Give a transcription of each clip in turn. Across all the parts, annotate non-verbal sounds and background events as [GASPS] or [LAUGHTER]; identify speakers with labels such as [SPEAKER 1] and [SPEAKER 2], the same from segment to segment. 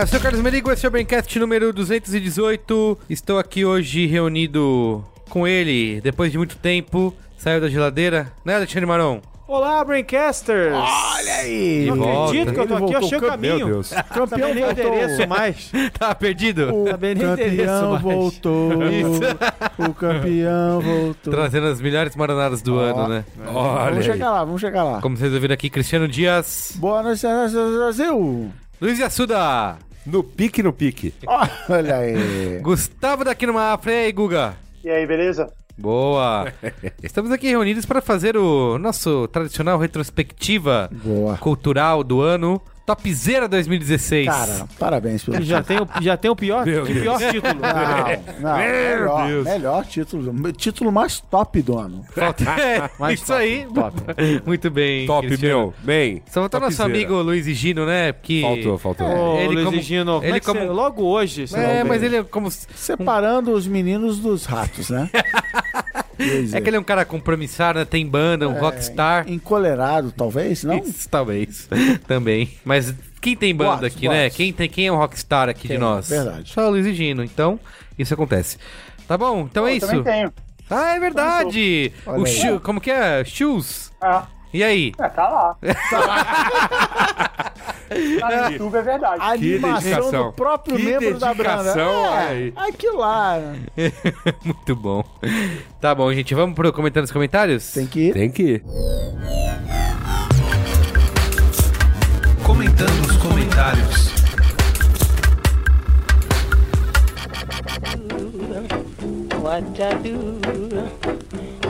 [SPEAKER 1] eu sou o Carlos Merigo, esse é o Braincast número 218. Estou aqui hoje reunido com ele, depois de muito tempo, saiu da geladeira, né, Alexandre Maron?
[SPEAKER 2] Olá, Braincasters!
[SPEAKER 1] Olha aí!
[SPEAKER 2] Não
[SPEAKER 1] volta.
[SPEAKER 2] acredito que eu tô
[SPEAKER 3] Ele
[SPEAKER 2] aqui, eu
[SPEAKER 3] voltou,
[SPEAKER 2] achei o
[SPEAKER 3] cam-
[SPEAKER 2] caminho.
[SPEAKER 3] Meu Deus.
[SPEAKER 2] Campeão nem o endereço mais.
[SPEAKER 1] [LAUGHS] Tá perdido?
[SPEAKER 3] O
[SPEAKER 2] Também nem interessa
[SPEAKER 3] campeão
[SPEAKER 2] mais.
[SPEAKER 3] voltou. o campeão voltou.
[SPEAKER 1] Trazendo as melhores maranadas do ano, né?
[SPEAKER 2] é.
[SPEAKER 3] Vamos
[SPEAKER 1] Olha aí.
[SPEAKER 3] chegar lá, vamos chegar lá.
[SPEAKER 1] Como vocês ouviram aqui, Cristiano Dias,
[SPEAKER 3] Boa noite, Brasil.
[SPEAKER 1] Luiz Yassuda,
[SPEAKER 4] No pique, no pique.
[SPEAKER 3] Olha aí.
[SPEAKER 1] Gustavo daqui no Mafra, e aí, Guga?
[SPEAKER 2] E aí, beleza? [LAUGHS]
[SPEAKER 1] Boa! Estamos aqui reunidos para fazer o nosso tradicional retrospectiva
[SPEAKER 3] Boa.
[SPEAKER 1] cultural do ano, Topzera 2016.
[SPEAKER 3] Cara, parabéns pelo
[SPEAKER 2] Já tem o, já tem o pior,
[SPEAKER 1] Meu
[SPEAKER 2] o
[SPEAKER 1] Deus. Ah.
[SPEAKER 2] pior título.
[SPEAKER 3] Não, não, melhor,
[SPEAKER 1] Deus.
[SPEAKER 3] melhor título, título mais top do ano.
[SPEAKER 1] [LAUGHS] Falta...
[SPEAKER 4] [LAUGHS]
[SPEAKER 1] É, isso aí. [LAUGHS] Muito bem.
[SPEAKER 4] Top,
[SPEAKER 1] Cristiano.
[SPEAKER 4] meu. Bem.
[SPEAKER 1] Só faltou nosso
[SPEAKER 4] topzera.
[SPEAKER 1] amigo Luiz e Gino, né? Porque...
[SPEAKER 4] Faltou, faltou.
[SPEAKER 2] Ah, Ô,
[SPEAKER 1] Ele
[SPEAKER 2] Luiz
[SPEAKER 1] como-
[SPEAKER 2] e Gino, como
[SPEAKER 1] ele
[SPEAKER 2] é que
[SPEAKER 1] como-
[SPEAKER 2] você- logo hoje. sei lá,
[SPEAKER 1] É,
[SPEAKER 2] o
[SPEAKER 1] mas
[SPEAKER 2] bem.
[SPEAKER 1] ele é como.
[SPEAKER 3] Separando os meninos dos ratos, né? Pois
[SPEAKER 1] É que ele é um cara compromissado, né? Tem banda,
[SPEAKER 4] É,
[SPEAKER 1] um rockstar.
[SPEAKER 3] Encolerado, talvez, não?
[SPEAKER 1] Isso, talvez. [LAUGHS] Também. Mas quem tem banda
[SPEAKER 3] Boatos,
[SPEAKER 1] aqui, né?
[SPEAKER 3] boatos.
[SPEAKER 1] Quem, tem, quem é um rockstar aqui de nós?
[SPEAKER 3] verdade.
[SPEAKER 1] Só o Luiz e Gino. Então, isso acontece. Tá bom? Então é isso.
[SPEAKER 5] tenho.
[SPEAKER 1] Ah, é verdade.
[SPEAKER 3] Olha
[SPEAKER 1] O
[SPEAKER 3] aí.
[SPEAKER 1] shoe, como que é? Shoes?
[SPEAKER 5] Ah,
[SPEAKER 1] E aí?
[SPEAKER 5] é, tá lá. Tá lá. no YouTube é verdade.
[SPEAKER 3] A animação
[SPEAKER 4] dedicação.
[SPEAKER 3] do próprio
[SPEAKER 4] Que
[SPEAKER 3] membro da banda.
[SPEAKER 4] dedicação, olha aí.
[SPEAKER 3] aquilo lá.
[SPEAKER 1] [LAUGHS] Muito bom. Tá bom, gente. Vamos pro comentário nos comentários?
[SPEAKER 3] Tem que ir.
[SPEAKER 4] Tem que ir.
[SPEAKER 6] Comentando os comentários.
[SPEAKER 7] What da do?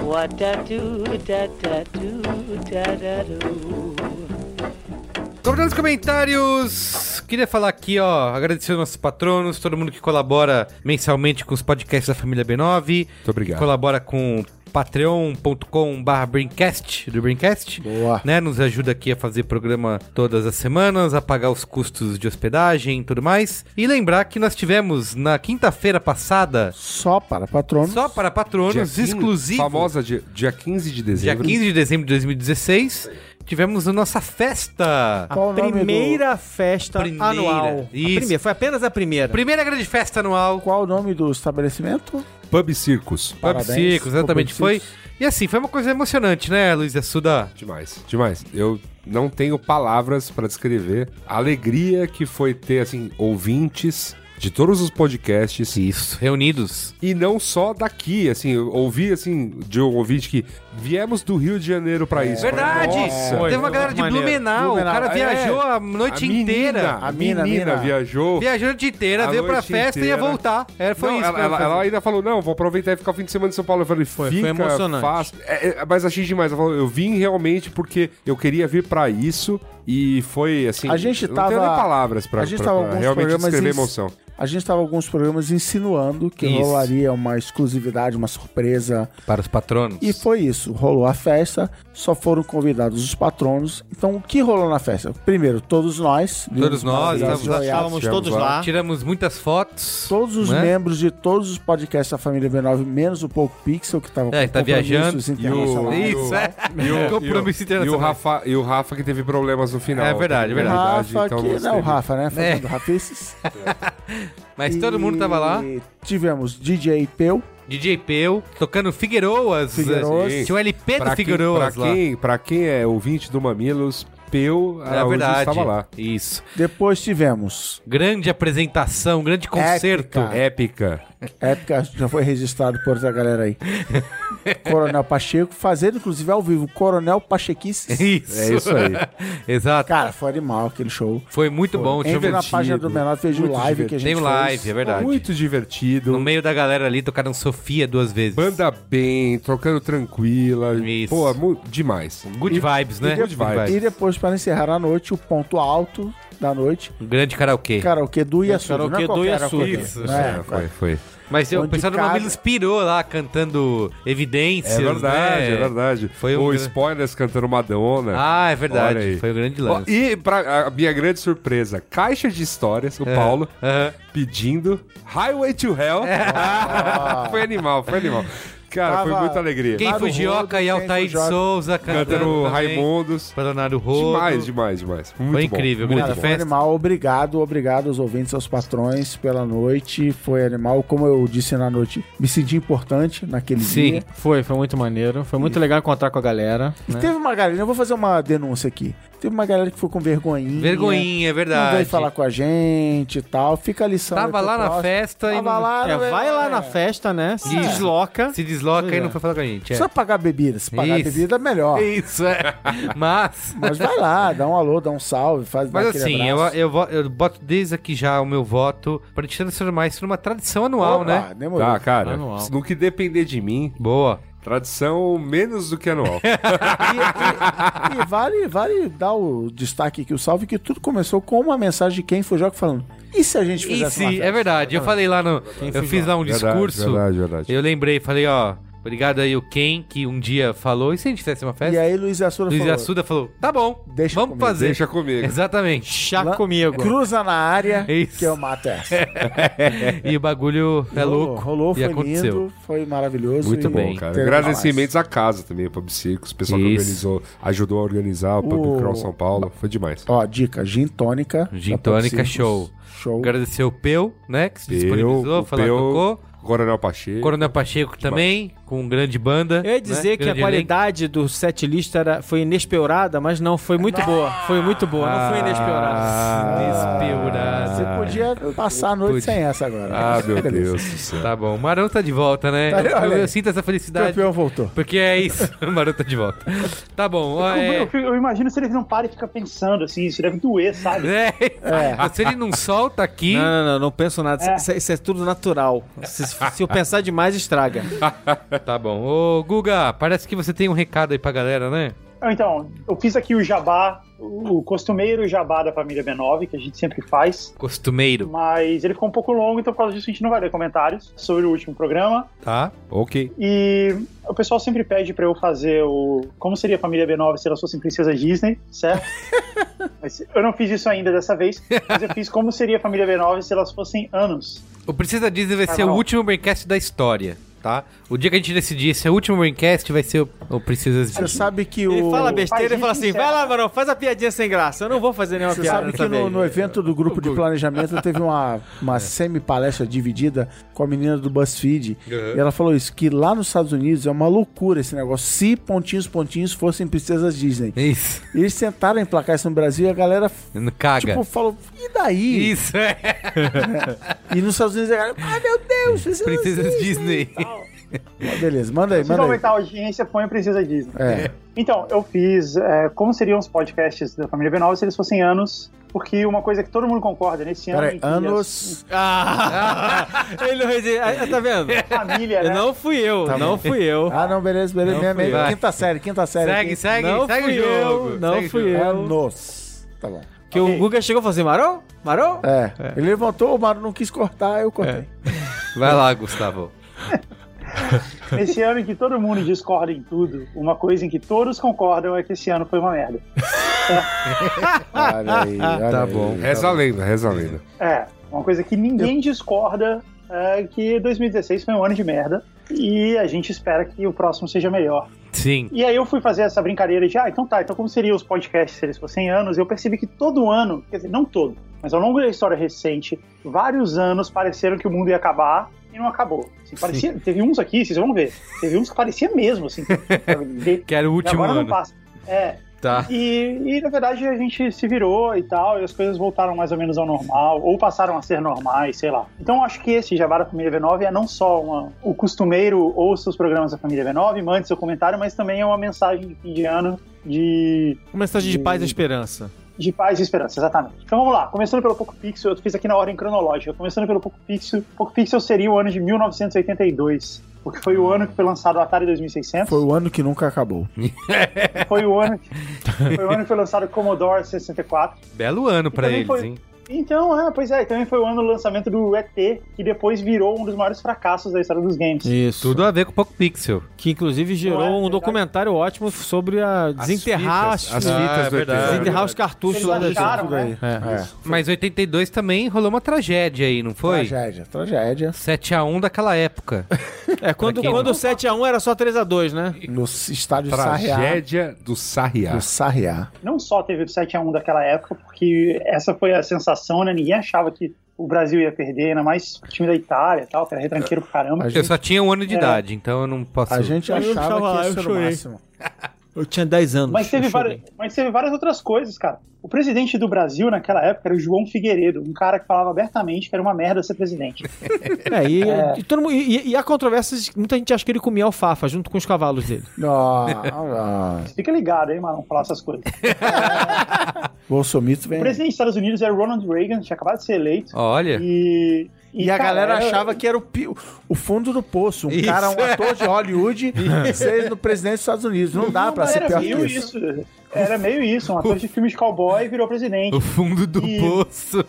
[SPEAKER 7] What da do? Da da do da da do.
[SPEAKER 1] Comentando nos comentários, queria falar aqui, ó, agradecer aos nossos patronos, todo mundo que colabora mensalmente com os podcasts da família B9.
[SPEAKER 4] Muito obrigado.
[SPEAKER 1] que colabora com patreon.com.br Brincast, do Brincast.
[SPEAKER 3] Boa.
[SPEAKER 1] Né, nos ajuda aqui a fazer programa todas as semanas, a pagar os custos de hospedagem e tudo mais. E lembrar que nós tivemos na quinta-feira passada,
[SPEAKER 3] Só para patronos.
[SPEAKER 1] só para
[SPEAKER 4] Dia
[SPEAKER 1] patronos,
[SPEAKER 4] 15,
[SPEAKER 1] exclusivo,
[SPEAKER 4] Famosa dia, dia 15 de
[SPEAKER 1] dia
[SPEAKER 4] dezembro.
[SPEAKER 1] 15 de dezembro de 2016, tivemos a nossa festa.
[SPEAKER 2] A
[SPEAKER 4] Ah.
[SPEAKER 3] Qual o nome do-
[SPEAKER 2] primeira festa
[SPEAKER 1] Primeira,
[SPEAKER 2] anual.
[SPEAKER 1] isso.
[SPEAKER 2] A primeira, foi apenas a primeira.
[SPEAKER 1] Primeira grande festa anual.
[SPEAKER 3] Qual o nome do estabelecimento?
[SPEAKER 4] Pub Circus.
[SPEAKER 1] Pub
[SPEAKER 3] Parabéns,
[SPEAKER 1] Circus, exatamente.
[SPEAKER 3] Pub Circus.
[SPEAKER 1] Foi. E assim, foi uma coisa emocionante, né, Luiz Assuda?
[SPEAKER 4] Demais, demais. Eu não tenho palavras pra descrever a alegria que foi ter, assim, ouvintes de todos os podcasts.
[SPEAKER 1] Isso. Reunidos.
[SPEAKER 4] E não só daqui, assim, eu ouvi, assim, de um ouvinte que viemos do Rio de Janeiro pra isso.
[SPEAKER 1] Verdade!
[SPEAKER 4] Nossa,
[SPEAKER 1] Teve uma
[SPEAKER 2] Foi
[SPEAKER 1] galera de
[SPEAKER 2] maneiro.
[SPEAKER 1] Blumenau.
[SPEAKER 3] Blumenau.
[SPEAKER 1] O cara
[SPEAKER 4] É.
[SPEAKER 1] viajou a noite
[SPEAKER 4] a menina,
[SPEAKER 1] inteira.
[SPEAKER 4] A
[SPEAKER 3] A
[SPEAKER 4] menina,
[SPEAKER 3] mina, mina.
[SPEAKER 4] viajou.
[SPEAKER 1] Viajou a noite inteira,
[SPEAKER 4] A
[SPEAKER 1] veio pra
[SPEAKER 4] noite
[SPEAKER 1] festa e ia
[SPEAKER 4] inteira.
[SPEAKER 1] voltar. É, foi
[SPEAKER 4] Não,
[SPEAKER 1] isso.
[SPEAKER 4] ela,
[SPEAKER 1] que
[SPEAKER 4] ela-
[SPEAKER 1] fez.
[SPEAKER 4] ela ainda falou, não, vou aproveitar e ficar o fim de semana em São Paulo. Eu falei,
[SPEAKER 2] Foi- foi
[SPEAKER 4] fica,
[SPEAKER 2] emocionante.
[SPEAKER 4] faz. É, é, mas achei demais. Ela falou, eu vim realmente porque eu queria vir pra isso e foi, assim...
[SPEAKER 3] A gente
[SPEAKER 4] Não tenho
[SPEAKER 3] tava-
[SPEAKER 4] nem palavras pra,
[SPEAKER 3] a gente
[SPEAKER 4] pra-
[SPEAKER 3] tava
[SPEAKER 4] pra
[SPEAKER 3] alguns
[SPEAKER 4] realmente
[SPEAKER 3] programas
[SPEAKER 4] descrever
[SPEAKER 3] em-
[SPEAKER 4] emoção.
[SPEAKER 3] A gente estava alguns programas insinuando que
[SPEAKER 1] Isso.
[SPEAKER 3] rolaria uma exclusividade, uma surpresa.
[SPEAKER 1] Para os patronos.
[SPEAKER 3] E foi isso. Rolou a festa, só foram convidados os patronos. Então, o que rolou na festa? Primeiro, todos nós.
[SPEAKER 1] Todos nós,
[SPEAKER 3] Maravilhosos
[SPEAKER 1] estávamos lá,
[SPEAKER 3] Goiás.
[SPEAKER 2] Estávamos
[SPEAKER 4] Tivemos
[SPEAKER 2] todos
[SPEAKER 4] lá.
[SPEAKER 2] lá.
[SPEAKER 1] Tiramos muitas fotos.
[SPEAKER 3] Todos os
[SPEAKER 1] né?
[SPEAKER 3] membros de todos os podcasts da família B9, menos o Pouco Pixel, que estava
[SPEAKER 1] É, que tá viajando.
[SPEAKER 4] E o,
[SPEAKER 1] Isso,
[SPEAKER 4] e o-
[SPEAKER 1] [LAUGHS] é.
[SPEAKER 4] E o,
[SPEAKER 1] Compromisso
[SPEAKER 4] e o,
[SPEAKER 1] internacional.
[SPEAKER 4] Rafa, e o Rafa que teve problemas no final.
[SPEAKER 1] É verdade, é
[SPEAKER 3] O
[SPEAKER 1] verdade.
[SPEAKER 3] Rafa,
[SPEAKER 4] então
[SPEAKER 3] que, não,
[SPEAKER 4] teve-
[SPEAKER 3] o Rafa, né?
[SPEAKER 1] É.
[SPEAKER 3] Fernando Rafices.
[SPEAKER 1] [LAUGHS] Mas todo mundo tava lá.
[SPEAKER 3] E Tivemos DJ Peu,
[SPEAKER 1] DJ Peu, tocando Figueiroas.
[SPEAKER 3] Figueiroas.
[SPEAKER 1] Tinha o LP do
[SPEAKER 4] Pra quem, pra,
[SPEAKER 1] Figueiroas lá.
[SPEAKER 4] quem, pra quem é ouvinte do Mamilos, Peu
[SPEAKER 1] É
[SPEAKER 4] Araújo
[SPEAKER 1] verdade.
[SPEAKER 4] estava lá.
[SPEAKER 1] Isso.
[SPEAKER 3] depois tivemos
[SPEAKER 1] Grande apresentação, grande concerto.
[SPEAKER 3] Épica.
[SPEAKER 4] Épica.
[SPEAKER 3] Épica já foi registrado por essa galera
[SPEAKER 1] [LAUGHS]
[SPEAKER 3] aí. Coronel Pacheco, fazendo inclusive ao vivo Coronel Pachequice.
[SPEAKER 1] Isso.
[SPEAKER 4] É isso aí.
[SPEAKER 1] [LAUGHS] Exato.
[SPEAKER 3] Cara, foi animal aquele show.
[SPEAKER 1] Foi muito bom. Deixa eu
[SPEAKER 3] Entra
[SPEAKER 1] ver.
[SPEAKER 3] na página do Menor fez o
[SPEAKER 4] Muito
[SPEAKER 3] live que a gente
[SPEAKER 1] Tem um
[SPEAKER 3] fez.
[SPEAKER 1] live, é verdade.
[SPEAKER 4] Muito divertido.
[SPEAKER 1] No meio da galera ali tocaram Sofia duas vezes.
[SPEAKER 4] Banda bem, tocando tranquila.
[SPEAKER 1] Isso.
[SPEAKER 4] Pô, mu- demais.
[SPEAKER 1] Good vibes, né?
[SPEAKER 4] good vibes.
[SPEAKER 3] E depois, para encerrar a noite, o ponto alto da noite.
[SPEAKER 1] Um grande karaokê.
[SPEAKER 3] Karaokê do Iaçuda. não é
[SPEAKER 2] Karaokê do
[SPEAKER 3] qualquer
[SPEAKER 2] Iaçuda.
[SPEAKER 3] karaokê.
[SPEAKER 1] Isso.
[SPEAKER 3] Não é,
[SPEAKER 4] É, foi, foi.
[SPEAKER 1] Mas eu, o
[SPEAKER 3] Onde
[SPEAKER 1] pessoal do
[SPEAKER 3] cada-
[SPEAKER 1] Mamilos pirou lá cantando Evidências.
[SPEAKER 4] É verdade,
[SPEAKER 1] né?
[SPEAKER 4] é verdade.
[SPEAKER 1] Foi um
[SPEAKER 4] o
[SPEAKER 1] gra-
[SPEAKER 4] Spoilers cantando Madonna.
[SPEAKER 1] Ah, é
[SPEAKER 4] Olha
[SPEAKER 1] verdade.
[SPEAKER 4] aí.
[SPEAKER 1] Foi um grande
[SPEAKER 4] Ó,
[SPEAKER 1] lance.
[SPEAKER 4] e pra, a minha grande surpresa, caixa de histórias,
[SPEAKER 1] É.
[SPEAKER 4] o Paulo
[SPEAKER 1] Aham.
[SPEAKER 4] pedindo Highway to Hell. [LAUGHS] foi animal, foi animal. Cara, foi
[SPEAKER 3] Tava-
[SPEAKER 4] muita alegria.
[SPEAKER 1] É. Quem
[SPEAKER 3] Claro,
[SPEAKER 1] Fujioka
[SPEAKER 3] Rodo,
[SPEAKER 1] e
[SPEAKER 3] quem
[SPEAKER 1] Altair de
[SPEAKER 3] Fujioka.
[SPEAKER 1] Souza
[SPEAKER 4] Cantando
[SPEAKER 1] cantando Raimundo.
[SPEAKER 4] Raimundos.
[SPEAKER 1] Leonardo Rodo.
[SPEAKER 4] Demais, demais, demais. Muito
[SPEAKER 1] Foi
[SPEAKER 4] bom,
[SPEAKER 1] incrível,
[SPEAKER 4] muito
[SPEAKER 1] cara,
[SPEAKER 4] bom.
[SPEAKER 3] Foi
[SPEAKER 1] Festa.
[SPEAKER 3] animal, obrigado, obrigado aos ouvintes, aos patrões pela noite. Foi animal, como eu disse na noite, me senti importante naquele
[SPEAKER 1] Sim.
[SPEAKER 3] dia.
[SPEAKER 2] Foi, foi muito maneiro. Foi muito legal encontrar com a galera. né?
[SPEAKER 3] E
[SPEAKER 1] né?
[SPEAKER 3] teve uma galera, eu vou fazer uma denúncia aqui. Teve uma galera que foi com vergonhinha.
[SPEAKER 1] Vergonhinha, é
[SPEAKER 3] Não
[SPEAKER 1] verdade.
[SPEAKER 3] veio falar com a gente e tal. Fica a lição. aí
[SPEAKER 1] Tava
[SPEAKER 3] pro
[SPEAKER 1] lá na
[SPEAKER 3] próximo.
[SPEAKER 1] festa e
[SPEAKER 3] Tava
[SPEAKER 1] não-
[SPEAKER 3] lá,
[SPEAKER 2] É,
[SPEAKER 3] não-
[SPEAKER 2] vai lá na festa, né? Se desloca.
[SPEAKER 1] se desloca
[SPEAKER 2] Pois
[SPEAKER 1] e não
[SPEAKER 2] é.
[SPEAKER 1] foi falar com a gente. É.
[SPEAKER 3] Só pagar bebida. Se pagar
[SPEAKER 1] Isso.
[SPEAKER 3] bebida, melhor.
[SPEAKER 1] Isso,
[SPEAKER 3] [LAUGHS]
[SPEAKER 1] é. Mas...
[SPEAKER 3] Mas vai lá, dá um alô, dá um salve, faz
[SPEAKER 1] Mas
[SPEAKER 3] dá aquele
[SPEAKER 1] assim, eu,
[SPEAKER 3] abraço.
[SPEAKER 1] eu, vo- eu boto desde aqui já o meu voto pra gente transformar isso numa tradição anual,
[SPEAKER 3] Opa,
[SPEAKER 1] né?
[SPEAKER 3] Demorou.
[SPEAKER 4] Tá, cara,
[SPEAKER 2] Anual.
[SPEAKER 4] no que depender de mim,
[SPEAKER 1] Boa.
[SPEAKER 4] tradição menos do que anual.
[SPEAKER 3] E, e- e vale, vale dar o destaque aqui, o salve, que tudo começou com uma mensagem de quem foi jogo falando. E se a gente
[SPEAKER 1] E
[SPEAKER 3] fizesse uma
[SPEAKER 1] se,
[SPEAKER 3] festa?
[SPEAKER 1] é verdade, eu falei lá no. Eu fiz lá um
[SPEAKER 4] Verdade,
[SPEAKER 1] discurso.
[SPEAKER 4] Verdade, verdade.
[SPEAKER 1] Eu lembrei, falei, ó, obrigado aí o Ken que um dia falou. E se a gente fizesse uma
[SPEAKER 3] E
[SPEAKER 1] festa?
[SPEAKER 3] aí Luiz Assuda
[SPEAKER 1] Luiz
[SPEAKER 3] falou,
[SPEAKER 1] Assuda falou, tá bom,
[SPEAKER 3] Deixa
[SPEAKER 1] vamos
[SPEAKER 3] comigo,
[SPEAKER 1] fazer.
[SPEAKER 4] Deixa comigo.
[SPEAKER 3] [LAUGHS]
[SPEAKER 1] Exatamente.
[SPEAKER 2] Chá
[SPEAKER 3] Lá-
[SPEAKER 2] comigo.
[SPEAKER 3] cruza na área
[SPEAKER 1] É Isso.
[SPEAKER 3] que eu mato essa.
[SPEAKER 1] [LAUGHS] E o bagulho é
[SPEAKER 3] Rolou,
[SPEAKER 1] louco.
[SPEAKER 3] Rolou,
[SPEAKER 1] e
[SPEAKER 3] foi
[SPEAKER 1] aconteceu.
[SPEAKER 3] lindo, foi maravilhoso.
[SPEAKER 1] Muito
[SPEAKER 3] e
[SPEAKER 1] bem.
[SPEAKER 4] Cara,
[SPEAKER 3] teve
[SPEAKER 4] agradecimentos à casa também, o Pubcicos, o pessoal que
[SPEAKER 1] Isso.
[SPEAKER 4] organizou, ajudou a organizar o Pub
[SPEAKER 3] O-
[SPEAKER 4] Crawl São Paulo. Foi demais.
[SPEAKER 3] mais. Ó, dica, gin tônica.
[SPEAKER 1] Gin
[SPEAKER 3] da
[SPEAKER 1] tônica,
[SPEAKER 3] Popsicos.
[SPEAKER 1] show.
[SPEAKER 3] Show.
[SPEAKER 1] Agradecer o Peu, né, que se
[SPEAKER 4] Eu,
[SPEAKER 1] disponibilizou,
[SPEAKER 4] o
[SPEAKER 1] falou,
[SPEAKER 4] Peu,
[SPEAKER 1] tocou.
[SPEAKER 4] Coronel Pacheco.
[SPEAKER 1] Coronel Pacheco também, com grande banda.
[SPEAKER 2] Eu ia dizer
[SPEAKER 1] né,
[SPEAKER 2] que a
[SPEAKER 1] grande elenco.
[SPEAKER 2] qualidade do set list era, foi inesperada, mas não, foi muito boa. Foi muito boa, não foi inesperada.
[SPEAKER 1] Despiurado.
[SPEAKER 3] Ah, Você podia passar a noite
[SPEAKER 1] Podia.
[SPEAKER 3] sem essa agora.
[SPEAKER 4] Ah, meu
[SPEAKER 3] Beleza.
[SPEAKER 4] Deus do céu.
[SPEAKER 1] Tá bom. Marão tá de volta, né?
[SPEAKER 3] Tá, olha
[SPEAKER 1] eu,
[SPEAKER 3] aí.
[SPEAKER 1] eu sinto essa felicidade.
[SPEAKER 3] Campeão voltou.
[SPEAKER 1] Porque é isso. [LAUGHS] Marão tá de volta. Tá bom. ó,
[SPEAKER 5] Eu,
[SPEAKER 1] é...
[SPEAKER 5] eu- eu imagino se ele não para e fica pensando assim, isso deve doer, sabe?
[SPEAKER 1] [LAUGHS] É. Se ele não solta aqui.
[SPEAKER 2] Não, não, não, não penso nada.
[SPEAKER 5] É.
[SPEAKER 2] Isso, isso é tudo natural. Se, se eu pensar demais, estraga.
[SPEAKER 1] Tá bom. Ô, Guga, parece que você tem um recado aí pra galera, né?
[SPEAKER 5] Então, eu fiz aqui o jabá, o costumeiro jabá da família B9, que a gente sempre faz,
[SPEAKER 1] Costumeiro.
[SPEAKER 5] mas ele ficou um pouco longo, então por causa disso a gente não vai ler comentários sobre o último programa.
[SPEAKER 1] Tá?
[SPEAKER 4] Ok.
[SPEAKER 5] E o pessoal sempre pede pra eu fazer o. Como seria a família B9 se elas fossem princesas Disney, certo? Mas eu não fiz isso ainda dessa vez, mas eu fiz como seria a família B9 se elas fossem anos.
[SPEAKER 1] O Precisa Disney vai
[SPEAKER 5] Tá
[SPEAKER 1] ser o
[SPEAKER 5] bom.
[SPEAKER 1] último braincast da história, tá? O dia que a gente decidir se é o último braincast, vai ser o, o Precisa
[SPEAKER 3] Você
[SPEAKER 1] Disney.
[SPEAKER 3] sabe que o... é.
[SPEAKER 2] Ele fala besteira e fala assim:
[SPEAKER 5] sincero.
[SPEAKER 2] vai lá, varão, faz a piadinha sem graça. Eu não vou fazer nenhuma
[SPEAKER 3] Você
[SPEAKER 2] piada.
[SPEAKER 3] sabe que
[SPEAKER 2] dessa
[SPEAKER 3] no,
[SPEAKER 2] vez.
[SPEAKER 3] no evento do grupo de planejamento teve uma,
[SPEAKER 1] [LAUGHS]
[SPEAKER 3] uma
[SPEAKER 1] É.
[SPEAKER 3] semi-palestra dividida com a menina do BuzzFeed. E ela falou isso: que lá nos Estados Unidos é uma loucura esse negócio. Se pontinhos, pontinhos fossem princesas Disney.
[SPEAKER 1] É Isso.
[SPEAKER 3] E Eles tentaram emplacar isso no Brasil e a galera,
[SPEAKER 1] Não Caga.
[SPEAKER 3] tipo, falou: e daí?
[SPEAKER 1] Isso, é. [LAUGHS]
[SPEAKER 3] E nos Estados Unidos a galera, ai meu Deus, princesas,
[SPEAKER 1] Princesas Disney.
[SPEAKER 3] Disney. Beleza, manda aí,
[SPEAKER 5] Se
[SPEAKER 3] manda aí.
[SPEAKER 5] aumentar a audiência, põe a princesa Disney.
[SPEAKER 3] É.
[SPEAKER 5] Então, eu fiz é, como seriam os podcasts da família B9 se eles fossem anos, porque uma coisa que todo mundo concorda nesse ano.
[SPEAKER 3] Peraí,
[SPEAKER 5] em que
[SPEAKER 3] anos. [LAUGHS]
[SPEAKER 2] Ah, ele não resiste. Ah, Tá vendo?
[SPEAKER 5] a Família, né?
[SPEAKER 2] Não fui [LAUGHS] eu,
[SPEAKER 3] Tá
[SPEAKER 2] não
[SPEAKER 3] bom.
[SPEAKER 2] fui [LAUGHS] eu.
[SPEAKER 3] Ah, não, beleza, beleza.
[SPEAKER 1] Não
[SPEAKER 3] minha,
[SPEAKER 1] fui
[SPEAKER 3] minha-
[SPEAKER 1] eu.
[SPEAKER 3] Quinta série, quinta série.
[SPEAKER 1] Segue,
[SPEAKER 3] quinta-
[SPEAKER 1] segue,
[SPEAKER 2] não
[SPEAKER 1] segue o
[SPEAKER 2] fui
[SPEAKER 1] jogo.
[SPEAKER 2] eu, não
[SPEAKER 1] Segue o
[SPEAKER 2] fui
[SPEAKER 1] jogo.
[SPEAKER 2] eu.
[SPEAKER 3] Anos. Tá bom.
[SPEAKER 2] Que o Guga chegou e falou assim: Marão? Marão?
[SPEAKER 3] É. Ele levantou, o Mário não quis cortar, eu
[SPEAKER 1] É.
[SPEAKER 3] cortei.
[SPEAKER 1] Vai lá, Gustavo.
[SPEAKER 5] Nesse ano em que todo mundo discorda em tudo, uma coisa em que todos concordam é que esse ano foi uma merda.
[SPEAKER 1] [LAUGHS]
[SPEAKER 3] Olha aí, olha
[SPEAKER 1] Tá
[SPEAKER 3] aí.
[SPEAKER 1] bom.
[SPEAKER 4] Reza a lenda, reza a lenda.
[SPEAKER 5] É, uma coisa que ninguém discorda é que 2016 foi um ano de merda e a gente espera que o próximo seja melhor.
[SPEAKER 1] Sim.
[SPEAKER 5] E aí eu fui fazer essa brincadeira de, ah, então tá, então como seriam os podcasts se eles fossem anos? Eu percebi que todo ano, quer dizer, não todo, mas ao longo da história recente, vários anos pareceram que o mundo ia acabar e não acabou. Assim, parecia, teve uns aqui, vocês vão ver, teve uns que parecia mesmo, assim, que, de-
[SPEAKER 1] Que era o
[SPEAKER 5] e
[SPEAKER 1] último
[SPEAKER 5] agora
[SPEAKER 1] ano.
[SPEAKER 5] não passa. É,
[SPEAKER 1] Tá.
[SPEAKER 5] e, e, na verdade a gente se virou e tal, e as coisas voltaram mais ou menos ao normal, ou passaram a ser normais, sei lá. Então acho que esse Jabá da Família V9 é não só uma- o costumeiro ouça os programas da Família V9, mande seu comentário, mas também é uma mensagem de fim de ano de
[SPEAKER 2] Uma mensagem de paz e esperança.
[SPEAKER 5] de paz e esperança, exatamente. Então vamos lá, começando pelo Poco Pixel, eu fiz aqui na ordem cronológica. Começando pelo Poco Pixel, Poco Pixel seria o ano de 1982, porque foi
[SPEAKER 1] Ah.
[SPEAKER 5] o ano que foi lançado o Atari 2600.
[SPEAKER 3] Foi o ano que nunca acabou.
[SPEAKER 5] Foi o ano que foi, o ano que foi lançado o Commodore 64.
[SPEAKER 1] Belo ano pra
[SPEAKER 5] também
[SPEAKER 1] eles,
[SPEAKER 5] foi-
[SPEAKER 1] hein?
[SPEAKER 5] Então, é, pois é, também foi o ano do lançamento do ET, que depois virou um dos maiores fracassos da história dos games.
[SPEAKER 2] Isso.
[SPEAKER 1] Tudo a ver com o Poco Pixel.
[SPEAKER 2] Que inclusive gerou
[SPEAKER 5] Não é
[SPEAKER 2] um
[SPEAKER 5] verdade.
[SPEAKER 2] documentário ótimo sobre a desenterrar as,
[SPEAKER 4] fitas, as fitas do ET.
[SPEAKER 2] desenterrar os cartuchos
[SPEAKER 5] Eles
[SPEAKER 2] lá da
[SPEAKER 5] acharam, né?
[SPEAKER 2] É.
[SPEAKER 1] Mas 82 também rolou uma tragédia aí, não foi?
[SPEAKER 3] Tragédia, tragédia.
[SPEAKER 1] 7x1 daquela época.
[SPEAKER 2] É, quando,
[SPEAKER 1] Pra quem
[SPEAKER 2] quando o 7x1 era só 3x2, né?
[SPEAKER 3] No estádio Sarriá.
[SPEAKER 4] Tragédia do Sarriá.
[SPEAKER 3] Do Sarriá.
[SPEAKER 5] Não só teve o 7x1 daquela época, porque essa foi a sensação, né? Ninguém achava que o Brasil ia perder, ainda mais o time da Itália e tal, que era retranqueiro pro caramba.
[SPEAKER 3] A
[SPEAKER 1] Eu
[SPEAKER 3] gente,
[SPEAKER 1] só tinha um ano de
[SPEAKER 5] É.
[SPEAKER 1] idade, então eu não posso.
[SPEAKER 3] a gente
[SPEAKER 2] Eu
[SPEAKER 3] achava
[SPEAKER 2] tava lá,
[SPEAKER 3] que
[SPEAKER 2] eu
[SPEAKER 3] isso era o
[SPEAKER 2] chorei.
[SPEAKER 3] máximo.
[SPEAKER 2] Eu tinha 10 anos.
[SPEAKER 5] Mas teve,
[SPEAKER 2] eu chorei.
[SPEAKER 5] várias, mas teve várias outras coisas, cara. O presidente do Brasil naquela época era o João Figueiredo, um cara que falava abertamente que era uma merda ser presidente.
[SPEAKER 2] É, e, e todo mundo- e- e- e há controvérsias, de que muita gente acha que ele comia alfafa junto com os cavalos dele.
[SPEAKER 3] [LAUGHS] Ah, ah.
[SPEAKER 5] Fica ligado, hein, Marlon, falar essas coisas.
[SPEAKER 3] Bolsomito
[SPEAKER 5] O
[SPEAKER 3] vem.
[SPEAKER 5] presidente dos Estados Unidos era Ronald Reagan, tinha acabado de ser eleito.
[SPEAKER 1] Olha.
[SPEAKER 5] E,
[SPEAKER 3] E, a
[SPEAKER 5] cara,
[SPEAKER 3] galera
[SPEAKER 5] era-
[SPEAKER 3] achava que era o, pi- o fundo do poço. Um
[SPEAKER 1] Isso.
[SPEAKER 3] cara, um ator de
[SPEAKER 1] [LAUGHS]
[SPEAKER 3] Hollywood, ser no presidente dos Estados Unidos. Não dá pra ser
[SPEAKER 5] era
[SPEAKER 3] pior que
[SPEAKER 5] meio
[SPEAKER 3] isso.
[SPEAKER 5] isso. Era meio isso.
[SPEAKER 3] [LAUGHS]
[SPEAKER 5] Um ator de filme de cowboy virou presidente.
[SPEAKER 1] O fundo do
[SPEAKER 5] E-
[SPEAKER 1] poço.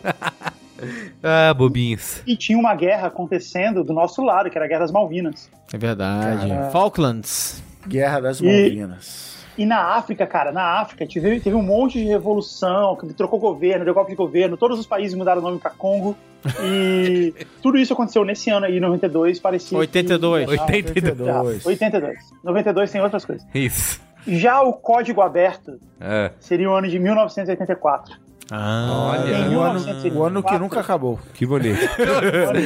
[SPEAKER 1] [LAUGHS] ah, bobinhos.
[SPEAKER 5] E tinha uma guerra acontecendo do nosso lado, que era a Guerra das Malvinas.
[SPEAKER 2] É verdade. Falklands.
[SPEAKER 3] Guerra das Malvinas.
[SPEAKER 5] E na África, cara, na África teve, teve um monte de revolução, que trocou governo, deu golpe de governo, todos os países mudaram o nome pra Congo. E
[SPEAKER 3] [LAUGHS]
[SPEAKER 5] tudo isso aconteceu nesse ano aí, 92, parecia.
[SPEAKER 3] Tá,
[SPEAKER 2] 82.
[SPEAKER 5] Que...
[SPEAKER 1] 82.
[SPEAKER 3] 82.
[SPEAKER 5] 82. 92 tem outras coisas.
[SPEAKER 1] Isso.
[SPEAKER 5] Já o Código Aberto
[SPEAKER 1] É.
[SPEAKER 5] seria o ano de 1984.
[SPEAKER 2] Ah.
[SPEAKER 1] Olha.
[SPEAKER 3] O ano,
[SPEAKER 5] 1984.
[SPEAKER 3] o ano que nunca acabou.
[SPEAKER 4] Que bonito.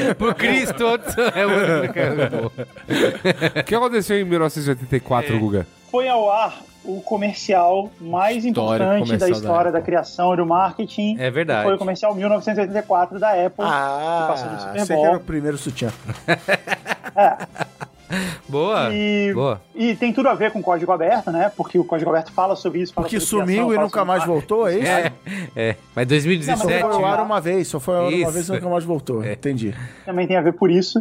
[SPEAKER 3] É.
[SPEAKER 1] Por Cristo, outro- [LAUGHS] é o outro que acabou.
[SPEAKER 4] o que aconteceu em
[SPEAKER 1] É.
[SPEAKER 4] 1984, Guga?
[SPEAKER 5] foi ao ar o comercial mais importante
[SPEAKER 2] comercial
[SPEAKER 5] da
[SPEAKER 2] da
[SPEAKER 5] história da,
[SPEAKER 2] Apple.
[SPEAKER 5] criação e do marketing.
[SPEAKER 1] É verdade.
[SPEAKER 5] Foi o comercial 1984 da Apple. que passou do
[SPEAKER 3] Ah, sei
[SPEAKER 5] Super
[SPEAKER 3] que era
[SPEAKER 5] Bowl.
[SPEAKER 3] o primeiro sutiã.
[SPEAKER 1] Boa.
[SPEAKER 5] E,
[SPEAKER 1] Boa.
[SPEAKER 5] e tem tudo a ver com o código aberto, né? Porque o código aberto fala sobre isso. Fala
[SPEAKER 3] Porque
[SPEAKER 5] sobre criação,
[SPEAKER 3] sumiu e
[SPEAKER 5] fala
[SPEAKER 3] nunca
[SPEAKER 5] sobre
[SPEAKER 3] mais
[SPEAKER 5] marketing.
[SPEAKER 3] voltou, é isso?
[SPEAKER 1] É, é. Mas
[SPEAKER 3] Só foi
[SPEAKER 1] 2017.
[SPEAKER 3] ao ar uma vez, só foi ao ar uma
[SPEAKER 1] Isso. É.
[SPEAKER 3] vez e nunca mais voltou. Entendi.
[SPEAKER 5] Também tem a ver por
[SPEAKER 2] [LAUGHS]
[SPEAKER 5] isso.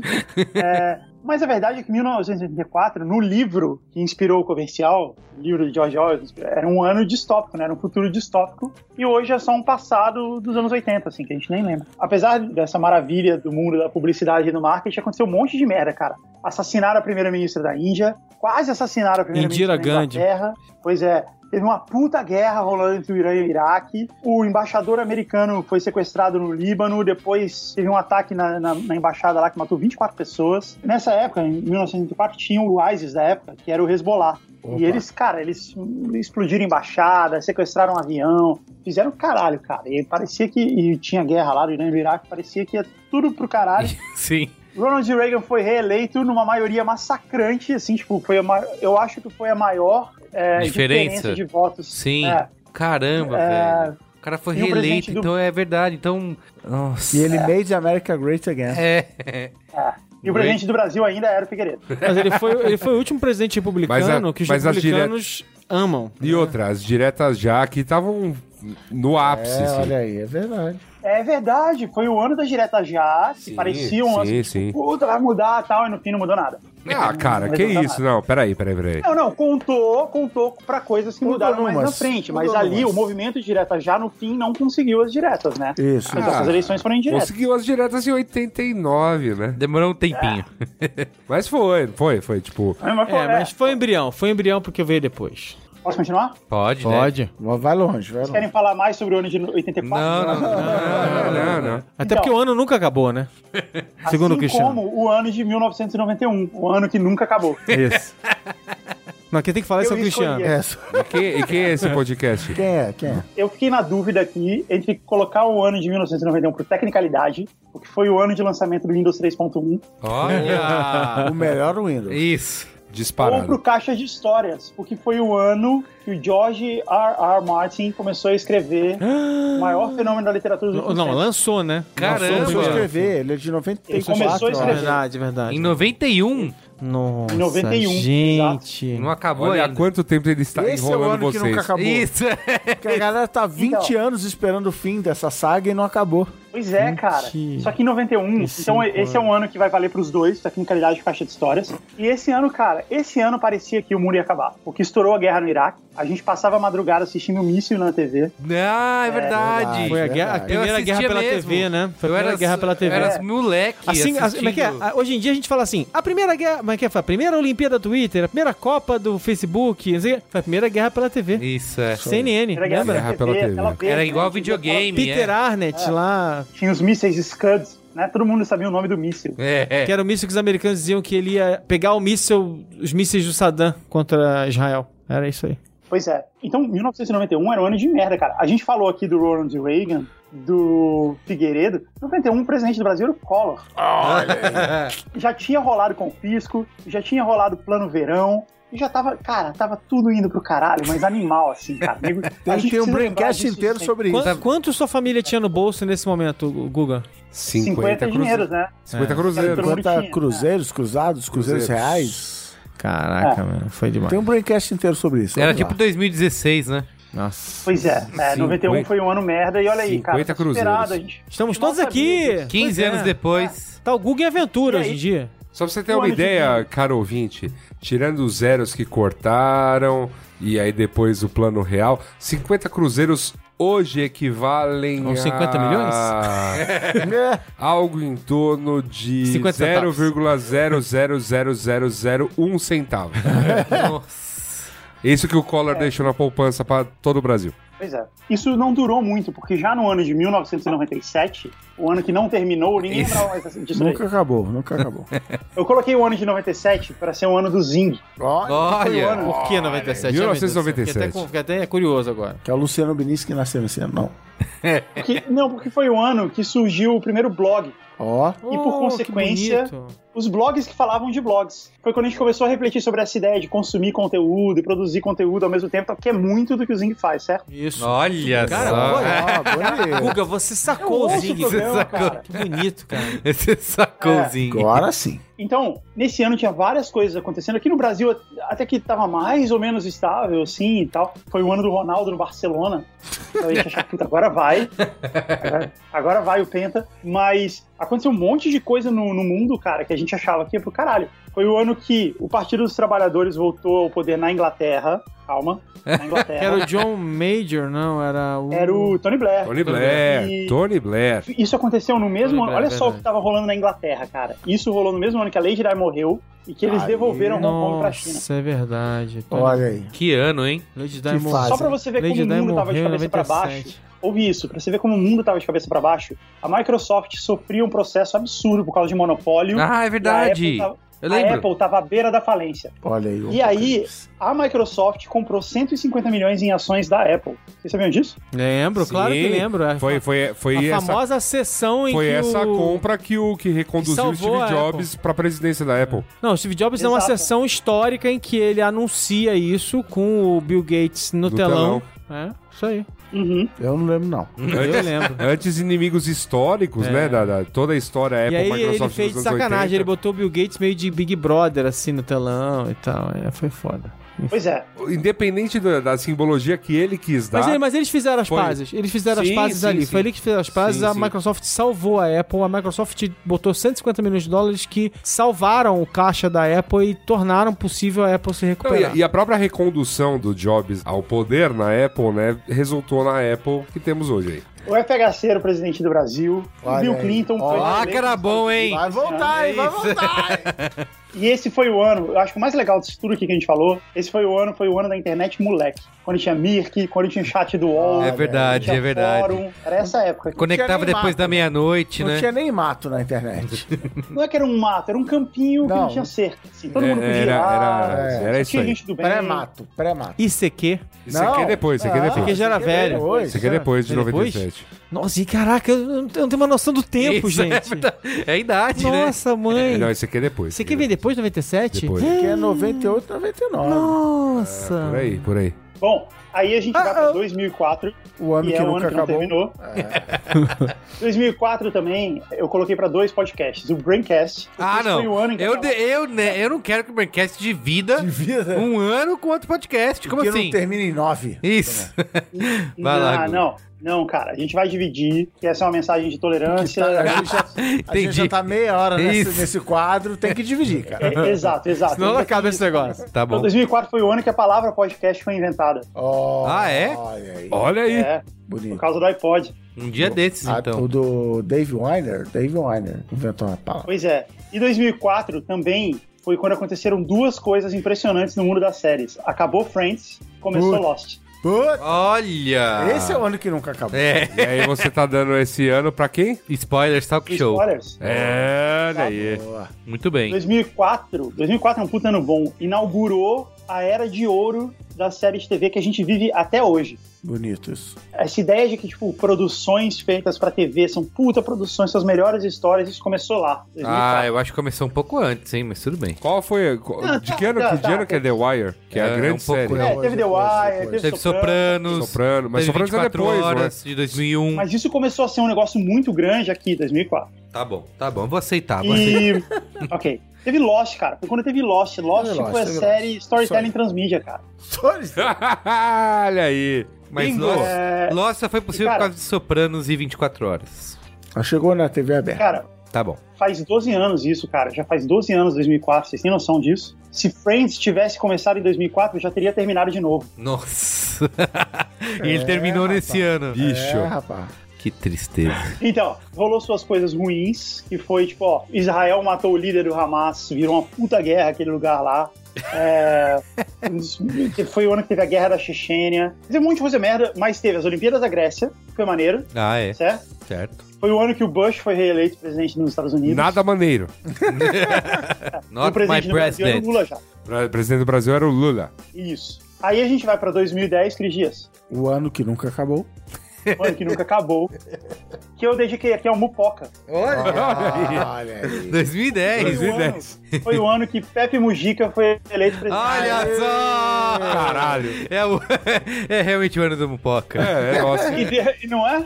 [SPEAKER 5] É, mas a verdade é que 1984, no livro que inspirou o comercial, o livro de George Orwell, era um ano distópico, né? Era um futuro distópico. E hoje é só um passado dos anos 80, assim, que a gente nem lembra. Apesar dessa maravilha do mundo da publicidade e do marketing, aconteceu um monte de merda, cara. Assassinaram a primeira-ministra da Índia, quase assassinaram a primeira-ministra
[SPEAKER 2] Indira
[SPEAKER 5] da
[SPEAKER 2] Gandhi.
[SPEAKER 5] Inglaterra. Pois é. Teve uma puta guerra rolando entre o Irã e o Iraque. O embaixador americano foi sequestrado no Líbano. Depois teve um ataque na, na- na embaixada lá que matou 24 pessoas. Nessa época, em 1984, tinha o ISIS da época, que era o Hezbollah. E eles, cara, eles explodiram embaixada, sequestraram um avião, fizeram caralho, cara. E parecia que. E tinha guerra lá do Irã e do Iraque, parecia que ia tudo pro caralho.
[SPEAKER 1] Sim.
[SPEAKER 5] Ronald Reagan foi reeleito numa maioria massacrante, assim, tipo, foi a ma- eu acho que foi a maior é,
[SPEAKER 1] Diferença.
[SPEAKER 5] diferença. de votos.
[SPEAKER 1] Sim.
[SPEAKER 5] É,
[SPEAKER 1] Caramba,
[SPEAKER 5] é,
[SPEAKER 1] velho. O cara foi
[SPEAKER 2] um
[SPEAKER 5] e o presidente
[SPEAKER 1] reeleito,
[SPEAKER 5] do-
[SPEAKER 1] então é verdade. Então. Nossa.
[SPEAKER 3] E ele
[SPEAKER 5] É.
[SPEAKER 3] made America great again.
[SPEAKER 1] É.
[SPEAKER 5] e o presidente do Brasil ainda era o Figueiredo.
[SPEAKER 2] Mas ele foi, ele foi o último presidente republicano
[SPEAKER 4] Mas a-
[SPEAKER 2] que os
[SPEAKER 4] mas as
[SPEAKER 2] republicanos amam.
[SPEAKER 4] E outra, as diretas já aqui estavam no ápice.
[SPEAKER 3] É,
[SPEAKER 4] assim.
[SPEAKER 3] olha aí, é verdade.
[SPEAKER 5] É verdade, foi o ano da direta já, que
[SPEAKER 4] Sim,
[SPEAKER 5] parecia um ano
[SPEAKER 4] sim,
[SPEAKER 5] que,
[SPEAKER 4] sim.
[SPEAKER 5] tipo, puta, vai mudar tal, e no fim não mudou nada.
[SPEAKER 4] Ah, cara, que
[SPEAKER 5] Não,
[SPEAKER 4] isso? Não, peraí, peraí, peraí.
[SPEAKER 5] Não, não, contou, contou pra coisas que
[SPEAKER 3] Mudou
[SPEAKER 5] mudaram mais na
[SPEAKER 3] numas,
[SPEAKER 5] frente,
[SPEAKER 3] mudou
[SPEAKER 5] mas ali
[SPEAKER 3] numas.
[SPEAKER 5] o movimento de direta já, no fim, não conseguiu as diretas, né?
[SPEAKER 3] Isso.
[SPEAKER 5] Mas essas
[SPEAKER 4] Ah,
[SPEAKER 5] eleições foram indiretas.
[SPEAKER 4] Conseguiu as diretas em 89, né?
[SPEAKER 1] Demorou um tempinho.
[SPEAKER 4] Mas foi, foi, foi. Tipo,
[SPEAKER 5] Mas, pô,
[SPEAKER 2] É, mas
[SPEAKER 5] é,
[SPEAKER 2] foi embrião, foi embrião porque veio depois.
[SPEAKER 5] Posso continuar?
[SPEAKER 1] Pode, né?
[SPEAKER 2] Pode.
[SPEAKER 3] Vai longe, vai
[SPEAKER 5] Querem
[SPEAKER 3] longe.
[SPEAKER 5] falar mais sobre o ano de 84?
[SPEAKER 1] Não, não,
[SPEAKER 4] não,
[SPEAKER 1] não.
[SPEAKER 4] não, não.
[SPEAKER 2] Até
[SPEAKER 5] Então.
[SPEAKER 2] porque o ano nunca acabou, né? Segundo o
[SPEAKER 5] assim
[SPEAKER 2] Cristiano.
[SPEAKER 5] como o ano de 1991, o ano que nunca acabou. [LAUGHS]
[SPEAKER 3] Isso.
[SPEAKER 2] Não, quem tem que falar é
[SPEAKER 5] Eu
[SPEAKER 2] o Cristiano.
[SPEAKER 5] escolhi.
[SPEAKER 3] É.
[SPEAKER 4] E quem, e quem é esse podcast?
[SPEAKER 3] Quem é? Quem é?
[SPEAKER 5] Eu fiquei na dúvida aqui entre colocar o ano de 1991 por tecnicalidade, o um, que foi o ano de lançamento do Windows 3.1,
[SPEAKER 1] Olha.
[SPEAKER 3] O melhor Windows.
[SPEAKER 1] Isso.
[SPEAKER 4] Disparado.
[SPEAKER 5] Ou pro Caixa de Histórias, porque foi o ano que o George R. R. Martin começou a
[SPEAKER 2] [GASPS]
[SPEAKER 5] escrever o maior fenômeno da literatura do
[SPEAKER 2] Não, lançou, né?
[SPEAKER 1] Caramba!
[SPEAKER 3] Começou a
[SPEAKER 1] Mano.
[SPEAKER 3] escrever, ele é de 94.
[SPEAKER 5] Ele começou a
[SPEAKER 3] eu acho.
[SPEAKER 5] escrever.
[SPEAKER 2] Verdade, verdade.
[SPEAKER 1] Em 91,
[SPEAKER 2] Nossa,
[SPEAKER 5] 91,
[SPEAKER 2] gente.
[SPEAKER 1] não acabou
[SPEAKER 4] Olha há
[SPEAKER 1] ainda.
[SPEAKER 4] quanto tempo ele está
[SPEAKER 3] Esse é o
[SPEAKER 4] Tá enrolando
[SPEAKER 3] ano que
[SPEAKER 4] vocês.
[SPEAKER 3] nunca acabou.
[SPEAKER 1] Isso! [LAUGHS]
[SPEAKER 3] Porque a galera tá 20
[SPEAKER 5] Então.
[SPEAKER 3] anos esperando o fim dessa saga e não acabou.
[SPEAKER 5] Pois é, cara. Só que em 91, então esse é um ano que vai valer pros dois, tecnicalidade e caixa de histórias. E esse ano, cara, esse ano parecia que o mundo ia acabar, porque estourou a guerra no Iraque. A gente passava a madrugada assistindo o míssil na TV.
[SPEAKER 1] Não, é verdade.
[SPEAKER 2] Foi a, guerra, a
[SPEAKER 3] Eu
[SPEAKER 2] primeira
[SPEAKER 1] né? assistia
[SPEAKER 2] guerra pela
[SPEAKER 1] mesmo.
[SPEAKER 2] TV, né? Foi a
[SPEAKER 1] Eu
[SPEAKER 2] primeira
[SPEAKER 1] era
[SPEAKER 2] guerra pela TV.
[SPEAKER 1] Eu era moleque.
[SPEAKER 2] Assim, assim, como é que é?
[SPEAKER 1] assistindo.
[SPEAKER 2] Ah, Hoje em dia a gente fala assim: a primeira guerra. Como é que é? Foi a primeira Olimpíada do Twitter, a primeira Copa do Facebook, não sei o quê. foi a primeira guerra pela TV.
[SPEAKER 1] Isso, é.
[SPEAKER 2] CNN,
[SPEAKER 5] Era guerra
[SPEAKER 2] lembra?
[SPEAKER 4] Guerra
[SPEAKER 5] pela
[SPEAKER 4] pela
[SPEAKER 5] TV,
[SPEAKER 4] TV.
[SPEAKER 5] tela verde,
[SPEAKER 1] Era igual
[SPEAKER 5] né?
[SPEAKER 1] videogame,
[SPEAKER 2] Peter
[SPEAKER 1] é.
[SPEAKER 2] Arnett lá,
[SPEAKER 5] Tinha os mísseis Scuds, né? Todo mundo sabia o nome do míssil.
[SPEAKER 1] É,
[SPEAKER 2] que era o míssil que os americanos diziam que ele ia pegar o míssil, os mísseis do Saddam contra Israel. Era isso aí.
[SPEAKER 5] Pois é. Então, 1991 era um ano de merda, cara. A gente falou aqui do Ronald Reagan, do Figueiredo. Em 91, o presidente do Brasil era o Collor. [LAUGHS] já tinha rolado confisco, já tinha rolado plano verão. E já tava, cara, tava tudo indo pro caralho, mas animal, assim, cara. Nego- a
[SPEAKER 3] Tem,
[SPEAKER 5] gente
[SPEAKER 3] tem um
[SPEAKER 5] precisa lembrar
[SPEAKER 3] braincast
[SPEAKER 5] disso
[SPEAKER 3] inteiro
[SPEAKER 5] sempre.
[SPEAKER 3] sobre isso.
[SPEAKER 2] Quanto, quanto sua família tinha no bolso nesse momento, Guga?
[SPEAKER 4] 50,
[SPEAKER 5] 50 dinheiros,
[SPEAKER 4] cruzeiros.
[SPEAKER 5] né?
[SPEAKER 3] É.
[SPEAKER 4] 50
[SPEAKER 5] Todo
[SPEAKER 4] cruzeiros.
[SPEAKER 5] mundo
[SPEAKER 3] Quanta
[SPEAKER 5] tinha,
[SPEAKER 3] cruzeiros, cruzados, cruzeiros,
[SPEAKER 4] Cruzeiros.
[SPEAKER 3] reais.
[SPEAKER 2] Caraca,
[SPEAKER 5] Ah,
[SPEAKER 2] mano, foi demais.
[SPEAKER 3] Tem um braincast inteiro sobre isso.
[SPEAKER 1] Era
[SPEAKER 3] olha lá.
[SPEAKER 1] tipo 2016, né?
[SPEAKER 2] Nossa.
[SPEAKER 5] Pois é, é 91
[SPEAKER 4] 50
[SPEAKER 5] foi um ano merda, e olha aí, cara.
[SPEAKER 4] 50
[SPEAKER 5] tá superado,
[SPEAKER 4] cruzeiros.
[SPEAKER 5] a gente.
[SPEAKER 2] Estamos
[SPEAKER 5] a gente
[SPEAKER 2] todos
[SPEAKER 5] mal sabia
[SPEAKER 2] aqui.
[SPEAKER 5] disso.
[SPEAKER 1] 15
[SPEAKER 2] Pois
[SPEAKER 1] anos
[SPEAKER 2] é.
[SPEAKER 1] depois.
[SPEAKER 2] Tá o Guga em aventura
[SPEAKER 5] E aí?
[SPEAKER 2] hoje em dia.
[SPEAKER 4] Só pra você ter
[SPEAKER 5] O
[SPEAKER 4] uma
[SPEAKER 5] ano que
[SPEAKER 4] ideia, caro ouvinte, tirando os zeros que cortaram e aí depois o plano real, 50 cruzeiros hoje equivalem
[SPEAKER 2] Uns 50
[SPEAKER 4] milhões?
[SPEAKER 3] É.
[SPEAKER 4] [LAUGHS] algo em torno de
[SPEAKER 2] 50 centavos.
[SPEAKER 4] 0,00001 centavo.
[SPEAKER 1] Nossa.
[SPEAKER 4] Isso que o Collor deixou na poupança pra todo o Brasil.
[SPEAKER 5] Pois é. Isso não durou muito, porque já no ano de 1997, o ano que não terminou, ninguém
[SPEAKER 1] Isso.
[SPEAKER 5] lembrava mais disso daí.
[SPEAKER 3] Nunca acabou, nunca acabou.
[SPEAKER 5] Eu coloquei o ano de 97 para ser o ano do Zing.
[SPEAKER 3] um
[SPEAKER 1] Olha.
[SPEAKER 2] Por que 97?
[SPEAKER 4] 1997.
[SPEAKER 2] Fiquei até, com- fiquei até curioso agora.
[SPEAKER 3] Que é o Luciano Benício que nasceu nesse ano, não.
[SPEAKER 5] Porque- não, porque foi o ano que surgiu o primeiro blog.
[SPEAKER 3] Ó,
[SPEAKER 5] E
[SPEAKER 2] Oh,
[SPEAKER 5] por consequência, os blogs que falavam de blogs. Foi quando a gente começou a refletir sobre essa ideia de consumir conteúdo e produzir conteúdo ao mesmo tempo, que é muito do que o Zing faz, certo?
[SPEAKER 2] Isso.
[SPEAKER 1] Olha
[SPEAKER 2] Cara,
[SPEAKER 1] só.
[SPEAKER 2] olha.
[SPEAKER 3] ó, bonito.
[SPEAKER 2] Guga, você
[SPEAKER 5] Eu
[SPEAKER 2] sacou o
[SPEAKER 5] ouço o
[SPEAKER 2] Zing.
[SPEAKER 5] É um programa,
[SPEAKER 1] sacou.
[SPEAKER 5] cara.
[SPEAKER 2] Que bonito, cara.
[SPEAKER 1] [LAUGHS] Esse sacouzinho.
[SPEAKER 3] É, Agora sim.
[SPEAKER 5] Então, nesse ano tinha várias coisas acontecendo. Aqui no Brasil, até que tava mais ou menos estável, assim e tal. Foi o ano do Ronaldo no Barcelona. Então a gente achava, puta, agora vai. Agora, agora vai o Penta. Mas aconteceu um monte de coisa no, no mundo, cara, que a gente achava que ia pro caralho. Foi o ano que o Partido dos Trabalhadores voltou ao poder na Inglaterra. Calma, na
[SPEAKER 2] Que Era
[SPEAKER 5] Inglaterra.
[SPEAKER 2] o John Major, não? Era o.
[SPEAKER 5] É. Era o Tony Blair.
[SPEAKER 4] Tony Blair,
[SPEAKER 5] E-
[SPEAKER 4] Tony Blair.
[SPEAKER 5] Isso aconteceu no mesmo
[SPEAKER 2] Tony
[SPEAKER 5] ano.
[SPEAKER 2] Blair,
[SPEAKER 5] Olha só o que
[SPEAKER 2] verdade.
[SPEAKER 5] tava rolando na Inglaterra, cara. Isso rolou no mesmo ano que a Lady Di morreu e que eles
[SPEAKER 3] Aí,
[SPEAKER 5] devolveram Hong Kong pra China.
[SPEAKER 2] Nossa, é verdade.
[SPEAKER 3] Olha aí.
[SPEAKER 1] Que ano, hein?
[SPEAKER 2] Lady
[SPEAKER 3] Que
[SPEAKER 2] Di morreu.
[SPEAKER 3] fase.
[SPEAKER 5] Só pra você ver
[SPEAKER 2] Lady
[SPEAKER 5] como
[SPEAKER 2] Di
[SPEAKER 5] o mundo tava de
[SPEAKER 2] morreu em
[SPEAKER 5] cabeça pra
[SPEAKER 2] 97.
[SPEAKER 5] baixo. Ouve isso, pra você ver como o mundo tava de cabeça pra baixo. A Microsoft sofria um processo absurdo por causa de monopólio.
[SPEAKER 1] Ah, é verdade.
[SPEAKER 5] E a Apple tava-
[SPEAKER 1] Eu
[SPEAKER 5] A
[SPEAKER 1] lembro.
[SPEAKER 5] Apple tava à beira da falência.
[SPEAKER 3] Olha aí. o
[SPEAKER 5] E aí-
[SPEAKER 3] apocalipse.
[SPEAKER 5] A Microsoft comprou 150 milhões em ações da Apple. Vocês sabiam disso?
[SPEAKER 2] Lembro, claro que
[SPEAKER 4] Sim.
[SPEAKER 2] lembro. A-
[SPEAKER 4] Foi, foi,
[SPEAKER 2] a
[SPEAKER 4] foi essa
[SPEAKER 2] famosa sessão em
[SPEAKER 4] Foi
[SPEAKER 2] que
[SPEAKER 4] essa
[SPEAKER 2] o...
[SPEAKER 4] compra que o que reconduziu
[SPEAKER 2] que
[SPEAKER 4] o
[SPEAKER 2] salvou
[SPEAKER 4] Steve
[SPEAKER 2] a
[SPEAKER 4] Jobs para a presidência da Apple.
[SPEAKER 2] Não, o Steve Jobs é uma
[SPEAKER 5] Exato.
[SPEAKER 2] sessão histórica em que ele anuncia isso com o Bill Gates no,
[SPEAKER 4] No
[SPEAKER 2] telão. É, isso aí.
[SPEAKER 5] Uhum.
[SPEAKER 3] Eu não lembro, não.
[SPEAKER 2] Eu
[SPEAKER 4] [LAUGHS]
[SPEAKER 2] lembro.
[SPEAKER 4] Antes inimigos históricos,
[SPEAKER 2] É.
[SPEAKER 4] né? Da, da- toda a história
[SPEAKER 2] E
[SPEAKER 4] Apple,
[SPEAKER 2] aí
[SPEAKER 4] Microsoft
[SPEAKER 2] ele fez de
[SPEAKER 4] dos anos
[SPEAKER 2] sacanagem,
[SPEAKER 4] 80.
[SPEAKER 2] ele botou o Bill Gates meio de Big Brother, assim, no telão e tal. É, foi foda.
[SPEAKER 5] Pois é.
[SPEAKER 4] Independente da, da simbologia que ele quis dar.
[SPEAKER 2] Mas, ele- mas eles fizeram as
[SPEAKER 4] Tá. Foi.
[SPEAKER 2] pazes. Eles fizeram as
[SPEAKER 4] Sim,
[SPEAKER 2] pazes
[SPEAKER 4] sim,
[SPEAKER 2] ali.
[SPEAKER 4] sim.
[SPEAKER 2] Foi ali que fizeram as pazes.
[SPEAKER 4] Sim,
[SPEAKER 2] a
[SPEAKER 4] sim.
[SPEAKER 2] Microsoft salvou a Apple. A Microsoft botou 150 milhões de dólares que salvaram o caixa da Apple e tornaram possível a Apple se
[SPEAKER 4] Não, e,
[SPEAKER 2] recuperar.
[SPEAKER 4] a- e a própria recondução do Jobs ao poder na Apple, né? Resultou na Apple que temos hoje aí.
[SPEAKER 5] O FHC era o presidente do Brasil.
[SPEAKER 3] Olha
[SPEAKER 5] o Bill
[SPEAKER 3] aí.
[SPEAKER 5] Clinton foi
[SPEAKER 1] Ah,
[SPEAKER 5] eleito
[SPEAKER 1] que era
[SPEAKER 5] nos
[SPEAKER 1] bom, hein?
[SPEAKER 3] Vai voltar, hein? Vai voltar! hein?
[SPEAKER 5] E esse foi o ano, eu acho que o mais legal disso tudo aqui que a gente falou, esse foi o ano, foi o ano da internet moleque. Quando tinha Mirk, quando tinha chat do UOL.
[SPEAKER 1] É verdade,
[SPEAKER 5] tinha
[SPEAKER 1] é verdade.
[SPEAKER 5] Fórum, era essa época.
[SPEAKER 1] Conectava
[SPEAKER 3] nem
[SPEAKER 1] depois
[SPEAKER 3] mato.
[SPEAKER 1] da meia-noite,
[SPEAKER 3] Não
[SPEAKER 1] né?
[SPEAKER 3] tinha nem mato na internet.
[SPEAKER 5] Não é que era um mato, era um campinho que não
[SPEAKER 3] Não.
[SPEAKER 5] tinha cerca. assim, todo
[SPEAKER 4] É,
[SPEAKER 5] mundo podia ir
[SPEAKER 4] era-
[SPEAKER 5] lá,
[SPEAKER 4] era-
[SPEAKER 5] só
[SPEAKER 4] era isso
[SPEAKER 5] tinha
[SPEAKER 4] aí.
[SPEAKER 5] gente do bem.
[SPEAKER 3] Pré-mato, pré-mato.
[SPEAKER 2] ICQ.
[SPEAKER 4] Isso aqui é depois, isso aqui é
[SPEAKER 3] Não,
[SPEAKER 4] depois.
[SPEAKER 2] Ah. Porque já era
[SPEAKER 3] isso aqui é
[SPEAKER 2] velho.
[SPEAKER 3] depois.
[SPEAKER 4] Isso aqui é depois de
[SPEAKER 2] Depois?
[SPEAKER 4] 97.
[SPEAKER 2] Nossa, e caraca, eu não eu não tenho uma noção do tempo,
[SPEAKER 1] Isso,
[SPEAKER 2] gente.
[SPEAKER 1] É, a idade, né?
[SPEAKER 2] Nossa, mãe.
[SPEAKER 4] [LAUGHS] Não, esse aqui é depois.
[SPEAKER 2] Você quer ver depois de 97?
[SPEAKER 4] Depois.
[SPEAKER 3] Que é 98, 99.
[SPEAKER 2] Nossa.
[SPEAKER 4] Por aí, por aí.
[SPEAKER 5] Bom, aí a gente vai
[SPEAKER 2] Ah,
[SPEAKER 5] pra
[SPEAKER 2] ah.
[SPEAKER 5] 2004,
[SPEAKER 3] O ano
[SPEAKER 5] e
[SPEAKER 3] que
[SPEAKER 5] é o
[SPEAKER 3] nunca
[SPEAKER 5] ano que não
[SPEAKER 3] acabou. É.
[SPEAKER 5] terminou. [LAUGHS]
[SPEAKER 3] [LAUGHS]
[SPEAKER 5] 2004 também, eu coloquei pra dois podcasts, o Braincast. porque
[SPEAKER 1] Ah,
[SPEAKER 5] esse
[SPEAKER 1] não.
[SPEAKER 5] Foi o ano em que
[SPEAKER 1] Eu,
[SPEAKER 5] eu
[SPEAKER 1] de-
[SPEAKER 5] tava-
[SPEAKER 1] eu, né, eu não quero que o Braincast divida
[SPEAKER 3] De vida.
[SPEAKER 1] um ano com outro podcast. Como
[SPEAKER 3] que
[SPEAKER 1] assim?
[SPEAKER 3] não termina em 9.
[SPEAKER 1] Isso. [LAUGHS] Vai lá,
[SPEAKER 5] Ah,
[SPEAKER 1] Gu.
[SPEAKER 5] não. Não, cara, a gente vai dividir, que essa é uma mensagem de tolerância.
[SPEAKER 3] tá, a gente já,
[SPEAKER 5] [LAUGHS]
[SPEAKER 3] a gente
[SPEAKER 1] Entendi.
[SPEAKER 3] já tá meia hora nesse,
[SPEAKER 1] Isso.
[SPEAKER 3] nesse quadro, tem que dividir, cara.
[SPEAKER 5] É, exato, exato.
[SPEAKER 2] Senão não acaba esse negócio.
[SPEAKER 1] Tá
[SPEAKER 5] Então,
[SPEAKER 1] bom.
[SPEAKER 5] 2004 foi o ano que a palavra podcast foi inventada.
[SPEAKER 3] Ó,
[SPEAKER 1] Ah, é?
[SPEAKER 3] Olha aí.
[SPEAKER 4] Olha aí.
[SPEAKER 5] É, por
[SPEAKER 3] Bonito.
[SPEAKER 5] causa do iPod.
[SPEAKER 1] Um dia desses,
[SPEAKER 3] Ah,
[SPEAKER 1] então.
[SPEAKER 3] O do Dave Weiner, Dave Weiner inventou uma palavra.
[SPEAKER 5] Pois é. E 2004 também foi quando aconteceram duas coisas impressionantes no mundo das séries. Acabou Friends, começou
[SPEAKER 3] Putz.
[SPEAKER 5] Lost.
[SPEAKER 3] Puta,
[SPEAKER 1] Olha!
[SPEAKER 3] Esse é o ano que nunca acabou.
[SPEAKER 1] Ah. É.
[SPEAKER 4] E aí você tá dando esse ano pra quem?
[SPEAKER 1] Spoilers Talk Show.
[SPEAKER 5] Spoilers.
[SPEAKER 4] É, olha aí.
[SPEAKER 3] Boa.
[SPEAKER 1] Muito bem.
[SPEAKER 5] 2004, 2004 é um puta ano bom. Inaugurou a era de ouro da série de TV que a gente vive até hoje.
[SPEAKER 3] Bonito isso.
[SPEAKER 5] Essa ideia de que, tipo, produções feitas pra TV são puta produções, são as melhores histórias, isso começou lá. 2004.
[SPEAKER 1] Ah, eu acho que começou um pouco antes, hein? Mas tudo bem.
[SPEAKER 4] Qual foi? qual-
[SPEAKER 5] Não,
[SPEAKER 4] De
[SPEAKER 5] tá,
[SPEAKER 4] que ano,
[SPEAKER 5] tá,
[SPEAKER 4] que, de
[SPEAKER 5] tá.
[SPEAKER 4] ano que é The Wire? Que é,
[SPEAKER 1] É,
[SPEAKER 4] a grande
[SPEAKER 1] um pouco,
[SPEAKER 4] série.
[SPEAKER 1] né?
[SPEAKER 5] É, teve The
[SPEAKER 3] Depois,
[SPEAKER 5] Wire,
[SPEAKER 3] depois.
[SPEAKER 5] teve,
[SPEAKER 1] Teve
[SPEAKER 5] Sopranos.
[SPEAKER 1] Sopranos.
[SPEAKER 4] Soprano, mas
[SPEAKER 1] teve
[SPEAKER 4] Sopranos é
[SPEAKER 1] 24
[SPEAKER 4] depois,
[SPEAKER 1] horas de 2001.
[SPEAKER 5] Mas isso começou a ser um negócio muito grande aqui, 2004.
[SPEAKER 1] Tá bom, tá bom. Vou aceitar. Vou aceitar.
[SPEAKER 5] E. [LAUGHS] ok. Teve Lost, cara. Foi quando teve Lost. Lost
[SPEAKER 3] Teve Lost,
[SPEAKER 5] foi a
[SPEAKER 3] teve
[SPEAKER 5] série
[SPEAKER 3] Lost.
[SPEAKER 5] Storytelling
[SPEAKER 3] Sorry.
[SPEAKER 5] Transmídia, cara.
[SPEAKER 3] Sores.
[SPEAKER 4] não é? [LAUGHS] olha aí.
[SPEAKER 1] Mas
[SPEAKER 4] Bingo.
[SPEAKER 1] Lost,
[SPEAKER 5] É,
[SPEAKER 1] Lost só foi possível
[SPEAKER 5] Cara-
[SPEAKER 1] por causa de Sopranos e 24 horas.
[SPEAKER 3] Ah, Chegou na TV aberta.
[SPEAKER 5] Cara,
[SPEAKER 1] Tá bom.
[SPEAKER 5] faz 12 anos isso, cara. Já faz 12 anos, 2004. Vocês têm noção disso? Se Friends tivesse começado em 2004, já teria terminado de novo.
[SPEAKER 1] Nossa. [LAUGHS] e ele
[SPEAKER 3] É,
[SPEAKER 1] terminou
[SPEAKER 3] rapaz.
[SPEAKER 1] nesse ano.
[SPEAKER 4] Bicho.
[SPEAKER 3] É, rapaz.
[SPEAKER 1] Que tristeza.
[SPEAKER 5] Então, rolou suas coisas ruins, que foi tipo, ó, Israel matou o líder do Hamas, virou uma puta guerra aquele lugar lá.
[SPEAKER 1] [LAUGHS]
[SPEAKER 5] É, um dos- foi o ano que teve a guerra da Chechênia. Teve um monte de coisa merda, mas teve as Olimpíadas da Grécia, que foi maneiro,
[SPEAKER 1] Ah, é.
[SPEAKER 5] certo?
[SPEAKER 1] Certo.
[SPEAKER 5] Foi o ano que o Bush foi reeleito presidente nos Estados Unidos.
[SPEAKER 4] Nada maneiro.
[SPEAKER 5] o
[SPEAKER 1] Not my
[SPEAKER 5] presidente do Brasil era o
[SPEAKER 1] president.
[SPEAKER 5] Lula já.
[SPEAKER 4] O presidente do Brasil era o Lula.
[SPEAKER 5] Isso. Aí a gente vai pra 2010, Cris Dias.
[SPEAKER 3] O ano que nunca acabou.
[SPEAKER 5] o ano que
[SPEAKER 1] [LAUGHS]
[SPEAKER 5] nunca acabou. Que eu dediquei aqui ao Mupoca.
[SPEAKER 3] Olha aí.
[SPEAKER 1] 2010.
[SPEAKER 5] Foi o, ano, foi o ano que Pepe Mujica foi eleito presidente.
[SPEAKER 1] Olha só!
[SPEAKER 4] Caralho.
[SPEAKER 1] É, o- [LAUGHS] é realmente o ano do Mupoca.
[SPEAKER 4] É, é nossa.
[SPEAKER 5] E, de- e não é?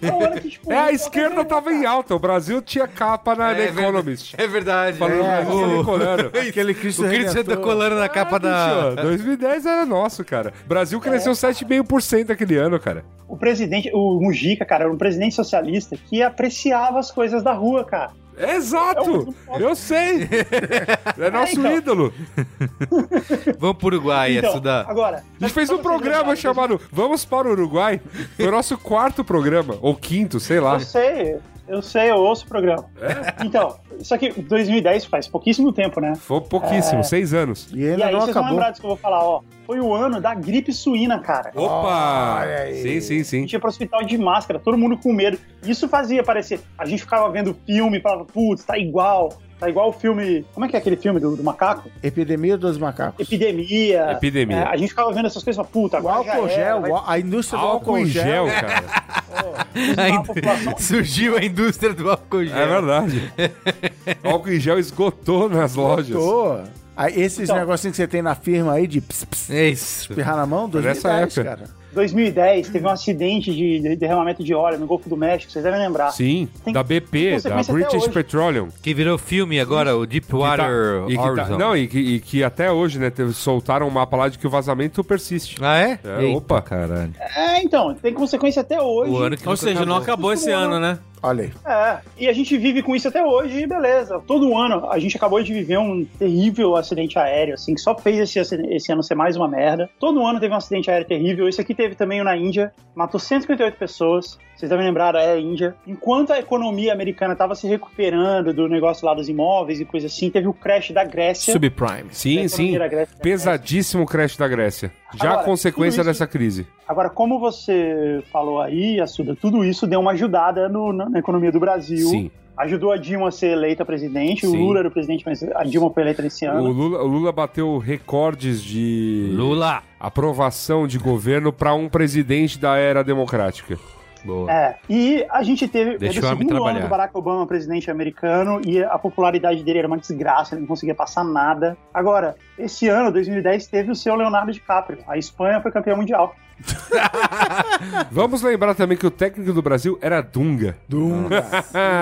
[SPEAKER 5] É o ano que, tipo,
[SPEAKER 4] É, a
[SPEAKER 5] Mupoca
[SPEAKER 4] esquerda
[SPEAKER 5] ganhou,
[SPEAKER 4] tava
[SPEAKER 5] cara.
[SPEAKER 4] em alta. O Brasil tinha capa na The
[SPEAKER 1] É verdade.
[SPEAKER 4] Economist.
[SPEAKER 1] É verdade.
[SPEAKER 4] Falando
[SPEAKER 1] né?
[SPEAKER 4] do Brasil
[SPEAKER 1] [LAUGHS]
[SPEAKER 4] decolando.
[SPEAKER 3] Aquele
[SPEAKER 1] O
[SPEAKER 3] Cristo
[SPEAKER 1] Cristo tá
[SPEAKER 3] Redentor.
[SPEAKER 1] colando na capa
[SPEAKER 4] Ah,
[SPEAKER 1] da.
[SPEAKER 4] bicho, 2010 era nosso, cara. O Brasil cresceu
[SPEAKER 5] É.
[SPEAKER 4] 7,5% aquele ano, cara.
[SPEAKER 5] O presidente, o Mujica, cara, era um presidente socialista que apreciava as coisas da rua, cara. É
[SPEAKER 4] Exato! Eu
[SPEAKER 5] [LAUGHS]
[SPEAKER 4] sei! É nosso
[SPEAKER 5] então.
[SPEAKER 4] ídolo.
[SPEAKER 1] Vamos pro Uruguai,
[SPEAKER 5] Então,
[SPEAKER 1] essa da.
[SPEAKER 5] agora.
[SPEAKER 4] A gente fez um
[SPEAKER 5] é
[SPEAKER 4] programa chamado Vamos para o Uruguai. Foi o nosso quarto programa, ou quinto, sei lá.
[SPEAKER 5] Eu sei, eu sei, eu ouço o programa.
[SPEAKER 4] É?
[SPEAKER 5] Então, só que 2010 faz pouquíssimo tempo, né?
[SPEAKER 4] Foi pouquíssimo, seis anos.
[SPEAKER 3] E
[SPEAKER 5] E
[SPEAKER 3] ainda
[SPEAKER 5] aí
[SPEAKER 3] não
[SPEAKER 5] vocês vão
[SPEAKER 3] acabou.
[SPEAKER 5] lembrar disso que eu vou falar, ó. Foi o ano da gripe suína, cara. A
[SPEAKER 4] Opa!
[SPEAKER 3] Olha aí.
[SPEAKER 4] Sim, sim, sim.
[SPEAKER 5] gente ia pro hospital de máscara, todo mundo com medo. Isso fazia parecer. A gente ficava vendo filme e falava, putz, tá igual. Tá igual o filme. Como é que é aquele filme do, do macaco?
[SPEAKER 3] Epidemia dos macacos.
[SPEAKER 5] Epidemia.
[SPEAKER 4] Epidemia.
[SPEAKER 5] É, a gente ficava vendo essas coisas e falava, puta,
[SPEAKER 3] O
[SPEAKER 5] agora. já
[SPEAKER 3] álcool
[SPEAKER 5] era,
[SPEAKER 3] gel,
[SPEAKER 5] vai
[SPEAKER 3] o
[SPEAKER 5] [LAUGHS]
[SPEAKER 3] á- a indústria do
[SPEAKER 4] Álcool em gel,
[SPEAKER 5] né?
[SPEAKER 4] cara.
[SPEAKER 5] dizimar a população.
[SPEAKER 1] Surgiu a indústria do álcool gel.
[SPEAKER 4] É
[SPEAKER 5] [LAUGHS]
[SPEAKER 4] verdade. Álcool em gel esgotou nas lojas.
[SPEAKER 3] Tô. Aí esses
[SPEAKER 5] Então.
[SPEAKER 3] negocinhos que você tem na firma aí de ps, ps,
[SPEAKER 1] É isso.
[SPEAKER 3] espirrar na mão,
[SPEAKER 4] Nessa
[SPEAKER 3] 2010,
[SPEAKER 4] época.
[SPEAKER 3] cara.
[SPEAKER 5] 2010 teve um acidente de, de derramamento de óleo no Golfo do México, vocês devem lembrar.
[SPEAKER 4] Sim,
[SPEAKER 5] Tem
[SPEAKER 4] da BP, da
[SPEAKER 5] consequência até
[SPEAKER 4] British
[SPEAKER 5] hoje.
[SPEAKER 4] Petroleum.
[SPEAKER 1] Que virou filme agora, o
[SPEAKER 4] Que tá-
[SPEAKER 1] Deepwater
[SPEAKER 4] e que tá-
[SPEAKER 1] Horizon.
[SPEAKER 4] não, e que, e que até hoje, né, teve- soltaram um mapa lá de que o vazamento persiste.
[SPEAKER 1] Ah, é?
[SPEAKER 4] É, opa.
[SPEAKER 1] caralho.
[SPEAKER 5] É, então, tem consequência até hoje.
[SPEAKER 1] O ano que
[SPEAKER 2] Ou seja, não acabou esse ano, né?
[SPEAKER 3] Olha aí.
[SPEAKER 5] É, e a gente vive com isso até hoje, e beleza. Todo ano, a gente acabou de viver um terrível acidente aéreo, assim, que só fez esse, acid- esse ano ser mais uma merda. Todo ano teve um acidente aéreo terrível. Esse aqui teve também um na Índia, matou 158 pessoas. Vocês devem lembrar da Air Índia. Enquanto a economia americana estava se recuperando do negócio lá dos imóveis e coisa assim, teve o crash da Grécia.
[SPEAKER 2] Subprime.
[SPEAKER 5] da
[SPEAKER 4] Sim,
[SPEAKER 5] economia
[SPEAKER 4] sim.
[SPEAKER 5] da Grécia.
[SPEAKER 4] Pesadíssimo o crash da Grécia. Já
[SPEAKER 5] Agora,
[SPEAKER 4] a consequência
[SPEAKER 5] tudo isso-
[SPEAKER 4] dessa crise.
[SPEAKER 5] Agora, como você falou aí, Assuda, tudo isso deu uma ajudada no- na, na economia do Brasil.
[SPEAKER 4] Sim.
[SPEAKER 5] Ajudou a Dilma a ser eleita presidente, o
[SPEAKER 4] Sim.
[SPEAKER 5] Lula era o presidente, mas a Dilma foi eleita esse
[SPEAKER 4] O
[SPEAKER 5] ano.
[SPEAKER 4] Lula, o Lula bateu recordes de
[SPEAKER 1] Lula.
[SPEAKER 4] aprovação de governo para um presidente da era democrática. Boa.
[SPEAKER 1] Ah,
[SPEAKER 5] É, e a gente teve
[SPEAKER 4] Deixa
[SPEAKER 5] era
[SPEAKER 4] o
[SPEAKER 5] o
[SPEAKER 4] homem
[SPEAKER 5] segundo ano
[SPEAKER 4] trabalhar.
[SPEAKER 5] do Barack Obama, presidente americano, e a popularidade dele era uma desgraça, ele não conseguia passar nada. Agora, esse ano, 2010, teve o seu Leonardo DiCaprio. A Espanha foi campeã mundial.
[SPEAKER 4] Vamos lembrar também que o técnico do Brasil era Dunga. Dunga.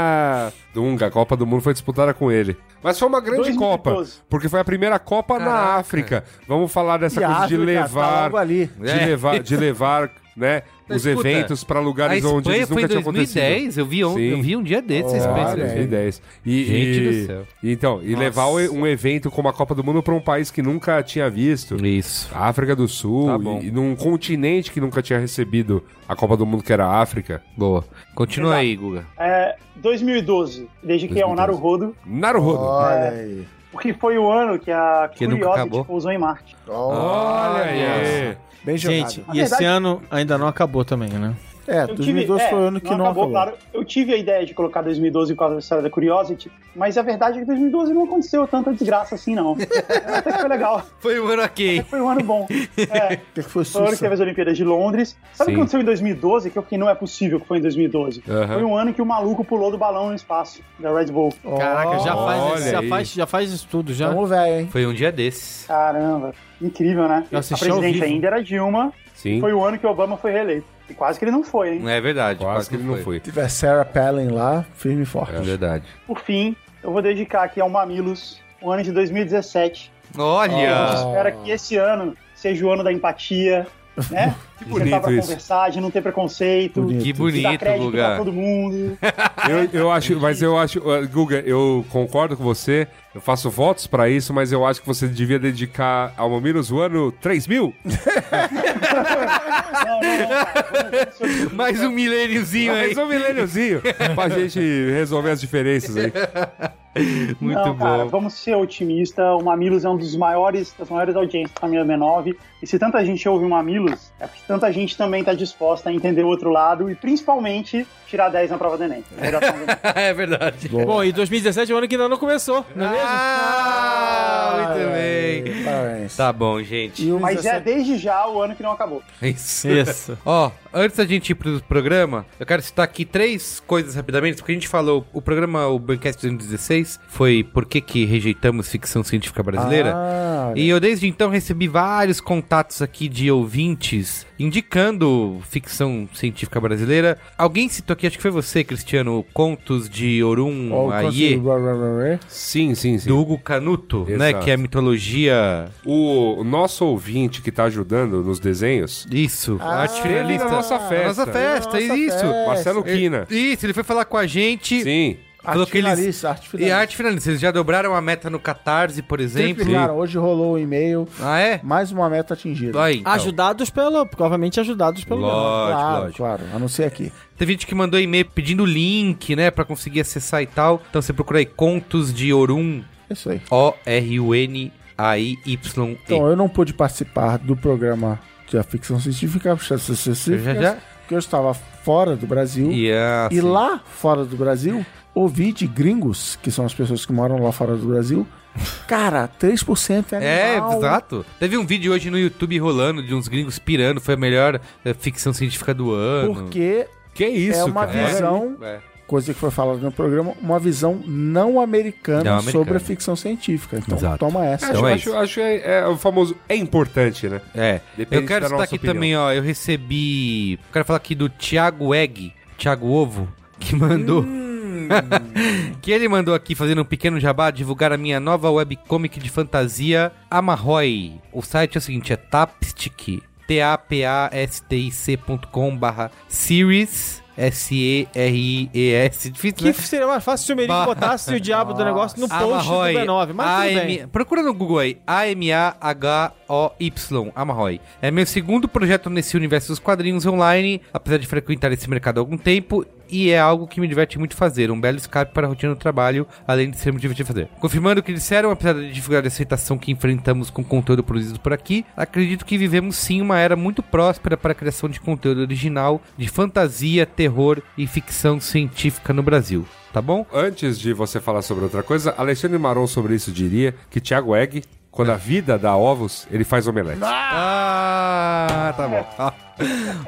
[SPEAKER 4] [LAUGHS] Dunga, a Copa do Mundo foi disputada com ele. Mas foi uma grande
[SPEAKER 5] 2014.
[SPEAKER 4] Copa, porque foi a primeira Copa na
[SPEAKER 1] Caraca.
[SPEAKER 4] África. Vamos falar dessa
[SPEAKER 3] E a
[SPEAKER 4] coisa de
[SPEAKER 3] África tá
[SPEAKER 4] levar,
[SPEAKER 3] logo ali.
[SPEAKER 4] de
[SPEAKER 1] É.
[SPEAKER 4] levar, de levar, né,
[SPEAKER 1] Não,
[SPEAKER 4] os
[SPEAKER 1] escuta,
[SPEAKER 4] eventos para
[SPEAKER 1] A
[SPEAKER 4] lugares onde
[SPEAKER 1] Espanha
[SPEAKER 4] eles
[SPEAKER 1] foi em
[SPEAKER 4] nunca tinham acontecido.
[SPEAKER 1] 2010, eu vi, on...
[SPEAKER 4] Sim.
[SPEAKER 1] eu vi um dia desses a Espanha.
[SPEAKER 4] Claro,
[SPEAKER 3] Olha aí.
[SPEAKER 4] 2010. Tá. E,
[SPEAKER 1] Gente
[SPEAKER 4] e-
[SPEAKER 1] do céu.
[SPEAKER 4] Então, e levar o- um evento como a Copa do Mundo para um país que nunca tinha visto.
[SPEAKER 1] Isso.
[SPEAKER 4] A África do Sul
[SPEAKER 1] Tá bom.
[SPEAKER 4] e, e num continente que nunca tinha recebido a Copa do Mundo, que era a África.
[SPEAKER 1] Boa. Continua aí, Guga.
[SPEAKER 5] É, 2012, desde que é o
[SPEAKER 4] 2012.
[SPEAKER 5] Naruhodo,
[SPEAKER 4] Naruhodo.
[SPEAKER 6] Olha
[SPEAKER 5] É.
[SPEAKER 6] aí.
[SPEAKER 5] porque foi o ano que a
[SPEAKER 1] Que nunca acabou.
[SPEAKER 5] Curiosity pousou em Marte.
[SPEAKER 4] Olha aí.
[SPEAKER 3] Bem jogado.
[SPEAKER 2] Gente,
[SPEAKER 5] Na
[SPEAKER 2] e esse
[SPEAKER 5] verdade-
[SPEAKER 2] ano ainda não acabou também, né?
[SPEAKER 3] é,
[SPEAKER 5] Eu
[SPEAKER 3] 2012
[SPEAKER 5] tive-
[SPEAKER 3] foi o
[SPEAKER 5] é,
[SPEAKER 3] ano que não acabou.
[SPEAKER 5] Claro, eu tive a ideia de colocar 2012 por causa da história da Curiosity, mas a verdade é que 2012 não aconteceu tanta desgraça assim, não. [LAUGHS] Até que foi legal.
[SPEAKER 1] Foi um ano ok.
[SPEAKER 5] Foi um ano bom. É,
[SPEAKER 3] O que que foi
[SPEAKER 5] foi o ano que
[SPEAKER 3] Sussa?
[SPEAKER 5] teve as Olimpíadas de Londres. Sabe o
[SPEAKER 4] Sim.
[SPEAKER 5] que aconteceu em 2012? Que eu fiquei, não é possível que foi em 2012.
[SPEAKER 4] Aham.
[SPEAKER 5] Foi um ano que o maluco pulou do balão no espaço, da Red Bull.
[SPEAKER 2] Caraca, já faz,
[SPEAKER 4] Olha
[SPEAKER 2] esse- já
[SPEAKER 4] aí.
[SPEAKER 2] faz, já faz isso tudo, já.
[SPEAKER 3] Tamo velho, hein?
[SPEAKER 1] Foi um dia desses.
[SPEAKER 5] Caramba, incrível, né?
[SPEAKER 2] Eu assisti
[SPEAKER 5] a
[SPEAKER 2] ao
[SPEAKER 5] presidente
[SPEAKER 2] vivo.
[SPEAKER 5] ainda era Dilma.
[SPEAKER 4] Sim. Né?
[SPEAKER 5] Foi o ano que Obama foi reeleito. E quase que ele não foi, hein?
[SPEAKER 1] É verdade.
[SPEAKER 4] Quase que ele não foi.
[SPEAKER 3] Tiver Sarah Palin lá, firme e forte.
[SPEAKER 1] É verdade.
[SPEAKER 5] Por fim, eu vou dedicar aqui ao Mamilos, o ano de 2017. A gente
[SPEAKER 1] Olha!
[SPEAKER 5] espera que esse ano seja o ano da empatia,
[SPEAKER 1] [LAUGHS]
[SPEAKER 5] né? Que
[SPEAKER 4] bonito
[SPEAKER 5] pra
[SPEAKER 4] isso.
[SPEAKER 5] conversar, de não ter preconceito.
[SPEAKER 1] que
[SPEAKER 5] de dar
[SPEAKER 1] bonito,
[SPEAKER 5] crédito pra
[SPEAKER 1] Guga. [LAUGHS]
[SPEAKER 5] todo mundo.
[SPEAKER 4] Eu, eu acho, mas eu acho, uh, Guga, eu concordo com você. Eu faço votos pra isso, mas eu acho que você devia dedicar ao Mamilos o ano 3000.
[SPEAKER 5] Não, não, não, cara. Vamos- vamos-
[SPEAKER 1] Mais um milêniozinho aí.
[SPEAKER 4] Mais um milêniozinho pra gente resolver as diferenças
[SPEAKER 1] [LAUGHS]
[SPEAKER 4] aí.
[SPEAKER 1] Muito
[SPEAKER 5] não, cara,
[SPEAKER 1] bom.
[SPEAKER 5] vamos ser otimistas. O Mamilos é um dos maiores, das maiores audiências da família B9. E se tanta gente ouve o Mamilos, é porque tanta gente também está disposta a entender o outro lado e principalmente tirar 10 na prova do Enem. A
[SPEAKER 1] [LAUGHS]
[SPEAKER 5] geração do Enem.
[SPEAKER 1] é verdade.
[SPEAKER 2] Bom, e 2017 é o ano que ainda não começou, não é mesmo?
[SPEAKER 1] Ah, muito bem.
[SPEAKER 3] Parabéns.
[SPEAKER 1] Tá bom, gente. É
[SPEAKER 3] E o
[SPEAKER 5] Mas é
[SPEAKER 3] 17
[SPEAKER 5] desde já o ano que não acabou.
[SPEAKER 1] Isso.
[SPEAKER 2] Isso.
[SPEAKER 1] Ó, antes da gente ir pro programa, eu quero citar aqui três coisas rapidamente, porque a gente falou, o programa, o Bancast 2016, foi Por que que rejeitamos ficção científica brasileira?
[SPEAKER 3] Ah,
[SPEAKER 1] E eu desde então recebi vários contatos aqui de ouvintes indicando ficção científica brasileira. Alguém citou aqui, acho que foi você, Cristiano, Contos de
[SPEAKER 3] ó,
[SPEAKER 1] Orum
[SPEAKER 3] o
[SPEAKER 1] Aie,
[SPEAKER 3] Conselho- rá, rá,
[SPEAKER 4] É,
[SPEAKER 3] rá, rá.
[SPEAKER 4] Sim, sim, sim.
[SPEAKER 1] do Hugo Canuto, né?
[SPEAKER 4] Exato.
[SPEAKER 1] Que é a mitologia.
[SPEAKER 4] O nosso ouvinte que tá ajudando nos desenhos,
[SPEAKER 1] Isso, a arte
[SPEAKER 4] teve na
[SPEAKER 1] finalista.
[SPEAKER 4] nossa festa.
[SPEAKER 1] Nossa festa,
[SPEAKER 3] É Nossa
[SPEAKER 1] isso.
[SPEAKER 3] festa.
[SPEAKER 4] Marcelo Quina.
[SPEAKER 1] Ele- Isso, ele foi falar com a gente.
[SPEAKER 4] Sim.
[SPEAKER 1] Falou
[SPEAKER 3] Arte
[SPEAKER 1] que eles-
[SPEAKER 3] finalista, arte
[SPEAKER 1] E
[SPEAKER 3] finalista.
[SPEAKER 1] a arte finalista, eles já dobraram a meta no Catarse, por exemplo.
[SPEAKER 3] Triplicaram. Hoje rolou o e-mail,
[SPEAKER 1] Ah, é?
[SPEAKER 3] mais uma meta atingida.
[SPEAKER 1] Aí, então.
[SPEAKER 2] Ajudados pelo. Provavelmente ajudados pelo.
[SPEAKER 1] Lógico,
[SPEAKER 3] claro,
[SPEAKER 1] lógico.
[SPEAKER 3] claro. A não ser aqui.
[SPEAKER 1] Teve gente que mandou e-mail pedindo link, né, Pra conseguir acessar e tal. Então você procura aí Contos de Orun,
[SPEAKER 3] É Isso aí.
[SPEAKER 1] O-R-U-N-A-I-Y-E.
[SPEAKER 3] Então, eu não pude participar do programa de ficção científica,
[SPEAKER 1] já já.
[SPEAKER 3] porque eu estava fora do Brasil.
[SPEAKER 1] E, ah,
[SPEAKER 3] E
[SPEAKER 1] sim.
[SPEAKER 3] lá fora do Brasil, ouvi de gringos, que são as pessoas que moram lá fora do Brasil, cara, 3% é
[SPEAKER 1] É,
[SPEAKER 3] animal.
[SPEAKER 1] exato. Teve um vídeo hoje no YouTube rolando de uns gringos pirando, foi a melhor eh, ficção científica do ano.
[SPEAKER 3] Porque
[SPEAKER 4] Que isso,
[SPEAKER 3] é uma
[SPEAKER 4] cara.
[SPEAKER 3] visão,
[SPEAKER 1] É.
[SPEAKER 3] coisa que foi falada no programa, uma visão não americana,
[SPEAKER 1] Não americana.
[SPEAKER 3] sobre a ficção científica. Então
[SPEAKER 1] Exato.
[SPEAKER 3] toma essa.
[SPEAKER 4] Acho,
[SPEAKER 1] Então é
[SPEAKER 4] acho,
[SPEAKER 1] isso.
[SPEAKER 4] acho é, é o famoso é importante, né?
[SPEAKER 1] É.
[SPEAKER 4] Depende
[SPEAKER 1] eu quero
[SPEAKER 4] da
[SPEAKER 1] citar
[SPEAKER 4] nossa
[SPEAKER 1] aqui
[SPEAKER 4] opinião.
[SPEAKER 1] também, ó. Eu recebi. Eu quero falar aqui do Thiago Egg, Thiago Ovo, [LAUGHS] que mandou.
[SPEAKER 4] Hum.
[SPEAKER 1] [LAUGHS] que ele mandou aqui fazendo um pequeno jabá divulgar a minha nova webcomic de fantasia Amarroi. O site é o seguinte, é tapstick, t a p a s t i c.com barra series S E R I E S, difícil,
[SPEAKER 2] Que
[SPEAKER 1] né?
[SPEAKER 2] seria mais fácil se o Merigo
[SPEAKER 1] Bah.
[SPEAKER 2] botasse o diabo do negócio
[SPEAKER 1] Ah,
[SPEAKER 2] no post do
[SPEAKER 1] Amarroi.
[SPEAKER 2] B9. Mas tudo bem.
[SPEAKER 1] AM Procura no Google aí. A-M-A-H-O-Y. Amarroy. É meu segundo projeto nesse universo dos quadrinhos online, apesar de frequentar esse mercado há algum tempo. E é algo que me diverte muito fazer, um belo escape para a rotina do trabalho, além de ser muito divertido fazer. Confirmando o que disseram, apesar da dificuldade de aceitação que enfrentamos com o conteúdo produzido por aqui, acredito que vivemos sim uma era muito próspera para a criação de conteúdo original, de fantasia, terror e ficção científica no Brasil. Tá bom?
[SPEAKER 4] Antes de você falar sobre outra coisa, Alexandre Maron sobre isso diria que Thiago Egg Quando a vida dá ovos, ele faz omelete.
[SPEAKER 1] Ah, tá bom. [LAUGHS]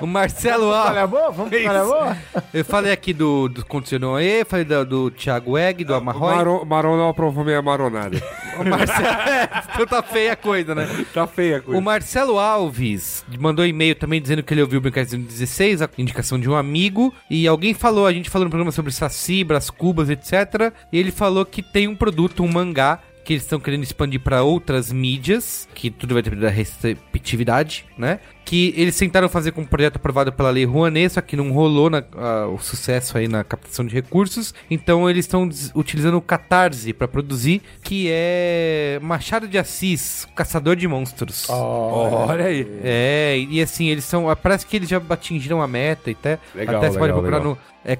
[SPEAKER 1] O Marcelo
[SPEAKER 3] Olha
[SPEAKER 1] A.
[SPEAKER 3] boa, vamos olha boa.
[SPEAKER 1] Eu falei aqui do, do Condicionou aí, falei do, do Thiago Egg, do Amarroy.
[SPEAKER 4] Maro, Maron não aprovou minha maronada.
[SPEAKER 1] O Marcelo. [LAUGHS] É, então tá feia a coisa, né?
[SPEAKER 4] [LAUGHS] tá feia a coisa.
[SPEAKER 1] O Marcelo Alves mandou e-mail também dizendo que ele ouviu o Brincadeira 16, a indicação de um amigo, e alguém falou, a gente falou no programa sobre Saci, Bras Cubas, etc. E ele falou que tem um produto, um mangá, que eles estão querendo expandir para outras mídias, que tudo vai depender da receptividade, né? Que eles tentaram fazer com um projeto aprovado pela Lei Rouanet, só que não rolou na- ah, o sucesso aí na captação de recursos. Então eles estão des- utilizando o Catarse para produzir, que é Machado de Assis, Caçador de Monstros.
[SPEAKER 4] Olha aí.
[SPEAKER 1] É, e assim, eles são. Parece que eles já atingiram a meta e até.
[SPEAKER 4] Legal,
[SPEAKER 1] até você pode
[SPEAKER 4] legal,
[SPEAKER 1] procurar
[SPEAKER 4] legal.
[SPEAKER 1] no é,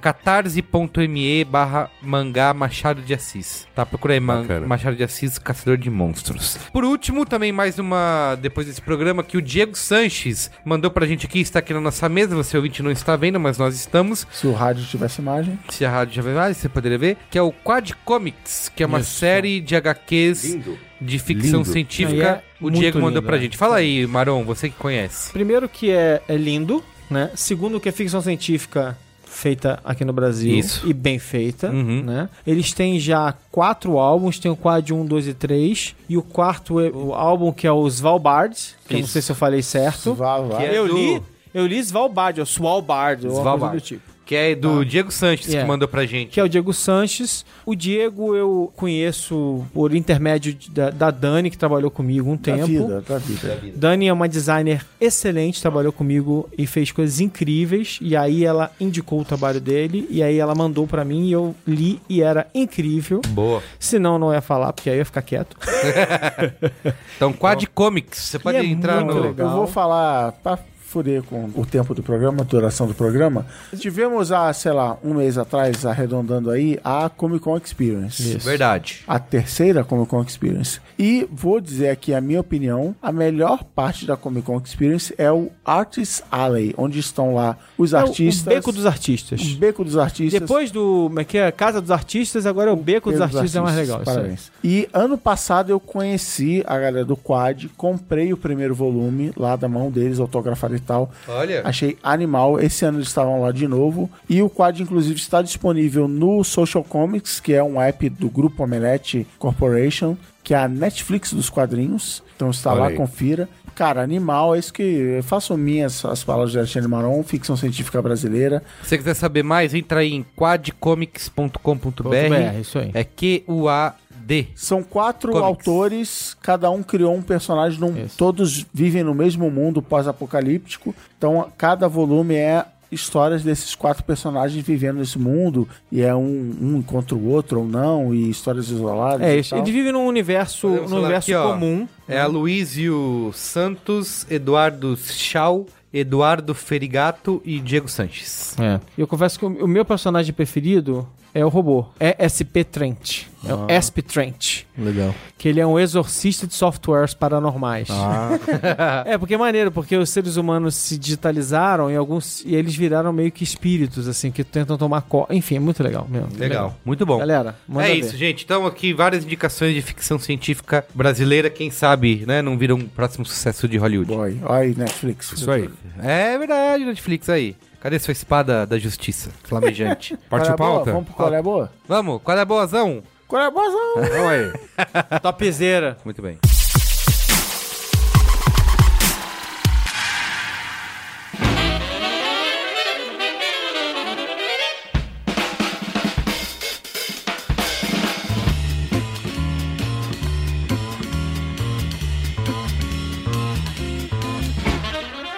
[SPEAKER 1] catarse.me barra mangá Machado de Assis. Tá? Procura aí man-
[SPEAKER 4] Bacana.
[SPEAKER 1] Machado de Assis, Caçador de Monstros. Por último, também mais uma. Depois desse programa, que o Diego Sanches mandou pra gente aqui, está aqui na nossa mesa. Você ouvinte não está vendo, mas nós estamos.
[SPEAKER 3] Se o rádio tivesse imagem.
[SPEAKER 1] Se a rádio já vê mais, você poderia ver. Que é o Quad Comics, que é uma série de HQs
[SPEAKER 4] Lindo.
[SPEAKER 1] de ficção
[SPEAKER 4] Lindo.
[SPEAKER 1] científica.
[SPEAKER 2] E é
[SPEAKER 1] o Diego
[SPEAKER 2] muito
[SPEAKER 1] mandou
[SPEAKER 2] lindo,
[SPEAKER 1] pra
[SPEAKER 2] né?
[SPEAKER 1] gente. Fala aí, Maron, você que conhece.
[SPEAKER 2] Primeiro que é, é lindo, né? Segundo que é ficção científica feita aqui no Brasil
[SPEAKER 1] Isso.
[SPEAKER 2] e bem feita,
[SPEAKER 1] Uhum.
[SPEAKER 2] né? Eles têm já quatro álbuns, tem o quad 1, 2 e 3 e o quarto é o álbum que é o Svalbard, que eu
[SPEAKER 1] [LAUGHS]
[SPEAKER 2] não
[SPEAKER 1] Isso.
[SPEAKER 2] sei se eu falei certo.
[SPEAKER 3] Vá, vá.
[SPEAKER 1] Que é
[SPEAKER 2] eu
[SPEAKER 1] do-
[SPEAKER 2] li, eu li Svalbard, ou Svalbard, ou alguma coisa
[SPEAKER 1] Svalbard.
[SPEAKER 2] do tipo.
[SPEAKER 1] Que é do Diego Sanches
[SPEAKER 2] Yeah.
[SPEAKER 1] que mandou pra gente.
[SPEAKER 2] Que é o Diego Sanches. O Diego eu conheço por intermédio de- da, da Dani, que trabalhou comigo um
[SPEAKER 3] Tá
[SPEAKER 2] tempo.
[SPEAKER 3] vida, tá vida.
[SPEAKER 2] Dani é uma designer excelente, trabalhou comigo e fez coisas incríveis. E aí ela indicou o trabalho dele, e aí ela mandou pra mim, e eu li e era incrível.
[SPEAKER 1] Boa.
[SPEAKER 2] Senão eu não ia falar, porque aí eu ia ficar quieto.
[SPEAKER 1] Então, Quad Comics, você pode
[SPEAKER 2] é
[SPEAKER 1] entrar
[SPEAKER 2] muito
[SPEAKER 1] no.
[SPEAKER 2] legal.
[SPEAKER 3] Eu vou falar pra fuder com o tempo do programa, a duração do programa. Tivemos há, sei lá, um mês atrás, arredondando aí, a Comic Con Experience.
[SPEAKER 1] Verdade.
[SPEAKER 3] A terceira Comic Con Experience. E vou dizer aqui a minha opinião: a melhor parte da Comic Con Experience é o Artist Alley, onde estão lá os
[SPEAKER 2] É o-
[SPEAKER 3] artistas.
[SPEAKER 2] O beco dos artistas.
[SPEAKER 3] o Beco dos Artistas.
[SPEAKER 2] Depois do. Como é que é? Casa dos Artistas, agora é o Beco dos
[SPEAKER 3] Pelos
[SPEAKER 2] Artistas, é mais legal.
[SPEAKER 3] artistas,
[SPEAKER 2] isso aí.
[SPEAKER 3] Parabéns. E ano passado eu conheci a galera do Quad, comprei o primeiro volume lá da mão deles, autografado e tal.
[SPEAKER 1] Olha.
[SPEAKER 3] Achei animal. Esse ano eles estavam lá de novo. E o Quad, inclusive, está disponível no Social Comics, que é um app do grupo Omelete Corporation, que é a Netflix dos quadrinhos. Então está
[SPEAKER 4] Olha
[SPEAKER 3] lá,
[SPEAKER 4] aí.
[SPEAKER 3] confira. Cara, animal, é isso que eu faço minhas as palavras de Alexandre Maron, ficção científica brasileira.
[SPEAKER 1] Se você quiser saber mais, entra aí em
[SPEAKER 2] .br,
[SPEAKER 1] quadcomics.com.br.
[SPEAKER 2] isso aí.
[SPEAKER 1] É Q-U-A-D.
[SPEAKER 3] São quatro
[SPEAKER 1] Comics.
[SPEAKER 3] autores, cada um criou um personagem, num-
[SPEAKER 2] Isso.
[SPEAKER 3] todos vivem no mesmo mundo pós-apocalíptico. Então, a- cada volume é histórias desses quatro personagens vivendo nesse mundo, e é um, um contra o outro ou não, e histórias isoladas.
[SPEAKER 2] É
[SPEAKER 3] e
[SPEAKER 2] isso.
[SPEAKER 3] tal.
[SPEAKER 2] Ele vive num universo,
[SPEAKER 1] Podemos
[SPEAKER 2] num
[SPEAKER 1] falar
[SPEAKER 2] universo
[SPEAKER 1] um aqui, ó.
[SPEAKER 2] comum.
[SPEAKER 1] É Aloysio Santos, Eduardo Schau, Eduardo Ferigato e Diego Sanches.
[SPEAKER 2] E eu confesso que o o meu personagem preferido é o robô. É SP Trent. É
[SPEAKER 1] Ah.
[SPEAKER 2] o SP Trent.
[SPEAKER 6] Legal.
[SPEAKER 2] Que ele é um exorcista de softwares paranormais.
[SPEAKER 1] Ah.
[SPEAKER 2] [LAUGHS] é, porque é maneiro, porque os seres humanos se digitalizaram e alguns. E eles viraram meio que espíritos, assim, que tentam tomar co. Enfim, é muito legal mesmo.
[SPEAKER 1] Legal. Muito bom.
[SPEAKER 2] Galera, manda
[SPEAKER 1] é
[SPEAKER 2] ver.
[SPEAKER 1] isso, gente. Então, aqui várias indicações de ficção científica brasileira. Quem sabe, né? Não vira um próximo sucesso de Hollywood.
[SPEAKER 3] Boy. Olha aí, Netflix.
[SPEAKER 4] Isso aí.
[SPEAKER 1] É verdade, Netflix aí. Cadê sua espada da justiça
[SPEAKER 4] [LAUGHS]
[SPEAKER 1] flamejante?
[SPEAKER 4] Parte
[SPEAKER 3] Qual é a boa?
[SPEAKER 4] pauta?
[SPEAKER 3] Vamos pro Qual é a Boa?
[SPEAKER 1] Vamos, qual é a boazão?
[SPEAKER 3] Qual é a boa? Zão?
[SPEAKER 4] Vamos aí.
[SPEAKER 2] [LAUGHS] Topzera.
[SPEAKER 1] Muito bem.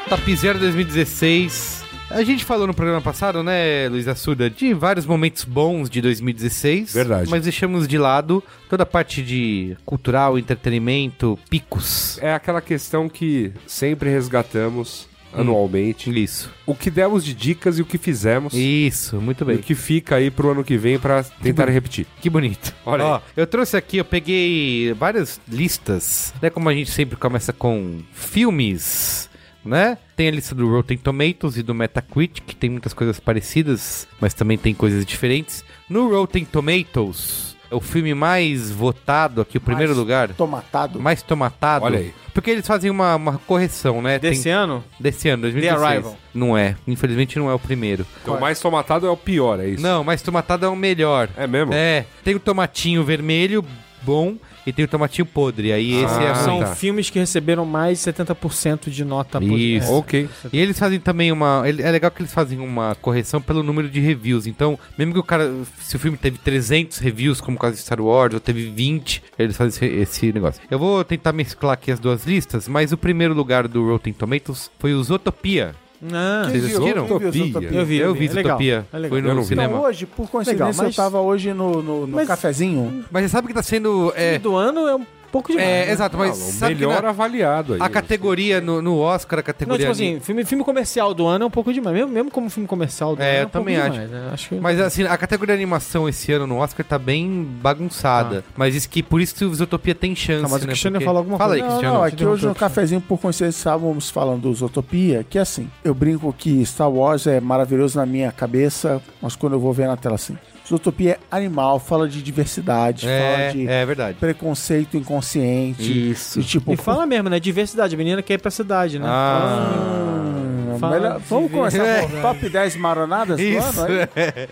[SPEAKER 1] Tapizeiro 2016. A gente falou no programa passado, né, Luiz Assuda, de vários momentos bons de 2016.
[SPEAKER 4] Verdade.
[SPEAKER 1] Mas deixamos de lado toda a parte de cultural, entretenimento, picos.
[SPEAKER 4] É aquela questão que sempre resgatamos anualmente.
[SPEAKER 1] Isso.
[SPEAKER 4] O que demos de dicas e o que fizemos. E,
[SPEAKER 1] Isso, muito bem. Tipo,
[SPEAKER 4] o que fica aí pro ano que vem pra tentar repetir.
[SPEAKER 1] Que bonito.
[SPEAKER 4] Olha
[SPEAKER 1] Ó,
[SPEAKER 4] aí.
[SPEAKER 1] eu trouxe aqui, eu peguei várias listas, né? Como a gente sempre começa com filmes, né? Tem a lista do Rotten Tomatoes e do Metacritic, que tem muitas coisas parecidas, mas também tem coisas diferentes. No Rotten Tomatoes, É o filme mais votado aqui, o primeiro lugar.
[SPEAKER 3] Tomatado.
[SPEAKER 1] Mais tomatado.
[SPEAKER 4] Olha aí.
[SPEAKER 1] Porque eles fazem uma, uma correção, né? Tem-
[SPEAKER 2] Desse ano?
[SPEAKER 1] Desse ano, 2016.
[SPEAKER 2] Arrival.
[SPEAKER 1] Não é. Infelizmente não é o primeiro.
[SPEAKER 4] Então, o mais tomatado é o pior, é isso?
[SPEAKER 1] Não, mas tomatado é o melhor.
[SPEAKER 4] É mesmo?
[SPEAKER 1] É. Tem o tomatinho vermelho, bom, e tem o tomatinho podre. Aí esse é
[SPEAKER 4] Ah,
[SPEAKER 2] São
[SPEAKER 4] tá.
[SPEAKER 2] filmes que receberam mais de 70% de nota
[SPEAKER 1] Isso.
[SPEAKER 2] positiva.
[SPEAKER 4] Ok.
[SPEAKER 1] E eles fazem também uma. ele- É legal que eles fazem uma correção pelo número de reviews. Então, mesmo que o cara. Se o filme teve 300 reviews, como o caso de Star Wars, ou teve 20, eles fazem esse, esse negócio. Eu vou tentar mesclar aqui as duas listas, mas o primeiro lugar do Rotten Tomatoes foi o Zootopia.
[SPEAKER 2] Ah,
[SPEAKER 1] Vocês assistiram?
[SPEAKER 3] Quem viu
[SPEAKER 4] Utopia.
[SPEAKER 2] eu vi,
[SPEAKER 1] Eu
[SPEAKER 2] eu
[SPEAKER 1] vi
[SPEAKER 2] vi. É legal,
[SPEAKER 1] Zootopia.
[SPEAKER 2] é legal.
[SPEAKER 1] Foi
[SPEAKER 4] Eu
[SPEAKER 1] no
[SPEAKER 4] não vi.
[SPEAKER 1] cinema.
[SPEAKER 3] Então hoje, por coincidência,
[SPEAKER 2] Legal, mas-
[SPEAKER 3] eu tava hoje no, no, no
[SPEAKER 2] Mas-
[SPEAKER 3] cafezinho.
[SPEAKER 1] Mas você sabe que tá sendo. É,
[SPEAKER 2] filme do ano é um pouco demais.
[SPEAKER 1] é,
[SPEAKER 2] né?
[SPEAKER 1] exato,
[SPEAKER 4] Ah,
[SPEAKER 1] mas
[SPEAKER 4] o
[SPEAKER 1] sabe que
[SPEAKER 4] melhor
[SPEAKER 1] na-
[SPEAKER 4] avaliado aí.
[SPEAKER 1] a categoria no, no Oscar, a
[SPEAKER 2] Não,
[SPEAKER 1] categoria.
[SPEAKER 2] tipo
[SPEAKER 1] ali-
[SPEAKER 2] assim, filme, filme comercial do ano é um pouco demais. Mesmo, mesmo como filme comercial do
[SPEAKER 1] É,
[SPEAKER 2] ano.
[SPEAKER 1] eu
[SPEAKER 2] um
[SPEAKER 1] também
[SPEAKER 2] pouco
[SPEAKER 1] acho.
[SPEAKER 2] demais, né? acho que...
[SPEAKER 1] Mas assim, a categoria de animação esse ano no Oscar tá bem bagunçada. Mas isso que por isso que o Zootopia tem chance.
[SPEAKER 2] Tá, mas o
[SPEAKER 1] né?
[SPEAKER 2] Cristiano ia falar alguma
[SPEAKER 1] Fala
[SPEAKER 2] coisa.
[SPEAKER 1] aí,
[SPEAKER 3] Não,
[SPEAKER 1] Cristiano.
[SPEAKER 3] não, é
[SPEAKER 2] te
[SPEAKER 3] aqui hoje
[SPEAKER 2] interrompi,
[SPEAKER 3] no cafezinho, por coincidência, estávamos falando do Zootopia, que assim, eu brinco que Star Wars é maravilhoso na minha cabeça, mas quando eu vou ver na tela assim. Zootopia é animal, fala de diversidade, fala de
[SPEAKER 1] é, é verdade.
[SPEAKER 3] preconceito inconsciente.
[SPEAKER 1] Isso.
[SPEAKER 3] E tipo,
[SPEAKER 2] E fala mesmo, né? Diversidade. A menina quer ir pra cidade, né?
[SPEAKER 1] Ah.
[SPEAKER 3] Hum,
[SPEAKER 2] Fala
[SPEAKER 3] melhor-
[SPEAKER 2] de
[SPEAKER 3] vamos começar
[SPEAKER 1] verdade.
[SPEAKER 3] por top 10 maronadas do
[SPEAKER 1] É. Isso. é.
[SPEAKER 3] ano?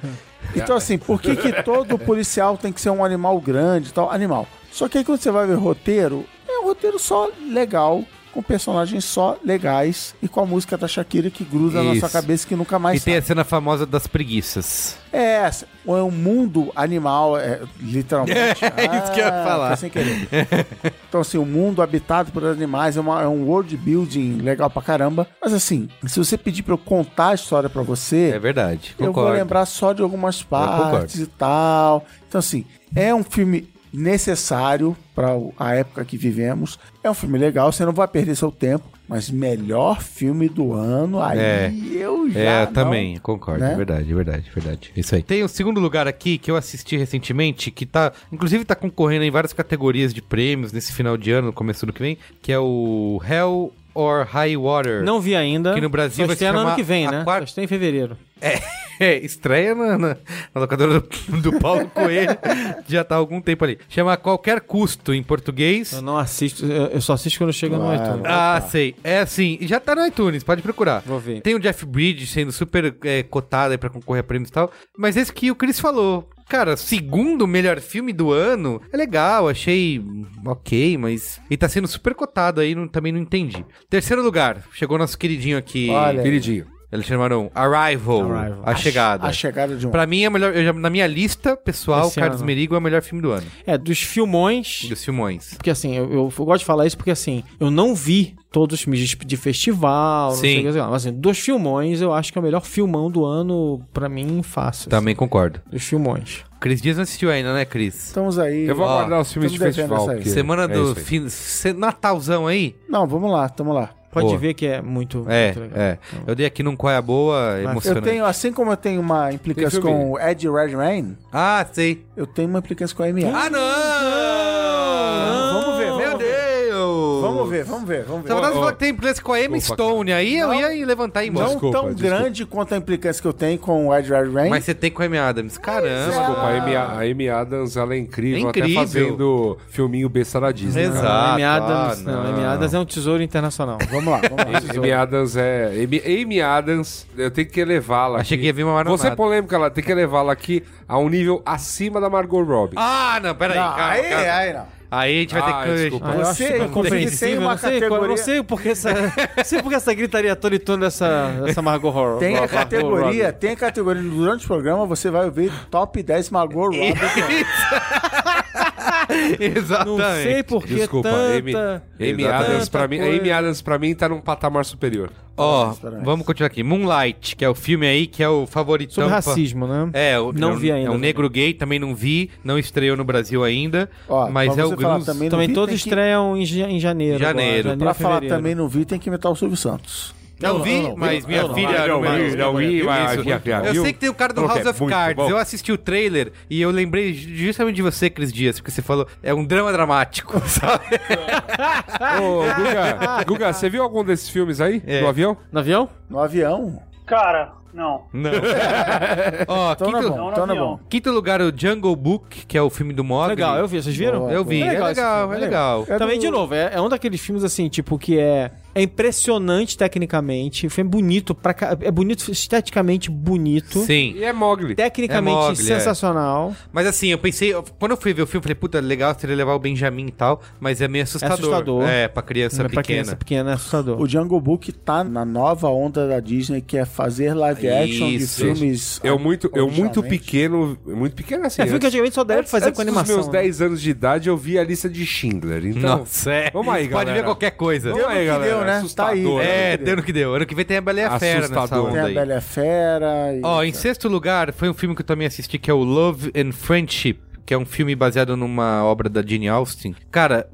[SPEAKER 3] Aí? Então, assim, por que, que todo policial tem que ser um animal grande e tal? Animal. Só que aí quando você vai ver roteiro, é um roteiro só legal, com personagens só legais e com a música da Shakira que gruda na sua
[SPEAKER 1] Isso.
[SPEAKER 3] cabeça que nunca
[SPEAKER 1] E
[SPEAKER 3] mais
[SPEAKER 1] tem a
[SPEAKER 3] sai.
[SPEAKER 1] cena famosa das preguiças.
[SPEAKER 3] É essa. Ou é um mundo animal, é,
[SPEAKER 1] [LAUGHS]
[SPEAKER 3] literalmente. É
[SPEAKER 1] isso que eu ia falar.
[SPEAKER 3] Sem querer. Então, assim, o mundo habitado por animais é, uma- é um world building legal pra caramba. Mas, assim, se você pedir pra eu contar a história pra você,
[SPEAKER 1] É verdade.
[SPEAKER 3] eu vou
[SPEAKER 1] Concordo.
[SPEAKER 3] lembrar só de algumas partes e tal. Então, assim, é um filme necessário para a época que vivemos. É um filme legal, você não vai perder seu tempo. Mas melhor filme do ano, aí
[SPEAKER 1] É.
[SPEAKER 3] eu já.
[SPEAKER 1] É, eu
[SPEAKER 3] não-
[SPEAKER 1] também, concordo.
[SPEAKER 3] né?
[SPEAKER 1] É verdade, é verdade, é verdade. Isso aí. Tem o segundo lugar aqui que eu assisti recentemente, que tá. Inclusive tá concorrendo em várias categorias de prêmios nesse final de ano, no começo do ano que vem, que é o Hell or High Water.
[SPEAKER 2] Não vi ainda.
[SPEAKER 1] Que no Brasil
[SPEAKER 2] Só
[SPEAKER 1] vai se
[SPEAKER 2] estreia no ano
[SPEAKER 1] chamar
[SPEAKER 2] que vem,
[SPEAKER 1] A
[SPEAKER 2] né?
[SPEAKER 1] Quarta-
[SPEAKER 2] Só estreia em fevereiro.
[SPEAKER 1] [LAUGHS] É, estreia na, na- na locadora do, do Paulo
[SPEAKER 3] [LAUGHS]
[SPEAKER 1] Coelho. Já tá há algum tempo ali. Chama A Qualquer Custo em português.
[SPEAKER 2] Eu não assisto, eu eu só assisto quando chega no
[SPEAKER 3] Claro.
[SPEAKER 2] iTunes.
[SPEAKER 1] Ah, sei. É assim, já tá no iTunes, pode procurar.
[SPEAKER 2] Vou ver.
[SPEAKER 1] Tem o Jeff Bridges sendo super é, cotado aí pra concorrer a prêmios e tal. Mas esse que o Chris falou. Cara, segundo melhor filme do ano, é legal, achei ok, mas. E tá sendo super cotado aí, não- também não entendi. Terceiro lugar, chegou nosso queridinho aqui.
[SPEAKER 3] Olha.
[SPEAKER 4] Queridinho.
[SPEAKER 1] Eles chamaram Arrival,
[SPEAKER 2] Arrival.
[SPEAKER 1] A Chegada.
[SPEAKER 3] A chegada de um.
[SPEAKER 1] Pra mim, é o melhor, eu já- na minha lista pessoal,
[SPEAKER 2] Esse
[SPEAKER 1] Carlos
[SPEAKER 2] ano.
[SPEAKER 1] Merigo é o melhor filme do ano.
[SPEAKER 2] É, dos filmões.
[SPEAKER 1] Dos filmões.
[SPEAKER 2] Porque assim, eu, eu- eu gosto de falar isso porque assim, eu não vi todos os filmes de, de festival, não
[SPEAKER 1] Sim.
[SPEAKER 2] sei o que, sei lá. Mas assim, dos filmões, eu acho que é o melhor filmão do ano, pra mim, fácil.
[SPEAKER 1] Também concordo.
[SPEAKER 2] assim, dos filmões.
[SPEAKER 1] Cris Dias não assistiu ainda, né, Cris?
[SPEAKER 3] Estamos aí.
[SPEAKER 4] Eu vou
[SPEAKER 1] Ó,
[SPEAKER 4] aguardar os filmes de
[SPEAKER 3] estamos devendo
[SPEAKER 4] festival.
[SPEAKER 3] essa aí.
[SPEAKER 4] porque
[SPEAKER 1] Semana
[SPEAKER 4] é
[SPEAKER 1] do
[SPEAKER 4] isso aí.
[SPEAKER 1] fim, se- Natalzão aí?
[SPEAKER 3] Não, vamos lá, tamo lá.
[SPEAKER 2] Pode
[SPEAKER 1] Boa.
[SPEAKER 2] ver que é muito,
[SPEAKER 1] É,
[SPEAKER 2] muito legal.
[SPEAKER 1] é. Eu dei aqui num qual é a boa,
[SPEAKER 3] Eu
[SPEAKER 1] emocionante.
[SPEAKER 3] tenho, assim como eu tenho uma implicância
[SPEAKER 4] Tem filme.
[SPEAKER 3] com o Ed Redmayne,
[SPEAKER 1] Ah, sei.
[SPEAKER 3] eu tenho uma implicância com a Amy.
[SPEAKER 1] Ah, não!
[SPEAKER 3] Vamos ver, vamos
[SPEAKER 1] Meu
[SPEAKER 3] ver.
[SPEAKER 1] Deus!
[SPEAKER 3] Vamos ver, vamos ver, vamos ver.
[SPEAKER 1] Tá vontade de
[SPEAKER 4] Ó, ó.
[SPEAKER 1] falar que tem imprensa com a Emma
[SPEAKER 4] Desculpa,
[SPEAKER 1] Stone, aí eu
[SPEAKER 3] Não.
[SPEAKER 1] ia levantar e ir embora.
[SPEAKER 3] Não
[SPEAKER 4] Desculpa,
[SPEAKER 3] tão
[SPEAKER 4] desculpa.
[SPEAKER 3] grande quanto a implicância que eu tenho com o Ed Redmayne.
[SPEAKER 1] Mas você tem com a Amy Adams. Caramba!
[SPEAKER 4] Desculpa, a Amy, a Amy Adams, ela é incrível,
[SPEAKER 1] É
[SPEAKER 4] até
[SPEAKER 1] incrível.
[SPEAKER 4] fazendo filminho besta da Disney. né?
[SPEAKER 1] Exato.
[SPEAKER 2] Não, é
[SPEAKER 1] Ah,
[SPEAKER 2] M. Adams,
[SPEAKER 1] tá,
[SPEAKER 2] não.
[SPEAKER 1] não.
[SPEAKER 2] M. Adams é um tesouro
[SPEAKER 3] [LAUGHS]
[SPEAKER 2] internacional.
[SPEAKER 3] Vamos lá, vamos lá.
[SPEAKER 4] Amy Adams é. Amy, Amy Adams, eu tenho que elevá-la.
[SPEAKER 1] Achei
[SPEAKER 4] aqui.
[SPEAKER 1] que ia vir uma maronada.
[SPEAKER 4] Você é polêmica, ela tem que elevá-la aqui a um nível acima da Margot Robbie.
[SPEAKER 1] Ah, não, peraí.
[SPEAKER 3] Não,
[SPEAKER 1] calma,
[SPEAKER 3] aí, é.
[SPEAKER 1] calma.
[SPEAKER 3] aí não.
[SPEAKER 1] Aí a gente vai
[SPEAKER 4] Ah,
[SPEAKER 1] ter que.
[SPEAKER 4] desculpa.
[SPEAKER 1] [LAUGHS]
[SPEAKER 2] Ah, eu
[SPEAKER 3] Você,
[SPEAKER 2] acho super
[SPEAKER 3] inclusive, tem
[SPEAKER 2] compreensível.
[SPEAKER 3] uma
[SPEAKER 2] não, sei qual-
[SPEAKER 3] categoria-
[SPEAKER 2] não sei porque essa, não sei porque essa gritaria toda e toda dessa, dessa Margot Horror.
[SPEAKER 3] Tem a
[SPEAKER 2] Margot
[SPEAKER 3] categoria,
[SPEAKER 2] Robbie.
[SPEAKER 3] tem a categoria. Durante o programa você vai ouvir top 10 Margot
[SPEAKER 4] [LAUGHS]
[SPEAKER 3] Robbie.
[SPEAKER 2] Não
[SPEAKER 1] Exatamente.
[SPEAKER 2] sei porque
[SPEAKER 4] Desculpa, Amy,
[SPEAKER 2] tanta...
[SPEAKER 4] Amy
[SPEAKER 1] Exatamente.
[SPEAKER 4] Adams pra
[SPEAKER 2] Tanta
[SPEAKER 4] mim,
[SPEAKER 2] coisa.
[SPEAKER 4] Amy Adams pra mim tá num patamar superior.
[SPEAKER 1] Ó,
[SPEAKER 3] Parabéns.
[SPEAKER 1] vamos continuar aqui. Moonlight, que é o filme aí que é o favoritão.
[SPEAKER 2] Sobre
[SPEAKER 1] pra-
[SPEAKER 2] racismo, né?
[SPEAKER 1] É, o,
[SPEAKER 2] Não
[SPEAKER 1] é um-
[SPEAKER 2] vi ainda né?
[SPEAKER 1] É um
[SPEAKER 2] também.
[SPEAKER 1] negro gay, também não vi, não estreou no Brasil ainda,
[SPEAKER 3] Ó,
[SPEAKER 1] mas
[SPEAKER 3] pra
[SPEAKER 1] é
[SPEAKER 3] você
[SPEAKER 1] o
[SPEAKER 3] falar
[SPEAKER 1] Grus.
[SPEAKER 3] também-
[SPEAKER 2] Também
[SPEAKER 3] Tem
[SPEAKER 2] todos
[SPEAKER 3] que-
[SPEAKER 2] estreiam em, ja- em janeiro. agora,
[SPEAKER 1] Janeiro.
[SPEAKER 3] Pra falar
[SPEAKER 2] fevereiro.
[SPEAKER 3] também não vi, tem que imitar o Silvio Santos.
[SPEAKER 1] Não
[SPEAKER 2] Eu
[SPEAKER 1] vi,
[SPEAKER 2] não, eu
[SPEAKER 1] mas
[SPEAKER 2] não,
[SPEAKER 1] minha
[SPEAKER 2] eu não.
[SPEAKER 1] filha...
[SPEAKER 4] Não,
[SPEAKER 1] mas-
[SPEAKER 4] não, não,
[SPEAKER 1] Isso.
[SPEAKER 4] não, não, não, não,
[SPEAKER 1] Eu
[SPEAKER 4] não.
[SPEAKER 1] sei que tem o cara do
[SPEAKER 4] Porque
[SPEAKER 1] House
[SPEAKER 4] é
[SPEAKER 1] of
[SPEAKER 4] muito
[SPEAKER 1] Cards,
[SPEAKER 4] bom.
[SPEAKER 1] eu assisti o trailer e eu lembrei justamente de você, Cris Dias, porque você falou, é um drama dramático, [LAUGHS] sabe?
[SPEAKER 4] Ô, Guga, Guga, você viu algum desses filmes aí?
[SPEAKER 1] É.
[SPEAKER 4] No avião?
[SPEAKER 2] No avião?
[SPEAKER 3] No avião.
[SPEAKER 5] Cara, Não.
[SPEAKER 1] Não. [LAUGHS] Ó,
[SPEAKER 3] Então não é
[SPEAKER 1] quinto,
[SPEAKER 3] bom,
[SPEAKER 5] Não no
[SPEAKER 3] então não é
[SPEAKER 5] avião.
[SPEAKER 3] bom.
[SPEAKER 1] quinto lugar, o Jungle Book, que é o filme do Mogli.
[SPEAKER 2] Legal, eu vi, vocês viram?
[SPEAKER 3] Boa.
[SPEAKER 1] Eu vi,
[SPEAKER 2] É
[SPEAKER 1] é
[SPEAKER 2] legal
[SPEAKER 1] legal,
[SPEAKER 2] esse filme,
[SPEAKER 1] é
[SPEAKER 2] é
[SPEAKER 1] legal.
[SPEAKER 3] É
[SPEAKER 2] Também,
[SPEAKER 3] do-
[SPEAKER 2] de novo, é, é um daqueles filmes assim, tipo, que é, é impressionante tecnicamente. O filme é bonito, pra, ca- é bonito, esteticamente bonito.
[SPEAKER 1] Sim.
[SPEAKER 4] E é Mogli.
[SPEAKER 2] Tecnicamente
[SPEAKER 1] É Mowgli, é.
[SPEAKER 2] sensacional.
[SPEAKER 1] Mas assim, eu pensei, eu- quando eu fui ver o filme, eu falei, puta, legal seria levar o Benjamin e tal, mas é meio assustador.
[SPEAKER 2] assustador.
[SPEAKER 1] É, pra criança
[SPEAKER 2] Mas pra
[SPEAKER 1] pequena.
[SPEAKER 2] criança pequena é assustador.
[SPEAKER 3] O Jungle Book tá na nova onda da Disney, que é fazer live action
[SPEAKER 1] Isso.
[SPEAKER 3] de filmes.
[SPEAKER 4] Eu muito, eu muito
[SPEAKER 3] originalmente.
[SPEAKER 4] pequeno, muito pequeno assim.
[SPEAKER 2] é filme que antigamente só deve
[SPEAKER 4] antes-
[SPEAKER 2] fazer
[SPEAKER 4] antes
[SPEAKER 2] com animação.
[SPEAKER 4] Dos meus
[SPEAKER 2] né?
[SPEAKER 4] 10 anos de idade, eu vi a lista de Schindler. Então,
[SPEAKER 1] Nossa, é.
[SPEAKER 4] Vamos aí,
[SPEAKER 1] Pode
[SPEAKER 4] galera.
[SPEAKER 1] ver qualquer coisa.
[SPEAKER 4] Vamos aí, galera.
[SPEAKER 3] deu, né? Tá
[SPEAKER 4] Assustador.
[SPEAKER 3] aí.
[SPEAKER 1] É, deu no que deu. Ano que vem tem a Bela e a Fera nessa
[SPEAKER 4] Assustador.
[SPEAKER 1] onda
[SPEAKER 3] Tem a
[SPEAKER 1] aí.
[SPEAKER 3] Bela e a Fera. e-
[SPEAKER 1] Ó, em sexto lugar, foi um filme que eu também assisti, que é o Love and Friendship, que é um filme baseado numa obra da Jane Austen. Cara,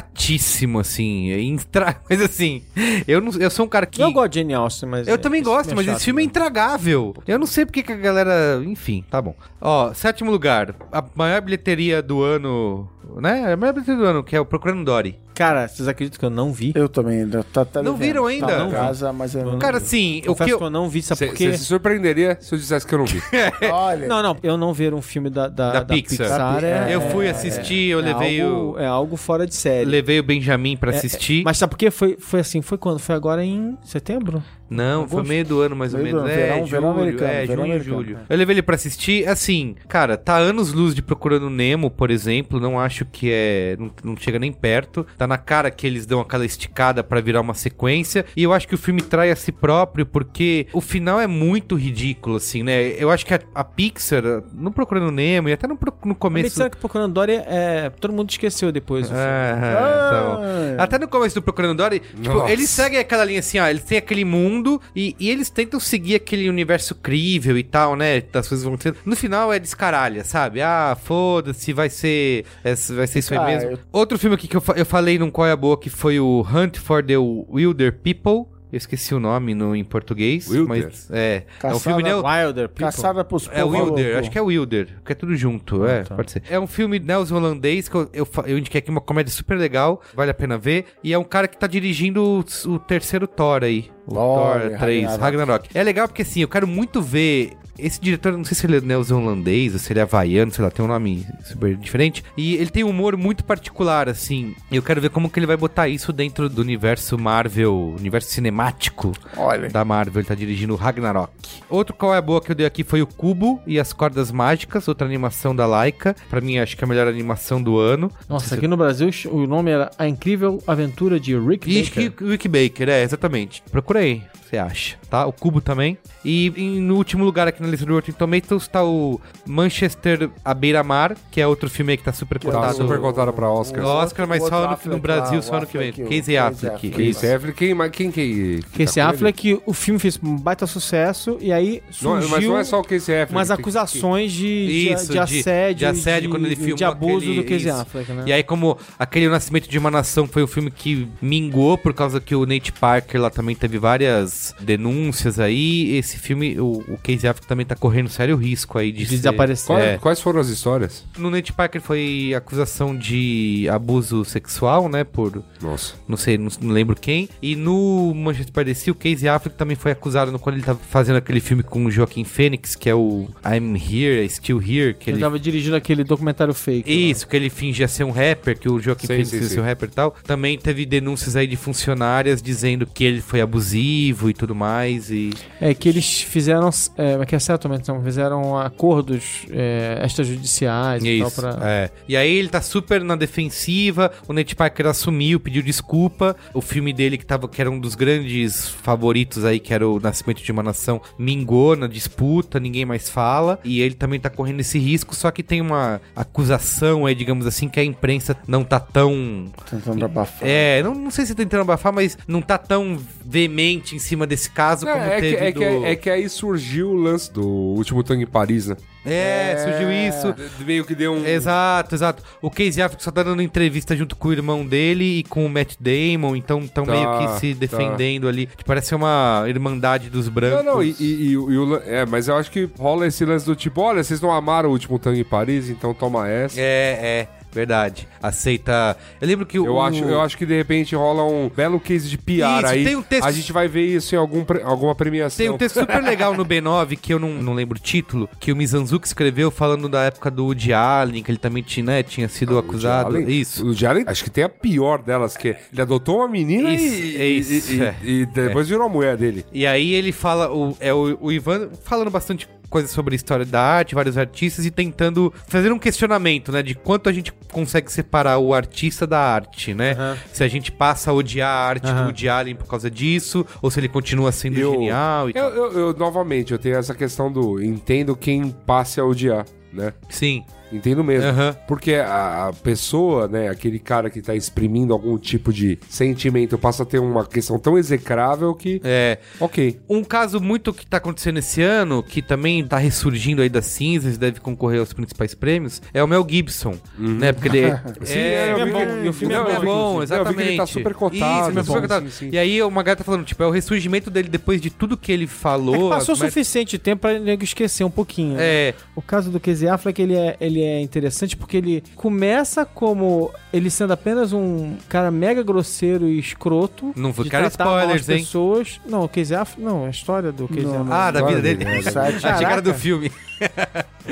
[SPEAKER 1] chatíssimo, assim. é intra- [LAUGHS] Mas assim, eu, não, eu sou um cara que...
[SPEAKER 2] Eu gosto de Jane Austen, mas...
[SPEAKER 1] Eu
[SPEAKER 2] é,
[SPEAKER 1] também
[SPEAKER 2] esse
[SPEAKER 1] gosto, mas
[SPEAKER 2] chato,
[SPEAKER 1] esse filme é
[SPEAKER 2] né?
[SPEAKER 1] intragável. Eu não sei porque que a galera. Enfim, tá bom. Ó, sétimo lugar. A maior bilheteria do ano. Né? A maior bilheteria do ano, que é o Procurando Dory.
[SPEAKER 2] Cara, vocês acreditam que eu não vi?
[SPEAKER 3] Eu também. ainda Tá, tá
[SPEAKER 1] Não
[SPEAKER 3] devendo.
[SPEAKER 1] viram ainda?
[SPEAKER 3] Tá
[SPEAKER 1] Não
[SPEAKER 3] em casa, mas eu não.
[SPEAKER 1] Cara, assim, o
[SPEAKER 2] Confesso
[SPEAKER 1] que
[SPEAKER 2] que
[SPEAKER 1] eu.
[SPEAKER 2] eu não vi, sabe por
[SPEAKER 4] Você
[SPEAKER 2] quê?
[SPEAKER 4] se surpreenderia se eu dissesse que eu não vi.
[SPEAKER 3] [LAUGHS]
[SPEAKER 4] Tá,
[SPEAKER 3] olha.
[SPEAKER 2] Não, não, eu não ver um filme da, da,
[SPEAKER 1] Da
[SPEAKER 2] da
[SPEAKER 1] Pixar.
[SPEAKER 2] Pixar. é,
[SPEAKER 1] Eu fui
[SPEAKER 2] é-
[SPEAKER 1] assistir, eu
[SPEAKER 2] é
[SPEAKER 1] levei
[SPEAKER 2] algo,
[SPEAKER 1] o.
[SPEAKER 2] É algo fora de série.
[SPEAKER 1] Levei o Benjamin pra
[SPEAKER 2] É, é,
[SPEAKER 1] assistir.
[SPEAKER 2] Mas sabe por quê? Foi, foi assim, foi quando? Foi agora em setembro?
[SPEAKER 1] Não, foi
[SPEAKER 3] Agosto?
[SPEAKER 1] meio do ano mais ou
[SPEAKER 3] Meio do
[SPEAKER 1] menos.
[SPEAKER 3] ano,
[SPEAKER 1] é,
[SPEAKER 3] verão-
[SPEAKER 1] julho,
[SPEAKER 3] verão americano,
[SPEAKER 1] é,
[SPEAKER 3] verão
[SPEAKER 1] junho,
[SPEAKER 3] americano,
[SPEAKER 1] julho.
[SPEAKER 3] é.
[SPEAKER 1] Eu levei ele pra assistir, assim, cara, tá anos luz de Procurando Nemo, por exemplo, não acho que é, não, não chega nem perto, tá na cara que eles dão aquela esticada pra virar uma sequência, e eu acho que o filme trai a si próprio, porque o final é muito ridículo, assim, né, eu acho que a, a Pixar, no Procurando Nemo, e até no, pro- no
[SPEAKER 2] Mas É.
[SPEAKER 1] começo...
[SPEAKER 2] disseram que Procurando Dory é... Todo mundo esqueceu depois. do filme.
[SPEAKER 1] Ah, então.
[SPEAKER 3] Ah,
[SPEAKER 1] Até no começo do Procurando Dory, tipo,
[SPEAKER 4] Nossa.
[SPEAKER 1] eles seguem aquela linha assim, ó, eles têm aquele mundo e, e eles tentam seguir aquele universo crível e tal, né? Das coisas vão acontecendo. No final é descaralha, sabe? Ah, foda-se, vai ser. é, vai ser isso aí
[SPEAKER 3] Ah,
[SPEAKER 1] mesmo.
[SPEAKER 3] eu-
[SPEAKER 1] Outro filme aqui que eu, fa- eu falei num Qual é a Boa que foi o Hunt for the Wilder People. Eu esqueci o nome no, em português.
[SPEAKER 4] Wilder?
[SPEAKER 1] Mas, é. é um
[SPEAKER 3] Caçada-
[SPEAKER 1] filme neo,
[SPEAKER 2] Wilder, People.
[SPEAKER 3] Caçada pros
[SPEAKER 1] é
[SPEAKER 3] povos
[SPEAKER 1] Wilder,
[SPEAKER 3] loucos. Ah, tá.
[SPEAKER 1] acho que é Wilder, que é tudo junto, é, pode ser. É um filme neozelandês que eu, eu, fa- eu indiquei aqui uma comédia super legal, vale a pena ver, e é um cara que tá dirigindo o, o terceiro Thor aí, o
[SPEAKER 3] Olha,
[SPEAKER 1] Thor 3, Ragnarok.
[SPEAKER 3] Ragnarok.
[SPEAKER 1] É legal porque assim, eu quero muito ver esse diretor, não sei se ele é neozelandês ou se ele é havaiano, sei lá, tem um nome super diferente, e ele tem um humor muito particular, assim, e eu quero ver como que ele vai botar isso dentro do universo Marvel, universo cinemático
[SPEAKER 3] Olha.
[SPEAKER 1] da Marvel, ele tá dirigindo o Ragnarok. Outro qual é boa que eu dei aqui foi o Cubo e as Cordas Mágicas, outra animação da Laika. Pra mim, acho que é a melhor animação do ano.
[SPEAKER 2] Nossa, aqui no Brasil o nome era A Incrível Aventura de Rick
[SPEAKER 1] E
[SPEAKER 2] Baker.
[SPEAKER 1] Wick- Wick Baker, é, exatamente. Procura aí, você acha, tá? O Cubo também. E em- no último lugar aqui na lista do Rotten Tomatoes tá o Manchester à beira-mar, que é outro filme aí que tá super
[SPEAKER 4] Tá
[SPEAKER 3] é
[SPEAKER 1] cotado.
[SPEAKER 4] super contado pra
[SPEAKER 1] Oscar,
[SPEAKER 4] Oscar.
[SPEAKER 1] mas só
[SPEAKER 3] Outro
[SPEAKER 1] no,
[SPEAKER 3] Affleck
[SPEAKER 1] no Brasil,
[SPEAKER 3] é lá,
[SPEAKER 1] só ano que vem.
[SPEAKER 3] Affleck, o
[SPEAKER 1] Casey
[SPEAKER 3] Casey
[SPEAKER 1] Affleck.
[SPEAKER 3] Affleck.
[SPEAKER 4] Quem
[SPEAKER 1] isso.
[SPEAKER 4] serve? Quem, mas quem que. que
[SPEAKER 2] Que esse
[SPEAKER 4] tá com ele?
[SPEAKER 2] Affleck, o filme fez um baita sucesso e aí
[SPEAKER 4] Não,
[SPEAKER 2] surgiu
[SPEAKER 4] mas não é só o Casey Affleck.
[SPEAKER 2] umas
[SPEAKER 4] tem que-
[SPEAKER 2] acusações de, de-
[SPEAKER 1] Isso,
[SPEAKER 2] de assédio,
[SPEAKER 1] de assédio quando ele filmou
[SPEAKER 2] de abuso
[SPEAKER 1] aquele-
[SPEAKER 2] do Casey
[SPEAKER 1] isso.
[SPEAKER 2] Affleck, né?
[SPEAKER 1] E aí, como aquele O Nascimento de uma Nação foi um filme que mingou por causa que o Nate Parker lá também teve várias denúncias aí, esse filme, o, o Casey Affleck também tá correndo sério risco aí de,
[SPEAKER 2] de
[SPEAKER 1] ser-
[SPEAKER 2] desaparecer.
[SPEAKER 4] Qual-
[SPEAKER 1] É.
[SPEAKER 4] Quais foram as histórias?
[SPEAKER 1] No Nate Parker foi acusação de abuso sexual, né, por
[SPEAKER 4] Nossa.
[SPEAKER 1] não sei, não, não lembro quem. E no Manchester by the Sea, o Casey Affleck também foi acusado no- quando ele tava fazendo aquele filme com o Joaquim Phoenix, que é o I'm Here, Still Here, que
[SPEAKER 2] Ele
[SPEAKER 1] ele
[SPEAKER 2] tava dirigindo aquele documentário fake.
[SPEAKER 1] isso, que ele fingia ser um rapper, que o Joaquim
[SPEAKER 4] é. Sim,
[SPEAKER 1] Phoenix
[SPEAKER 4] sim,
[SPEAKER 1] fingia
[SPEAKER 4] sim.
[SPEAKER 1] ser um rapper e tal. Também teve denúncias aí de funcionárias dizendo que ele foi abusivo e tudo mais. E
[SPEAKER 2] lá. É que eles fizeram, é, que é settlement, não, fizeram acordos é, extrajudiciais e tal
[SPEAKER 1] Isso,
[SPEAKER 2] pra...
[SPEAKER 1] é. E aí ele tá super na defensiva, o Nate Parker assumiu, pediu desculpa. O filme dele, que, tava, que era um dos grandes favoritos aí, que era o Nascimento de uma Nação, mingou na disputa, ninguém mais fala. E ele também tá correndo esse risco, só que tem uma acusação aí, digamos assim, que a imprensa não tá tão
[SPEAKER 3] Tentando abafar.
[SPEAKER 1] É, não, não sei se tá tentando abafar, mas não tá tão veemente em cima desse caso
[SPEAKER 4] Não,
[SPEAKER 1] como
[SPEAKER 4] é,
[SPEAKER 1] teve
[SPEAKER 4] que, é,
[SPEAKER 1] do...
[SPEAKER 4] que, é que aí surgiu o lance do último tango em Paris, né?
[SPEAKER 1] É, surgiu isso.
[SPEAKER 4] Meio que deu um.
[SPEAKER 1] Exato, exato. O Casey Affleck só tá dando entrevista junto com o irmão dele e com o Matt Damon, então tão
[SPEAKER 4] Tá,
[SPEAKER 1] meio que se
[SPEAKER 4] tá.
[SPEAKER 1] defendendo ali. Tipo, Parece uma irmandade dos
[SPEAKER 4] Não,
[SPEAKER 1] brancos.
[SPEAKER 4] não, e, e- e o- e o lan- É, mas eu acho que rola esse lance do tipo: olha, vocês não amaram o último tango em Paris, então toma essa.
[SPEAKER 1] É, é. Verdade. Aceita. Eu lembro que
[SPEAKER 4] Eu,
[SPEAKER 1] o.
[SPEAKER 4] acho, eu acho que de repente rola um belo case de piar
[SPEAKER 1] Isso,
[SPEAKER 4] aí.
[SPEAKER 1] tem um texto-
[SPEAKER 4] A gente vai ver isso em algum pre- alguma premiação.
[SPEAKER 1] Tem um texto super legal no B9, que eu não, não lembro o título, que o Mizanzuki escreveu falando da época do Woody Allen, que ele também tinha, né, tinha sido
[SPEAKER 4] Ah, O Woody
[SPEAKER 1] acusado.
[SPEAKER 4] Allen-
[SPEAKER 1] Isso.
[SPEAKER 4] O Woody Allen, acho que tem a pior delas, que é, ele adotou uma menina
[SPEAKER 1] Isso,
[SPEAKER 4] e,
[SPEAKER 1] é isso,
[SPEAKER 4] e- e-
[SPEAKER 1] é.
[SPEAKER 4] e depois virou a mulher dele.
[SPEAKER 1] E aí ele fala, o, é o, o Ivan falando bastante coisa sobre a história da arte, vários artistas e tentando fazer um questionamento, né, de quanto a gente consegue separar o artista da arte, né? Se a gente passa a odiar a arte do Woody Allen por causa disso, ou se ele continua sendo
[SPEAKER 4] Eu-
[SPEAKER 1] genial e
[SPEAKER 4] Eu,
[SPEAKER 1] tal.
[SPEAKER 4] eu- eu, novamente, eu tenho essa questão do entendo quem passe a odiar, né?
[SPEAKER 1] Sim.
[SPEAKER 4] Entendo mesmo.
[SPEAKER 1] Aham.
[SPEAKER 4] Porque a, a pessoa, né, aquele cara que tá exprimindo algum tipo de sentimento passa a ter uma questão tão execrável que.
[SPEAKER 1] É,
[SPEAKER 4] Ok.
[SPEAKER 1] Um caso muito que tá acontecendo esse ano, que também tá ressurgindo aí das cinzas, deve concorrer aos principais prêmios, é o Mel Gibson, né? Porque
[SPEAKER 2] [LAUGHS]
[SPEAKER 1] ele
[SPEAKER 4] eu
[SPEAKER 2] Uhum. é
[SPEAKER 4] vi
[SPEAKER 2] bom,
[SPEAKER 4] que-
[SPEAKER 2] e o filme é
[SPEAKER 4] Não,
[SPEAKER 2] bom,
[SPEAKER 4] eu vi que-
[SPEAKER 1] bom,
[SPEAKER 4] não, eu vi
[SPEAKER 1] exatamente.
[SPEAKER 4] que ele tá super
[SPEAKER 1] Isso,
[SPEAKER 4] cotado.
[SPEAKER 1] ele tá super
[SPEAKER 4] sim,
[SPEAKER 1] cotado.
[SPEAKER 4] sim, sim.
[SPEAKER 1] E aí uma gata tá falando, tipo, é o ressurgimento dele depois de tudo que ele
[SPEAKER 2] É que
[SPEAKER 1] falou.
[SPEAKER 2] passou o
[SPEAKER 1] as mer-
[SPEAKER 2] suficiente tempo pra nego esquecer um pouquinho. né?
[SPEAKER 1] É,
[SPEAKER 2] O caso do Casey Affleck, ele é, ele é interessante porque ele começa como ele sendo apenas um cara mega grosseiro e escroto.
[SPEAKER 1] Não vou-
[SPEAKER 2] de
[SPEAKER 1] quero
[SPEAKER 2] tratar mal
[SPEAKER 1] spoilers,
[SPEAKER 2] as
[SPEAKER 1] hein?
[SPEAKER 2] pessoas. Não, o Casey Affleck... Não, é a história do Casey
[SPEAKER 3] Não,
[SPEAKER 2] Affleck.
[SPEAKER 1] ah, da vida
[SPEAKER 4] Olha,
[SPEAKER 1] dele. [LAUGHS]
[SPEAKER 4] né?
[SPEAKER 3] Site.
[SPEAKER 1] A chegada
[SPEAKER 2] Caraca.
[SPEAKER 1] do filme.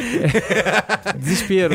[SPEAKER 1] Ah.
[SPEAKER 2] Desespero,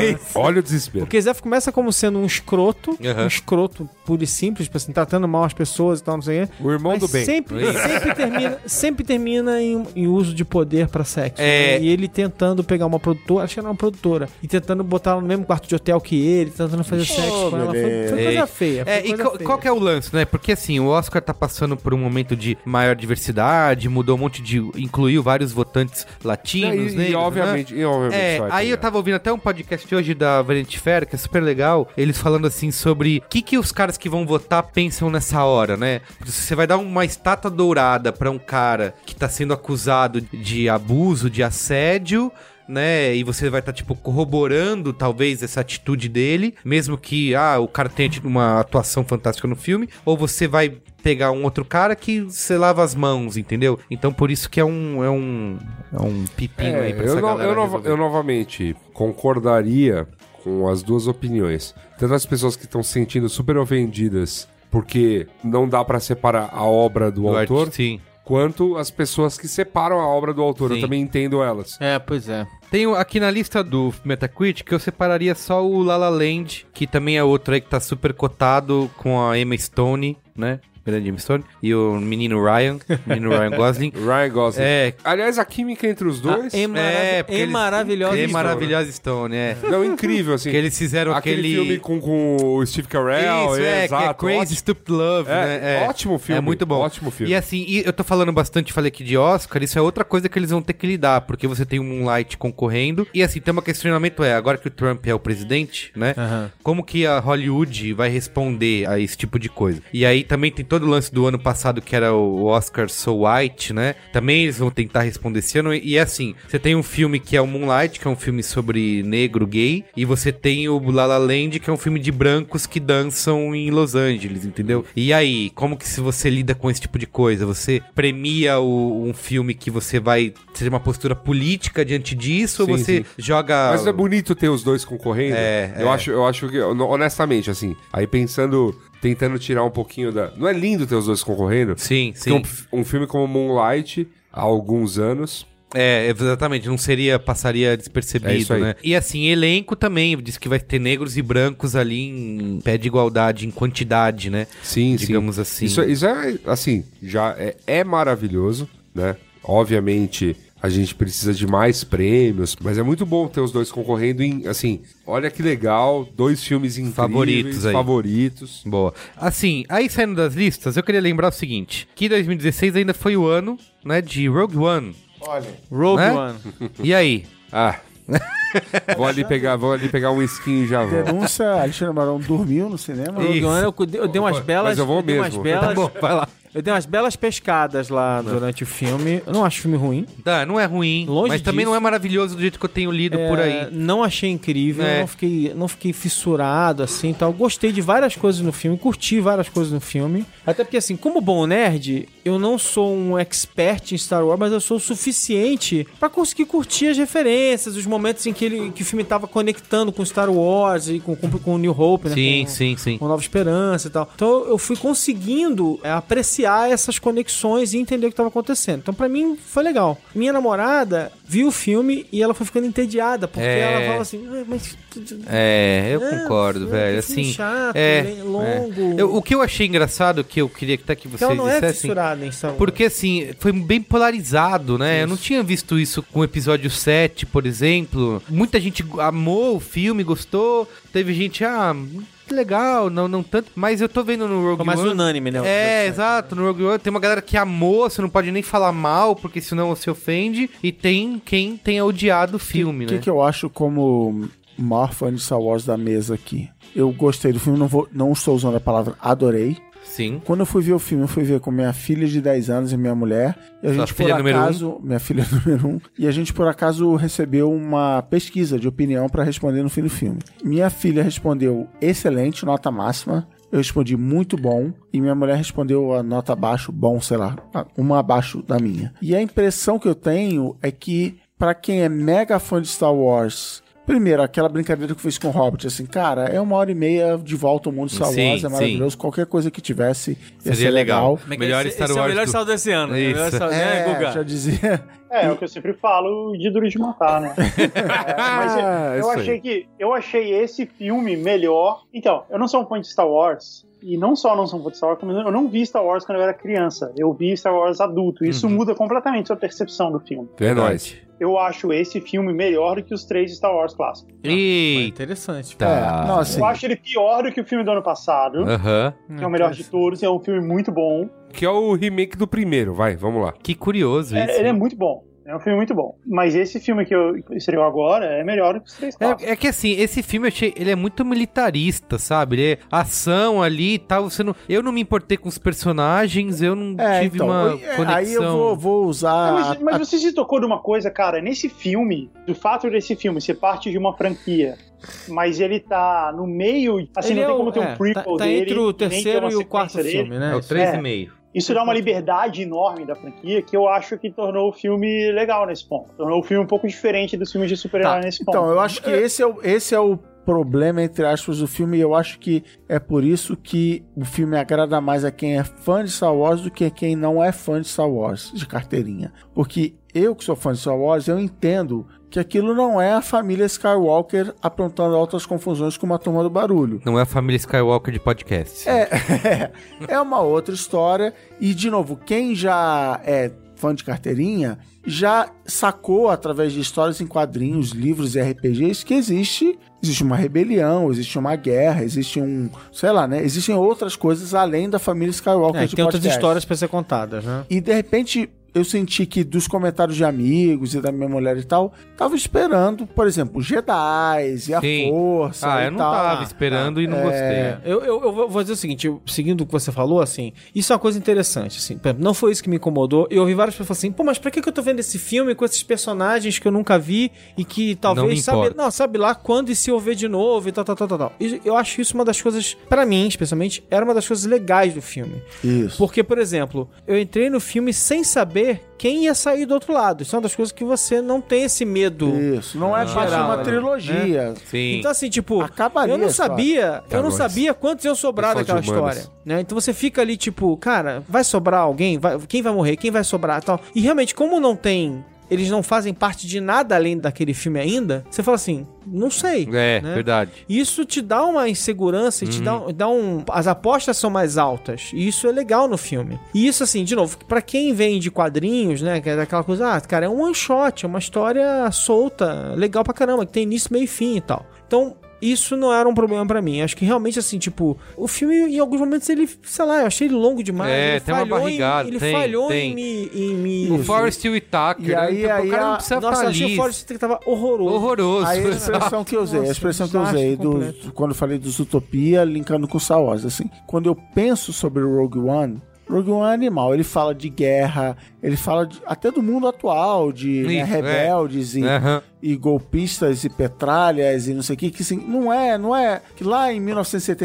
[SPEAKER 1] [LAUGHS]
[SPEAKER 2] né?
[SPEAKER 4] Olha o
[SPEAKER 2] O
[SPEAKER 4] desespero.
[SPEAKER 2] Kezef começa como sendo um escroto,
[SPEAKER 1] Aham.
[SPEAKER 2] um escroto puro e simples, tipo assim, tratando mal as pessoas e tal, não sei o quê.
[SPEAKER 4] O irmão
[SPEAKER 2] Mas
[SPEAKER 4] do bem.
[SPEAKER 2] sempre, sempre termina, sempre termina em, em uso de poder pra sexo.
[SPEAKER 1] É.
[SPEAKER 2] né? E ele tentando pegar uma produtora, acho que era uma produtora, e tentando botar ela no mesmo quarto de hotel que ele, tentando fazer sexo com ela. Foi, foi coisa
[SPEAKER 1] Ei.
[SPEAKER 2] feia.
[SPEAKER 1] É,
[SPEAKER 2] foi
[SPEAKER 1] e
[SPEAKER 2] coisa
[SPEAKER 1] qual,
[SPEAKER 2] feia.
[SPEAKER 1] qual que é o lance, né? Porque assim, o Oscar tá passando por um momento de maior diversidade, mudou um monte de. incluiu vários votantes
[SPEAKER 4] E,
[SPEAKER 1] latinos,
[SPEAKER 4] e
[SPEAKER 1] negros, né?
[SPEAKER 4] obviamente, e obviamente
[SPEAKER 1] É,
[SPEAKER 4] vai
[SPEAKER 1] aí eu
[SPEAKER 4] pegar.
[SPEAKER 1] tava ouvindo até um podcast hoje da Valente Fera, que é super legal, eles falando assim sobre o que, que os caras que vão votar pensam nessa hora, né? Porque se você vai dar uma estátua dourada pra um cara que tá sendo acusado de abuso, de assédio. Né, e você vai estar, tipo, corroborando talvez essa atitude dele, mesmo que ah, o cara tenha tido uma atuação fantástica no filme, ou você vai pegar um outro cara que você lava as mãos, entendeu? Então por isso que é um, é um, é um pepino
[SPEAKER 4] É,
[SPEAKER 1] aí pra
[SPEAKER 4] eu,
[SPEAKER 1] essa
[SPEAKER 4] no-
[SPEAKER 1] galera
[SPEAKER 4] eu nova-
[SPEAKER 1] resolver.
[SPEAKER 4] eu novamente concordaria com as duas opiniões. Tanto as pessoas que estão se sentindo super ofendidas porque não dá pra separar a obra do,
[SPEAKER 1] Do
[SPEAKER 4] autor,
[SPEAKER 1] arti- Sim.
[SPEAKER 4] quanto as pessoas que separam a obra do autor.
[SPEAKER 1] Sim.
[SPEAKER 4] Eu também entendo elas.
[SPEAKER 6] É, pois é.
[SPEAKER 1] Tem o- aqui na lista do Metacritic eu separaria só o La La Land, que também é outro aí que tá super cotado com a Emma Stone, né? Grande Emma Stone. E o menino Ryan, menino Ryan
[SPEAKER 4] [LAUGHS]
[SPEAKER 1] Gosling.
[SPEAKER 4] Ryan Gosling.
[SPEAKER 1] É,
[SPEAKER 4] Aliás, a química entre os dois
[SPEAKER 2] Ah, é marav-
[SPEAKER 1] é, porque
[SPEAKER 2] é
[SPEAKER 1] eles-
[SPEAKER 2] maravilhosa.
[SPEAKER 1] é
[SPEAKER 4] Stone,
[SPEAKER 1] maravilhosa Stone, é.
[SPEAKER 4] não, incrível, assim.
[SPEAKER 1] Que eles fizeram
[SPEAKER 4] aquele,
[SPEAKER 1] aquele...
[SPEAKER 4] filme com, com o Steve Carell.
[SPEAKER 1] Isso, é, que é
[SPEAKER 4] exato,
[SPEAKER 1] Crazy Stupid Love,
[SPEAKER 4] É,
[SPEAKER 1] né?
[SPEAKER 4] ótimo filme,
[SPEAKER 1] É muito bom.
[SPEAKER 4] ótimo filme.
[SPEAKER 1] E assim, e eu tô falando bastante, falei aqui de Oscar, isso é outra coisa que eles vão ter que lidar, porque você tem um Moonlight concorrendo. E assim, tem um questionamento é, agora que o Trump é o presidente, né? Como que a Hollywood vai responder a esse tipo de coisa? E aí também tem todo o lance do ano passado, que era o Oscar So White, né? Também eles vão tentar responder esse ano. E é assim, você tem um filme que é o Moonlight, que é um filme sobre negro gay, e você tem o La La Land, que é um filme de brancos que dançam em Los Angeles, entendeu? E aí, como que se você lida com esse tipo de coisa? Você premia o- um filme que você vai ter uma postura política diante disso,
[SPEAKER 4] Sim,
[SPEAKER 1] ou você
[SPEAKER 4] sim.
[SPEAKER 1] joga...
[SPEAKER 4] Mas não é bonito ter os dois concorrendo.
[SPEAKER 1] É,
[SPEAKER 4] eu
[SPEAKER 1] é.
[SPEAKER 4] acho, eu acho que honestamente assim, aí pensando, tentando tirar um pouquinho da, não é lindo ter os dois concorrendo?
[SPEAKER 1] Sim,
[SPEAKER 4] Porque
[SPEAKER 1] sim.
[SPEAKER 4] Um, um filme como Moonlight há alguns anos.
[SPEAKER 1] É, exatamente, não seria, passaria
[SPEAKER 4] É
[SPEAKER 1] despercebido,
[SPEAKER 4] isso aí.
[SPEAKER 1] né? E assim, elenco também, diz que vai ter negros e brancos ali em pé de igualdade, em quantidade, né?
[SPEAKER 4] Sim,
[SPEAKER 1] Digamos assim.
[SPEAKER 4] Isso, isso é assim, já é, é maravilhoso, né? Obviamente a gente precisa de mais prêmios, mas é muito bom ter os dois concorrendo em, assim, olha que legal, dois filmes incríveis,
[SPEAKER 1] Favoritos aí.
[SPEAKER 4] favoritos.
[SPEAKER 1] Boa. Assim, aí saindo das listas, eu queria lembrar o seguinte: que 2016 ainda foi o ano, né, de Rogue One.
[SPEAKER 2] Rogue
[SPEAKER 1] né?
[SPEAKER 2] One.
[SPEAKER 1] E aí? [LAUGHS]
[SPEAKER 4] Ah. vou ali pegar, vou ali pegar um skin e já
[SPEAKER 5] É,
[SPEAKER 4] volto.
[SPEAKER 3] Denúncia, Alexandre Marão dormiu no cinema.
[SPEAKER 1] Ih,
[SPEAKER 2] Rogue One, eu, cu- eu dei umas belas...
[SPEAKER 4] eu vou
[SPEAKER 2] dei umas
[SPEAKER 4] mesmo.
[SPEAKER 2] belas-
[SPEAKER 1] [LAUGHS] Tá bom, vai lá.
[SPEAKER 2] Eu dei umas belas pescadas lá durante o filme. Eu não acho o filme ruim.
[SPEAKER 1] Tá, não é ruim,
[SPEAKER 2] Longe
[SPEAKER 1] mas também
[SPEAKER 2] disso.
[SPEAKER 1] não é maravilhoso do jeito que eu tenho lido por
[SPEAKER 2] É,
[SPEAKER 1] aí.
[SPEAKER 2] Não achei incrível,
[SPEAKER 1] É.
[SPEAKER 2] não, fiquei, não fiquei fissurado assim e tal. Gostei de várias coisas no filme, curti várias coisas no filme. Até porque, assim, como bom nerd, eu não sou um expert em Star Wars, mas eu sou o suficiente pra conseguir curtir as referências, os momentos em que, ele, que o filme tava conectando com Star Wars e com, com, com New Hope, né?
[SPEAKER 1] Sim,
[SPEAKER 2] com,
[SPEAKER 1] sim, sim.
[SPEAKER 2] com Nova Esperança e tal. Então eu fui conseguindo é, apreciar essas conexões e entender o que estava acontecendo. Então pra mim foi legal. Minha namorada viu o filme e ela foi ficando entediada, porque
[SPEAKER 1] É.
[SPEAKER 2] ela fala assim, "Ah, mas...
[SPEAKER 1] É, eu
[SPEAKER 2] É,
[SPEAKER 1] concordo,
[SPEAKER 2] é,
[SPEAKER 1] velho.
[SPEAKER 2] que filme
[SPEAKER 1] Assim,
[SPEAKER 2] chato,
[SPEAKER 1] é,
[SPEAKER 2] le- longo.
[SPEAKER 1] é. Eu- o que eu achei engraçado, que eu queria que tá que vocês
[SPEAKER 2] Então não é
[SPEAKER 1] dissessem,
[SPEAKER 2] fissurada em Star Wars.
[SPEAKER 1] porque assim, foi bem polarizado, né? Eu não tinha visto isso com o episódio 7, por exemplo. Muita gente go- amou o filme, gostou. Teve gente, ah, que legal, não, não tanto. Mas eu tô vendo no Rogue
[SPEAKER 2] Ficou mais
[SPEAKER 1] One.
[SPEAKER 2] unânime, né? o
[SPEAKER 1] É,
[SPEAKER 2] episódio sete.
[SPEAKER 1] exato. No Rogue One tem uma galera que amou, você não pode nem falar mal, porque senão você ofende. E tem quem tenha odiado o filme,
[SPEAKER 3] O
[SPEAKER 1] né?
[SPEAKER 3] que, que eu acho como maior fã de Star Wars da mesa aqui? Eu gostei do filme, não, vou, não estou usando a palavra adorei.
[SPEAKER 1] Sim.
[SPEAKER 3] Quando eu fui ver o filme, eu fui ver com minha filha de 10 anos e minha mulher. E a
[SPEAKER 1] Sua
[SPEAKER 3] gente,
[SPEAKER 1] filha
[SPEAKER 3] por
[SPEAKER 1] número um?
[SPEAKER 3] acaso, minha filha [LAUGHS] número 1. Um, e a gente, por acaso, recebeu uma pesquisa de opinião para responder no fim do filme. Minha filha respondeu excelente, nota máxima. Eu respondi muito bom. E minha mulher respondeu a nota abaixo, bom, sei lá, uma abaixo da minha. E a impressão que eu tenho é que, para quem é mega fã de Star Wars. Primeiro, aquela brincadeira que eu fiz com o Hobbit, assim, cara, é uma hora e meia de volta ao mundo Star Wars,
[SPEAKER 1] Sim,
[SPEAKER 3] é
[SPEAKER 1] sim.
[SPEAKER 3] maravilhoso. Qualquer coisa que tivesse ia
[SPEAKER 1] Seria
[SPEAKER 3] ser legal.
[SPEAKER 1] legal. Melhor Star
[SPEAKER 2] é o
[SPEAKER 1] Wars
[SPEAKER 2] melhor
[SPEAKER 1] do-
[SPEAKER 2] saldo desse ano.
[SPEAKER 1] Isso.
[SPEAKER 2] É o melhor saldo, né, Guga?
[SPEAKER 3] já
[SPEAKER 1] [LAUGHS]
[SPEAKER 3] dizia.
[SPEAKER 5] É, é o que eu sempre falo de duro de matar, né? É, mas
[SPEAKER 4] Ah,
[SPEAKER 5] eu- eu
[SPEAKER 4] isso aí.
[SPEAKER 5] achei que eu achei esse filme melhor. Então, eu não sou um fã de Star Wars. E não só não sou um fã de Star Wars, como eu não vi Star Wars quando eu era criança. Eu vi Star Wars adulto. E isso
[SPEAKER 4] Uhum.
[SPEAKER 5] muda completamente sua percepção do filme.
[SPEAKER 4] É nóis.
[SPEAKER 5] Eu acho esse filme melhor do que os três Star Wars clássicos.
[SPEAKER 2] Foi
[SPEAKER 1] Eita.
[SPEAKER 2] Interessante.
[SPEAKER 1] Tá. Ah,
[SPEAKER 3] É, não, assim,
[SPEAKER 5] Eu acho ele pior do que o filme do ano passado,
[SPEAKER 4] Ah,
[SPEAKER 1] Aham.
[SPEAKER 5] que é o melhor de todos. É um filme muito bom.
[SPEAKER 4] Que é o remake do primeiro, vai, vamos lá.
[SPEAKER 1] Que curioso
[SPEAKER 5] É,
[SPEAKER 1] isso.
[SPEAKER 5] ele é muito bom. É um filme muito bom. Mas esse filme que eu estreou agora é melhor do que os três clássicos.
[SPEAKER 1] É, é que assim, esse filme eu achei, ele é muito militarista, sabe? Ele é ação ali e tal. Você não, eu não me importei com os personagens, eu não
[SPEAKER 3] é,
[SPEAKER 1] tive
[SPEAKER 3] então,
[SPEAKER 1] uma
[SPEAKER 3] é,
[SPEAKER 1] conexão.
[SPEAKER 3] aí eu vou, vou
[SPEAKER 5] Ah,
[SPEAKER 3] usar.
[SPEAKER 5] Mas, mas você se tocou de uma coisa, cara, nesse filme, do fato desse filme ser parte de uma franquia, mas ele tá no meio, assim,
[SPEAKER 2] Ele
[SPEAKER 5] não tem
[SPEAKER 2] é o-
[SPEAKER 5] como ter
[SPEAKER 2] é,
[SPEAKER 5] um prequel
[SPEAKER 2] tá, tá
[SPEAKER 5] dele,
[SPEAKER 2] entre o
[SPEAKER 5] nem ter
[SPEAKER 2] terceiro
[SPEAKER 5] uma
[SPEAKER 2] e o quarto
[SPEAKER 5] sequência dele.
[SPEAKER 2] filme, né?
[SPEAKER 1] É o 3,5.
[SPEAKER 5] É. Isso dá uma liberdade enorme da franquia que eu acho que tornou o filme legal nesse ponto. Tornou o filme um pouco diferente dos filmes de super-herói
[SPEAKER 2] Tá.
[SPEAKER 5] nesse né, ponto.
[SPEAKER 3] Então, eu acho que esse é, o, esse é o problema, entre aspas, do filme. E eu acho que é por isso que o filme agrada mais a quem é fã de Star Wars do que a quem não é fã de Star Wars, de carteirinha. Porque eu, que sou fã de Star Wars, eu entendo que aquilo não é a família Skywalker aprontando altas confusões com uma turma do barulho.
[SPEAKER 1] Não é a família Skywalker de podcast. É.
[SPEAKER 3] é [LAUGHS] uma outra história. E, de novo, quem já é fã de carteirinha já sacou através de histórias em quadrinhos, livros e RPGs que existe. Existe uma rebelião, existe uma guerra, existe um. sei lá, né? Existem outras coisas além da família Skywalker.
[SPEAKER 2] É,
[SPEAKER 3] de
[SPEAKER 2] tem outras
[SPEAKER 3] podcast.
[SPEAKER 2] histórias pra ser contadas, né?
[SPEAKER 3] E de repente eu senti que dos comentários de amigos e da minha mulher e tal, tava esperando, por exemplo, Jedi e a
[SPEAKER 1] Sim.
[SPEAKER 3] Força.
[SPEAKER 1] Ah,
[SPEAKER 3] e
[SPEAKER 1] eu não
[SPEAKER 3] tal.
[SPEAKER 1] tava esperando e não
[SPEAKER 2] É,
[SPEAKER 1] gostei.
[SPEAKER 2] eu, eu, eu vou dizer o seguinte, eu- seguindo o que você falou, assim, isso é uma coisa interessante, assim, por exemplo, não foi isso que me incomodou, eu ouvi várias pessoas assim, pô, mas pra que que eu tô vendo esse filme com esses personagens que eu nunca vi e que
[SPEAKER 1] Não me
[SPEAKER 2] talvez, sabe,
[SPEAKER 1] importa.
[SPEAKER 2] não, sabe lá quando e se eu ver de novo e tal, tal, tal, tal, tal. E eu acho isso uma das coisas, pra mim, especialmente, era uma das coisas legais do filme.
[SPEAKER 3] Isso.
[SPEAKER 2] Porque, por exemplo, eu entrei no filme sem saber quem ia sair do outro lado. Isso é uma das coisas que você não tem esse medo.
[SPEAKER 3] Isso. Não é parte de
[SPEAKER 2] geral,
[SPEAKER 3] uma
[SPEAKER 2] né?
[SPEAKER 3] trilogia.
[SPEAKER 1] Sim.
[SPEAKER 2] Então, assim, tipo,
[SPEAKER 3] Acabaria
[SPEAKER 2] eu não
[SPEAKER 3] a história.
[SPEAKER 2] sabia, eu
[SPEAKER 4] Tá bom.
[SPEAKER 2] não sabia quantos iam sobrar
[SPEAKER 4] Pessoal
[SPEAKER 2] daquela
[SPEAKER 4] de humanas.
[SPEAKER 2] história. né? Então você fica ali, tipo, cara, vai sobrar alguém? Vai- quem vai morrer? Quem vai sobrar tal? E realmente, como não tem. Eles não fazem parte de nada além daquele filme ainda, você fala assim, não sei.
[SPEAKER 1] é,
[SPEAKER 2] né?
[SPEAKER 1] verdade.
[SPEAKER 2] Isso te dá uma insegurança e te
[SPEAKER 1] Uhum.
[SPEAKER 2] dá, dá um. As apostas são mais altas. E isso é legal no filme. E isso, assim, de novo, pra quem vem de quadrinhos, né? Que é daquela coisa, ah, cara, é um one shot, é uma história solta, legal pra caramba, que tem início, meio e fim e tal. Então. Isso não era um problema pra mim. Acho que realmente, assim, tipo, o filme, em alguns momentos, ele, sei lá, eu achei ele longo demais.
[SPEAKER 1] É,
[SPEAKER 2] ele
[SPEAKER 1] tem uma
[SPEAKER 2] falhou em-
[SPEAKER 1] barrigada,
[SPEAKER 2] Ele
[SPEAKER 1] tem,
[SPEAKER 2] falhou
[SPEAKER 1] tem.
[SPEAKER 2] em me. Em me Ah,
[SPEAKER 1] O Forrest Whitaker.
[SPEAKER 3] E aí-
[SPEAKER 1] né? Então,
[SPEAKER 3] aí
[SPEAKER 1] o cara
[SPEAKER 3] a-
[SPEAKER 1] não precisa
[SPEAKER 2] Nossa,
[SPEAKER 1] estar
[SPEAKER 2] eu
[SPEAKER 3] é
[SPEAKER 2] achei
[SPEAKER 1] ali.
[SPEAKER 2] o Forrest que tava horroroso.
[SPEAKER 1] Horroroso. [LAUGHS]
[SPEAKER 3] Aí a
[SPEAKER 1] exato.
[SPEAKER 3] expressão que eu usei,
[SPEAKER 2] Nossa,
[SPEAKER 3] a expressão que eu
[SPEAKER 2] desastre
[SPEAKER 3] usei do,
[SPEAKER 2] completo.
[SPEAKER 3] quando eu falei dos Utopia, linkando com Star Wars, assim. Quando eu penso sobre o Rogue One, Rogue One é animal. Ele fala de guerra, ele fala de- até do mundo atual, de né,
[SPEAKER 1] Isso, é.
[SPEAKER 3] rebeldes e,
[SPEAKER 1] Aham.
[SPEAKER 3] e golpistas e petralhas e não sei o que, que assim, não é, não é. Que lá em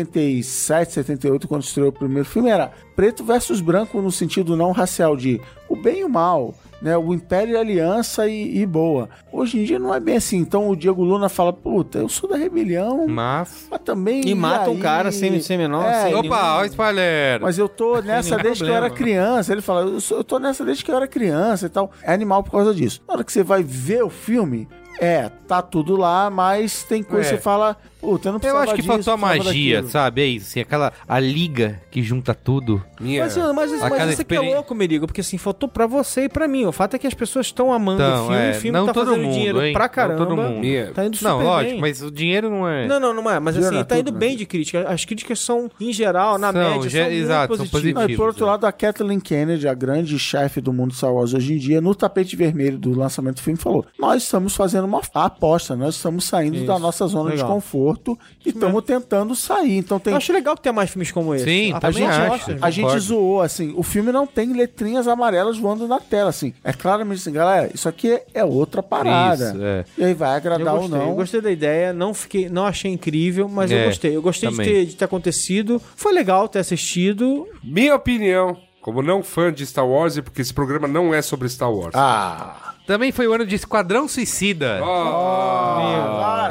[SPEAKER 3] 1977, 78, quando estreou o primeiro filme, era preto versus branco no sentido não racial, de o bem e o mal. Né, o Império e a Aliança e, e boa. Hoje em dia não é bem assim. Então o Diego Luna fala: Puta, eu sou da rebelião,
[SPEAKER 1] Mas.
[SPEAKER 3] mas também.
[SPEAKER 2] E mata um
[SPEAKER 3] aí?
[SPEAKER 2] cara sem- sem menor,
[SPEAKER 3] É,
[SPEAKER 2] sem-
[SPEAKER 1] Opa, ó, spoiler!
[SPEAKER 3] mas eu tô nessa
[SPEAKER 2] nenhum
[SPEAKER 3] desde que eu era
[SPEAKER 2] problema.
[SPEAKER 1] né?
[SPEAKER 3] criança. Ele fala, eu, sou- eu tô nessa desde que eu era criança e tal. É animal por causa disso. Na hora que você vai ver o filme, é, tá tudo lá, mas tem coisa
[SPEAKER 1] É.
[SPEAKER 3] que você fala, puta, eu não
[SPEAKER 1] Eu
[SPEAKER 3] precisava
[SPEAKER 1] acho que
[SPEAKER 3] disso,
[SPEAKER 1] faltou a
[SPEAKER 3] precisava
[SPEAKER 1] magia,
[SPEAKER 3] daquilo."
[SPEAKER 1] sabe? É isso, assim, aquela a liga que junta tudo.
[SPEAKER 4] Minha.
[SPEAKER 2] Mas, mas, mas,
[SPEAKER 1] Aquela
[SPEAKER 2] isso aqui é
[SPEAKER 1] experiência-
[SPEAKER 2] louco, Merigo, porque assim, faltou pra você e pra mim. O fato é que as pessoas estão amando
[SPEAKER 1] Então,
[SPEAKER 2] o filme,
[SPEAKER 1] é,
[SPEAKER 2] o filme
[SPEAKER 1] não
[SPEAKER 2] tá
[SPEAKER 1] todo
[SPEAKER 2] fazendo
[SPEAKER 1] mundo,
[SPEAKER 2] dinheiro
[SPEAKER 1] hein?
[SPEAKER 2] pra
[SPEAKER 1] Não
[SPEAKER 2] caramba.
[SPEAKER 1] todo mundo.
[SPEAKER 4] Minha.
[SPEAKER 2] Tá indo super
[SPEAKER 1] Não, lógico,
[SPEAKER 2] bem.
[SPEAKER 1] mas o dinheiro não é.
[SPEAKER 2] Não, não, não é. Mas
[SPEAKER 3] Dinheiro
[SPEAKER 2] assim,
[SPEAKER 3] é
[SPEAKER 2] tá
[SPEAKER 3] tudo,
[SPEAKER 2] indo
[SPEAKER 3] né?
[SPEAKER 2] bem de crítica. As críticas são, em geral, na
[SPEAKER 1] São,
[SPEAKER 2] média,
[SPEAKER 1] ge-
[SPEAKER 2] são
[SPEAKER 1] exato, são
[SPEAKER 2] muito positivas.
[SPEAKER 3] Não, e por outro
[SPEAKER 1] né?
[SPEAKER 3] lado, a Kathleen Kennedy, a grande chefe do mundo Star Wars hoje em dia, no tapete vermelho do lançamento do filme, falou: Nós estamos fazendo uma aposta, nós estamos saindo da nossa zona
[SPEAKER 2] Legal.
[SPEAKER 3] de conforto e estamos tentando sair. Então tem
[SPEAKER 2] Eu acho legal que tenha mais filmes como esse.
[SPEAKER 1] Sim,
[SPEAKER 2] a
[SPEAKER 1] também
[SPEAKER 2] gente
[SPEAKER 1] acho.
[SPEAKER 2] gosta.
[SPEAKER 3] A gente
[SPEAKER 1] Concordo.
[SPEAKER 3] zoou, assim, o filme não tem letrinhas amarelas voando na tela, assim. É claramente assim, galera, isso aqui é outra parada.
[SPEAKER 1] Isso, é.
[SPEAKER 3] E aí vai agradar
[SPEAKER 2] eu
[SPEAKER 3] ou
[SPEAKER 2] gostei, eu
[SPEAKER 3] não.
[SPEAKER 2] gostei da ideia, não fiquei, não achei incrível, mas
[SPEAKER 1] É,
[SPEAKER 2] eu gostei. Eu gostei de
[SPEAKER 1] também.
[SPEAKER 2] ter, de ter acontecido. Foi legal ter assistido.
[SPEAKER 4] Minha opinião, como não fã de Star Wars, e porque esse programa não é sobre Star Wars.
[SPEAKER 3] Ah,
[SPEAKER 1] Também foi o ano de Esquadrão Suicida.
[SPEAKER 4] Ah.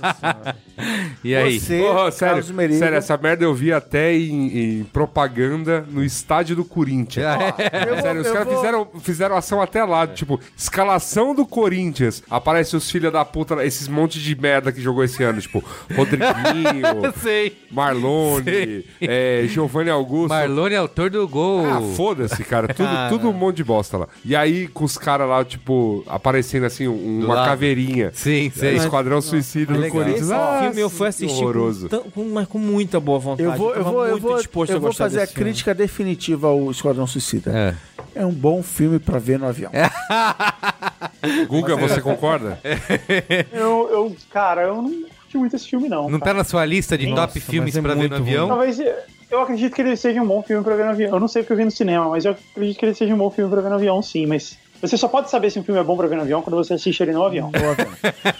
[SPEAKER 3] para.
[SPEAKER 1] e aí? [LAUGHS]
[SPEAKER 3] Você,
[SPEAKER 4] Porra,
[SPEAKER 3] Carlos
[SPEAKER 4] sério,
[SPEAKER 3] Merigo.
[SPEAKER 4] sério, essa merda eu vi até em, em propaganda no estádio do Corinthians.
[SPEAKER 3] eu vou-
[SPEAKER 4] sério, os
[SPEAKER 3] eu
[SPEAKER 4] caras
[SPEAKER 3] vou-
[SPEAKER 4] fizeram, fizeram ação até lá, tipo, escalação do Corinthians. Aparece os filha da puta, esses monte de merda que jogou esse ano, tipo,
[SPEAKER 1] [LAUGHS]
[SPEAKER 4] Rodriguinho,
[SPEAKER 1] Sei.
[SPEAKER 4] Marlone,
[SPEAKER 1] Sei.
[SPEAKER 4] é, Giovanni Augusto.
[SPEAKER 1] Marlone é autor do gol.
[SPEAKER 4] Ah, foda-se, cara. Tudo, tudo um monte de bosta lá. E aí, com os caras lá, tipo, aparecendo assim, um- uma
[SPEAKER 1] lado.
[SPEAKER 4] caveirinha.
[SPEAKER 1] Sim,
[SPEAKER 4] É,
[SPEAKER 1] sei.
[SPEAKER 4] Esquadrão Suicida do Corinthians.
[SPEAKER 2] Esse
[SPEAKER 4] Ah,
[SPEAKER 2] filme eu fui assistir
[SPEAKER 4] horroroso.
[SPEAKER 2] com, tan- com, mas com muita boa vontade.
[SPEAKER 3] Eu vou, eu
[SPEAKER 2] tava
[SPEAKER 3] vou, eu
[SPEAKER 2] muito
[SPEAKER 3] vou,
[SPEAKER 2] disposto
[SPEAKER 3] eu
[SPEAKER 2] a
[SPEAKER 3] vou
[SPEAKER 2] gostar
[SPEAKER 3] fazer a
[SPEAKER 2] desse filme.
[SPEAKER 3] crítica definitiva ao Esquadrão Suicida.
[SPEAKER 1] É.
[SPEAKER 3] É, um bom filme pra ver no avião. É,
[SPEAKER 4] Guga, você concorda?
[SPEAKER 5] Eu, eu, cara, eu não curti muito esse filme, não.
[SPEAKER 1] Não
[SPEAKER 5] cara.
[SPEAKER 1] tá na sua lista de top filmes
[SPEAKER 2] mas é
[SPEAKER 1] pra ver
[SPEAKER 2] muito
[SPEAKER 1] no
[SPEAKER 2] ruim.
[SPEAKER 1] avião?
[SPEAKER 5] Talvez. Eu acredito que ele seja um bom filme pra ver no avião. Eu não sei porque eu vi no cinema, mas eu acredito que ele seja um bom filme pra ver no avião, sim. Mas você só pode saber se um filme é bom pra ver no avião quando você assiste ele no avião.
[SPEAKER 3] no É um avião.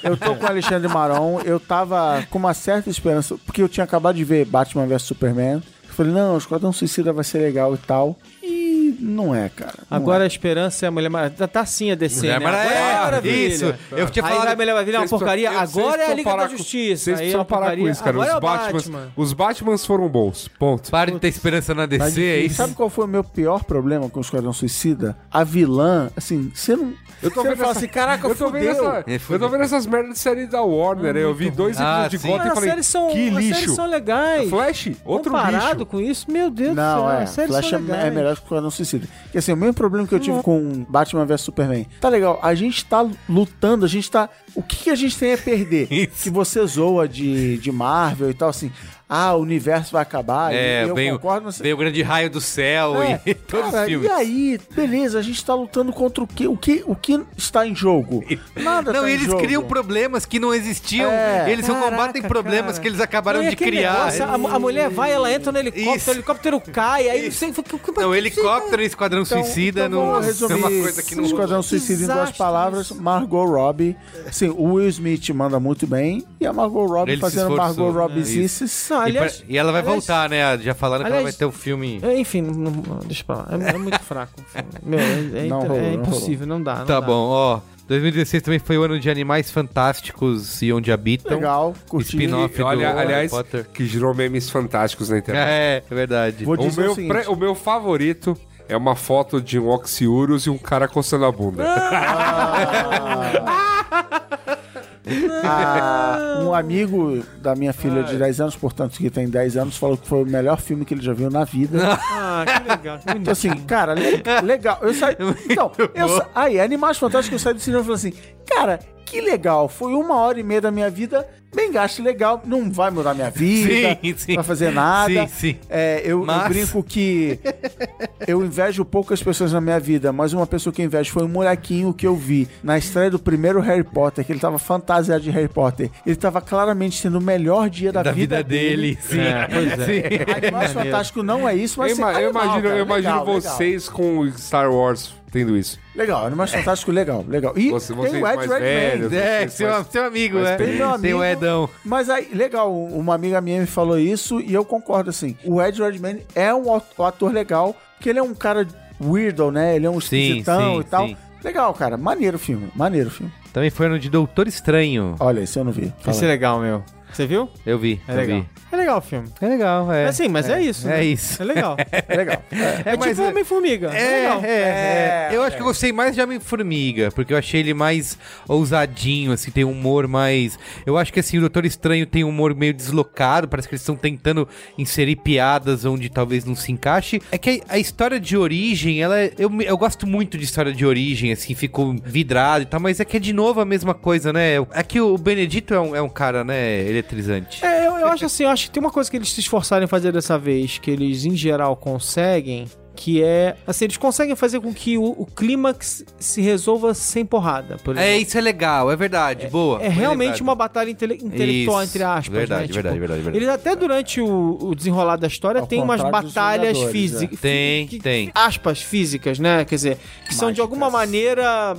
[SPEAKER 3] Eu tô com o Alexandre Maron, eu tava com uma certa esperança, porque eu tinha acabado de ver Batman vs Superman. Eu falei, não, o Esquadrão Suicida vai ser legal e tal. E não é, cara. não é.
[SPEAKER 2] Agora a esperança é a Mulher Maravilha. Tá, tá sim a DC,
[SPEAKER 1] Mulher
[SPEAKER 2] né?
[SPEAKER 1] Maravilha.
[SPEAKER 2] Agora é a Maravilha.
[SPEAKER 1] Isso, eu tinha
[SPEAKER 2] Aí
[SPEAKER 1] falado-
[SPEAKER 2] vai Mulher Maravilha, é uma
[SPEAKER 4] Vocês precisam-
[SPEAKER 2] porcaria.
[SPEAKER 4] eu- vocês
[SPEAKER 2] Agora é a
[SPEAKER 4] precisam
[SPEAKER 2] Liga da
[SPEAKER 4] parar com-
[SPEAKER 2] Justiça.
[SPEAKER 4] Vocês
[SPEAKER 2] aí é
[SPEAKER 4] precisam
[SPEAKER 2] uma
[SPEAKER 4] parar com
[SPEAKER 2] porcaria.
[SPEAKER 4] isso, cara.
[SPEAKER 2] Agora é
[SPEAKER 4] Os,
[SPEAKER 2] o
[SPEAKER 4] Batmans,
[SPEAKER 2] Batman.
[SPEAKER 4] os Batmans foram bons. Ponto.
[SPEAKER 1] Para de ter esperança na
[SPEAKER 2] Tá
[SPEAKER 1] DC, é
[SPEAKER 3] E
[SPEAKER 1] isso?
[SPEAKER 3] sabe qual foi o meu pior problema com o Esquadrão Suicida? A vilã, assim, você não.
[SPEAKER 4] Eu tô
[SPEAKER 3] você
[SPEAKER 4] vendo
[SPEAKER 3] fala
[SPEAKER 4] essa-
[SPEAKER 3] assim, caraca,
[SPEAKER 4] Eu tô, vendo
[SPEAKER 3] fudeu.
[SPEAKER 4] essa-
[SPEAKER 1] É,
[SPEAKER 4] eu
[SPEAKER 1] fudeu.
[SPEAKER 4] tô vendo essas merdas de série da Warner. eu vi dois
[SPEAKER 1] ruim.
[SPEAKER 4] episódios de
[SPEAKER 1] Ah, sim.
[SPEAKER 4] Gotham
[SPEAKER 2] Mas
[SPEAKER 4] e
[SPEAKER 2] as
[SPEAKER 4] falei,
[SPEAKER 2] séries são,
[SPEAKER 4] que
[SPEAKER 2] as séries
[SPEAKER 4] lixo.
[SPEAKER 2] são legais.
[SPEAKER 4] Flash, outro
[SPEAKER 2] Comparado
[SPEAKER 4] lixo.
[SPEAKER 2] com isso, meu Deus do
[SPEAKER 3] Não,
[SPEAKER 2] céu.
[SPEAKER 3] é.
[SPEAKER 2] As séries
[SPEAKER 3] Flash é,
[SPEAKER 2] são legais.
[SPEAKER 3] é melhor que o Esquadrão Suicida. Porque assim, o mesmo problema que eu tive com Batman vs Superman. Tá legal, a gente tá lutando, a gente tá. O que, que a gente tem a perder?
[SPEAKER 1] [LAUGHS] Isso.
[SPEAKER 3] Que você zoa de, de Marvel e tal, assim. Ah, o universo vai acabar.
[SPEAKER 1] É,
[SPEAKER 3] e eu
[SPEAKER 1] vem, o-
[SPEAKER 3] concordo, mas.
[SPEAKER 1] vem o grande raio do céu
[SPEAKER 3] É,
[SPEAKER 1] e [LAUGHS] todos
[SPEAKER 3] cara,
[SPEAKER 1] os filmes.
[SPEAKER 3] E aí, beleza, a gente tá lutando contra o quê? O que, o que está em
[SPEAKER 1] [LAUGHS]
[SPEAKER 3] jogo? Nada
[SPEAKER 1] Não,
[SPEAKER 3] tá em
[SPEAKER 1] eles
[SPEAKER 3] jogo.
[SPEAKER 1] criam problemas que não existiam.
[SPEAKER 3] É.
[SPEAKER 1] Eles só combatem problemas que eles acabaram
[SPEAKER 2] Não, e
[SPEAKER 1] de
[SPEAKER 2] aquele
[SPEAKER 1] criar.
[SPEAKER 2] negócio, a, a mulher vai, ela entra no helicóptero,
[SPEAKER 1] Isso.
[SPEAKER 2] o helicóptero cai, aí não sei. foi- foi-
[SPEAKER 1] Não,
[SPEAKER 2] foi-
[SPEAKER 1] helicóptero e esquadrão suicida
[SPEAKER 3] então
[SPEAKER 1] não
[SPEAKER 3] vou
[SPEAKER 1] é
[SPEAKER 3] resumir
[SPEAKER 1] uma coisa que não.
[SPEAKER 3] Esquadrão
[SPEAKER 2] Que
[SPEAKER 3] Suicida em duas
[SPEAKER 2] desastre
[SPEAKER 3] palavras,
[SPEAKER 2] isso.
[SPEAKER 3] Margot Robbie. Sim, o Will Smith manda muito bem e a Margot Robbie
[SPEAKER 1] Ele se
[SPEAKER 3] fazendo
[SPEAKER 1] esforçou,
[SPEAKER 3] Margot Robbie
[SPEAKER 1] né?
[SPEAKER 3] Zices.
[SPEAKER 2] Não,
[SPEAKER 1] E, pra-
[SPEAKER 2] aliás,
[SPEAKER 1] e ela vai
[SPEAKER 2] aliás-
[SPEAKER 1] voltar, né? Já falaram que ela vai
[SPEAKER 2] aliás-
[SPEAKER 1] ter um filme.
[SPEAKER 2] É, Enfim, não- não- deixa pra lá. É, é muito fraco. o filme. Meu, é, é
[SPEAKER 3] Não
[SPEAKER 2] inter-
[SPEAKER 3] rolou,
[SPEAKER 2] é
[SPEAKER 3] não
[SPEAKER 2] impossível, não dá. não
[SPEAKER 1] Tá
[SPEAKER 2] dá.
[SPEAKER 1] bom, ó. 2016 também foi o ano de Animais Fantásticos e Onde Habitam.
[SPEAKER 3] Legal, curti.
[SPEAKER 1] Spin-off
[SPEAKER 4] E,
[SPEAKER 1] do
[SPEAKER 4] olha,
[SPEAKER 1] Harry
[SPEAKER 4] aliás,
[SPEAKER 1] Potter.
[SPEAKER 4] que gerou memes fantásticos na internet.
[SPEAKER 1] É, é verdade.
[SPEAKER 3] Vou
[SPEAKER 4] O,
[SPEAKER 3] dizer
[SPEAKER 4] meu
[SPEAKER 3] o seguinte,
[SPEAKER 4] pre- o meu favorito é uma foto de um Oxiurus e um cara coçando a bunda.
[SPEAKER 3] a- um amigo da minha filha de 10 anos, portanto, que tem 10 anos, falou que foi o melhor filme que ele já viu
[SPEAKER 1] [LAUGHS]
[SPEAKER 3] na vida.
[SPEAKER 2] Ah, que legal. que bonito.
[SPEAKER 3] Então, assim, cara, le- legal. Eu saí. Então, eu sa... aí, Animais Fantásticos, eu saí do cinema e falei assim, cara, que legal. Foi uma hora e meia da minha vida Bem gasto, legal. Não vai mudar minha vida,
[SPEAKER 1] Sim, sim.
[SPEAKER 3] não vai fazer nada.
[SPEAKER 1] Sim, sim.
[SPEAKER 3] É, eu, eu
[SPEAKER 1] Mas-
[SPEAKER 3] brinco que eu invejo poucas pessoas na minha vida, mas uma pessoa que eu invejo foi um molequinho que eu vi na estreia do primeiro Harry Potter, que ele tava fantasiado de Harry Potter. Ele tava claramente sendo o melhor dia da,
[SPEAKER 1] da vida dele. Sim.
[SPEAKER 2] É, pois é.
[SPEAKER 1] Sim.
[SPEAKER 3] Aí, Mas fantástico não é
[SPEAKER 4] Eu,
[SPEAKER 3] isso, mas
[SPEAKER 4] ima- eu
[SPEAKER 3] é animal,
[SPEAKER 4] imagino,
[SPEAKER 3] cara.
[SPEAKER 4] eu imagino
[SPEAKER 3] Legal, legal.
[SPEAKER 4] vocês com Star Wars tendo isso.
[SPEAKER 3] Legal, Animais Fantásticos, legal, legal. E
[SPEAKER 4] Você-
[SPEAKER 3] tem
[SPEAKER 4] vocês
[SPEAKER 3] o Ed
[SPEAKER 4] mais
[SPEAKER 3] Redmayne.
[SPEAKER 4] velhos.
[SPEAKER 1] É, seu, seu amigo,
[SPEAKER 4] Mas
[SPEAKER 1] né?
[SPEAKER 3] tem meu
[SPEAKER 1] Tem o
[SPEAKER 3] amigo-
[SPEAKER 1] Edão.
[SPEAKER 3] Mas aí, legal, uma amiga minha me falou isso e eu concordo, assim. O Ed Redman é um ato- ator legal, porque ele é um cara weirdo, né? Ele é um esquisitão
[SPEAKER 1] sim,
[SPEAKER 3] e tal.
[SPEAKER 1] sim.
[SPEAKER 3] Legal, cara. Maneiro o filme, maneiro o filme.
[SPEAKER 1] Também foi ano de Doutor Estranho.
[SPEAKER 3] Olha, esse eu não vi. [LAUGHS] Fala.
[SPEAKER 2] Esse é legal, meu. Você viu?
[SPEAKER 1] Eu vi.
[SPEAKER 2] É
[SPEAKER 1] eu
[SPEAKER 2] legal.
[SPEAKER 1] vi.
[SPEAKER 2] É legal o filme.
[SPEAKER 1] É legal, é.
[SPEAKER 2] É sim, mas é, isso.
[SPEAKER 1] é
[SPEAKER 2] né?
[SPEAKER 1] isso.
[SPEAKER 2] É legal.
[SPEAKER 3] É legal.
[SPEAKER 1] É,
[SPEAKER 2] É,
[SPEAKER 1] mas
[SPEAKER 2] tipo Homem-Formiga.
[SPEAKER 1] é,
[SPEAKER 2] É, legal.
[SPEAKER 1] é, é.
[SPEAKER 3] É,
[SPEAKER 1] Eu acho que eu gostei mais de Homem-Formiga, porque eu achei ele mais ousadinho, assim, tem um humor mais. Eu acho que assim, o Doutor Estranho tem um humor meio deslocado, parece que eles estão tentando inserir piadas onde talvez não se encaixe. É que a, a história de origem, ela é- eu, me- eu gosto muito de história de origem, assim, fico vidrado e tal, mas é que é de novo a mesma coisa, né? É que o Benedito é um, é um cara, né, eletrizante.
[SPEAKER 2] É, eu, eu acho assim, eu acho que tem uma coisa que eles se esforçaram em fazer dessa vez, que eles em geral conseguem, que é. Assim, eles conseguem fazer com que o, o clímax se resolva sem porrada. Por
[SPEAKER 1] É,
[SPEAKER 2] exemplo.
[SPEAKER 1] isso é legal, é verdade, boa.
[SPEAKER 2] É
[SPEAKER 1] foi
[SPEAKER 2] realmente
[SPEAKER 1] lembrado.
[SPEAKER 2] uma batalha intele- intelectual,
[SPEAKER 1] Isso,
[SPEAKER 2] entre aspas.
[SPEAKER 1] verdade,
[SPEAKER 2] né? Tipo,
[SPEAKER 1] verdade, verdade, verdade.
[SPEAKER 2] Eles até durante o, o desenrolar da história
[SPEAKER 3] Ao
[SPEAKER 2] tem umas
[SPEAKER 3] contrário dos
[SPEAKER 2] batalhas
[SPEAKER 3] Vingadores, né?
[SPEAKER 2] físicas.
[SPEAKER 1] Tem, tem.
[SPEAKER 2] Aspas físicas, né? Quer dizer, que são de alguma maneira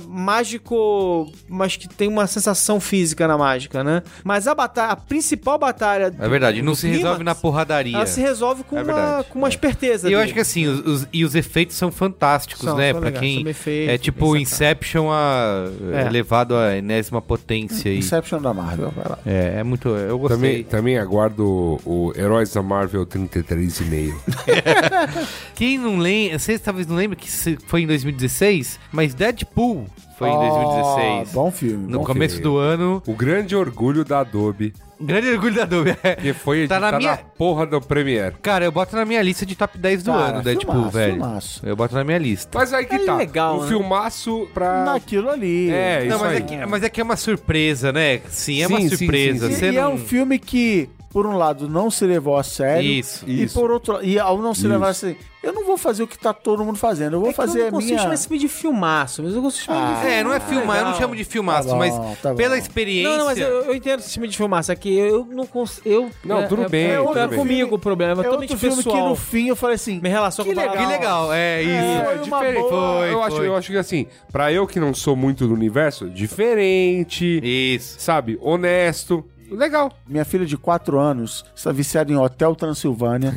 [SPEAKER 2] mágico, mas que tem uma sensação física na mágica, né? Mas a batalha, a principal batalha.
[SPEAKER 1] É verdade, não se resolve na porradaria.
[SPEAKER 2] Ela se resolve com
[SPEAKER 1] É
[SPEAKER 2] uma,
[SPEAKER 1] verdade,
[SPEAKER 2] com uma
[SPEAKER 1] é.
[SPEAKER 2] esperteza.
[SPEAKER 1] E eu
[SPEAKER 2] dele.
[SPEAKER 1] acho que assim, os, os- e os efeitos são fantásticos,
[SPEAKER 2] São,
[SPEAKER 1] né?
[SPEAKER 2] são
[SPEAKER 1] pra
[SPEAKER 2] legais,
[SPEAKER 1] quem.
[SPEAKER 2] são bem feitos,
[SPEAKER 1] é tipo
[SPEAKER 2] bem
[SPEAKER 1] Inception a, eh,
[SPEAKER 2] É.
[SPEAKER 1] elevado à enésima potência. e-
[SPEAKER 3] Inception da Marvel, vai lá.
[SPEAKER 1] é, é muito. Eu gostei.
[SPEAKER 4] Também, também aguardo o, o Heróis da Marvel 33,5.
[SPEAKER 1] Quem não lembra. Vocês talvez não lembrem que se- foi em 2016, mas Deadpool foi em 2016.
[SPEAKER 3] Ó, Ah, bom filme.
[SPEAKER 1] no
[SPEAKER 3] bom
[SPEAKER 1] começo
[SPEAKER 4] filme.
[SPEAKER 1] do ano. um
[SPEAKER 4] o grande orgulho da Adobe,
[SPEAKER 1] Grande orgulho da Adobe.
[SPEAKER 4] que foi
[SPEAKER 1] Tá
[SPEAKER 4] editar
[SPEAKER 1] na
[SPEAKER 4] na,
[SPEAKER 1] minha-
[SPEAKER 4] porra do Premiere.
[SPEAKER 1] [LAUGHS] Cara, eu boto na minha lista de top 10 do
[SPEAKER 3] Cara,
[SPEAKER 1] ano, Deadpool,
[SPEAKER 3] filmaço,
[SPEAKER 1] velho.
[SPEAKER 3] filmaço.
[SPEAKER 1] Eu boto na minha lista.
[SPEAKER 4] Mas aí que
[SPEAKER 2] É
[SPEAKER 4] tá.
[SPEAKER 2] legal,
[SPEAKER 4] um
[SPEAKER 2] né?
[SPEAKER 4] filmaço pra...
[SPEAKER 3] filme. Naquilo ali.
[SPEAKER 4] É, isso
[SPEAKER 1] Não, mas,
[SPEAKER 4] aí.
[SPEAKER 1] é que, mas é que é uma surpresa, né? Sim, é uma
[SPEAKER 4] Sim, sim,
[SPEAKER 1] surpresa.
[SPEAKER 4] sim, sim.
[SPEAKER 1] Você
[SPEAKER 3] E, e é
[SPEAKER 1] não-
[SPEAKER 3] um filme que, por um lado, não se levou a sério.
[SPEAKER 1] Isso.
[SPEAKER 3] E
[SPEAKER 4] Isso.
[SPEAKER 3] por outro e ao não se
[SPEAKER 4] Isso.
[SPEAKER 3] levar assim, eu não vou fazer o que tá todo mundo fazendo, eu vou
[SPEAKER 2] É que
[SPEAKER 3] fazer
[SPEAKER 2] eu não
[SPEAKER 3] a
[SPEAKER 2] consigo
[SPEAKER 3] minha.
[SPEAKER 2] chamar esse filme de filmaço, mas eu consigo chamar de filme.
[SPEAKER 1] É, não é filmar, eu não
[SPEAKER 2] Ah, legal.
[SPEAKER 1] chamo de filmaço,
[SPEAKER 3] Tá bom,
[SPEAKER 1] mas
[SPEAKER 3] tá bom.
[SPEAKER 1] pela experiência.
[SPEAKER 2] Não, não, mas eu, eu entendo esse filme de filmaço aqui. Eu não consigo. Eu,
[SPEAKER 4] Não,
[SPEAKER 2] é-
[SPEAKER 4] tudo
[SPEAKER 2] é-
[SPEAKER 4] bem,
[SPEAKER 2] É,
[SPEAKER 4] tudo
[SPEAKER 2] é
[SPEAKER 4] bem.
[SPEAKER 2] comigo o problema. É
[SPEAKER 3] É
[SPEAKER 2] totalmente
[SPEAKER 3] outro filme
[SPEAKER 2] pessoal.
[SPEAKER 3] que no fim eu falei assim,
[SPEAKER 2] Minha relação
[SPEAKER 3] Que
[SPEAKER 2] com o
[SPEAKER 3] legal.
[SPEAKER 1] Que legal, é isso.
[SPEAKER 3] foi
[SPEAKER 1] É,
[SPEAKER 3] uma boa.
[SPEAKER 1] Foi,
[SPEAKER 4] eu,
[SPEAKER 1] foi.
[SPEAKER 4] Acho, eu acho que assim, pra eu que não sou muito do universo, diferente, [LAUGHS]
[SPEAKER 1] Isso.
[SPEAKER 4] sabe, honesto, legal.
[SPEAKER 3] minha filha de 4 anos está viciada em Hotel
[SPEAKER 2] [LAUGHS]
[SPEAKER 3] Transilvânia.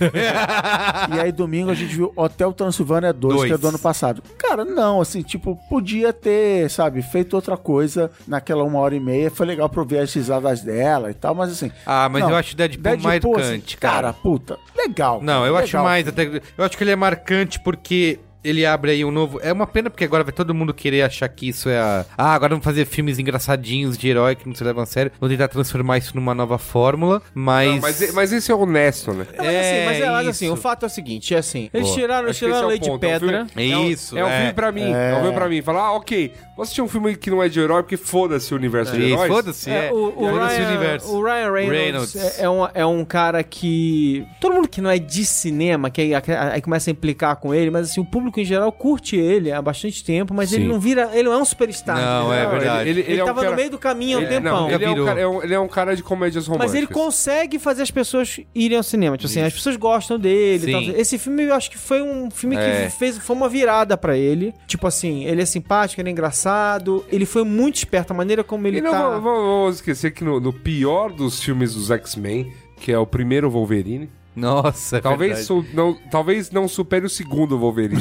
[SPEAKER 3] e aí domingo a gente viu Hotel Transilvânia 2,
[SPEAKER 1] Dois.
[SPEAKER 3] que é do ano passado. Cara, não, assim, tipo, podia ter, sabe, feito outra coisa naquela uma hora e meia. Foi legal pra eu ver as risadas dela e tal, mas assim.
[SPEAKER 1] Ah, mas
[SPEAKER 3] não.
[SPEAKER 1] eu acho Deadpool, marcante,
[SPEAKER 3] assim,
[SPEAKER 1] cara.
[SPEAKER 3] cara, puta, legal.
[SPEAKER 1] Não, eu
[SPEAKER 3] legal.
[SPEAKER 1] acho mais até. Eu acho que ele é marcante porque. Ele abre aí um novo. É uma pena porque agora vai todo mundo querer achar que isso é a. Ah, agora vamos fazer filmes engraçadinhos de herói que não se levam a sério. Vão tentar transformar isso numa nova fórmula, mas.
[SPEAKER 4] Não, mas, mas esse é honesto, né?
[SPEAKER 2] Mas, assim, mas, é, mas
[SPEAKER 1] isso.
[SPEAKER 2] assim, o fato é o seguinte: é assim. Eles
[SPEAKER 1] Boa.
[SPEAKER 2] tiraram,
[SPEAKER 4] Acho que esse
[SPEAKER 2] tiraram
[SPEAKER 4] é o
[SPEAKER 2] leite de
[SPEAKER 4] ponto, é um
[SPEAKER 2] pedra.
[SPEAKER 1] É isso.
[SPEAKER 4] É, o
[SPEAKER 1] é.
[SPEAKER 4] filme pra mim. É, o filme pra mim. Falar, ah, ok, vou assistir um filme que não é de herói, porque foda-se o universo de
[SPEAKER 1] Isso,
[SPEAKER 4] heróis.
[SPEAKER 1] Foda-se.
[SPEAKER 2] É,
[SPEAKER 1] é.
[SPEAKER 2] o, o
[SPEAKER 1] Foda-se
[SPEAKER 2] Ryan,
[SPEAKER 1] universo.
[SPEAKER 2] o Ryan Reynolds,
[SPEAKER 1] Reynolds.
[SPEAKER 2] É, é um, é um cara que. Todo mundo que não é de cinema, que aí, aí começa a implicar com ele, mas assim, o público em geral curte ele há bastante tempo, mas ele
[SPEAKER 4] Sim.
[SPEAKER 2] não vira. Ele não é um superstar.
[SPEAKER 1] Não, é
[SPEAKER 2] entendeu?
[SPEAKER 1] verdade.
[SPEAKER 2] Ele, um tava no meio do caminho há um
[SPEAKER 4] é,
[SPEAKER 2] tempão.
[SPEAKER 4] não, ele, é um
[SPEAKER 1] Virou.
[SPEAKER 4] cara, é um- ele é um cara de comédias românticas.
[SPEAKER 2] Mas ele consegue fazer as pessoas irem ao cinema. Tipo assim, as pessoas gostam dele. e
[SPEAKER 1] Sim.
[SPEAKER 2] tal. Esse filme, eu acho que foi um filme
[SPEAKER 1] É.
[SPEAKER 2] que fez, foi uma virada pra ele. Tipo assim, ele é simpático, ele é engraçado. Ele foi muito esperto. A maneira como ele
[SPEAKER 4] E não,
[SPEAKER 2] tá...
[SPEAKER 4] vamos- vamos vamos esquecer que no, no pior dos filmes dos X-Men, que é o primeiro Wolverine,
[SPEAKER 1] Nossa, é
[SPEAKER 4] talvez,
[SPEAKER 1] verdade.
[SPEAKER 4] su- não, talvez não supere o segundo [LAUGHS] Wolverine.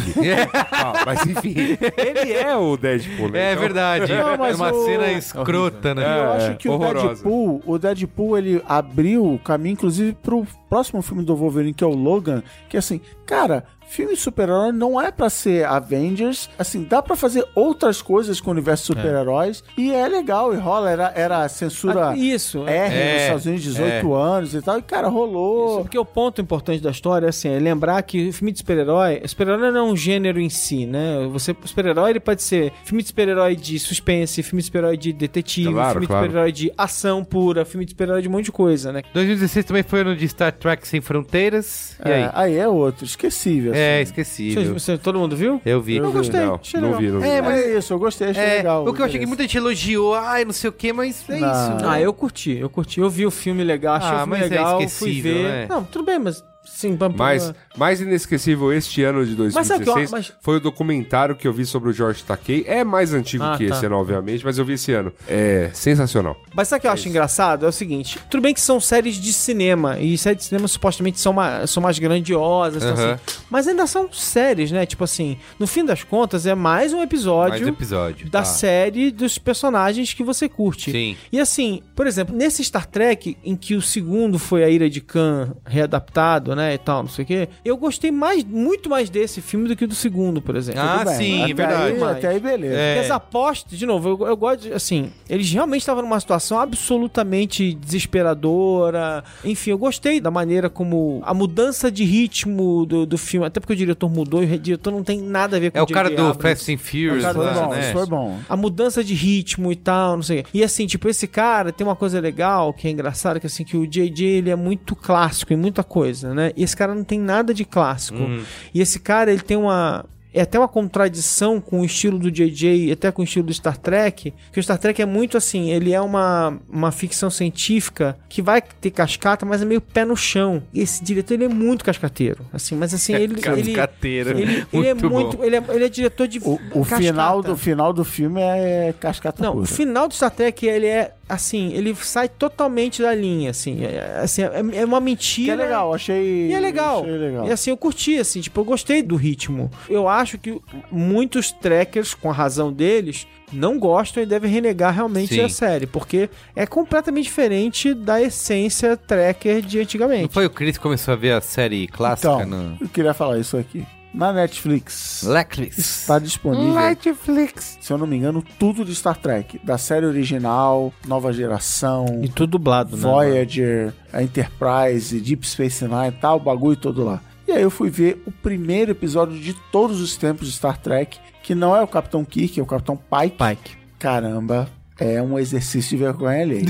[SPEAKER 4] Ah, mas enfim, ele é o Deadpool, né?
[SPEAKER 1] É
[SPEAKER 4] Então,
[SPEAKER 1] verdade.
[SPEAKER 3] [LAUGHS] Não,
[SPEAKER 1] é
[SPEAKER 3] mas
[SPEAKER 1] uma
[SPEAKER 3] o-
[SPEAKER 1] cena escrota, né?
[SPEAKER 3] Eu
[SPEAKER 4] É,
[SPEAKER 3] acho que
[SPEAKER 4] horrorosa.
[SPEAKER 3] o Deadpool, o Deadpool, ele abriu o caminho, inclusive, pro próximo filme do Wolverine, que é o Logan, que assim, cara, filme de super-herói não é pra ser Avengers. Assim, dá pra fazer outras coisas com o universo
[SPEAKER 1] É.
[SPEAKER 3] de super-heróis. E é legal, e rola. Era, era a censura
[SPEAKER 2] Ah, isso.
[SPEAKER 3] R
[SPEAKER 1] É,
[SPEAKER 3] nos Estados Unidos, 18 anos e tal. E, cara, rolou.
[SPEAKER 2] Isso, porque o ponto importante da história assim, é lembrar que o filme de super-herói, super-herói não é um gênero em si, né? Você, o super-herói ele pode ser filme de super-herói de suspense, filme de super-herói de detetive,
[SPEAKER 4] Claro,
[SPEAKER 2] filme
[SPEAKER 4] claro.
[SPEAKER 2] de super-herói de ação pura, filme de super-herói de um monte de coisa, né?
[SPEAKER 1] 2016 também foi ano de Star Trek Sem Fronteiras. E
[SPEAKER 3] É,
[SPEAKER 1] aí?
[SPEAKER 3] aí é outro, esquecível.
[SPEAKER 1] É,
[SPEAKER 3] assim.
[SPEAKER 2] Vocês-
[SPEAKER 1] esquecível.
[SPEAKER 2] você- todo mundo viu?
[SPEAKER 1] Eu vi.
[SPEAKER 2] Eu gostei.
[SPEAKER 4] Não,
[SPEAKER 2] achei
[SPEAKER 4] não
[SPEAKER 2] legal.
[SPEAKER 4] vi, não vi.
[SPEAKER 3] É, mas é isso, eu gostei, achei
[SPEAKER 1] É,
[SPEAKER 3] legal.
[SPEAKER 1] o que eu achei que muita gente elogiou, ai, não sei o que, mas é
[SPEAKER 3] Não.
[SPEAKER 1] isso. né?
[SPEAKER 2] Ah, eu curti, eu curti. Eu vi o filme legal, achei
[SPEAKER 1] Ah,
[SPEAKER 2] o filme
[SPEAKER 1] mas é
[SPEAKER 2] legal, fui
[SPEAKER 1] esquecível,
[SPEAKER 2] ver.
[SPEAKER 1] né?
[SPEAKER 2] Não, tudo bem, mas sim, pra-
[SPEAKER 4] Mais, mais inesquecível este ano de
[SPEAKER 2] Então, é. Mas sabe o que eu-
[SPEAKER 4] 2016
[SPEAKER 2] mas-
[SPEAKER 4] foi o documentário que eu vi sobre o George Takei. É mais antigo
[SPEAKER 2] Ah,
[SPEAKER 4] que
[SPEAKER 2] tá.
[SPEAKER 4] esse ano, obviamente, mas eu vi esse ano. É sensacional.
[SPEAKER 2] Mas sabe o que eu acho engraçado? É o seguinte: tudo bem que são séries de cinema, e séries de cinema supostamente são, ma- são mais grandiosas, são
[SPEAKER 1] Aham.
[SPEAKER 2] assim, mas ainda são séries, né? Tipo assim, no fim das contas, é mais um
[SPEAKER 1] Mais
[SPEAKER 2] episódio.
[SPEAKER 1] episódio.
[SPEAKER 2] Da
[SPEAKER 1] tá.
[SPEAKER 2] série dos personagens que você curte.
[SPEAKER 1] Sim.
[SPEAKER 2] E assim, por exemplo, nesse Star Trek, em que o segundo foi a Ira de Khan readaptado, né? E tal, não sei o quê, eu gostei mais, muito mais desse filme do que do segundo, por exemplo.
[SPEAKER 1] Ah, sim,
[SPEAKER 3] até
[SPEAKER 1] é verdade.
[SPEAKER 3] Aí, até aí, beleza.
[SPEAKER 1] É.
[SPEAKER 2] Porque as apostas, de novo, eu, eu gosto de, assim, eles realmente estavam numa situação absolutamente desesperadora. Enfim, eu gostei da maneira como a mudança de ritmo do, do filme, até porque o diretor mudou e o diretor não tem nada a ver com
[SPEAKER 1] É o
[SPEAKER 2] J.J.
[SPEAKER 1] cara do
[SPEAKER 2] Abrams.
[SPEAKER 1] Fast and Furious,
[SPEAKER 3] Cara, foi
[SPEAKER 1] lá,
[SPEAKER 3] bom,
[SPEAKER 1] né?
[SPEAKER 3] isso foi bom.
[SPEAKER 2] A mudança de ritmo e tal, não sei. o quê. E assim, tipo, esse cara tem uma coisa legal, que é engraçado, que assim, que o JJ ele é muito clássico em muita coisa, né? E esse cara não tem nada de clássico.
[SPEAKER 1] Uhum.
[SPEAKER 2] E esse cara, ele tem uma. É até uma contradição com o estilo do JJ e até com o estilo do Star Trek, que o Star Trek é muito assim, ele é uma, uma ficção científica que vai ter cascata, mas é meio pé no chão. E esse diretor, ele é muito cascateiro, assim, mas assim, ele... ele,
[SPEAKER 1] É Cascateiro.
[SPEAKER 2] ele, ele é
[SPEAKER 1] Muito bom.
[SPEAKER 2] muito... Ele é, ele é diretor de
[SPEAKER 3] O, o
[SPEAKER 2] cascata.
[SPEAKER 3] final do, final do filme é cascata
[SPEAKER 2] Não,
[SPEAKER 3] pura.
[SPEAKER 2] o final do Star Trek, ele é, assim, ele sai totalmente da linha, assim. É, assim, é, é uma
[SPEAKER 3] Que
[SPEAKER 2] mentira.
[SPEAKER 3] é legal, achei.
[SPEAKER 2] E é legal.
[SPEAKER 3] Achei legal.
[SPEAKER 2] E assim, eu curti, assim, tipo, eu gostei do ritmo. Eu acho que muitos trackers, com a razão deles, não gostam e devem renegar realmente
[SPEAKER 1] Sim.
[SPEAKER 2] a série, porque é completamente diferente da essência tracker de
[SPEAKER 1] Não
[SPEAKER 2] antigamente.
[SPEAKER 1] foi o Chris que começou a ver a série clássica
[SPEAKER 3] Então,
[SPEAKER 2] né?
[SPEAKER 1] no
[SPEAKER 3] eu queria falar isso aqui. Na Netflix
[SPEAKER 1] Leclerc?
[SPEAKER 3] está disponível. Netflix. Se eu não me engano, tudo de Star Trek. Da série original, nova geração,
[SPEAKER 2] E tudo dublado, né?
[SPEAKER 3] Voyager, a Enterprise, Deep Space Nine e tal, o bagulho todo lá. E aí eu fui ver o primeiro episódio de todos os tempos de Star Trek, que não é o Capitão Kirk, é o Capitão Pike.
[SPEAKER 2] Pike.
[SPEAKER 3] Caramba, é um exercício de vergonha alheia.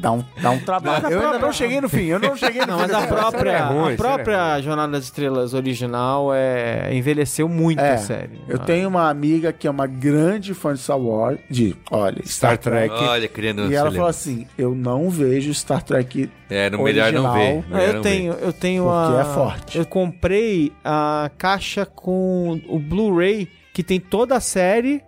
[SPEAKER 3] dá, um, dá um trabalho. Eu ainda não cheguei no fim, eu não cheguei
[SPEAKER 2] Não, mas a própria,
[SPEAKER 4] é ruim,
[SPEAKER 2] a
[SPEAKER 4] isso é
[SPEAKER 2] própria Jornada das Estrelas original é envelheceu muito
[SPEAKER 3] É,
[SPEAKER 2] a série.
[SPEAKER 3] Eu
[SPEAKER 2] Ah.
[SPEAKER 3] tenho uma amiga que é uma grande fã de Star Wars, de, olha, Star, Trek.
[SPEAKER 1] Olha, criando
[SPEAKER 3] e ela falou assim: Eu não vejo Star Trek.
[SPEAKER 1] É, no melhor
[SPEAKER 3] original,
[SPEAKER 1] não ver.
[SPEAKER 2] Não, É, eu tenho, eu tenho
[SPEAKER 3] Porque
[SPEAKER 2] a.
[SPEAKER 3] é forte.
[SPEAKER 2] Eu comprei a caixa com o Blu-ray que tem toda a série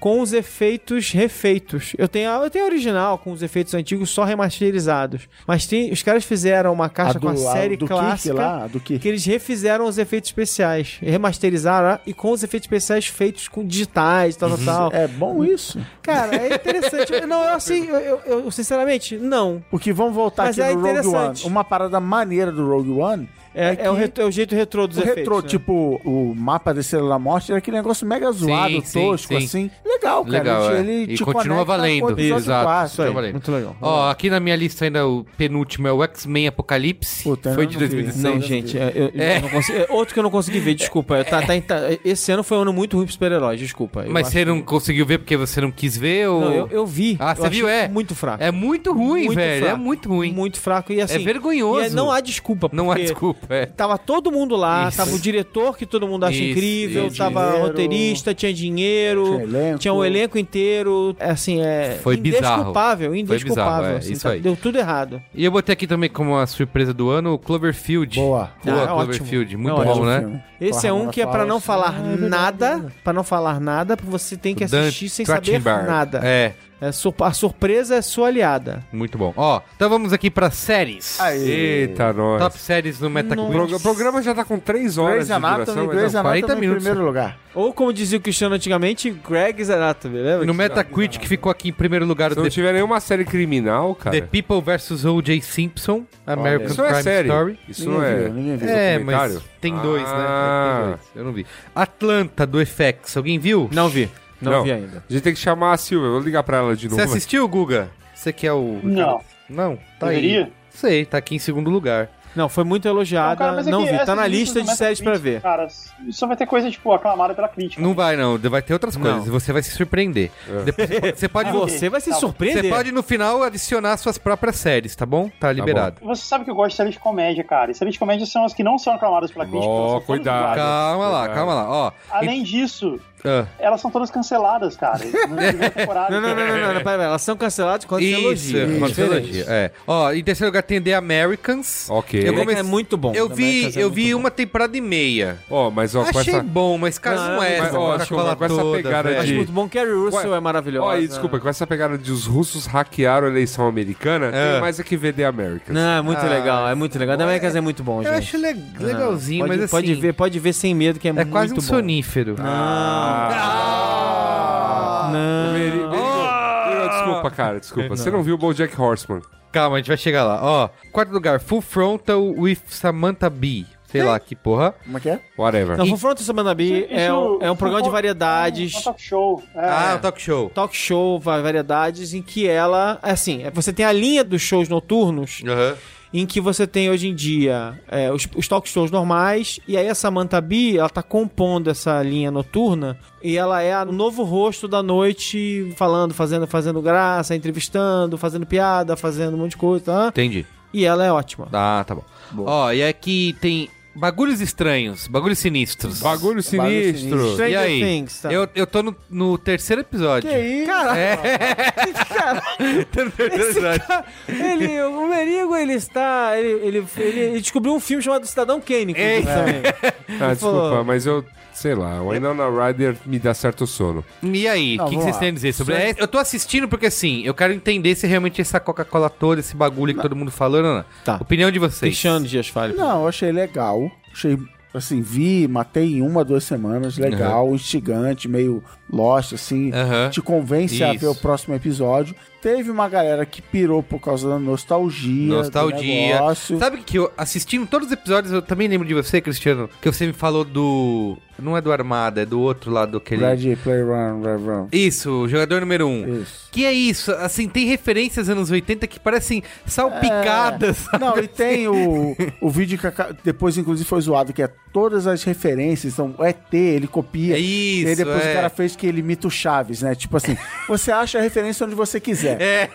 [SPEAKER 2] com os efeitos refeitos. Eu tenho, a, eu tenho a original com os efeitos antigos só remasterizados, mas tem, os caras fizeram uma caixa com a série
[SPEAKER 3] do
[SPEAKER 2] clássica.
[SPEAKER 3] Kirk lá, a do Kirk.
[SPEAKER 2] [LAUGHS] Que eles refizeram os efeitos especiais. Remasterizaram ah, e com os efeitos especiais feitos com digitais, tal, tal, tal.
[SPEAKER 3] É bom isso.
[SPEAKER 2] Cara, é interessante. Eu- não, eu assim, eu- eu- eu sinceramente, não.
[SPEAKER 3] Porque vamos voltar
[SPEAKER 2] Mas
[SPEAKER 3] aqui
[SPEAKER 2] é
[SPEAKER 3] no Rogue One.
[SPEAKER 2] interessante.
[SPEAKER 3] Uma parada maneira do Rogue One
[SPEAKER 2] É, é o,
[SPEAKER 3] que
[SPEAKER 2] retro- é o jeito retrô
[SPEAKER 3] o
[SPEAKER 2] dos efeitos.
[SPEAKER 3] retrô,
[SPEAKER 2] né?
[SPEAKER 3] tipo, o mapa da Estrela da Morte era aquele negócio mega zoado,
[SPEAKER 1] sim,
[SPEAKER 3] tosco,
[SPEAKER 1] sim.
[SPEAKER 3] assim. Legal, cara.
[SPEAKER 1] Legal,
[SPEAKER 3] ele,
[SPEAKER 1] é.
[SPEAKER 3] ele
[SPEAKER 1] E
[SPEAKER 3] te
[SPEAKER 1] continua
[SPEAKER 3] conecta com o
[SPEAKER 1] valendo.
[SPEAKER 3] episódio
[SPEAKER 1] Exato.
[SPEAKER 3] quatro.
[SPEAKER 1] Continua valendo.
[SPEAKER 2] Muito legal.
[SPEAKER 1] Ó, aqui na minha lista ainda o penúltimo é o X-Men Apocalipse.
[SPEAKER 3] Puta,
[SPEAKER 1] foi
[SPEAKER 3] eu
[SPEAKER 1] de
[SPEAKER 3] não vi.
[SPEAKER 1] 2016.
[SPEAKER 2] Não, gente, é, eu, eu
[SPEAKER 1] É.
[SPEAKER 2] não consegui- é outro que eu não consegui ver, desculpa. Tá- tá em- tá- esse ano foi um ano muito ruim pro super-heróis, desculpa. Eu
[SPEAKER 1] Mas
[SPEAKER 2] acho-
[SPEAKER 1] você não conseguiu ver porque você não quis ver? Ou...
[SPEAKER 2] Não, eu, eu vi.
[SPEAKER 1] Ah,
[SPEAKER 2] Eu
[SPEAKER 1] você
[SPEAKER 2] achei
[SPEAKER 1] viu? É.
[SPEAKER 2] Muito fraco.
[SPEAKER 1] É muito ruim,
[SPEAKER 2] Muito
[SPEAKER 1] velho.
[SPEAKER 2] fraco.
[SPEAKER 1] É muito ruim.
[SPEAKER 2] Muito fraco. E assim.
[SPEAKER 1] É vergonhoso.
[SPEAKER 2] e é- não há desculpa.
[SPEAKER 1] Não há
[SPEAKER 2] porque
[SPEAKER 1] desculpa, é.
[SPEAKER 2] Tava todo mundo lá,
[SPEAKER 1] Isso.
[SPEAKER 2] tava o diretor que todo mundo acha
[SPEAKER 1] Isso,
[SPEAKER 2] incrível,
[SPEAKER 1] isso,
[SPEAKER 2] tava
[SPEAKER 3] dinheiro.
[SPEAKER 2] roteirista, tinha dinheiro,
[SPEAKER 3] Tinha elenco.
[SPEAKER 2] tinha um elenco inteiro. Assim, é.
[SPEAKER 1] Foi bizarro.
[SPEAKER 2] indesculpável, indesculpável.
[SPEAKER 1] bizarro, é,
[SPEAKER 2] assim,
[SPEAKER 1] isso
[SPEAKER 2] tá-
[SPEAKER 1] aí.
[SPEAKER 2] Deu tudo errado.
[SPEAKER 1] E eu botei aqui também como a surpresa do ano o Cloverfield.
[SPEAKER 3] Boa.
[SPEAKER 1] Boa,
[SPEAKER 2] Ah, é
[SPEAKER 1] Cloverfield.
[SPEAKER 2] ótimo.
[SPEAKER 1] Muito
[SPEAKER 2] É
[SPEAKER 1] bom,
[SPEAKER 2] ótimo
[SPEAKER 1] né?
[SPEAKER 3] Filme.
[SPEAKER 2] Esse
[SPEAKER 3] Com a
[SPEAKER 2] é um
[SPEAKER 3] Ramona
[SPEAKER 2] que é pra
[SPEAKER 1] assim,
[SPEAKER 2] não
[SPEAKER 1] "Ah,
[SPEAKER 3] Flowers.
[SPEAKER 2] falar nada, pra não falar nada, porque você tem que
[SPEAKER 1] Dan
[SPEAKER 2] assistir sem saber
[SPEAKER 1] Trachtenberg.
[SPEAKER 2] nada.
[SPEAKER 1] É.
[SPEAKER 2] É sur- a surpresa é sua aliada.
[SPEAKER 1] Muito bom. Ó, então vamos aqui pra séries.
[SPEAKER 4] Eita, nós.
[SPEAKER 1] Top séries no
[SPEAKER 4] O
[SPEAKER 1] Metacritic.
[SPEAKER 4] prog- o programa já tá com 3 horas
[SPEAKER 3] Grey's
[SPEAKER 4] de
[SPEAKER 3] Anatomy,
[SPEAKER 2] então.
[SPEAKER 4] duração. mas
[SPEAKER 3] Grey's
[SPEAKER 4] não.
[SPEAKER 1] 40
[SPEAKER 3] Anatomy em
[SPEAKER 1] minutos.
[SPEAKER 3] primeiro lugar.
[SPEAKER 2] Ou como dizia o Cristiano antigamente, Greg Zeratobi, lembra?
[SPEAKER 1] No Metacritic ficou aqui em primeiro lugar
[SPEAKER 4] Se
[SPEAKER 1] o
[SPEAKER 4] não
[SPEAKER 1] The,
[SPEAKER 4] tiver nenhuma série criminal, cara...
[SPEAKER 1] The People vs. O.J. Simpson, American
[SPEAKER 4] isso não é
[SPEAKER 1] Crime
[SPEAKER 4] série.
[SPEAKER 1] Story.
[SPEAKER 4] Isso
[SPEAKER 3] Ninguém
[SPEAKER 4] não é...
[SPEAKER 3] viu, ninguém viu.
[SPEAKER 1] É, mas
[SPEAKER 4] documentário?
[SPEAKER 1] tem dois,
[SPEAKER 4] Ah.
[SPEAKER 1] né? Tem dois. Eu não vi. Atlanta, do FX. Alguém viu?
[SPEAKER 2] Não vi. Não,
[SPEAKER 4] Não.
[SPEAKER 2] vi ainda.
[SPEAKER 4] A gente tem que chamar a Silvia. Vou ligar pra ela de novo.
[SPEAKER 1] Você assistiu, Guga? Você que é o...
[SPEAKER 5] Não.
[SPEAKER 1] Não? Tá aí.
[SPEAKER 5] Deveria?
[SPEAKER 1] Sei, tá aqui em segundo lugar.
[SPEAKER 2] Não, foi muito elogiada.
[SPEAKER 5] cara, mas é
[SPEAKER 2] não
[SPEAKER 5] que
[SPEAKER 2] vi. Tá
[SPEAKER 5] essas
[SPEAKER 2] na
[SPEAKER 5] listas
[SPEAKER 2] lista
[SPEAKER 5] do
[SPEAKER 2] de séries pra
[SPEAKER 5] Metacritic,
[SPEAKER 2] ver.
[SPEAKER 5] Cara, só vai ter coisa, tipo, aclamada pela crítica.
[SPEAKER 1] Não vai, não. Vai ter outras
[SPEAKER 2] Não.
[SPEAKER 1] coisas. Você vai se surpreender. Depois você pode- você pode... [LAUGHS]
[SPEAKER 5] Ah,
[SPEAKER 1] no-
[SPEAKER 2] Você vai se
[SPEAKER 5] Tá.
[SPEAKER 2] surpreender.
[SPEAKER 1] Você pode, no final, adicionar suas próprias séries, tá bom? Tá liberado.
[SPEAKER 5] Você sabe que eu gosto de séries de comédia, cara. E séries de comédia são as que não são aclamadas pela crítica.
[SPEAKER 4] Ó,
[SPEAKER 5] elas são todas
[SPEAKER 4] cuidado.
[SPEAKER 1] Tá
[SPEAKER 5] zoadas.
[SPEAKER 1] Calma lá,
[SPEAKER 4] Liberado.
[SPEAKER 1] calma lá. Ó,
[SPEAKER 5] Além disso,
[SPEAKER 1] Ah.
[SPEAKER 5] elas são todas canceladas, cara. Na primeira temporada.
[SPEAKER 2] Não, não, não, não, não, não, pera, pera. Elas são canceladas quando você
[SPEAKER 1] Isso,
[SPEAKER 2] elogia.
[SPEAKER 1] é,
[SPEAKER 2] Quando
[SPEAKER 1] uma
[SPEAKER 2] você elogia.
[SPEAKER 1] trilogia, é. Ó, em terceiro lugar tem The Americans.
[SPEAKER 4] Ok.
[SPEAKER 1] Eu
[SPEAKER 2] American
[SPEAKER 1] comecei-
[SPEAKER 2] é muito bom.
[SPEAKER 1] Eu vi,
[SPEAKER 2] Americans é
[SPEAKER 1] eu
[SPEAKER 2] muito
[SPEAKER 1] vi um-
[SPEAKER 2] bom.
[SPEAKER 1] uma temporada e meia.
[SPEAKER 4] Ó, mas ó, com
[SPEAKER 1] Achei
[SPEAKER 4] essa...
[SPEAKER 1] bom, mas cara,
[SPEAKER 2] Não,
[SPEAKER 1] não, é.
[SPEAKER 4] mas,
[SPEAKER 1] essa
[SPEAKER 4] ó,
[SPEAKER 1] Caracola
[SPEAKER 4] com essa
[SPEAKER 1] toda,
[SPEAKER 4] pegada
[SPEAKER 1] velho.
[SPEAKER 2] Acho
[SPEAKER 4] de-
[SPEAKER 2] muito bom. Carrie Russell
[SPEAKER 4] Ué,
[SPEAKER 2] é maravilhosa.
[SPEAKER 4] Ó, e desculpa, com essa pegada de os russos hackearam a eleição americana, tem mais é que ver The Americans.
[SPEAKER 2] Não, é muito
[SPEAKER 1] Ah,
[SPEAKER 2] legal, é muito legal. Da Americas é muito bom,
[SPEAKER 1] Eu
[SPEAKER 2] gente.
[SPEAKER 1] acho le- legalzinho,
[SPEAKER 2] pode,
[SPEAKER 1] mas
[SPEAKER 2] pode
[SPEAKER 1] assim,
[SPEAKER 2] ver, pode ver sem medo que é,
[SPEAKER 1] é
[SPEAKER 2] muito
[SPEAKER 1] quase um
[SPEAKER 2] bom. Ah.
[SPEAKER 1] sonífero. Ah.
[SPEAKER 2] Não.
[SPEAKER 4] Meri- Merigo, Merigo, Desculpa, cara, desculpa. Você não viu o BoJack Horseman?
[SPEAKER 1] Calma, a gente vai chegar lá. Ó, quarto lugar, Full Frontal with Samantha Bee. Sei lá que porra.
[SPEAKER 3] Como é que é?
[SPEAKER 4] Whatever.
[SPEAKER 2] Não, Confronto Samantha Bee é, um- é um programa de
[SPEAKER 5] É um
[SPEAKER 2] variedades,
[SPEAKER 5] talk show. É.
[SPEAKER 1] Ah, o talk show.
[SPEAKER 2] talk show, va- variedades, em que ela, assim, é- você tem a linha dos shows noturnos,
[SPEAKER 1] Aham.
[SPEAKER 2] em que você tem hoje em dia é, os, os talk shows normais, e aí a Samantha Bee, ela tá compondo essa linha noturna, e ela é o novo rosto da noite, falando, fazendo, fazendo graça, entrevistando, fazendo piada, fazendo um monte de coisa, tá?
[SPEAKER 1] Entendi.
[SPEAKER 2] E ela é ótima.
[SPEAKER 1] Ah, tá bom. Ó, e aqui tem bagulhos estranhos, bagulhos sinistros.
[SPEAKER 4] Bagulho sinistro.
[SPEAKER 3] sinistro.
[SPEAKER 1] E
[SPEAKER 2] Stranger
[SPEAKER 1] aí?
[SPEAKER 2] Things, tá?
[SPEAKER 1] Eu, eu tô no, no terceiro episódio.
[SPEAKER 2] Que isso? Cara,
[SPEAKER 1] [LAUGHS]
[SPEAKER 2] cara,
[SPEAKER 1] Tô no terceiro episódio.
[SPEAKER 2] ele, o Merigo, ele está. Ele, ele, ele- ele descobriu um filme chamado Cidadão Kane. inclusive, também.
[SPEAKER 4] Ah, desculpa,
[SPEAKER 2] falou.
[SPEAKER 4] mas eu, sei lá, o Inanna Rider me dá certo sono.
[SPEAKER 1] E aí, o que, que
[SPEAKER 3] vamos
[SPEAKER 1] vocês
[SPEAKER 3] lá.
[SPEAKER 1] têm a dizer sobre isso? Eu tô assistindo porque assim, eu quero entender se realmente essa Coca-Cola toda, esse bagulho que todo mundo falando, não, não.
[SPEAKER 2] Tá.
[SPEAKER 1] Opinião de vocês.
[SPEAKER 2] Cristiano Dias Falho.
[SPEAKER 3] Não, eu achei legal. Achei, assim, vi, matei em uma, duas semanas. Legal, instigante, meio lost, assim.
[SPEAKER 1] Aham.
[SPEAKER 3] Te convence a
[SPEAKER 1] Isso.
[SPEAKER 3] ver o próximo episódio. Teve uma galera que pirou por causa da nostalgia. Do
[SPEAKER 1] Nostalgia.
[SPEAKER 3] negócio.
[SPEAKER 1] Sabe que eu, assistindo todos os episódios, eu também lembro de você, Cristiano, que você me falou do. Não é do Armada, é do outro lado daquele.
[SPEAKER 3] Ready, play, run, run, run.
[SPEAKER 1] Isso, o jogador número um.
[SPEAKER 3] Isso.
[SPEAKER 1] Que é isso, assim, tem referências anos 80 que parecem salpicadas. sabe?
[SPEAKER 3] É. Não, e tem o, o vídeo que aca- depois, inclusive, foi zoado, que é todas as referências, então, o ET, ele copia.
[SPEAKER 1] É isso,
[SPEAKER 3] E aí depois
[SPEAKER 1] é.
[SPEAKER 3] o cara fez que ele imita o Chaves, né? Tipo assim, você acha a referência onde você quiser. É.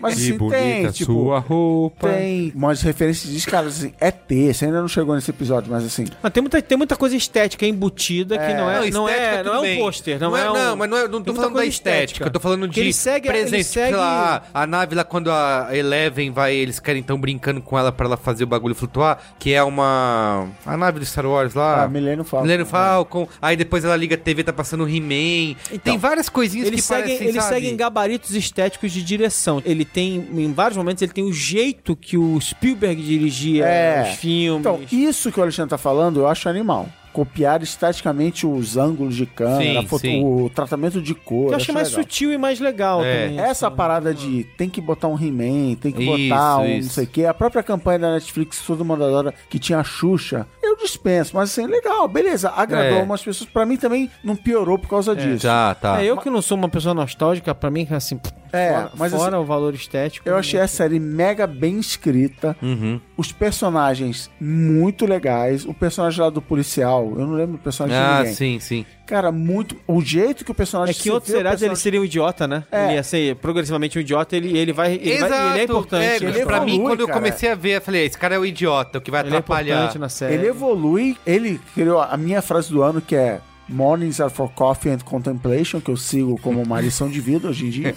[SPEAKER 3] Mas
[SPEAKER 4] Que
[SPEAKER 3] assim,
[SPEAKER 4] bonita
[SPEAKER 3] tem, tipo...
[SPEAKER 4] sua roupa.
[SPEAKER 3] Tem umas referências de cara assim, ET, você ainda não chegou nesse episódio, mas assim.
[SPEAKER 2] Mas tem muita, tem muita coisa estética embutida que não é, não
[SPEAKER 1] estética,
[SPEAKER 2] é,
[SPEAKER 1] tudo
[SPEAKER 2] não é um
[SPEAKER 1] bem.
[SPEAKER 2] pôster. Não, é, um,
[SPEAKER 1] Não, mas não, é, não tô
[SPEAKER 2] tem muita
[SPEAKER 1] falando da
[SPEAKER 2] coisa
[SPEAKER 1] estética. Eu tô falando de
[SPEAKER 2] Que ele segue, a-
[SPEAKER 1] presente,
[SPEAKER 2] ele
[SPEAKER 1] sei
[SPEAKER 2] segue
[SPEAKER 1] lá, a nave lá quando a Eleven vai, eles querem tão brincando com ela pra ela fazer o bagulho flutuar, que é uma a nave do Star Wars lá.
[SPEAKER 3] Ah, É. Millennium Falcon.
[SPEAKER 1] Millennium Falcon. Aí depois ela liga a TV, tá passando o He-Man. Tem várias coisinhas
[SPEAKER 2] Então, Eles
[SPEAKER 1] que
[SPEAKER 2] seguem,
[SPEAKER 1] parecem,
[SPEAKER 2] eles
[SPEAKER 1] sabe?
[SPEAKER 2] seguem gabaritos estéticos de direção. Ele tem, em vários momentos, ele tem o jeito que o Spielberg dirigia
[SPEAKER 3] É.
[SPEAKER 2] os filmes.
[SPEAKER 3] Então, isso que o Alexandre tá falando, eu acho animal. Copiar estaticamente os ângulos de câmera,
[SPEAKER 1] Sim,
[SPEAKER 3] a foto-
[SPEAKER 1] sim.
[SPEAKER 3] o tratamento de cor. é
[SPEAKER 2] eu acho mais
[SPEAKER 3] legal.
[SPEAKER 2] sutil e mais legal
[SPEAKER 1] É.
[SPEAKER 2] também.
[SPEAKER 3] Essa
[SPEAKER 2] assim.
[SPEAKER 3] parada de tem que botar um He-Man, tem que
[SPEAKER 1] Isso,
[SPEAKER 3] botar um
[SPEAKER 1] isso.
[SPEAKER 3] não sei o quê. A própria campanha da Netflix, todo mundo adora, que tinha a Xuxa. Eu dispenso, mas assim, legal, beleza. Agradou
[SPEAKER 1] É.
[SPEAKER 3] algumas pessoas. Pra mim também não piorou por causa disso.
[SPEAKER 1] Já, tá.
[SPEAKER 2] É, eu que não sou uma pessoa nostálgica, pra mim, assim,
[SPEAKER 3] É,
[SPEAKER 2] fora,
[SPEAKER 3] mas
[SPEAKER 2] fora o valor estético. né?
[SPEAKER 3] Eu achei a série mega bem escrita.
[SPEAKER 1] Uhum.
[SPEAKER 3] Os personagens muito legais. O personagem lá do policial, eu não lembro do personagem de
[SPEAKER 1] Ah,
[SPEAKER 3] ninguém.
[SPEAKER 1] sim, sim.
[SPEAKER 3] Cara, muito. O jeito que o personagem
[SPEAKER 2] É
[SPEAKER 3] se
[SPEAKER 2] que outros
[SPEAKER 3] vê, o
[SPEAKER 2] seriados ele
[SPEAKER 3] personagem-
[SPEAKER 2] seria um idiota, né?
[SPEAKER 3] É.
[SPEAKER 2] Ele ia ser progressivamente um idiota, ele, ele vai. Ele, vai- ele é importante.
[SPEAKER 1] É,
[SPEAKER 3] ele
[SPEAKER 1] pra mim,
[SPEAKER 3] evolui,
[SPEAKER 1] quando eu
[SPEAKER 3] cara.
[SPEAKER 1] comecei a ver, eu falei, esse cara é o idiota, o que vai
[SPEAKER 2] Ele é
[SPEAKER 1] atrapalhar.
[SPEAKER 2] importante na série.
[SPEAKER 3] Ele evolui, ele criou a minha frase do ano que é Mornings are for coffee and contemplation, que eu sigo como uma lição de vida hoje
[SPEAKER 1] [LAUGHS]
[SPEAKER 3] em dia.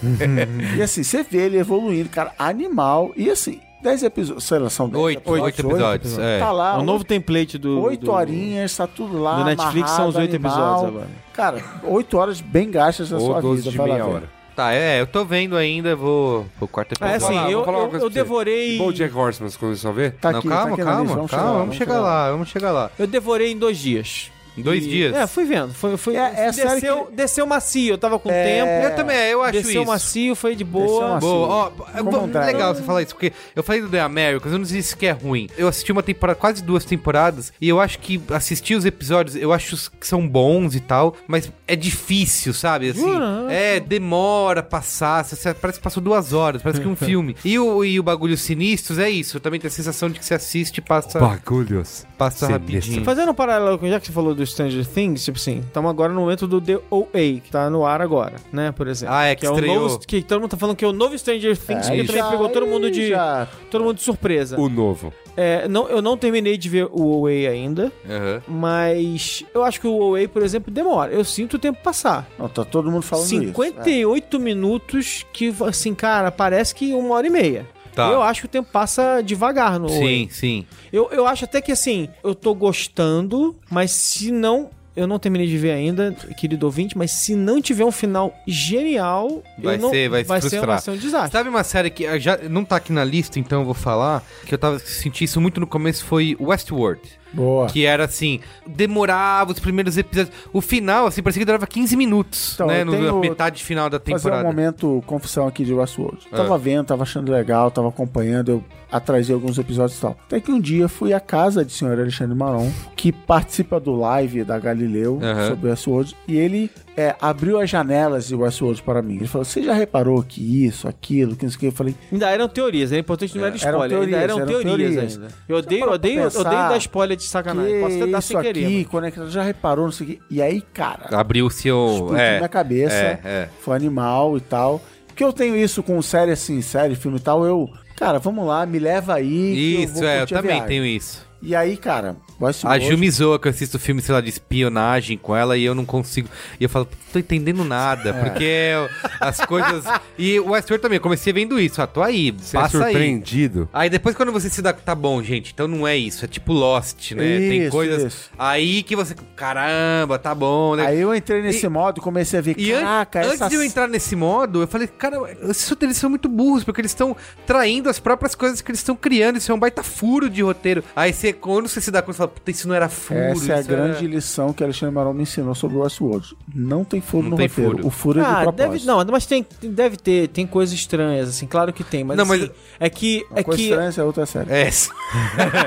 [SPEAKER 3] e assim, você vê ele evoluindo, cara, animal. E assim, 10 episódios, sei lá, são 10
[SPEAKER 1] Oito, oito episódios, é.
[SPEAKER 3] Tá
[SPEAKER 2] É
[SPEAKER 3] lá,
[SPEAKER 2] um novo template do.
[SPEAKER 3] 8
[SPEAKER 2] do-
[SPEAKER 3] horinhas, tá tudo lá.
[SPEAKER 2] Do Netflix são os
[SPEAKER 3] amarrado,
[SPEAKER 2] oito
[SPEAKER 3] animal.
[SPEAKER 2] episódios agora.
[SPEAKER 3] Cara, 8 horas bem gastas da
[SPEAKER 4] Ou
[SPEAKER 3] sua
[SPEAKER 4] 12
[SPEAKER 3] vida,
[SPEAKER 4] de
[SPEAKER 3] vai lá
[SPEAKER 4] meia
[SPEAKER 3] ver.
[SPEAKER 4] hora.
[SPEAKER 1] Tá, é, eu tô vendo ainda, vou. Vou quarta-feira.
[SPEAKER 2] É assim,
[SPEAKER 4] falar,
[SPEAKER 2] eu,
[SPEAKER 4] vou falar uma
[SPEAKER 2] eu-
[SPEAKER 4] coisa
[SPEAKER 2] eu
[SPEAKER 4] pra você.
[SPEAKER 2] devorei.
[SPEAKER 4] Bom, Jack Horseman, você começou a ver?
[SPEAKER 3] Tá
[SPEAKER 1] Não,
[SPEAKER 3] aqui,
[SPEAKER 1] calma,
[SPEAKER 3] tá aqui na
[SPEAKER 1] calma,
[SPEAKER 3] lista,
[SPEAKER 1] calma, vamos, chegar, lá, vamos chegar lá.
[SPEAKER 2] Eu devorei em dois dias.
[SPEAKER 1] Em dois
[SPEAKER 2] E-
[SPEAKER 1] dias?
[SPEAKER 2] É, fui vendo. Foi, foi,
[SPEAKER 3] É- é a série
[SPEAKER 2] desceu, desceu macio, eu tava com tempo.
[SPEAKER 1] Eu também, eu acho
[SPEAKER 2] É, desceu
[SPEAKER 1] isso.
[SPEAKER 2] macio, foi de
[SPEAKER 3] Desceu
[SPEAKER 2] boa.
[SPEAKER 3] macio.
[SPEAKER 1] Boa, ó,
[SPEAKER 3] Como
[SPEAKER 1] bom,
[SPEAKER 3] um drag.
[SPEAKER 1] legal você falar isso, porque eu falei do The Americans, eu não sei se que é ruim. Eu assisti uma temporada, quase duas temporadas, e eu acho que assistir os episódios, eu acho que são bons e tal, mas é difícil, sabe? Assim,
[SPEAKER 2] Jura?
[SPEAKER 1] é, demora passar, você- você- parece que passou duas horas, parece que é um filme. E o, e o Bagulho Sinistros é isso, também tem a sensação de que você assiste e passa,
[SPEAKER 4] Bagulhos.
[SPEAKER 1] passa
[SPEAKER 4] Sinistro.
[SPEAKER 1] rapidinho.
[SPEAKER 2] Fazendo um paralelo com já que você falou do Stranger Things, tipo assim, estamos agora no momento do The OA, que tá no ar agora, né, por exemplo.
[SPEAKER 1] Ah, é, que
[SPEAKER 2] que é o
[SPEAKER 1] estreou.
[SPEAKER 2] novo, que todo mundo tá falando que é o novo Stranger Things, que
[SPEAKER 1] isso.
[SPEAKER 2] também pegou todo mundo de
[SPEAKER 3] Já.
[SPEAKER 2] todo mundo de surpresa.
[SPEAKER 4] O novo.
[SPEAKER 2] É, não, eu não terminei de ver o OA ainda,
[SPEAKER 1] Aham.
[SPEAKER 2] mas eu acho que o OA, por exemplo, demora. Eu sinto o tempo passar.
[SPEAKER 3] Não, tá todo mundo falando isso.
[SPEAKER 2] 58 minutos que, assim, cara, parece que uma hora e meia.
[SPEAKER 1] Tá.
[SPEAKER 2] Eu acho que o tempo passa devagar no OA.
[SPEAKER 1] Sim, sim.
[SPEAKER 2] Eu, eu acho até que assim, eu tô gostando, mas se não. Eu não terminei de ver ainda, querido ouvinte, mas se não tiver um final genial,
[SPEAKER 1] Vai
[SPEAKER 2] eu não,
[SPEAKER 1] ser, vai se
[SPEAKER 2] ser,
[SPEAKER 1] frustrar.
[SPEAKER 2] vai ser um desastre.
[SPEAKER 1] Ah, Sabe uma série que eh, já não tá aqui na lista, então eu vou falar, que eu tava senti isso muito no começo, foi Westworld.
[SPEAKER 3] É. Boa.
[SPEAKER 1] Que era assim, demorava os primeiros episódios. O final, assim, parecia que durava 15 minutos,
[SPEAKER 3] Então,
[SPEAKER 1] né?
[SPEAKER 3] eu
[SPEAKER 1] No,
[SPEAKER 3] tenho-
[SPEAKER 1] Na metade final da
[SPEAKER 3] Fazer um
[SPEAKER 1] temporada.
[SPEAKER 3] momento confissão aqui de Westworld.
[SPEAKER 1] Ah.
[SPEAKER 3] Tava vendo, tava achando legal, tava acompanhando, eu atrasei alguns episódios e tal. Até que um dia fui à casa de senhor Alexandre Maron, que participa do live da Galileu
[SPEAKER 1] Aham.
[SPEAKER 3] sobre Westworld, e ele é, abriu as janelas de Westworld para mim. Ele falou: Você já reparou que isso, aquilo, que não sei o que? Eu falei:
[SPEAKER 2] Ainda eram teorias, é importante não era
[SPEAKER 3] eram
[SPEAKER 2] spoiler. ainda
[SPEAKER 3] teorias,
[SPEAKER 2] eram,
[SPEAKER 3] eram
[SPEAKER 2] teorias,
[SPEAKER 3] teorias.
[SPEAKER 2] ainda. Eu odeio,
[SPEAKER 3] para
[SPEAKER 2] odeio,
[SPEAKER 3] pra pensar
[SPEAKER 2] odeio dar spoiler de sacanagem.
[SPEAKER 3] que
[SPEAKER 2] Posso até dar
[SPEAKER 3] isso
[SPEAKER 2] sem querer.
[SPEAKER 3] aqui,
[SPEAKER 2] mano.
[SPEAKER 3] conectado, já reparou, não sei o que. E aí, cara,
[SPEAKER 1] Abriu o seu.
[SPEAKER 3] explodiu
[SPEAKER 1] É,
[SPEAKER 3] minha cabeça.
[SPEAKER 1] é, é.
[SPEAKER 3] Foi animal e tal. Porque eu tenho isso com série assim, série, filme e tal. Eu, cara, vamos lá, me leva aí. que
[SPEAKER 1] Isso,
[SPEAKER 3] vou
[SPEAKER 1] é, eu
[SPEAKER 3] curtir a
[SPEAKER 1] também
[SPEAKER 3] viagem.
[SPEAKER 1] tenho isso.
[SPEAKER 3] E aí, cara,
[SPEAKER 1] A
[SPEAKER 3] Westworld.
[SPEAKER 1] Ju me zoa que eu assisto filme, sei lá, de espionagem com ela e eu não consigo. E eu falo, tô entendendo
[SPEAKER 3] É.
[SPEAKER 1] nada, porque eu- as
[SPEAKER 3] [LAUGHS]
[SPEAKER 1] coisas. E o Westworld também, eu comecei vendo isso. Ah, tô aí,
[SPEAKER 4] Você é
[SPEAKER 1] passa aí.
[SPEAKER 4] surpreendido.
[SPEAKER 1] Aí depois quando você se dá, tá bom, gente, então não é isso, é tipo Lost, né? Tem
[SPEAKER 3] Isso,
[SPEAKER 1] coisas
[SPEAKER 3] isso.
[SPEAKER 1] aí que você, caramba, tá bom, né?
[SPEAKER 3] Aí eu entrei nesse
[SPEAKER 1] E-
[SPEAKER 3] modo, comecei a ver,
[SPEAKER 1] E an-
[SPEAKER 3] caraca,
[SPEAKER 1] antes
[SPEAKER 3] essa...
[SPEAKER 1] de eu entrar nesse modo, eu falei, cara, esses roteiristas são muito burros, porque eles estão traindo as próprias coisas que eles estão criando, isso é um baita furo de roteiro. Aí você, quando você se dá conta, você fala, puta, isso não era furo.
[SPEAKER 3] Essa é a
[SPEAKER 1] isso era-
[SPEAKER 3] grande lição que Alexandre Maron me ensinou sobre o Westworld. Não tem furo
[SPEAKER 1] Não
[SPEAKER 3] no
[SPEAKER 1] tem
[SPEAKER 3] roteiro.
[SPEAKER 1] furo.
[SPEAKER 3] O furo é de
[SPEAKER 2] Ah,
[SPEAKER 3] propósito.
[SPEAKER 2] deve, não, mas tem, deve ter, tem coisas estranhas, assim, claro que tem, mas,
[SPEAKER 1] Não,
[SPEAKER 2] assim,
[SPEAKER 1] mas-
[SPEAKER 2] é que,
[SPEAKER 3] Uma
[SPEAKER 2] é
[SPEAKER 3] coisa
[SPEAKER 2] que
[SPEAKER 3] estranha, essa é outra série.
[SPEAKER 1] É,
[SPEAKER 2] [LAUGHS]
[SPEAKER 1] [LAUGHS]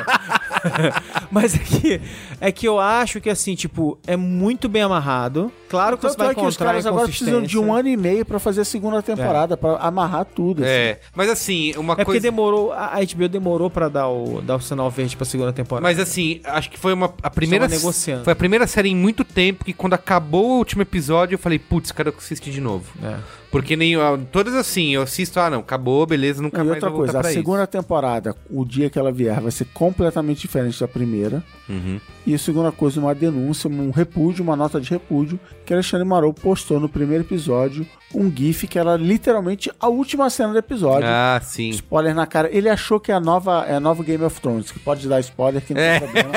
[SPEAKER 2] Mas é que, é que eu acho que, assim, tipo, é muito bem amarrado. Claro que você
[SPEAKER 3] Tanto
[SPEAKER 2] vai
[SPEAKER 3] é que os
[SPEAKER 2] encontrar
[SPEAKER 3] caras agora precisam de um
[SPEAKER 2] inconsistência.
[SPEAKER 3] ano e meio pra fazer a segunda temporada, pra amarrar tudo. assim.
[SPEAKER 1] é. Mas assim, uma
[SPEAKER 2] É porque
[SPEAKER 1] coisa...
[SPEAKER 2] demorou, a a HBO demorou pra dar o, dar o sinal verde pra segunda temporada.
[SPEAKER 1] Mas assim, acho que foi uma a primeira
[SPEAKER 2] Estava negociando.
[SPEAKER 1] foi a primeira série em muito tempo que quando acabou o último episódio eu falei, putz, cara, eu assisti de novo.
[SPEAKER 2] É.
[SPEAKER 1] Porque nem ah, todas assim, eu assisto, ah, não, acabou, beleza, nunca
[SPEAKER 3] Não, e
[SPEAKER 1] mais
[SPEAKER 3] outra
[SPEAKER 1] vou voltar
[SPEAKER 3] coisa, a
[SPEAKER 1] pra
[SPEAKER 3] segunda temporada, o dia que ela vier, vai ser completamente diferente da primeira. E a segunda coisa, uma denúncia, um repúdio, uma nota de repúdio, que a Alexandre Marou postou no primeiro episódio um GIF que era literalmente a última cena do
[SPEAKER 1] isso.
[SPEAKER 3] episódio.
[SPEAKER 1] Ah, sim.
[SPEAKER 3] Spoiler na cara. Ele achou que é a nova, é a nova Game of Thrones, que pode dar spoiler, que não tem problema.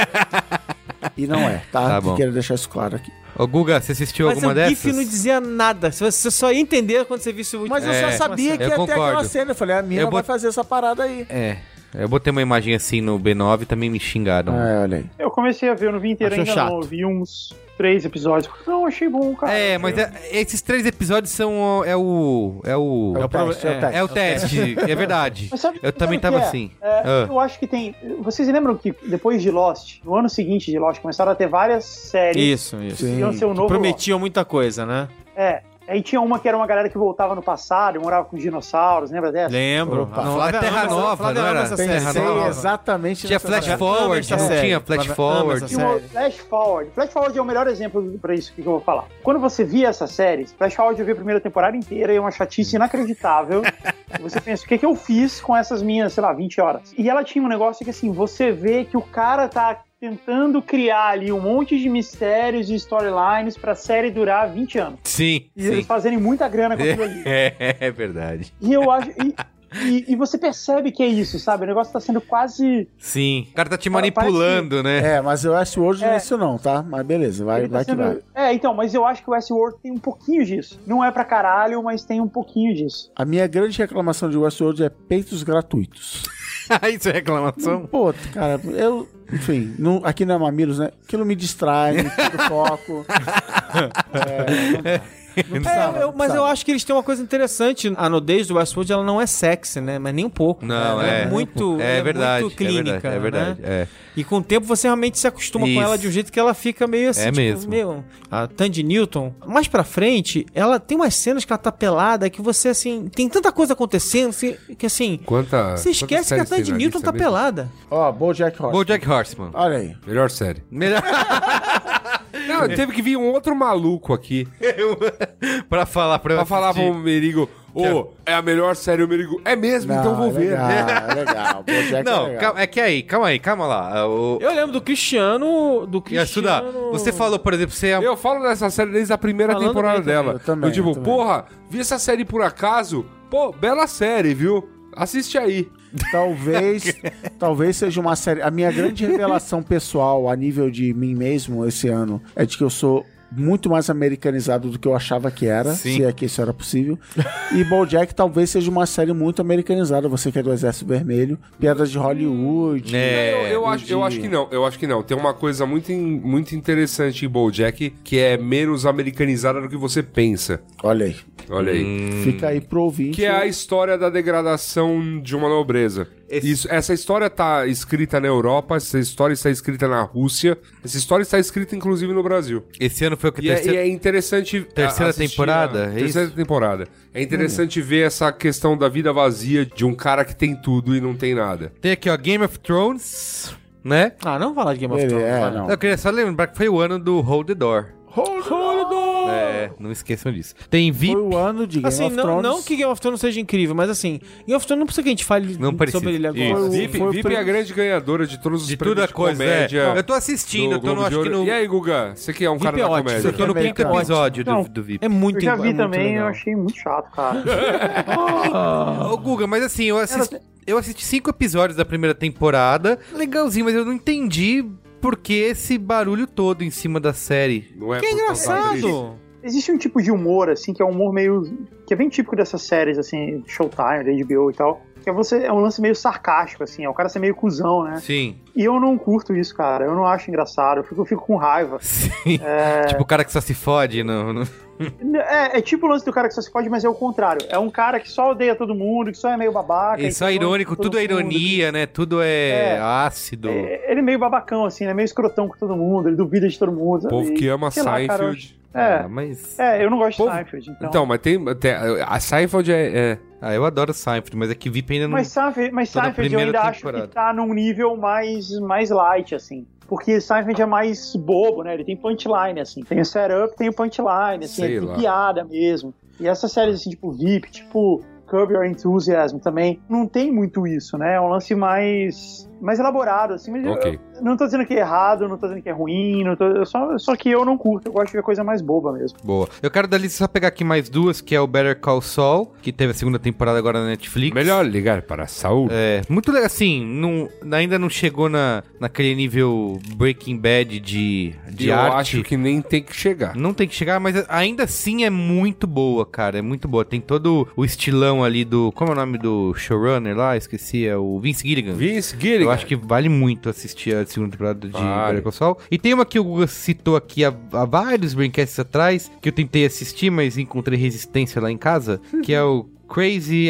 [SPEAKER 3] E não é,
[SPEAKER 1] Tá
[SPEAKER 3] tá?
[SPEAKER 1] bom.
[SPEAKER 3] Quero deixar isso claro aqui.
[SPEAKER 1] Ô Guga, você assistiu
[SPEAKER 2] Mas
[SPEAKER 3] é um
[SPEAKER 1] alguma
[SPEAKER 2] o GIF
[SPEAKER 1] dessas?
[SPEAKER 2] não dizia nada. Você- Você só ia entender quando você visse o último.
[SPEAKER 3] Mas eu
[SPEAKER 1] É,
[SPEAKER 3] só sabia que
[SPEAKER 1] eu
[SPEAKER 3] ia ter aquela
[SPEAKER 1] concordo.
[SPEAKER 3] cena. Eu falei, a mina
[SPEAKER 1] Eu
[SPEAKER 3] vai
[SPEAKER 1] bot-
[SPEAKER 3] fazer essa parada aí.
[SPEAKER 1] É. Eu botei uma imagem assim no B9 e também me xingaram.
[SPEAKER 3] Ah, olha aí.
[SPEAKER 5] Eu comecei a ver, eu não vi inteiro
[SPEAKER 2] Achou
[SPEAKER 5] ainda
[SPEAKER 2] chato.
[SPEAKER 5] não. Eu vi uns três episódios. Não, achei bom, cara.
[SPEAKER 1] É, mas é- esses três episódios são o- é o é o
[SPEAKER 3] É
[SPEAKER 2] É
[SPEAKER 3] o
[SPEAKER 2] o problema-
[SPEAKER 3] teste, é o
[SPEAKER 2] é,
[SPEAKER 3] teste.
[SPEAKER 1] é o teste, é verdade.
[SPEAKER 5] Mas sabe-
[SPEAKER 1] Eu
[SPEAKER 5] sabe
[SPEAKER 1] também
[SPEAKER 5] o que
[SPEAKER 1] tava
[SPEAKER 5] é?
[SPEAKER 1] assim.
[SPEAKER 5] É,
[SPEAKER 1] Ah.
[SPEAKER 5] Eu acho que tem. Vocês lembram que depois de Lost, no ano seguinte de Lost, começaram a ter várias séries
[SPEAKER 2] assim? Isso, isso.
[SPEAKER 5] que
[SPEAKER 3] Sim.
[SPEAKER 5] iam ser o novo. Lost.
[SPEAKER 2] Prometiam muita coisa, né?
[SPEAKER 5] É. Aí tinha uma que era uma galera que voltava no passado, morava com os dinossauros, lembra dessa?
[SPEAKER 2] Lembro.
[SPEAKER 3] É. Opa.
[SPEAKER 2] A
[SPEAKER 1] Não,
[SPEAKER 2] Flávia
[SPEAKER 1] é Terra
[SPEAKER 2] ama essa-
[SPEAKER 1] Nova,
[SPEAKER 2] Flávia
[SPEAKER 1] não
[SPEAKER 2] ama
[SPEAKER 1] era?
[SPEAKER 2] essa
[SPEAKER 1] Terra
[SPEAKER 2] série.
[SPEAKER 3] Pensei
[SPEAKER 1] Nova.
[SPEAKER 3] exatamente
[SPEAKER 1] Tinha
[SPEAKER 3] nessa
[SPEAKER 1] flash
[SPEAKER 3] série.
[SPEAKER 1] forward,
[SPEAKER 5] né?
[SPEAKER 2] essa
[SPEAKER 1] não
[SPEAKER 2] série.
[SPEAKER 1] tinha flash
[SPEAKER 5] é,
[SPEAKER 2] Ama
[SPEAKER 1] forward.
[SPEAKER 2] essa
[SPEAKER 5] E o
[SPEAKER 2] Sério.
[SPEAKER 5] Flash Forward. Flash Forward é o melhor exemplo pra isso que eu vou falar. Quando você via essas séries, Flash Forward eu vi a primeira temporada inteira e é uma chatice inacreditável. você pensa, o que, que eu fiz com essas minhas, sei lá, 20 horas? E ela tinha um negócio que assim, você vê que o cara tá tentando criar ali um monte de mistérios e storylines pra série durar 20 anos.
[SPEAKER 1] Sim,
[SPEAKER 5] E
[SPEAKER 1] sim.
[SPEAKER 5] [LAUGHS] eles fazerem muita grana com aquilo ali.
[SPEAKER 1] É, é verdade.
[SPEAKER 5] E eu acho. e E, e você percebe que é isso, sabe? O negócio tá sendo quase.
[SPEAKER 1] Sim. O cara tá te
[SPEAKER 5] Cara, parece
[SPEAKER 1] manipulando, né?
[SPEAKER 3] É, mas eu acho hoje não é
[SPEAKER 5] É.
[SPEAKER 3] isso não, tá? Mas beleza, vai,
[SPEAKER 5] ele tá
[SPEAKER 3] vai que vai.
[SPEAKER 5] sendo- É, então, mas eu acho que o Westworld tem um pouquinho disso. Não é pra caralho, mas tem um pouquinho disso.
[SPEAKER 3] A minha grande reclamação de Westworld é peitos gratuitos.
[SPEAKER 1] Isso é reclamação.
[SPEAKER 3] Pô, cara, eu... Enfim, não- aqui não é Mamilos, né? Aquilo me distrai, me tira o foco.
[SPEAKER 2] É, eu- eu- mas
[SPEAKER 3] sabe.
[SPEAKER 2] eu acho que eles têm uma coisa interessante. A nudez do Westwood ela não é sexy, né? Mas nem um pouco.
[SPEAKER 1] Não,
[SPEAKER 2] Ela
[SPEAKER 1] é.
[SPEAKER 2] muito, ela
[SPEAKER 1] É verdade.
[SPEAKER 2] muito
[SPEAKER 1] é verdade,
[SPEAKER 2] clínica.
[SPEAKER 1] É verdade.
[SPEAKER 2] né?
[SPEAKER 1] É.
[SPEAKER 2] E com o tempo você realmente se acostuma
[SPEAKER 1] Isso.
[SPEAKER 2] com ela de um jeito que ela fica meio assim.
[SPEAKER 1] É
[SPEAKER 2] tipo,
[SPEAKER 1] mesmo.
[SPEAKER 2] meio- A Tandy Newton. Mais pra frente, ela tem umas cenas que ela tá pelada que você, assim, tem tanta coisa acontecendo assim, que, assim,
[SPEAKER 4] Quanta.
[SPEAKER 2] você
[SPEAKER 4] quantas
[SPEAKER 2] esquece que a
[SPEAKER 4] séries tem
[SPEAKER 2] Tandy
[SPEAKER 4] na
[SPEAKER 2] Newton
[SPEAKER 4] lista
[SPEAKER 2] tá
[SPEAKER 4] mesmo?
[SPEAKER 2] pelada.
[SPEAKER 3] Ó, Bojack Horseman.
[SPEAKER 1] Bojack Horseman.
[SPEAKER 3] Olha aí.
[SPEAKER 4] Melhor série.
[SPEAKER 1] Melhor
[SPEAKER 2] [LAUGHS]
[SPEAKER 4] Não, teve que vir um outro maluco aqui
[SPEAKER 1] [LAUGHS] pra falar pra,
[SPEAKER 4] pra falar
[SPEAKER 1] assistir.
[SPEAKER 4] pro Merigo: Ô, é a melhor série, o Merigo. É mesmo, então vou
[SPEAKER 3] é
[SPEAKER 4] ver.
[SPEAKER 3] Legal, é legal. Bojack é
[SPEAKER 1] Não,
[SPEAKER 3] legal.
[SPEAKER 1] calma- é que aí, calma aí, calma lá. Ah, O...
[SPEAKER 2] Eu lembro do Cristiano. Do
[SPEAKER 1] Ia estudar.
[SPEAKER 2] Cristiano.
[SPEAKER 1] Você falou, por exemplo, você é
[SPEAKER 4] [LAUGHS]
[SPEAKER 1] [LAUGHS]
[SPEAKER 4] Eu falo dessa série desde a primeira
[SPEAKER 2] Falando
[SPEAKER 4] temporada
[SPEAKER 2] bem
[SPEAKER 4] dela.
[SPEAKER 3] eu também,
[SPEAKER 4] tipo,
[SPEAKER 3] eu também.
[SPEAKER 4] porra, vi essa série por acaso? Pô, bela série, viu? Assiste aí.
[SPEAKER 3] Talvez, talvez seja uma série. A minha grande revelação pessoal, a nível de mim mesmo esse ano, é de que eu sou muito mais americanizado do que eu achava que era,
[SPEAKER 1] Sim.
[SPEAKER 3] se é que isso era possível. E BoJack talvez seja uma série muito americanizada. Você que é do Exército Vermelho, piadas de Hollywood.
[SPEAKER 1] É,
[SPEAKER 4] eu,
[SPEAKER 2] um
[SPEAKER 4] eu acho, eu acho que não, eu acho que não. Tem uma coisa muito, in- muito interessante em BoJack que é menos americanizada do que você pensa.
[SPEAKER 3] Olha aí,
[SPEAKER 4] Olha aí.
[SPEAKER 1] Hum,
[SPEAKER 3] fica aí pro ouvinte.
[SPEAKER 4] Que é a história da degradação de uma nobreza. Isso, essa história tá escrita na Europa, essa história está escrita na Rússia, essa história está escrita inclusive no Brasil.
[SPEAKER 1] Esse ano foi o que
[SPEAKER 4] E é,
[SPEAKER 1] terceiro-
[SPEAKER 4] e é interessante. a-
[SPEAKER 1] terceira
[SPEAKER 4] assistir
[SPEAKER 1] temporada,
[SPEAKER 4] a-
[SPEAKER 1] é
[SPEAKER 4] terceira
[SPEAKER 1] isso?
[SPEAKER 4] temporada. É interessante ver essa questão da vida vazia de um cara que tem tudo e não tem nada.
[SPEAKER 1] Tem aqui, ó, Game of Thrones, né?
[SPEAKER 2] Ah, não vou falar de Game of
[SPEAKER 3] Ele-
[SPEAKER 2] Thrones.
[SPEAKER 3] é,
[SPEAKER 2] vai.
[SPEAKER 3] não.
[SPEAKER 1] Eu queria só lembrar que foi o ano do Hold the Door.
[SPEAKER 2] Ah.
[SPEAKER 1] É, não esqueçam disso. Tem VIP.
[SPEAKER 3] Foi o ano de Game
[SPEAKER 2] Assim,
[SPEAKER 3] of
[SPEAKER 2] não,
[SPEAKER 3] Thrones.
[SPEAKER 2] não que Game of Thrones seja incrível, mas assim, Game of Thrones não precisa que a gente fale
[SPEAKER 1] Não precisa.
[SPEAKER 2] sobre ele agora.
[SPEAKER 1] Isso.
[SPEAKER 3] Foi o-
[SPEAKER 4] VIP,
[SPEAKER 3] foi o
[SPEAKER 4] VIP
[SPEAKER 3] prim-
[SPEAKER 4] é a grande ganhadora de todos os
[SPEAKER 1] um De
[SPEAKER 4] prêmios
[SPEAKER 1] toda coisa, é.
[SPEAKER 4] comédia.
[SPEAKER 1] Eu tô assistindo,
[SPEAKER 4] do
[SPEAKER 1] eu tô
[SPEAKER 4] Globo
[SPEAKER 1] no,
[SPEAKER 4] de
[SPEAKER 1] acho que
[SPEAKER 4] Ouro.
[SPEAKER 1] no...
[SPEAKER 4] E aí, Guga? Você que é um cara
[SPEAKER 2] VIP é
[SPEAKER 4] da
[SPEAKER 2] ótimo,
[SPEAKER 4] comédia.
[SPEAKER 1] eu tô no
[SPEAKER 3] Também,
[SPEAKER 1] quinto
[SPEAKER 3] cara.
[SPEAKER 1] episódio do,
[SPEAKER 5] Não.
[SPEAKER 1] do VIP.
[SPEAKER 2] É muito
[SPEAKER 5] Eu já vi
[SPEAKER 2] é muito
[SPEAKER 5] também,
[SPEAKER 2] legal.
[SPEAKER 5] eu achei muito chato, cara. [LAUGHS]
[SPEAKER 1] Ô, Guga, mas assim, eu assisti, eu assisti cinco episódios da primeira temporada. Legalzinho, mas eu não entendi por que esse barulho todo em cima da série.
[SPEAKER 4] Não é
[SPEAKER 2] Que é
[SPEAKER 4] por causa disso.
[SPEAKER 2] engraçado.
[SPEAKER 5] Existe um tipo de humor, assim, que é um humor meio. que é bem típico dessas séries, assim, Showtime, da HBO e tal. Que é você. É um lance meio sarcástico, assim, é o cara ser meio cuzão, né?
[SPEAKER 1] Sim,
[SPEAKER 5] E eu não curto isso, cara. Eu não acho engraçado. Eu fico, eu fico com raiva.
[SPEAKER 1] sim. [LAUGHS] Tipo o cara que só se fode no... no-
[SPEAKER 5] É, é tipo o lance do cara que só se pode, mas é o contrário. É um cara que só odeia todo mundo, que só é meio babaca.
[SPEAKER 1] É
[SPEAKER 5] que
[SPEAKER 1] só
[SPEAKER 5] odeia
[SPEAKER 1] irônico,
[SPEAKER 5] todo
[SPEAKER 1] tudo é
[SPEAKER 5] mundo.
[SPEAKER 1] ironia, né? Tudo é,
[SPEAKER 5] É.
[SPEAKER 1] ácido.
[SPEAKER 5] É, ele é meio babacão, assim, né? Meio escrotão com todo mundo, ele duvida de todo mundo.
[SPEAKER 4] O povo que
[SPEAKER 5] E-
[SPEAKER 4] ama
[SPEAKER 5] sei lá, cara,
[SPEAKER 4] Seinfeld.
[SPEAKER 1] Ah,
[SPEAKER 5] é,
[SPEAKER 1] mas...
[SPEAKER 5] é, eu não gosto
[SPEAKER 4] Povo-
[SPEAKER 5] de Seinfeld, então.
[SPEAKER 4] então, mas tem, tem- A Seinfeld é. é-
[SPEAKER 1] Ah, eu adoro Seinfeld, mas é que VIP ainda não...
[SPEAKER 5] Mas Seinfeld, mas
[SPEAKER 1] Tô na
[SPEAKER 5] Seinfeld eu
[SPEAKER 1] primeira
[SPEAKER 5] ainda
[SPEAKER 1] temporada.
[SPEAKER 5] acho que tá num nível mais, mais light, assim. Porque Seinfeld é mais bobo, né? Ele tem punchline, assim. Tem o setup, tem o punchline, assim.
[SPEAKER 4] Sei
[SPEAKER 5] ele
[SPEAKER 4] lá.
[SPEAKER 5] tem piada mesmo. E essas séries, assim, tipo VIP, tipo Curb Your Enthusiasm também, não tem muito isso, né? É um lance mais, mais elaborado, assim. Mas eu-
[SPEAKER 4] Ok.
[SPEAKER 5] eu não tô dizendo que é errado, não tô dizendo que é ruim, não tô, eu só, só que eu não curto. Eu gosto de ver coisa mais boba mesmo.
[SPEAKER 1] Boa. Eu quero da lista só pegar aqui mais duas, que é o Better Call Saul, que teve a segunda temporada agora na Netflix.
[SPEAKER 4] Melhor ligar para Saul.
[SPEAKER 1] É, muito legal, assim, não, ainda não chegou na, naquele nível Breaking Bad de, de
[SPEAKER 4] eu
[SPEAKER 1] arte.
[SPEAKER 4] acho que nem tem que chegar.
[SPEAKER 1] Não tem que chegar, mas ainda assim é muito boa, cara. É muito boa. Tem todo o estilão ali do. Como é o nome do showrunner lá? Esqueci, é o Vince Gilligan.
[SPEAKER 4] Vince Gilligan.
[SPEAKER 1] Eu acho que vale muito assistir a segunda temporada de
[SPEAKER 4] Vale.
[SPEAKER 1] Better Call Saul. E tem uma que o Guga citou aqui há, há vários braincasts atrás, que eu tentei assistir, mas encontrei resistência lá em casa,
[SPEAKER 4] Hum.
[SPEAKER 1] que é o Crazy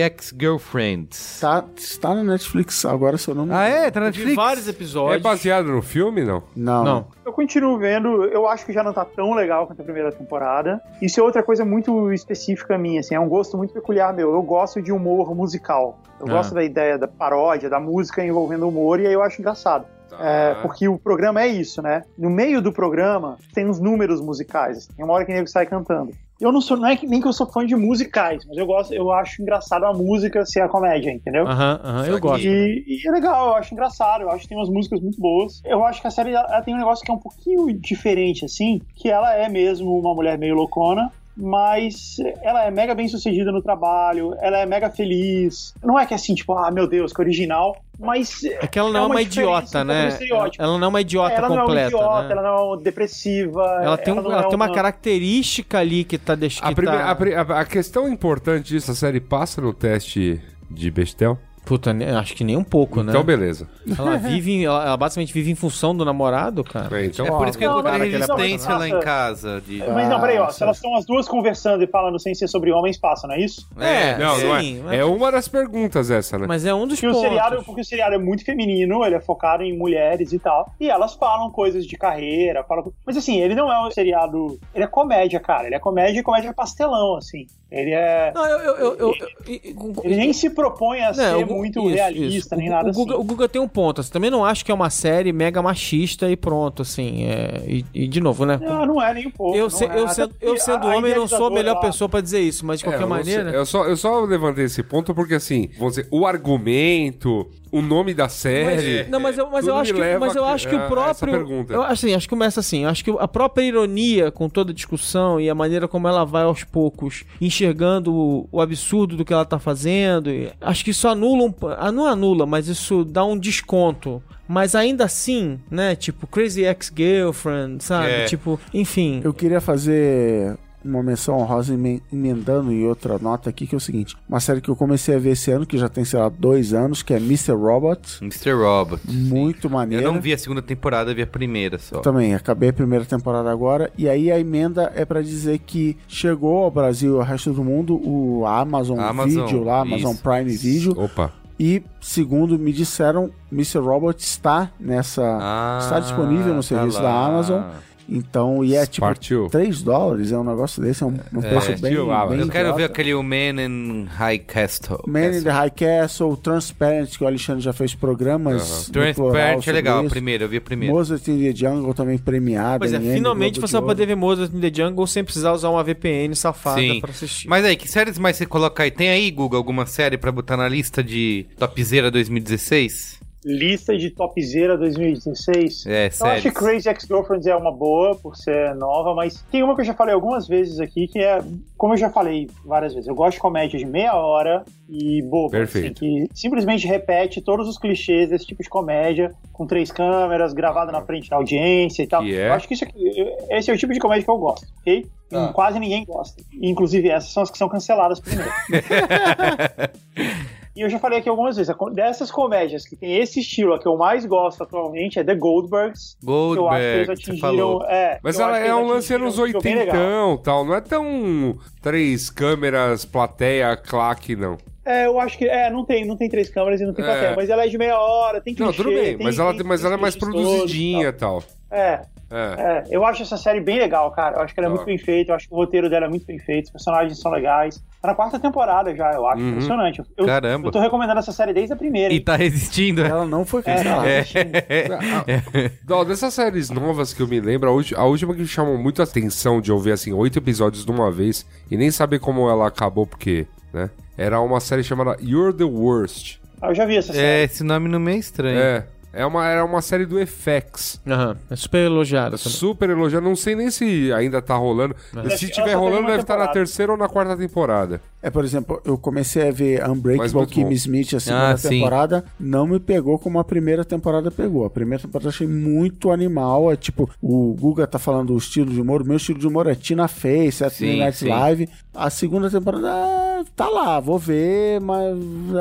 [SPEAKER 1] Ex-Girlfriends.
[SPEAKER 3] Tá, está na Netflix agora, se eu não me
[SPEAKER 1] Ah, é? Tá na
[SPEAKER 2] Tem
[SPEAKER 1] Netflix?
[SPEAKER 2] vários
[SPEAKER 4] É
[SPEAKER 2] episódios.
[SPEAKER 4] baseado no filme, não?
[SPEAKER 3] Não.
[SPEAKER 2] Não.
[SPEAKER 5] Eu continuo vendo, eu acho que já não tá tão legal quanto a primeira temporada. Isso é outra coisa muito específica minha, assim, é um gosto muito peculiar meu. Eu gosto de humor musical. Eu
[SPEAKER 2] Ah.
[SPEAKER 5] gosto da ideia da paródia, da música envolvendo humor, e aí eu acho engraçado.
[SPEAKER 4] Ah.
[SPEAKER 5] É,
[SPEAKER 2] Ah,
[SPEAKER 5] porque o programa é isso, né? No meio do programa tem uns números musicais. assim, Tem uma hora que o nego sai cantando. Eu não sou, não é que, nem que eu sou fã de musicais, mas eu gosto, eu acho engraçado a música ser a comédia, entendeu?
[SPEAKER 2] Aham, aham, eu gosto.
[SPEAKER 5] E, e é legal, eu acho engraçado, eu acho que tem umas músicas muito boas. Eu acho que a série ela ela tem um negócio que é um pouquinho diferente, assim, que ela é mesmo uma mulher meio loucona. mas ela é mega bem sucedida no trabalho, ela é mega feliz. Não é que é assim, tipo, ah, meu Deus, que original, mas.
[SPEAKER 2] É que ela não é uma, idiota,
[SPEAKER 5] diferença
[SPEAKER 2] né?
[SPEAKER 5] do estereótipo.
[SPEAKER 2] Ela não é uma idiota
[SPEAKER 5] Ela não é uma
[SPEAKER 2] completa.
[SPEAKER 5] idiota,
[SPEAKER 2] né?
[SPEAKER 5] ela não é uma depressiva.
[SPEAKER 2] Ela tem, um-
[SPEAKER 5] não
[SPEAKER 2] ela
[SPEAKER 5] é
[SPEAKER 2] tem uma característica ali que tá deixando.
[SPEAKER 4] A, primeira- a pri- a- a questão importante disso, a série passa no teste de Bestel?
[SPEAKER 2] Puta, ne- acho que nem um pouco, né?
[SPEAKER 4] Então, beleza.
[SPEAKER 2] Ela vive, em- ela, ela basicamente vive em função do namorado, cara.
[SPEAKER 4] É, então,
[SPEAKER 1] É por isso que eu
[SPEAKER 5] Não,
[SPEAKER 1] encontrei
[SPEAKER 5] não, não,
[SPEAKER 1] resistência
[SPEAKER 5] não,
[SPEAKER 1] lá em
[SPEAKER 5] não.
[SPEAKER 1] casa. De...
[SPEAKER 5] Mas não, peraí, ó.
[SPEAKER 3] Ah,
[SPEAKER 5] Se elas estão as duas conversando e falando sem ser sobre homens, passa, não é isso?
[SPEAKER 2] É,
[SPEAKER 4] não, não
[SPEAKER 2] sim,
[SPEAKER 4] é. É uma das perguntas essa, né?
[SPEAKER 2] Mas é um dos
[SPEAKER 5] Porque o,
[SPEAKER 2] pontos.
[SPEAKER 5] seriado, porque o seriado é muito feminino, ele é focado em mulheres e tal. E elas falam coisas de carreira, falam. Mas assim, ele não é um seriado. Ele é comédia, cara. Ele é comédia e comédia pastelão, assim. Ele é.
[SPEAKER 2] Não, eu... eu, eu,
[SPEAKER 5] Ele nem se propõe a ser muito realista, nem nada
[SPEAKER 2] o Guga,
[SPEAKER 5] assim.
[SPEAKER 2] O Guga tem um ponto. Assim, também não acho que é uma série mega machista e pronto, assim. é, e, e de novo, né?
[SPEAKER 5] Não, não é nem um pouco.
[SPEAKER 2] eu,
[SPEAKER 5] não
[SPEAKER 2] se-
[SPEAKER 5] é.
[SPEAKER 2] eu,
[SPEAKER 5] Até
[SPEAKER 2] sendo,
[SPEAKER 5] porque
[SPEAKER 2] eu sendo homem, eu não sou a melhor
[SPEAKER 5] idealizadora lá-
[SPEAKER 2] pessoa pra dizer isso, mas de
[SPEAKER 4] É,
[SPEAKER 2] qualquer
[SPEAKER 4] eu não sei.
[SPEAKER 2] maneira.
[SPEAKER 4] Eu só, eu só levantei esse ponto porque, assim, vamos dizer, o argumento, o nome da série.
[SPEAKER 2] Mas, não, mas eu, mas
[SPEAKER 4] É. tudo
[SPEAKER 2] eu acho
[SPEAKER 4] me
[SPEAKER 2] que,
[SPEAKER 4] leva
[SPEAKER 2] mas eu
[SPEAKER 4] a-
[SPEAKER 2] acho que
[SPEAKER 4] a- a
[SPEAKER 2] o
[SPEAKER 4] Essa
[SPEAKER 2] próprio.
[SPEAKER 4] pergunta.
[SPEAKER 2] eu, assim, acho que começa assim. eu Acho que a própria ironia com toda a discussão e a maneira como ela vai aos poucos enxergando o, o absurdo do que ela tá fazendo. e acho que isso anula um. pa- ah, Não anula, mas isso dá um desconto. Mas ainda assim, né? Tipo, Crazy Ex-Girlfriend, sabe?
[SPEAKER 1] É.
[SPEAKER 2] Tipo, enfim.
[SPEAKER 3] Eu queria fazer uma menção honrosa emen- emendando em outra nota aqui, que é o seguinte. Uma série que eu comecei a ver esse ano, que já tem, sei lá, dois anos, que é Mr. Robot.
[SPEAKER 1] Mr. Robot.
[SPEAKER 3] Muito Então,
[SPEAKER 1] Eu
[SPEAKER 3] maneiro.
[SPEAKER 1] não vi a segunda temporada, eu vi a primeira só.
[SPEAKER 3] Também, acabei a primeira temporada agora. E aí a emenda é pra dizer que chegou ao Brasil e ao resto do mundo o Amazon,
[SPEAKER 1] Amazon,
[SPEAKER 3] Video lá, Amazon
[SPEAKER 1] isso.
[SPEAKER 3] Prime Video.
[SPEAKER 4] Opa.
[SPEAKER 3] E, segundo me disseram, Mr. Robot está nessa.
[SPEAKER 1] Ah,
[SPEAKER 3] Está disponível no serviço da Amazon. Então, e é tipo
[SPEAKER 4] Partiu.
[SPEAKER 3] 3 dólares, é um negócio desse, é um, um preço bem,
[SPEAKER 4] tio, ah,
[SPEAKER 3] bem
[SPEAKER 1] Eu quero ver
[SPEAKER 3] idiota.
[SPEAKER 1] aquele O Man in High Castle.
[SPEAKER 3] Man in the High Castle, Transparent, que o Alexandre já fez programas. no plural
[SPEAKER 1] Transparent é
[SPEAKER 3] sobre
[SPEAKER 1] legal, a
[SPEAKER 3] isso.
[SPEAKER 1] primeira, eu vi a primeira.
[SPEAKER 3] Mozart in the Jungle também premiado.
[SPEAKER 2] Pois é,
[SPEAKER 3] em Emmy,
[SPEAKER 2] finalmente
[SPEAKER 3] Globo de
[SPEAKER 2] você vai
[SPEAKER 3] Ouro.
[SPEAKER 2] poder ver Mozart in the Jungle sem precisar usar uma VPN safada
[SPEAKER 1] Sim.
[SPEAKER 2] pra assistir.
[SPEAKER 1] Mas aí, que séries mais você coloca aí? Tem aí, Guga, alguma série pra botar na lista de Topzera 2016?
[SPEAKER 5] Lista de topzera 2016.
[SPEAKER 1] É,
[SPEAKER 5] Eu acho que
[SPEAKER 1] séries.
[SPEAKER 5] Crazy Ex-Girlfriends é uma boa, por ser nova, mas tem uma que eu já falei algumas vezes aqui, que é, como eu já falei várias vezes, eu gosto de comédia de meia hora e boba. assim.
[SPEAKER 4] Perfeito.
[SPEAKER 5] que simplesmente repete todos os clichês desse tipo de comédia, com três câmeras, gravada na frente da audiência e tal.
[SPEAKER 4] Que é?
[SPEAKER 5] Eu acho que isso aqui, eu- esse é o tipo de comédia que eu gosto, ok?
[SPEAKER 4] Tá.
[SPEAKER 5] Quase ninguém gosta. Inclusive, essas são as que são
[SPEAKER 4] [LAUGHS]
[SPEAKER 5] canceladas primeiro. E eu já falei aqui algumas vezes, dessas comédias que tem esse estilo, a que eu mais gosto atualmente é The Goldbergs. que eu acho que
[SPEAKER 1] Goldberg,
[SPEAKER 5] eles
[SPEAKER 1] você
[SPEAKER 5] atingiram.
[SPEAKER 1] falou.
[SPEAKER 5] É,
[SPEAKER 4] Mas
[SPEAKER 5] eu
[SPEAKER 4] ela
[SPEAKER 5] acho que
[SPEAKER 4] é
[SPEAKER 5] eles
[SPEAKER 4] um lance
[SPEAKER 5] atingiram
[SPEAKER 4] anos
[SPEAKER 5] um nível bem
[SPEAKER 4] 80
[SPEAKER 5] legal.
[SPEAKER 4] tal. Não é tão três câmeras, plateia, claque, não.
[SPEAKER 5] É, eu acho que. É, não tem, não tem três câmeras e não tem
[SPEAKER 4] É.
[SPEAKER 5] plateia, mas ela é de meia hora, tem clichê,
[SPEAKER 4] Não, tudo bem,
[SPEAKER 5] tem-
[SPEAKER 4] mas ela,
[SPEAKER 5] tem-
[SPEAKER 4] mas
[SPEAKER 5] tem
[SPEAKER 4] ela é mais
[SPEAKER 5] clichês todos e
[SPEAKER 4] produzidinha tal.
[SPEAKER 5] tal. É,
[SPEAKER 4] tal.
[SPEAKER 3] [LAUGHS]
[SPEAKER 4] É.
[SPEAKER 5] é, eu acho essa série bem legal, cara. Eu acho que ela é
[SPEAKER 4] Tá.
[SPEAKER 5] muito bem feita, eu acho que o roteiro dela é muito bem feito, os personagens são legais. Tá na quarta temporada já, eu acho.
[SPEAKER 4] Uhum.
[SPEAKER 5] Impressionante. Eu- Eu,
[SPEAKER 1] Caramba.
[SPEAKER 5] eu tô recomendando essa série desde a primeira.
[SPEAKER 1] E
[SPEAKER 5] hein?
[SPEAKER 1] tá resistindo, É, né?
[SPEAKER 3] Ela não foi
[SPEAKER 5] É,
[SPEAKER 3] cancelada.
[SPEAKER 5] tá assistindo.
[SPEAKER 1] [LAUGHS]
[SPEAKER 4] Ah,
[SPEAKER 3] É.
[SPEAKER 4] Dó, dessas séries novas que eu me lembro, a, ulti- a última que me chamou muito a atenção de ouvir, assim, oito episódios de uma vez e nem saber como ela acabou, porque, né? Era uma série chamada You're the Worst.
[SPEAKER 5] Ah, Eu já vi essa série.
[SPEAKER 1] É, esse nome não é estranho.
[SPEAKER 4] É. é uma, era uma série do FX.
[SPEAKER 2] Aham, é super
[SPEAKER 1] Tá
[SPEAKER 2] elogiado. também.
[SPEAKER 4] Super elogiado. Não sei nem se ainda tá rolando. Se tiver
[SPEAKER 5] Ela só tem
[SPEAKER 4] rolando,
[SPEAKER 5] uma
[SPEAKER 4] deve estar na
[SPEAKER 5] temporada.
[SPEAKER 4] terceira ou na quarta temporada.
[SPEAKER 3] É, por exemplo, eu comecei a ver
[SPEAKER 4] Mas
[SPEAKER 3] Unbreakable
[SPEAKER 4] muito
[SPEAKER 3] Kim
[SPEAKER 4] bom.
[SPEAKER 3] Smith, a segunda
[SPEAKER 1] Ah, sim.
[SPEAKER 3] temporada, não me pegou como a primeira temporada pegou. A primeira temporada eu achei muito animal. É tipo, o Guga tá falando o estilo de humor, o meu estilo de humor é Tina Fey, Saturday
[SPEAKER 1] Sim,
[SPEAKER 3] Night
[SPEAKER 1] sim.
[SPEAKER 3] Live. A segunda temporada ah, tá lá, vou ver, mas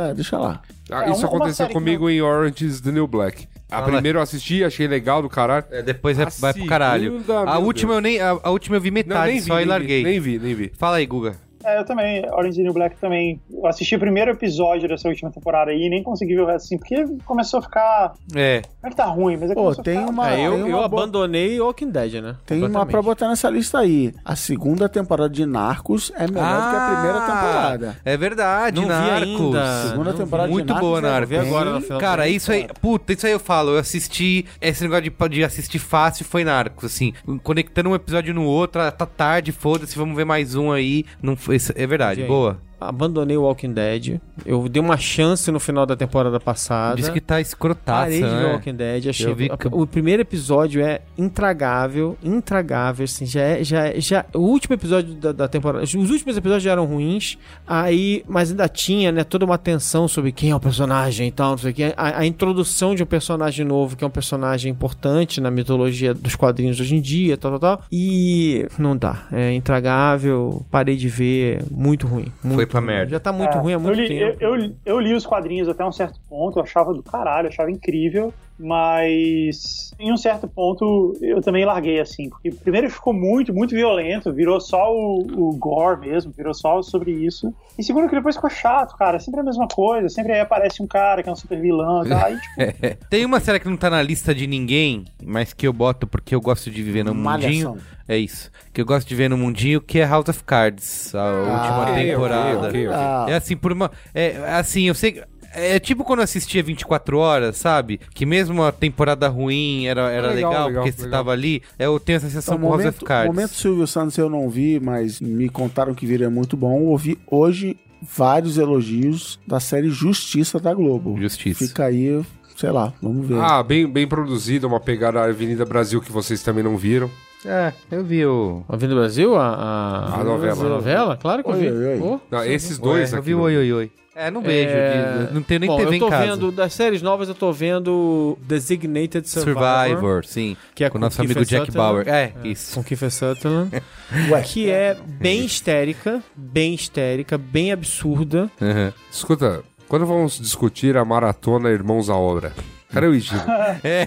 [SPEAKER 3] ah, deixa lá.
[SPEAKER 4] Ah,
[SPEAKER 5] É,
[SPEAKER 4] isso
[SPEAKER 5] uma- uma
[SPEAKER 4] aconteceu
[SPEAKER 5] série que
[SPEAKER 4] comigo em Orange is the New Black. A
[SPEAKER 1] Ah,
[SPEAKER 4] primeira eu assisti, achei legal do caralho.
[SPEAKER 1] É, depois é-
[SPEAKER 4] A
[SPEAKER 1] vai pro caralho.
[SPEAKER 4] segunda,
[SPEAKER 1] a
[SPEAKER 4] Ah, meu
[SPEAKER 1] última
[SPEAKER 4] Deus.
[SPEAKER 1] eu nem. A, a última eu vi metade
[SPEAKER 4] nem vi,
[SPEAKER 1] tá, só e
[SPEAKER 4] nem
[SPEAKER 1] larguei.
[SPEAKER 4] Vi, nem vi, nem vi.
[SPEAKER 1] Fala aí, Guga.
[SPEAKER 5] É, eu também, Orange is the New Black também. Eu assisti o primeiro episódio dessa última temporada aí e nem consegui ver o resto assim, porque começou a ficar.
[SPEAKER 1] É.
[SPEAKER 5] Não é que tá ruim, mas é que
[SPEAKER 3] Pô,
[SPEAKER 5] começou a
[SPEAKER 3] tem
[SPEAKER 5] ficar-
[SPEAKER 3] uma.
[SPEAKER 2] É, eu,
[SPEAKER 3] tem uma
[SPEAKER 2] eu
[SPEAKER 3] boa-
[SPEAKER 2] abandonei Walking Dead, né?
[SPEAKER 3] Tem uma pra botar nessa lista aí. A segunda temporada de Narcos é melhor do que a primeira
[SPEAKER 1] Ah,
[SPEAKER 3] temporada.
[SPEAKER 1] É verdade,
[SPEAKER 2] Não vi
[SPEAKER 1] Narcos.
[SPEAKER 2] ainda.
[SPEAKER 3] Segunda
[SPEAKER 2] não,
[SPEAKER 3] temporada de
[SPEAKER 1] Muito
[SPEAKER 3] Narcos
[SPEAKER 1] boa,
[SPEAKER 3] é
[SPEAKER 1] Narcos.
[SPEAKER 2] vi agora no final
[SPEAKER 1] Cara,
[SPEAKER 2] da
[SPEAKER 1] isso aí, puta, isso aí eu falo. Eu assisti, esse negócio de, de assistir fácil foi Narcos, assim, conectando um episódio no outro, ah, tá tarde, foda-se, vamos ver mais um aí. Não foi, isso é verdade,
[SPEAKER 2] Gente.
[SPEAKER 1] boa.
[SPEAKER 2] abandonei o Walking Dead. Eu dei uma chance no final da temporada passada.
[SPEAKER 1] Diz que tá escrotaça,
[SPEAKER 2] Parei de ver
[SPEAKER 1] né?
[SPEAKER 2] Walking Dead, achei.
[SPEAKER 1] Eu vi que-
[SPEAKER 2] O primeiro episódio é intragável, intragável, assim, já é, já, é- já O último episódio da, da temporada. Os últimos episódios já eram ruins, aí, mas ainda tinha, né, toda uma tensão sobre quem é o personagem e tal, não sei o quê. A, a introdução de um personagem novo, que é um personagem importante na mitologia dos quadrinhos hoje em dia, tal, tal, tal. E não dá. É intragável, parei de ver, muito ruim. muito
[SPEAKER 1] Foi pra
[SPEAKER 2] ruim.
[SPEAKER 1] merda.
[SPEAKER 2] Já tá muito ruim há muito
[SPEAKER 5] Ah, É, eu li,
[SPEAKER 2] tempo.
[SPEAKER 5] Eu, eu- eu li os quadrinhos até um certo ponto, eu achava do caralho, eu achava incrível, mas em um certo ponto eu também larguei assim, porque primeiro ficou muito, muito violento, virou só o, o gore mesmo, virou só sobre isso. E segundo que depois ficou chato, cara, sempre a mesma coisa, sempre aí aparece um cara que é um super vilão, tá? aí,
[SPEAKER 1] [LAUGHS]
[SPEAKER 5] tipo,
[SPEAKER 1] Tem uma série que não tá na lista de ninguém, mas que eu boto porque eu gosto de viver no mundinho.
[SPEAKER 3] Malhação.
[SPEAKER 1] É isso. Que eu gosto de viver no mundinho, que é House of Cards, a última
[SPEAKER 4] Ah, ok,
[SPEAKER 1] temporada.
[SPEAKER 4] ok, ok.
[SPEAKER 3] Ah,
[SPEAKER 1] É assim, por uma. É assim, eu sei. que- É tipo quando eu assistia 24 horas, sabe? Que mesmo a temporada ruim era, era legal,
[SPEAKER 4] Legal, legal,
[SPEAKER 1] porque você
[SPEAKER 4] legal. um
[SPEAKER 1] tava ali. É, Eu tenho a sensação
[SPEAKER 3] então,
[SPEAKER 1] com House
[SPEAKER 3] momento,
[SPEAKER 1] of Cards.
[SPEAKER 3] momento Silvio Santos eu não vi, mas me contaram que viria muito bom. Ouvi hoje vários elogios da série Justiça da Globo.
[SPEAKER 1] Justiça.
[SPEAKER 3] Fica aí, sei lá, vamos
[SPEAKER 1] É.
[SPEAKER 3] ver.
[SPEAKER 4] Ah, bem, bem produzido, uma pegada Avenida Brasil que vocês também não viram.
[SPEAKER 1] É, eu vi o.
[SPEAKER 2] A Vinda do Tá Brasil? A, a...
[SPEAKER 4] A novela.
[SPEAKER 2] A novela? Claro que eu vi.
[SPEAKER 3] né? Oi, oi, oi.
[SPEAKER 2] Ô.
[SPEAKER 1] Um
[SPEAKER 4] Não, Ah, esses dois
[SPEAKER 1] Ué, eu
[SPEAKER 4] aqui. né?
[SPEAKER 1] vi o
[SPEAKER 4] não-
[SPEAKER 1] Oi Oi Oi. É, não vejo.
[SPEAKER 2] É,
[SPEAKER 1] de- Não tenho nem
[SPEAKER 2] Bom,
[SPEAKER 1] TV
[SPEAKER 2] eu tô
[SPEAKER 1] em casa.
[SPEAKER 2] vendo, das séries novas eu tô vendo Designated Survivor.
[SPEAKER 1] Survivor, sim.
[SPEAKER 2] Que é
[SPEAKER 1] com o
[SPEAKER 2] com
[SPEAKER 1] nosso
[SPEAKER 2] Kiefer
[SPEAKER 1] amigo Jack
[SPEAKER 2] Sutherland.
[SPEAKER 1] Bauer. É, isso.
[SPEAKER 2] Com Kiefer Sutherland.
[SPEAKER 3] [LAUGHS] Ué.
[SPEAKER 2] que é bem histérica, bem histérica, bem absurda.
[SPEAKER 1] Uhum.
[SPEAKER 4] Escuta, quando vamos discutir a maratona Irmãos à Obra? Cadê o
[SPEAKER 1] [LAUGHS]
[SPEAKER 4] Ítigo?
[SPEAKER 1] É.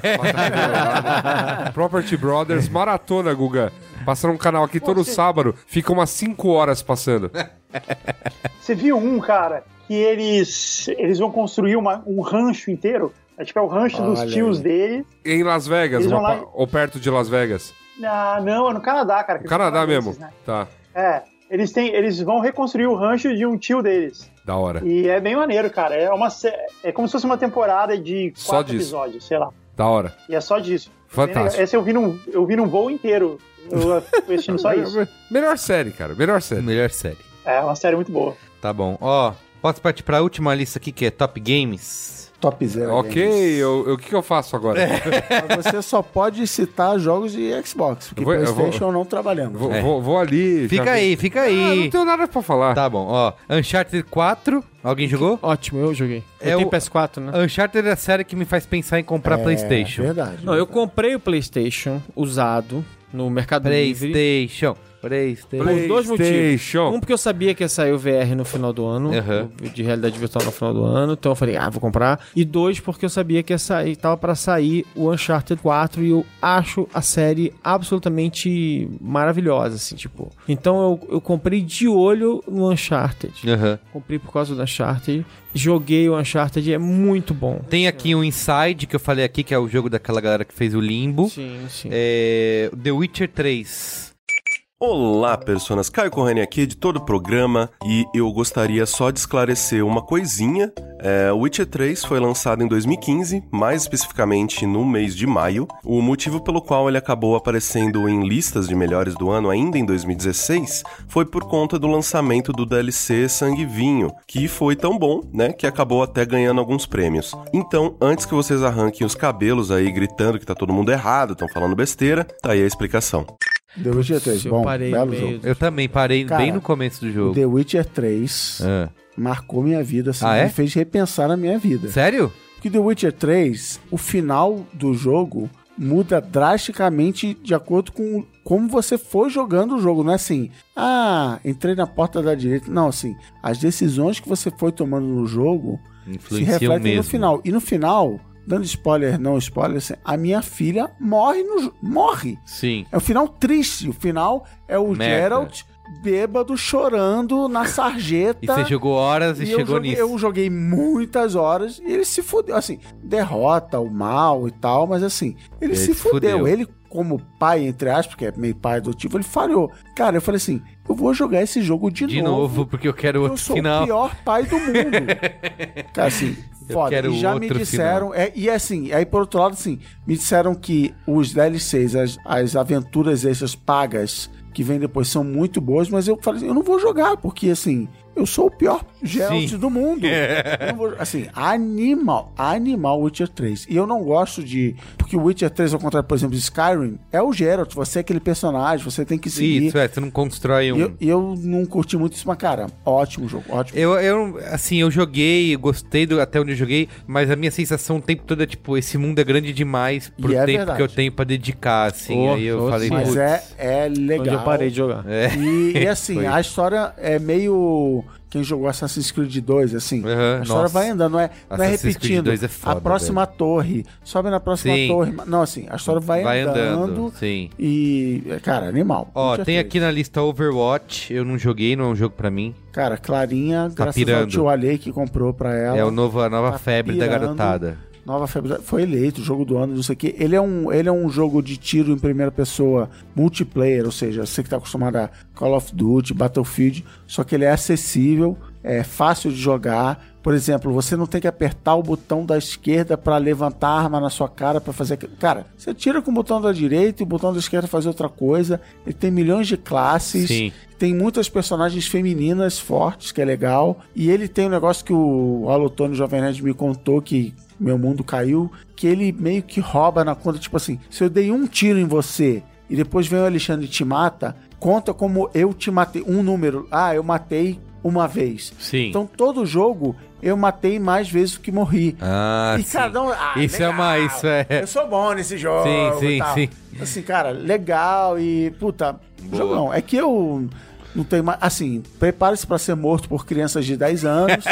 [SPEAKER 4] [LAUGHS] Property Brothers, maratona, Guga. Passaram um canal aqui todo sábado, fica umas 5 horas passando.
[SPEAKER 5] você viu um, cara, que eles, eles vão construir uma- um rancho inteiro? É tipo, é o rancho
[SPEAKER 3] Olha
[SPEAKER 5] dos tios
[SPEAKER 3] aí.
[SPEAKER 5] dele.
[SPEAKER 4] Em Las Vegas,
[SPEAKER 5] Eles
[SPEAKER 4] uma
[SPEAKER 5] vão lá
[SPEAKER 4] pa-
[SPEAKER 5] e-
[SPEAKER 4] ou perto de Las Vegas.
[SPEAKER 5] Ah, não, é no Canadá, cara. que
[SPEAKER 4] No Canadá
[SPEAKER 5] eles são
[SPEAKER 4] mesmo.
[SPEAKER 5] desses, né?
[SPEAKER 4] Tá,
[SPEAKER 5] É, eles, têm, eles vão reconstruir o rancho de um tio deles.
[SPEAKER 4] da hora.
[SPEAKER 5] E é bem maneiro, cara. É, uma, sé- é como se fosse uma temporada de
[SPEAKER 4] Só
[SPEAKER 5] quatro
[SPEAKER 4] disso.
[SPEAKER 5] episódios, sei lá.
[SPEAKER 4] Da hora.
[SPEAKER 5] E é só disso. Bem legal.
[SPEAKER 4] Fantástico.
[SPEAKER 5] Esse eu vi num, eu vi num voo inteiro.
[SPEAKER 1] [LAUGHS]
[SPEAKER 5] Eu fui assistindo só isso.
[SPEAKER 4] Melhor série, cara. Melhor série.
[SPEAKER 1] Melhor série.
[SPEAKER 5] É uma série muito boa.
[SPEAKER 1] Tá bom. Ó, posso partir pra última lista aqui, que é Top Games?
[SPEAKER 3] Top zero.
[SPEAKER 4] Ok, eu- eu- o que, que eu faço agora?
[SPEAKER 1] É.
[SPEAKER 3] Mas Você só pode citar jogos de Xbox, porque
[SPEAKER 4] Eu vou- eu vou-
[SPEAKER 3] PlayStation não trabalhamos.
[SPEAKER 4] Vou, vou- vou ali. já
[SPEAKER 1] Fica
[SPEAKER 4] vi-
[SPEAKER 1] aí, fica
[SPEAKER 4] Ah, não
[SPEAKER 1] aí.
[SPEAKER 4] tenho nada pra falar.
[SPEAKER 1] Tá bom, ó. Uncharted 4, alguém jogou?
[SPEAKER 2] Ótimo, eu joguei. Eu
[SPEAKER 1] É
[SPEAKER 2] tenho
[SPEAKER 1] o-
[SPEAKER 2] PS4, né?
[SPEAKER 1] Uncharted é a série que me faz pensar em comprar
[SPEAKER 3] É
[SPEAKER 1] Playstation.
[SPEAKER 3] verdade.
[SPEAKER 2] Não, eu comprei o PlayStation usado no Mercado Livre.
[SPEAKER 1] Playstation. Playstation.
[SPEAKER 2] Por dois motivos.
[SPEAKER 4] PlayStation.
[SPEAKER 2] Um, porque eu sabia que ia sair o VR no final do ano,
[SPEAKER 1] Aham.
[SPEAKER 2] o de realidade virtual no final do ano, então eu falei, ah, vou comprar. E dois, porque eu sabia que ia sair, tava pra sair o Uncharted 4 e eu acho a série absolutamente maravilhosa, assim, tipo. Então eu, eu comprei de olho no Uncharted.
[SPEAKER 1] Aham.
[SPEAKER 2] Comprei por causa do Uncharted, joguei o Uncharted, é muito bom.
[SPEAKER 1] Tem aqui o Inside, que eu falei aqui, que é o jogo daquela galera que fez o Limbo.
[SPEAKER 2] Sim, sim.
[SPEAKER 1] É, The Witcher 3.
[SPEAKER 6] Olá, personas. Caio Corrêa aqui, editor do programa, e eu gostaria só de esclarecer uma coisinha. É, Witcher 3 foi lançado em 2015, mais especificamente no mês de maio. O motivo pelo qual ele acabou aparecendo em listas de melhores do ano ainda em 2016 foi por conta do lançamento do DLC Sangue e Vinho, que foi tão bom, né, que acabou até ganhando alguns prêmios. Então, antes que vocês arranquem os cabelos aí gritando que tá todo mundo errado, estão falando besteira, tá aí a explicação.
[SPEAKER 3] The Witcher 3,
[SPEAKER 2] Se eu
[SPEAKER 3] bom,
[SPEAKER 2] parei no
[SPEAKER 3] belo
[SPEAKER 2] meio
[SPEAKER 3] jogo.
[SPEAKER 2] do-
[SPEAKER 1] Eu também parei
[SPEAKER 3] Cara,
[SPEAKER 1] bem no começo do jogo.
[SPEAKER 3] The Witcher 3
[SPEAKER 1] Ah.
[SPEAKER 3] marcou minha vida, assim,
[SPEAKER 1] Ah, é?
[SPEAKER 3] me fez repensar a minha vida.
[SPEAKER 1] Sério?
[SPEAKER 3] Porque The Witcher 3, o final do jogo muda drasticamente de acordo com como você foi jogando o jogo. Não é assim, ah, entrei na porta da direita. Não, assim, as decisões que você foi tomando no jogo se
[SPEAKER 1] Influenciou
[SPEAKER 3] refletem
[SPEAKER 1] mesmo.
[SPEAKER 3] no final. E no final, dando spoiler, não spoiler, assim, a minha filha morre no jo- morre.
[SPEAKER 1] Sim.
[SPEAKER 3] É o final triste. O final é o
[SPEAKER 1] Merda.
[SPEAKER 3] Geralt bêbado chorando na sarjeta.
[SPEAKER 1] E você jogou horas e,
[SPEAKER 3] Tá. E eu
[SPEAKER 1] chegou
[SPEAKER 3] joguei,
[SPEAKER 1] nisso.
[SPEAKER 3] eu joguei muitas horas e ele se fudeu. Assim, derrota o mal e tal, mas assim, ele,
[SPEAKER 1] Ele
[SPEAKER 3] se,
[SPEAKER 1] se
[SPEAKER 3] fudeu.
[SPEAKER 1] fudeu.
[SPEAKER 3] Ele, como pai, entre aspas, que é meio pai adotivo, ele falhou. Cara, eu falei assim: eu vou jogar esse jogo de,
[SPEAKER 1] De novo, porque eu quero
[SPEAKER 3] Eu
[SPEAKER 1] outro
[SPEAKER 3] sou
[SPEAKER 1] final.
[SPEAKER 3] o pior pai do mundo.
[SPEAKER 1] [LAUGHS]
[SPEAKER 3] Cara, assim,
[SPEAKER 1] Eu
[SPEAKER 3] foda.
[SPEAKER 1] quero
[SPEAKER 3] e já me
[SPEAKER 1] outro
[SPEAKER 3] disseram. é, e assim, aí por outro lado, assim, me disseram que os DLCs, as, as aventuras essas pagas que vêm depois são muito boas, mas eu falei assim, eu não vou jogar, porque assim, eu sou o pior Geralt
[SPEAKER 1] Sim. [LAUGHS]
[SPEAKER 3] do mundo. Eu não vou- assim, animal, animal Witcher 3. E eu não gosto de... Porque o Witcher 3, ao contrário, por exemplo, de Skyrim, é o Geralt, você é aquele personagem, você tem que seguir.
[SPEAKER 1] Isso, é, você não constrói um.
[SPEAKER 3] E eu, e eu não curti muito isso, mas, cara, ótimo jogo, ótimo.
[SPEAKER 1] Eu, eu, assim, eu joguei, gostei do, até onde eu joguei, mas a minha sensação o tempo todo é tipo, esse mundo é grande demais pro
[SPEAKER 3] E é
[SPEAKER 1] tempo
[SPEAKER 3] verdade.
[SPEAKER 1] que eu tenho pra dedicar, assim.
[SPEAKER 2] Oh,
[SPEAKER 1] aí eu
[SPEAKER 2] oh,
[SPEAKER 1] falei,
[SPEAKER 2] sim.
[SPEAKER 3] mas
[SPEAKER 1] putz,
[SPEAKER 3] é, é legal.
[SPEAKER 2] Onde eu parei de jogar.
[SPEAKER 1] É.
[SPEAKER 3] E, e assim,
[SPEAKER 1] [LAUGHS] Foi.
[SPEAKER 3] a história é meio. Quem jogou Assassin's Creed 2, assim,
[SPEAKER 1] Aham,
[SPEAKER 3] a história
[SPEAKER 1] nossa.
[SPEAKER 3] vai andando, não é, não é
[SPEAKER 1] Assassin's Creed
[SPEAKER 3] repetindo.
[SPEAKER 1] 2 é foda,
[SPEAKER 3] a próxima torre, sobe na próxima
[SPEAKER 1] Sim.
[SPEAKER 3] torre. Não, assim, a história vai,
[SPEAKER 1] Vai
[SPEAKER 3] andando,
[SPEAKER 1] andando, sim.
[SPEAKER 3] E, cara, animal.
[SPEAKER 1] Ó,
[SPEAKER 3] Witcher
[SPEAKER 1] tem
[SPEAKER 3] 3.
[SPEAKER 1] aqui na lista Overwatch, eu não joguei, não é um jogo pra mim.
[SPEAKER 3] Cara, Clarinha, graças ao
[SPEAKER 1] Tá pirando.
[SPEAKER 3] tio Ale que comprou pra ela.
[SPEAKER 1] é o novo, a nova
[SPEAKER 3] tá
[SPEAKER 1] febre da
[SPEAKER 3] pirando.
[SPEAKER 1] garotada.
[SPEAKER 3] Nova Febre da- foi eleito jogo do ano, não sei o quê. Ele é um, ele é um jogo de tiro em primeira pessoa multiplayer, ou seja, você que tá acostumado a Call of Duty, Battlefield, só que ele é acessível, é fácil de jogar. Por exemplo, você não tem que apertar o botão da esquerda pra levantar a arma na sua cara pra fazer. aquilo. Cara, você tira com o botão da direita e o botão da esquerda fazer outra coisa. Ele tem milhões de classes.
[SPEAKER 1] Sim.
[SPEAKER 3] Tem muitas personagens femininas fortes, que é legal. E ele tem um negócio que o Alotone Jovem Nerd me contou que meu mundo caiu, que ele meio que rouba na conta, tipo assim, se eu dei um tiro em você e depois vem o Alexandre e te mata, conta como eu te matei, um número. Ah, eu matei uma vez.
[SPEAKER 1] Sim.
[SPEAKER 3] Então todo jogo eu matei mais vezes do que morri.
[SPEAKER 1] ah,
[SPEAKER 3] E
[SPEAKER 1] sim.
[SPEAKER 3] cara, não, ah,
[SPEAKER 1] Isso é uma-
[SPEAKER 3] legal.
[SPEAKER 1] isso é-
[SPEAKER 3] Eu sou bom nesse jogo.
[SPEAKER 1] Sim, sim,
[SPEAKER 3] e tal.
[SPEAKER 1] sim.
[SPEAKER 3] Assim, cara, legal e. Puta, jogão. É que eu. Não tenho mais. Assim, prepare-se pra ser morto por crianças de 10
[SPEAKER 1] [LAUGHS]
[SPEAKER 3] anos.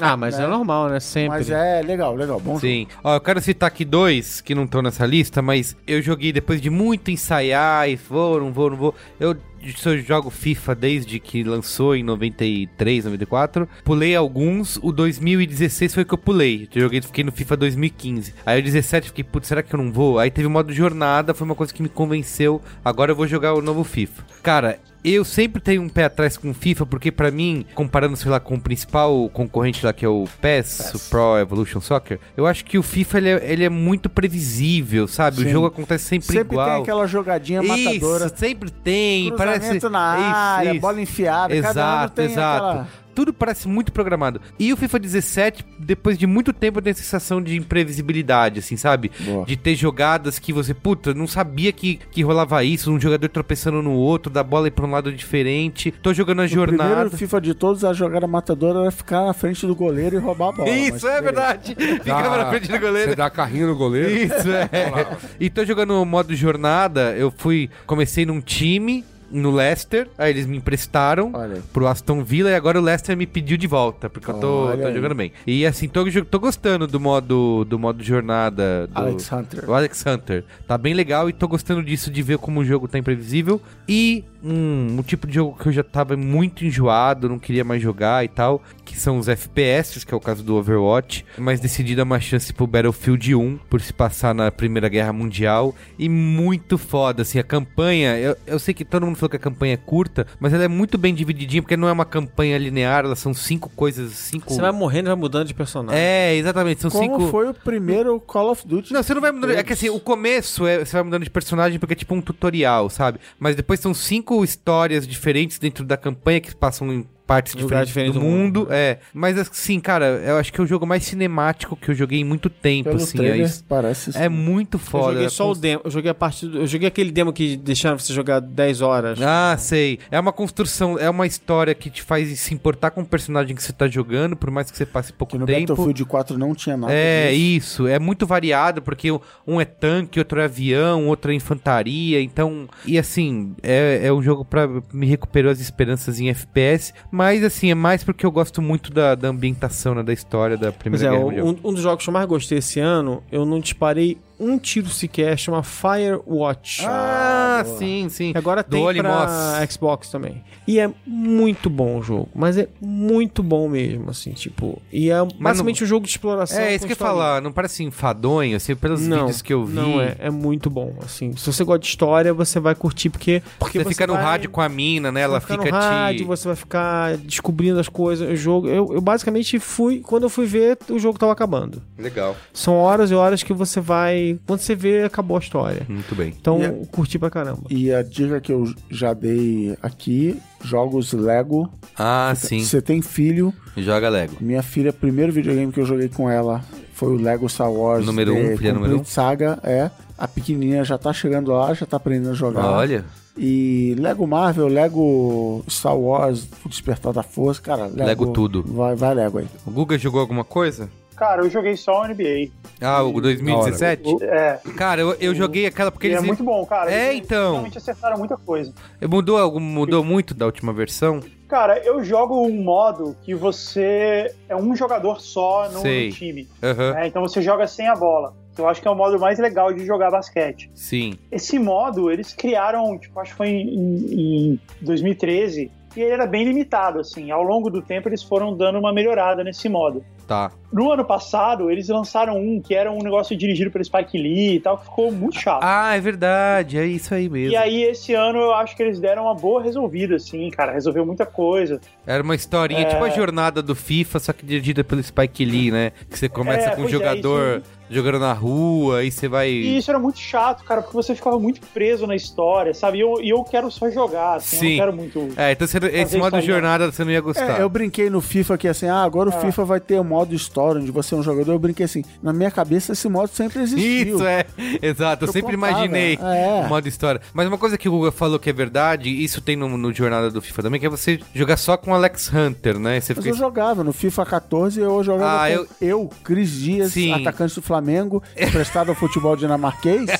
[SPEAKER 2] Ah, mas é. normal, né? Sempre.
[SPEAKER 3] mas é legal, legal. Bom jogo.
[SPEAKER 1] Sim. Ó, eu quero citar aqui dois que não estão nessa lista, mas eu joguei depois de muito ensaiar e vou, não vou, não vou. Eu só jogo FIFA desde que lançou em 93, 94. Pulei alguns, o 2016 foi que eu pulei. Eu joguei, fiquei no FIFA 2015. Aí o 17 fiquei, putz, será que eu não vou? Aí teve o modo jornada, foi uma coisa que me convenceu. Agora eu vou jogar o novo FIFA. Cara, eu sempre tenho um pé atrás com o FIFA, porque pra mim, comparando, sei lá, com o principal concorrente lá, que é o PES, o Pro Evolution Soccer, eu acho que o FIFA, ele é, ele é muito previsível, sabe? O
[SPEAKER 3] Sim.
[SPEAKER 1] jogo acontece sempre,
[SPEAKER 3] Sempre
[SPEAKER 1] igual.
[SPEAKER 3] tem aquela jogadinha matadora.
[SPEAKER 1] Isso, sempre tem.
[SPEAKER 3] cruzamento
[SPEAKER 1] parece...
[SPEAKER 3] na
[SPEAKER 1] Isso,
[SPEAKER 3] área,
[SPEAKER 1] isso.
[SPEAKER 3] bola enfiada. cada ano
[SPEAKER 1] Exato,
[SPEAKER 3] tem
[SPEAKER 1] exato.
[SPEAKER 3] aquela-
[SPEAKER 1] Tudo parece muito programado. E o FIFA 17, depois de muito tempo, eu tenho a sensação de imprevisibilidade, assim, sabe?
[SPEAKER 3] Boa.
[SPEAKER 1] De ter jogadas que você, puta, não sabia que, que rolava isso, um jogador tropeçando no outro, da bola ir pra um lado diferente. Tô jogando a
[SPEAKER 3] O primeiro
[SPEAKER 1] jornada.
[SPEAKER 3] FIFA de todos, a jogada matadora era ficar na frente do goleiro e roubar a bola. mas
[SPEAKER 1] Isso, é
[SPEAKER 3] beleza. Tá.
[SPEAKER 1] verdade. Ficava
[SPEAKER 4] Dá-
[SPEAKER 1] na frente do goleiro.
[SPEAKER 4] Você dá carrinho no goleiro?
[SPEAKER 1] Isso, é. E tô jogando o modo jornada, eu fui. Comecei num time, no Leicester, aí eles me emprestaram
[SPEAKER 3] Olha aí.
[SPEAKER 1] pro Aston Villa e agora o Leicester me pediu de volta, porque eu tô,
[SPEAKER 3] Olha
[SPEAKER 1] tô
[SPEAKER 3] aí.
[SPEAKER 1] jogando bem. E assim, tô, jo- tô gostando do modo, do modo jornada. Do...
[SPEAKER 3] Alex Hunter.
[SPEAKER 1] O Alex Hunter. Tá bem legal e tô gostando disso, de ver como o jogo tá imprevisível. E hum, um tipo de jogo que eu já tava muito enjoado, não queria mais jogar e tal, que são os FPS, que é o caso do Overwatch. Mas decidi dar uma chance pro Battlefield 1, por se passar na Primeira Guerra Mundial. E muito foda, assim, a campanha. Eu, eu sei que todo mundo falou que a campanha é curta, mas ela é muito bem divididinha, porque não é uma campanha linear, elas são cinco coisas, cinco.
[SPEAKER 2] Você vai morrendo e vai mudando de personagem.
[SPEAKER 1] É, exatamente, são
[SPEAKER 3] Como
[SPEAKER 1] cinco.
[SPEAKER 3] foi o primeiro Call of Duty?
[SPEAKER 1] Não, você não vai mudando. É que assim, o começo é, você vai mudando de personagem porque é tipo um tutorial, sabe? Mas depois são cinco histórias diferentes dentro da campanha que passam em partes
[SPEAKER 2] Lugar
[SPEAKER 1] diferentes
[SPEAKER 2] diferente
[SPEAKER 1] do,
[SPEAKER 2] do
[SPEAKER 1] mundo.
[SPEAKER 2] mundo.
[SPEAKER 1] É. Mas assim, cara, eu acho que é o jogo mais cinemático que eu joguei em muito tempo,
[SPEAKER 3] Pelo
[SPEAKER 1] assim. É,
[SPEAKER 3] trailer,
[SPEAKER 1] isso-
[SPEAKER 3] parece
[SPEAKER 1] é muito
[SPEAKER 2] Eu
[SPEAKER 1] foda.
[SPEAKER 2] joguei só o demo. Eu joguei a parte do- Eu joguei aquele demo que deixaram você jogar 10 horas.
[SPEAKER 1] Ah, sei. É uma construção, é uma história que te faz se importar com o personagem que você tá jogando, por mais que você passe pouco
[SPEAKER 3] Que no
[SPEAKER 1] tempo.
[SPEAKER 3] Battlefield 4 não tinha nada.
[SPEAKER 1] É,
[SPEAKER 3] disso.
[SPEAKER 1] isso. É muito variado, porque um- um é tanque, outro é avião, outro é infantaria. Então, e assim, é, é um jogo pra me recuperou as esperanças em FPS. Mas, assim, é mais porque eu gosto muito da, da ambientação, né, da história da
[SPEAKER 2] Pois
[SPEAKER 1] Primeira
[SPEAKER 2] é,
[SPEAKER 1] Guerra Mundial.
[SPEAKER 2] um, um dos jogos que eu mais gostei esse ano, eu não disparei um tiro sequer, chama Firewatch.
[SPEAKER 1] Ah, sim, sim.
[SPEAKER 2] Agora
[SPEAKER 1] Do
[SPEAKER 2] tem
[SPEAKER 1] Oli
[SPEAKER 2] pra
[SPEAKER 1] Moss.
[SPEAKER 2] Xbox também. E é muito bom o jogo, mas é muito bom mesmo, assim, tipo... E é basicamente um jogo de exploração.
[SPEAKER 1] É, isso que eu ia
[SPEAKER 2] com historinha.
[SPEAKER 1] falar. Não parece enfadonho, assim, pelos
[SPEAKER 2] não,
[SPEAKER 1] vídeos que eu vi.
[SPEAKER 2] Não, é, é muito bom, assim. Se você gosta de história, você vai curtir, porque... porque
[SPEAKER 1] Você, fica no
[SPEAKER 2] vai-
[SPEAKER 1] rádio com a mina, né?
[SPEAKER 2] você
[SPEAKER 1] Ela
[SPEAKER 2] vai ficar
[SPEAKER 1] fica,
[SPEAKER 2] no rádio,
[SPEAKER 1] te...
[SPEAKER 2] você vai ficar descobrindo as coisas, o jogo... Eu, eu basicamente fui... Quando eu fui ver, o jogo tava acabando.
[SPEAKER 1] Legal.
[SPEAKER 2] São horas e horas que você vai... Quando você vê, acabou a história.
[SPEAKER 1] Muito bem.
[SPEAKER 2] Então,
[SPEAKER 3] E
[SPEAKER 2] curti pra caramba.
[SPEAKER 3] E a dica que eu já dei aqui, jogos Lego.
[SPEAKER 8] Ah, sim.
[SPEAKER 3] Você tem filho,
[SPEAKER 2] tá-
[SPEAKER 8] Joga Lego.
[SPEAKER 3] minha filha, primeiro videogame que eu joguei com ela foi o Lego Star Wars.
[SPEAKER 1] Número um,
[SPEAKER 3] The
[SPEAKER 1] filha número
[SPEAKER 3] Complete
[SPEAKER 1] um?
[SPEAKER 3] Saga, é. A pequenininha já tá chegando lá, já tá aprendendo a jogar.
[SPEAKER 2] Ah.
[SPEAKER 8] Olha.
[SPEAKER 3] E Lego Marvel, Lego Star Wars, O Despertar da Força, cara. Lego,
[SPEAKER 1] Lego tudo.
[SPEAKER 3] Vai, vai Lego aí.
[SPEAKER 1] O Guga jogou alguma coisa?
[SPEAKER 5] Cara, eu joguei só o NBA.
[SPEAKER 1] Ah, o 2017?
[SPEAKER 5] É.
[SPEAKER 1] Cara, eu, eu joguei aquela porque
[SPEAKER 5] E
[SPEAKER 1] eles
[SPEAKER 5] é muito bom, cara.
[SPEAKER 1] É,
[SPEAKER 5] Eles
[SPEAKER 1] então.
[SPEAKER 5] Realmente acertaram muita coisa.
[SPEAKER 1] mudou algum- mudou muito da última versão.
[SPEAKER 5] Cara, eu jogo um modo que você é um jogador só no,
[SPEAKER 1] Sei.
[SPEAKER 5] no time.
[SPEAKER 1] Aham.
[SPEAKER 5] né? Então você joga sem a bola. que Eu acho que é o modo mais legal de jogar basquete.
[SPEAKER 1] Sim.
[SPEAKER 5] Esse modo, eles criaram, tipo, acho que foi em, em- em 2013, e ele era bem limitado, assim. Ao longo do tempo, eles foram dando uma melhorada nesse modo.
[SPEAKER 1] Tá.
[SPEAKER 5] No ano passado, eles lançaram um que era um negócio dirigido pelo Spike Lee e tal, que ficou muito chato.
[SPEAKER 1] Ah, é verdade. É isso aí mesmo.
[SPEAKER 5] E aí, esse ano, eu acho que eles deram uma boa resolvida, assim, cara. Resolveu muita coisa.
[SPEAKER 1] Era uma
[SPEAKER 5] É.
[SPEAKER 1] historinha, tipo a jornada do FIFA, só que dirigida pelo Spike Lee, né? Que você começa
[SPEAKER 5] É,
[SPEAKER 1] com um
[SPEAKER 5] pois é,
[SPEAKER 1] jogador jogando na rua, aí você vai.
[SPEAKER 5] E isso era muito chato, cara, porque você ficava muito preso na história, sabe? E eu, e eu quero só jogar, assim,
[SPEAKER 1] Sim.
[SPEAKER 5] eu não quero muito...
[SPEAKER 1] É, então você- esse
[SPEAKER 5] Fazer né?
[SPEAKER 1] modo
[SPEAKER 5] historinha.
[SPEAKER 1] jornada você não ia
[SPEAKER 3] É,
[SPEAKER 1] gostar.
[SPEAKER 3] eu brinquei no FIFA que assim, ah, agora o FIFA vai ter o modo história, onde você é um jogador. Eu brinquei assim, na minha cabeça esse modo sempre existiu.
[SPEAKER 1] Isso, é. Exato, eu,
[SPEAKER 3] Eu
[SPEAKER 1] sempre
[SPEAKER 3] contava,
[SPEAKER 1] imaginei
[SPEAKER 3] é.
[SPEAKER 1] o modo história. Mas uma coisa que o Guga falou que é verdade, isso tem no, no Jornada do FIFA também, que é você jogar só com o Alex Hunter, né? Você
[SPEAKER 3] Mas
[SPEAKER 1] fica...
[SPEAKER 3] eu jogava no FIFA 14, eu jogava
[SPEAKER 1] Ah,
[SPEAKER 3] com
[SPEAKER 1] eu-
[SPEAKER 3] eu... Cris Dias,
[SPEAKER 1] Sim.
[SPEAKER 3] atacante do Flamengo, emprestado ao futebol
[SPEAKER 2] [LAUGHS]
[SPEAKER 3] dinamarquês.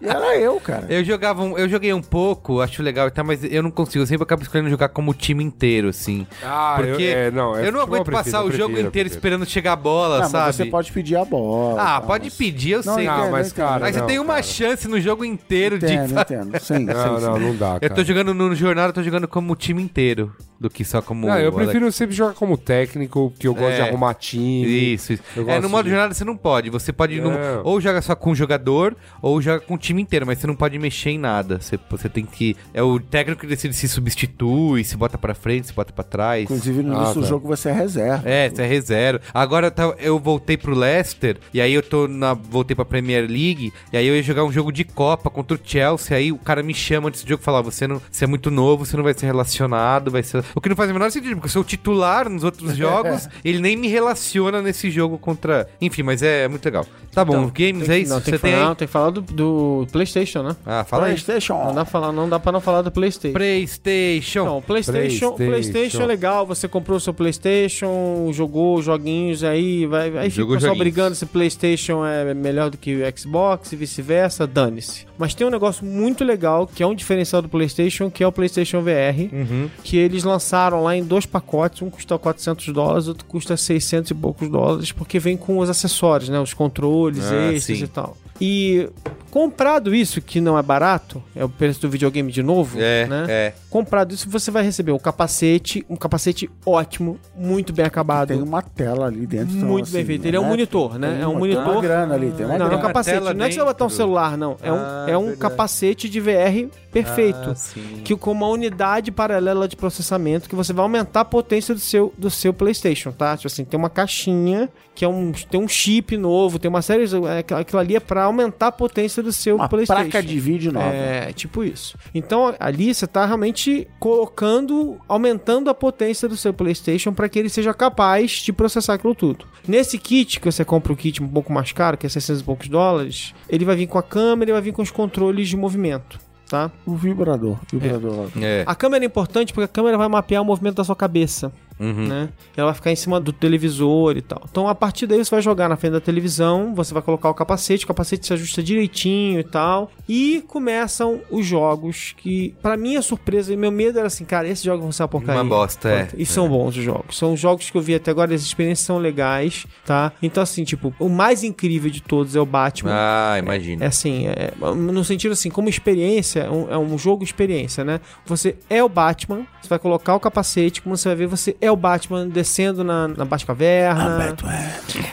[SPEAKER 3] e era eu, cara.
[SPEAKER 1] Eu jogava um- eu joguei um pouco, acho legal e tal, mas eu não consigo, eu sempre acabo escolhendo jogar como o time inteiro, assim.
[SPEAKER 4] Ah,
[SPEAKER 1] Porque eu,
[SPEAKER 4] é,
[SPEAKER 1] não,
[SPEAKER 4] é futebol,
[SPEAKER 1] aguento
[SPEAKER 4] prefiro,
[SPEAKER 1] passar o
[SPEAKER 4] prefiro,
[SPEAKER 1] jogo inteiro
[SPEAKER 4] prefiro.
[SPEAKER 1] esperando chegar a bola,
[SPEAKER 3] Ah,
[SPEAKER 1] sabe?
[SPEAKER 3] mas você pode pedir a bola.
[SPEAKER 1] ah,
[SPEAKER 3] tá,
[SPEAKER 1] pode
[SPEAKER 3] mas-
[SPEAKER 1] pedir, eu
[SPEAKER 3] Não,
[SPEAKER 1] sei.
[SPEAKER 3] eu entendo,
[SPEAKER 4] Ah, mas,
[SPEAKER 3] eu entendo.
[SPEAKER 4] cara,
[SPEAKER 1] mas você
[SPEAKER 4] não,
[SPEAKER 1] tem uma
[SPEAKER 4] cara.
[SPEAKER 1] chance no jogo inteiro de.
[SPEAKER 3] Entendo, entendo.
[SPEAKER 4] [LAUGHS]
[SPEAKER 3] Sim,
[SPEAKER 4] Não,
[SPEAKER 3] sim,
[SPEAKER 4] não,
[SPEAKER 3] sim.
[SPEAKER 4] não dá,
[SPEAKER 1] Eu
[SPEAKER 4] cara.
[SPEAKER 1] tô jogando no jornal, eu tô jogando como o time inteiro do que só como
[SPEAKER 4] Não, eu
[SPEAKER 1] o Alex.
[SPEAKER 4] prefiro sempre jogar como técnico, porque eu gosto
[SPEAKER 1] É.
[SPEAKER 4] de arrumar time.
[SPEAKER 1] Isso, isso.
[SPEAKER 4] Eu
[SPEAKER 1] É,
[SPEAKER 4] gosto
[SPEAKER 1] no modo
[SPEAKER 4] de-
[SPEAKER 1] jornada você não pode. Você pode. ir no-
[SPEAKER 4] Não.
[SPEAKER 1] ou joga só com o jogador, ou joga com o time inteiro, mas você não pode mexer em nada. Você, você tem que. É o técnico que decide se substitui, se bota pra frente, se bota pra trás.
[SPEAKER 3] Inclusive, no início do
[SPEAKER 4] tá.
[SPEAKER 3] jogo você é reserva.
[SPEAKER 1] É, você é reserva. Agora tá- eu voltei pro Leicester, e aí eu tô na, voltei pra Premier League, e aí eu ia jogar um jogo de Copa contra o Chelsea, aí o cara me chama antes do jogo e fala, você, não, você é muito novo, você não vai ser relacionado, vai ser... O que não faz o menor sentido, porque eu sou o titular nos
[SPEAKER 2] [LAUGHS]
[SPEAKER 1] outros jogos, ele nem me relaciona nesse jogo contra... Enfim, mas é, é muito legal. Tá bom, games é isso?
[SPEAKER 2] Não, Então, tem
[SPEAKER 1] você
[SPEAKER 2] que
[SPEAKER 1] tem
[SPEAKER 2] falar,
[SPEAKER 1] aí?
[SPEAKER 2] tem que falar do, do PlayStation, né?
[SPEAKER 1] Ah, fala aí.
[SPEAKER 4] Tá
[SPEAKER 2] Não
[SPEAKER 3] Playstation.
[SPEAKER 2] dá, pra falar, não dá pra não falar do PlayStation.
[SPEAKER 1] Playstation.
[SPEAKER 2] Então,
[SPEAKER 4] PlayStation.
[SPEAKER 2] PlayStation, PlayStation é legal. Você comprou o seu PlayStation, jogou os joguinhos aí, vai, aí fica o
[SPEAKER 1] Jogou
[SPEAKER 2] pessoal
[SPEAKER 1] joguinhos.
[SPEAKER 2] brigando se PlayStation é melhor do que o Xbox e vice-versa, dane-se. Mas tem um negócio muito legal que é um diferencial do PlayStation, que é o PlayStation VR,
[SPEAKER 1] Uhum.
[SPEAKER 2] que eles lançaram lá em dois pacotes. Um custa 400 dólares, outro custa 600 e poucos dólares, porque vem com os acessórios, né? Os controles,
[SPEAKER 1] Ah,
[SPEAKER 2] extras
[SPEAKER 1] sim.
[SPEAKER 2] e tal. E comprado isso, que não é barato, é o preço do videogame de novo,
[SPEAKER 1] É,
[SPEAKER 2] né?
[SPEAKER 1] é.
[SPEAKER 2] comprado isso, você vai receber um capacete, um capacete ótimo, muito bem acabado.
[SPEAKER 3] Tem uma tela ali dentro. então,
[SPEAKER 2] Muito bem
[SPEAKER 3] assim,
[SPEAKER 2] feito. Ele é um
[SPEAKER 3] né?
[SPEAKER 2] monitor, né?
[SPEAKER 3] Tem
[SPEAKER 2] É um
[SPEAKER 3] uma- Tem
[SPEAKER 2] monitor.
[SPEAKER 3] uma grana ali, tem uma Ah,
[SPEAKER 2] Não, é um
[SPEAKER 3] grana.
[SPEAKER 2] capacete.
[SPEAKER 1] tela
[SPEAKER 2] Não é que você vai botar um
[SPEAKER 1] dentro.
[SPEAKER 2] celular, não. É um, é um
[SPEAKER 1] verdade.
[SPEAKER 2] capacete de VR perfeito.
[SPEAKER 1] Ah, sim.
[SPEAKER 2] que com uma unidade paralela de processamento que você vai aumentar a potência do seu, do seu PlayStation, tá? Tipo assim, tem uma caixinha que é um tem um chip novo, tem uma série é, aquilo- aquilo ali é para aumentar a potência do seu
[SPEAKER 3] Uma
[SPEAKER 2] PlayStation.
[SPEAKER 3] placa de vídeo nova.
[SPEAKER 2] É, tipo isso. Então ali você tá realmente colocando, aumentando a potência do seu PlayStation para que ele seja capaz de processar aquilo tudo. Nesse kit, que você compra um kit um pouco mais caro, que é 600 e poucos dólares, ele vai vir com a câmera e vai vir com os controles de movimento, tá?
[SPEAKER 3] O vibrador. Vibrador.
[SPEAKER 1] É.
[SPEAKER 2] A câmera é importante porque a câmera vai mapear o movimento da sua cabeça,
[SPEAKER 1] Uhum.
[SPEAKER 2] né? Ela vai ficar em cima do televisor e tal. Então, a partir daí, você vai jogar na frente da televisão, você vai colocar o capacete, o capacete se ajusta direitinho e tal. E começam os jogos que, pra minha surpresa, e meu medo era assim, cara, esses jogos vão ser uma porcaria.
[SPEAKER 1] Uma bosta, é.
[SPEAKER 2] E são bons os jogos. São os jogos que eu vi até agora, as experiências são legais, tá? Então, assim, tipo, o mais incrível de todos é o Batman.
[SPEAKER 1] Ah, imagina.
[SPEAKER 2] É assim, é- no sentido assim, como experiência, é um- é um jogo experiência, né? Você é o Batman, você vai colocar o capacete, como você vai ver, você é é o Batman descendo na,
[SPEAKER 1] Ah,
[SPEAKER 2] na Batcaverna,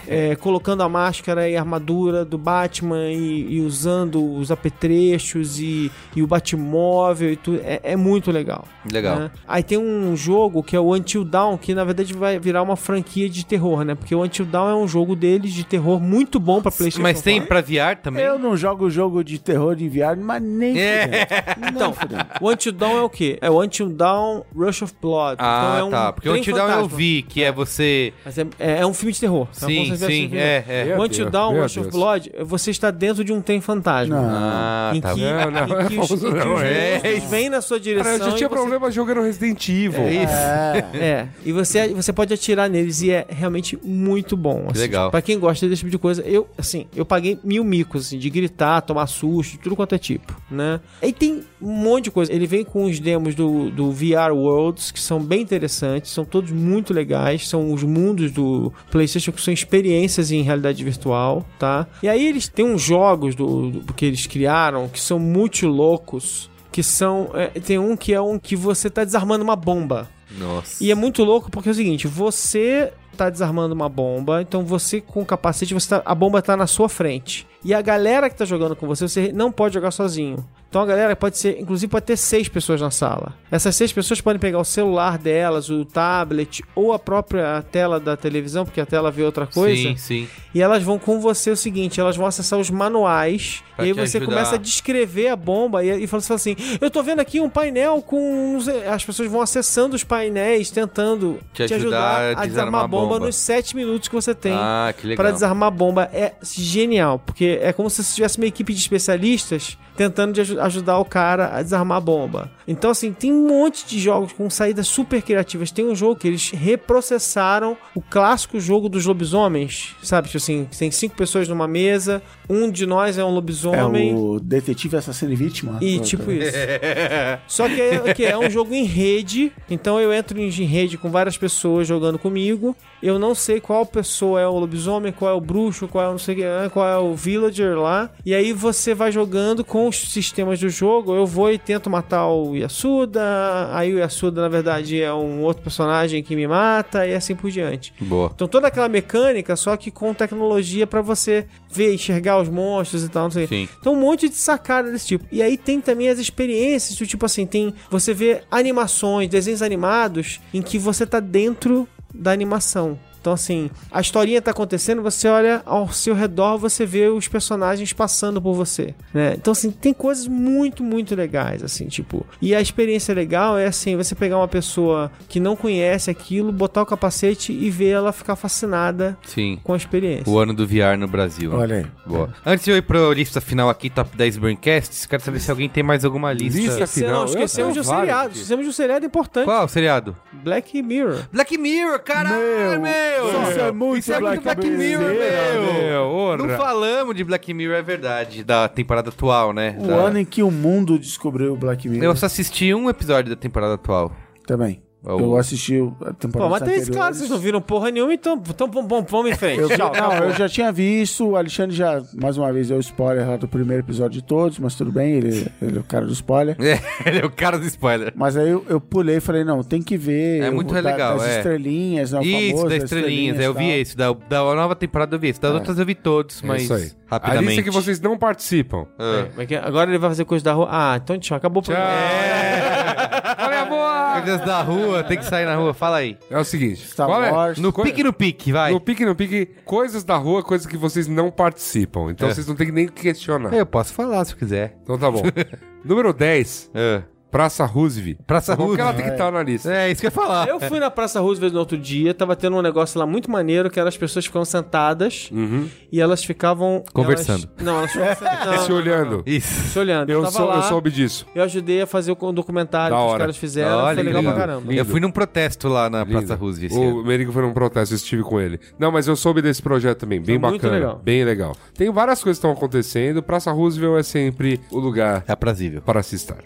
[SPEAKER 2] é, colocando a máscara e a armadura do Batman e, e usando os apetrechos e, e o Batmóvel e tudo. É, é muito legal.
[SPEAKER 1] Legal.
[SPEAKER 2] né? Aí tem um jogo que é o Until Dawn, que na verdade vai virar uma franquia de terror, né? Porque o Until Dawn é um jogo deles de terror muito bom pra PlayStation
[SPEAKER 1] Mas tem
[SPEAKER 2] 4.
[SPEAKER 1] pra VR também?
[SPEAKER 3] Eu não jogo jogo de terror de viagem, mas nem fudendo.
[SPEAKER 2] [LAUGHS]
[SPEAKER 3] Não
[SPEAKER 2] Então,
[SPEAKER 3] fudendo.
[SPEAKER 2] o Until Dawn é o quê? É o Until Dawn Rush of Blood.
[SPEAKER 1] Ah,
[SPEAKER 2] então é um
[SPEAKER 1] tá. Porque o
[SPEAKER 2] trem
[SPEAKER 1] Antidown eu
[SPEAKER 2] fantasma.
[SPEAKER 1] vi, que é você...
[SPEAKER 2] Mas é, é- é um filme de terror. É como se
[SPEAKER 1] Sim,
[SPEAKER 2] fosse um filme
[SPEAKER 1] sim,
[SPEAKER 2] de
[SPEAKER 1] é,
[SPEAKER 2] terror.
[SPEAKER 1] é.
[SPEAKER 4] Meu
[SPEAKER 2] O Until
[SPEAKER 4] Deus,
[SPEAKER 2] Dawn
[SPEAKER 4] meu
[SPEAKER 2] Rush of
[SPEAKER 4] Deus.
[SPEAKER 2] Blood, você está dentro de um trem fantasma.
[SPEAKER 1] Ah,
[SPEAKER 2] Em
[SPEAKER 1] tá.
[SPEAKER 2] que,
[SPEAKER 4] Não, não,
[SPEAKER 2] em que os,
[SPEAKER 4] vamos
[SPEAKER 2] em que
[SPEAKER 4] não,
[SPEAKER 2] os
[SPEAKER 1] é
[SPEAKER 2] monstros
[SPEAKER 1] isso.
[SPEAKER 2] vêm na sua direção.
[SPEAKER 4] Cara, eu já
[SPEAKER 2] e
[SPEAKER 4] tinha
[SPEAKER 2] você-
[SPEAKER 4] problema jogando Resident Evil.
[SPEAKER 1] É isso.
[SPEAKER 3] É.
[SPEAKER 2] É, e você, você pode atirar neles e é realmente muito bom. Assim,
[SPEAKER 1] Legal.
[SPEAKER 2] Pra quem gosta desse tipo de coisa, eu, assim, eu paguei mil micos, assim, de gritar, tomar susto, tudo quanto é tipo, né? E tem um monte de coisa. Ele vem com os demos do, do VR Worlds, que são bem interessantes, são todos muito legais, são os mundos do PlayStation que são experiências em realidade virtual, tá? E aí eles têm uns jogos do, do que eles criaram que são muito loucos. Que são. é, tem um que é um que você tá desarmando uma bomba.
[SPEAKER 1] Nossa.
[SPEAKER 2] E é muito louco porque é o seguinte, você tá desarmando uma bomba, então você com o capacete, você tá- a bomba tá na sua frente. E a galera que tá jogando com você, você não pode jogar sozinho. Então a galera pode ser, inclusive pode ter seis pessoas na sala. Essas seis pessoas podem pegar o celular delas, o tablet ou a própria tela da televisão, porque a tela vê outra coisa.
[SPEAKER 1] Sim, sim.
[SPEAKER 2] E elas vão com você o seguinte: elas vão acessar os manuais.
[SPEAKER 1] Pra
[SPEAKER 2] e aí
[SPEAKER 1] te
[SPEAKER 2] você
[SPEAKER 1] ajudar.
[SPEAKER 2] começa a descrever a bomba e, e fala fala assim: Eu tô vendo aqui um painel com. uns- As pessoas vão acessando os painéis, tentando
[SPEAKER 1] Te ajudar a desarmar
[SPEAKER 2] desarmar
[SPEAKER 1] a
[SPEAKER 2] a bomba,
[SPEAKER 1] bomba.
[SPEAKER 2] nos sete minutos que você tem.
[SPEAKER 1] Ah, que legal.
[SPEAKER 2] Pra desarmar a bomba é genial, porque é como se tivesse uma equipe de especialistas tentando de aju- ajudar o cara a desarmar a bomba. Então, assim, tem um monte de jogos com saídas super criativas. Tem um jogo que eles reprocessaram o clássico jogo dos lobisomens, sabe? Tipo assim, tem cinco pessoas numa mesa, um de nós é um
[SPEAKER 3] É
[SPEAKER 2] lobisomem.
[SPEAKER 3] o detetive assassino e vítima.
[SPEAKER 2] E
[SPEAKER 3] Pronto. né?
[SPEAKER 2] tipo isso. Só que é, que é um jogo em rede, então eu entro em rede com várias pessoas jogando comigo. Eu não sei qual pessoa é o lobisomem, qual é o bruxo, qual é o não sei o que, é, qual é o villager lá. E aí você vai jogando com os sistemas do jogo. Eu vou e tento matar o Yasuda. Aí o Yasuda, na verdade, é um outro personagem que me mata e assim por diante.
[SPEAKER 1] Boa.
[SPEAKER 2] Então toda aquela mecânica, só que com tecnologia pra você ver, enxergar os monstros e tal, não sei. o quê.
[SPEAKER 1] Sim.
[SPEAKER 2] Então um monte de sacada desse tipo. E aí tem também as experiências do tipo assim, tem você vê animações, desenhos animados em que você tá dentro da animação. Então, assim, a historinha tá acontecendo, você olha ao seu redor, você vê os personagens passando por você, né? Então, assim, tem coisas muito, muito legais, assim, tipo... E a experiência legal é, assim, você pegar uma pessoa que não conhece aquilo, botar o capacete e ver ela ficar fascinada
[SPEAKER 1] Sim.
[SPEAKER 2] com a experiência.
[SPEAKER 1] O ano do VR no Brasil.
[SPEAKER 3] Olha aí.
[SPEAKER 1] Boa. Antes de eu ir pra lista final aqui, Top 10 Braincasts, quero saber se alguém tem mais alguma lista.
[SPEAKER 4] Lista?
[SPEAKER 2] Você
[SPEAKER 4] Afinal,
[SPEAKER 2] não,
[SPEAKER 4] eu
[SPEAKER 2] esquecemos de um
[SPEAKER 4] tenho vários
[SPEAKER 2] seriado.
[SPEAKER 4] aqui.
[SPEAKER 2] Esquecemos de um seriado importante.
[SPEAKER 1] Qual o seriado?
[SPEAKER 2] Black Mirror.
[SPEAKER 1] Black Mirror, caralho, meu!
[SPEAKER 3] isso é muito
[SPEAKER 1] Isso é muito
[SPEAKER 3] Black
[SPEAKER 1] Black, Mirror,
[SPEAKER 3] Mirror,
[SPEAKER 1] meu!
[SPEAKER 4] meu, ora.
[SPEAKER 1] Não falamos de Black Mirror, é verdade, da temporada atual, né?
[SPEAKER 3] O
[SPEAKER 1] Da-
[SPEAKER 3] ano em que o mundo descobriu o Black Mirror.
[SPEAKER 1] Eu só assisti um episódio da temporada atual. [LAUGHS]
[SPEAKER 3] Também.
[SPEAKER 1] Oh.
[SPEAKER 3] Eu assisti a
[SPEAKER 2] Pô,
[SPEAKER 3] temporada
[SPEAKER 2] mas tem esse
[SPEAKER 3] anteriores.
[SPEAKER 2] claro, vocês não viram porra nenhuma, então, então bom, bom, vamos em frente.
[SPEAKER 3] Eu vi-
[SPEAKER 2] Tchau,
[SPEAKER 3] não,
[SPEAKER 2] acabou.
[SPEAKER 3] eu já tinha visto, o Alexandre já, mais uma vez, deu spoiler lá do primeiro episódio de todos, mas tudo bem, ele, ele é o cara do spoiler.
[SPEAKER 1] É, ele é o cara do spoiler.
[SPEAKER 3] Mas aí eu, eu pulei e falei, não, tem que ver.
[SPEAKER 1] É
[SPEAKER 3] eu
[SPEAKER 1] muito
[SPEAKER 3] vou dar-
[SPEAKER 1] legal,
[SPEAKER 3] das
[SPEAKER 1] é.
[SPEAKER 3] estrelinhas, né? o
[SPEAKER 1] Isso,
[SPEAKER 3] famoso,
[SPEAKER 1] das
[SPEAKER 3] das
[SPEAKER 1] estrelinhas, eu vi
[SPEAKER 3] e tal.
[SPEAKER 1] esse. Da, da nova temporada eu vi esse. Das outras eu vi todos,
[SPEAKER 4] É
[SPEAKER 1] mas
[SPEAKER 4] isso aí. A
[SPEAKER 1] rapidamente.
[SPEAKER 4] lista que vocês não participam.
[SPEAKER 1] Ah.
[SPEAKER 2] Como é que é? Agora ele vai fazer coisa da rua. Ah, então tchau, acabou o programa. É.
[SPEAKER 1] É. Coisas da rua, tem que sair na rua, fala aí.
[SPEAKER 4] É o seguinte.
[SPEAKER 3] Star
[SPEAKER 4] qual é?
[SPEAKER 3] Wars.
[SPEAKER 1] No
[SPEAKER 4] Qual-
[SPEAKER 1] pique no pique, vai.
[SPEAKER 4] No pique, no pique, coisas da rua, coisas que vocês não participam. Então
[SPEAKER 1] É.
[SPEAKER 4] vocês não tem nem que questionar.
[SPEAKER 1] Eu posso falar se eu quiser.
[SPEAKER 4] Então tá bom.
[SPEAKER 1] [LAUGHS]
[SPEAKER 4] Número 10,
[SPEAKER 1] Ah.
[SPEAKER 4] Praça Roosevelt.
[SPEAKER 1] Praça
[SPEAKER 4] É. Tá Porque ela
[SPEAKER 1] Roosevelt.
[SPEAKER 4] tem que estar na lista.
[SPEAKER 1] É isso que eu ia falar.
[SPEAKER 2] Eu fui na Praça Roosevelt no outro dia, tava tendo um negócio lá muito maneiro, que era as pessoas ficavam sentadas e elas ficavam...
[SPEAKER 1] Conversando.
[SPEAKER 2] elas- não, elas ficavam
[SPEAKER 1] É.
[SPEAKER 2] sentadas.
[SPEAKER 4] Se olhando.
[SPEAKER 1] Isso.
[SPEAKER 2] Se olhando.
[SPEAKER 4] Eu,
[SPEAKER 2] tava
[SPEAKER 4] sou,
[SPEAKER 2] lá,
[SPEAKER 4] eu soube disso.
[SPEAKER 2] eu ajudei a fazer o documentário
[SPEAKER 4] Da
[SPEAKER 2] que os
[SPEAKER 4] hora.
[SPEAKER 2] caras fizeram,
[SPEAKER 1] Olha,
[SPEAKER 2] foi legal pra
[SPEAKER 1] lindo.
[SPEAKER 2] caramba.
[SPEAKER 1] Eu fui num protesto lá na Praça Roosevelt esse ano.
[SPEAKER 4] O Merigo foi num protesto, eu estive com ele. Não, mas eu soube desse projeto também, bem
[SPEAKER 2] Tá muito
[SPEAKER 4] bacana.
[SPEAKER 2] legal.
[SPEAKER 4] Bem legal. Tem várias coisas que estão acontecendo. Praça Roosevelt é sempre o lugar
[SPEAKER 1] É
[SPEAKER 4] [LAUGHS]
[SPEAKER 1] aprazível.
[SPEAKER 4] para se estar.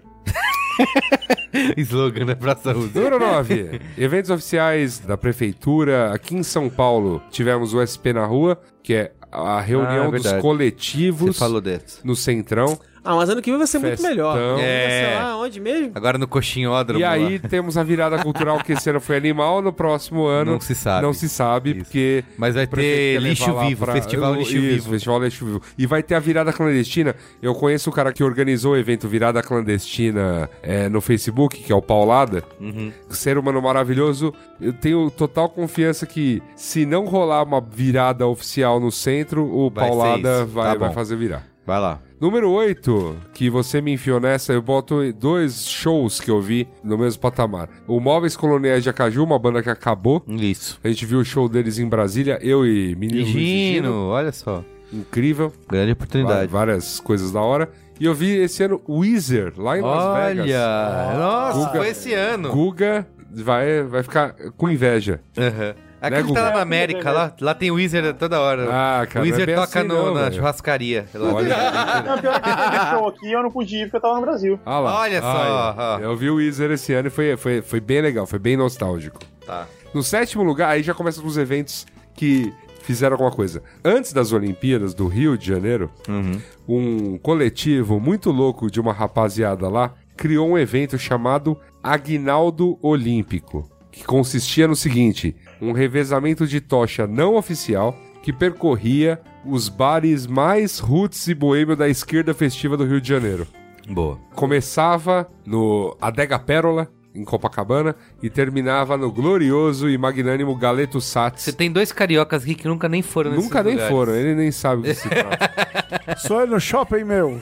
[SPEAKER 1] Slogan da Praça Roosevelt.
[SPEAKER 4] Número
[SPEAKER 1] [LAUGHS]
[SPEAKER 4] 9. Eventos oficiais da prefeitura. Aqui em São Paulo, tivemos o SP na rua, que é a
[SPEAKER 1] Ah, é
[SPEAKER 4] reunião dos
[SPEAKER 1] verdade.
[SPEAKER 4] coletivos
[SPEAKER 1] Você falou dessa.
[SPEAKER 4] no Centrão.
[SPEAKER 2] Ah, mas ano que vem vai ser muito
[SPEAKER 4] Festão.
[SPEAKER 2] melhor.
[SPEAKER 1] É.
[SPEAKER 2] Sei lá, onde mesmo?
[SPEAKER 1] Agora no coxinhódromo.
[SPEAKER 4] E
[SPEAKER 1] lá.
[SPEAKER 4] aí temos a virada cultural que esse ano foi animal, no próximo ano.
[SPEAKER 1] Não se sabe.
[SPEAKER 4] Não se sabe,
[SPEAKER 1] Isso.
[SPEAKER 4] porque.
[SPEAKER 1] Mas vai
[SPEAKER 4] o prefeito
[SPEAKER 1] ter
[SPEAKER 4] quer levar
[SPEAKER 1] lixo
[SPEAKER 4] lá
[SPEAKER 1] vivo, festival
[SPEAKER 4] Eu-
[SPEAKER 1] lixo
[SPEAKER 4] isso,
[SPEAKER 1] vivo.
[SPEAKER 4] Festival Lixo Vivo. E vai ter a virada clandestina. Eu conheço o cara que organizou o evento Virada Clandestina é, no Facebook, que é o Paulada.
[SPEAKER 1] Uhum.
[SPEAKER 4] Ser humano maravilhoso. Eu tenho total confiança que se não rolar uma virada oficial no centro, o
[SPEAKER 1] Vai ser
[SPEAKER 4] Paulada
[SPEAKER 1] isso.
[SPEAKER 4] vai,
[SPEAKER 1] Tá
[SPEAKER 4] vai
[SPEAKER 1] bom.
[SPEAKER 4] fazer virar.
[SPEAKER 1] Vai lá.
[SPEAKER 4] Número 8, que você me enfiou nessa, eu boto dois shows que eu vi no mesmo patamar. O Móveis Coloniais de Acaju, uma banda que acabou.
[SPEAKER 1] Isso.
[SPEAKER 4] A gente viu o show deles em Brasília, eu e menino Luiz e Gino.
[SPEAKER 1] Gino, olha só.
[SPEAKER 4] Incrível.
[SPEAKER 1] Grande
[SPEAKER 4] Va-
[SPEAKER 1] oportunidade.
[SPEAKER 4] Várias coisas da hora. E eu vi esse ano o Weezer, lá em Las
[SPEAKER 1] Olha,
[SPEAKER 4] Vegas.
[SPEAKER 1] nossa,
[SPEAKER 4] Guga.
[SPEAKER 1] foi esse ano.
[SPEAKER 4] Guga vai, vai ficar com inveja. Né,
[SPEAKER 1] Aham. Aquele que
[SPEAKER 4] Guga?
[SPEAKER 1] tá lá na América, lá, lá tem o Weezer toda hora.
[SPEAKER 4] Ah, cara,
[SPEAKER 1] o
[SPEAKER 4] não é
[SPEAKER 1] Weezer
[SPEAKER 4] bem
[SPEAKER 1] toca
[SPEAKER 4] assim
[SPEAKER 1] no-
[SPEAKER 4] não,
[SPEAKER 1] na
[SPEAKER 4] velho.
[SPEAKER 1] churrascaria. Lá. É.
[SPEAKER 5] [LAUGHS]
[SPEAKER 4] Olha,
[SPEAKER 5] Não, pior que teve show aqui eu não pude ir porque eu tava no Brasil.
[SPEAKER 4] Ah lá.
[SPEAKER 1] Olha só,
[SPEAKER 4] Ah,
[SPEAKER 1] ó.
[SPEAKER 4] eu vi o Weezer esse ano e foi, foi, foi bem legal, foi bem nostálgico.
[SPEAKER 1] Tá.
[SPEAKER 4] No sétimo lugar, aí já começa os eventos que fizeram alguma coisa. Antes das Olimpíadas do Rio de Janeiro, um coletivo muito louco de uma rapaziada lá criou um evento chamado Aguinaldo Olímpico, que consistia no seguinte: um revezamento de tocha não oficial que percorria os bares mais roots e boêmio da esquerda festiva do Rio de Janeiro
[SPEAKER 1] Boa.
[SPEAKER 4] começava no Adega Pérola, em Copacabana, e terminava no glorioso e magnânimo Galeto
[SPEAKER 1] Você
[SPEAKER 4] Sats.
[SPEAKER 1] tem dois cariocas aqui que nunca nem foram nesses
[SPEAKER 4] Nunca nem
[SPEAKER 1] lugares.
[SPEAKER 4] foram, ele nem sabe o que se
[SPEAKER 1] [LAUGHS]
[SPEAKER 4] trata.
[SPEAKER 3] Só ir no shopping, meu.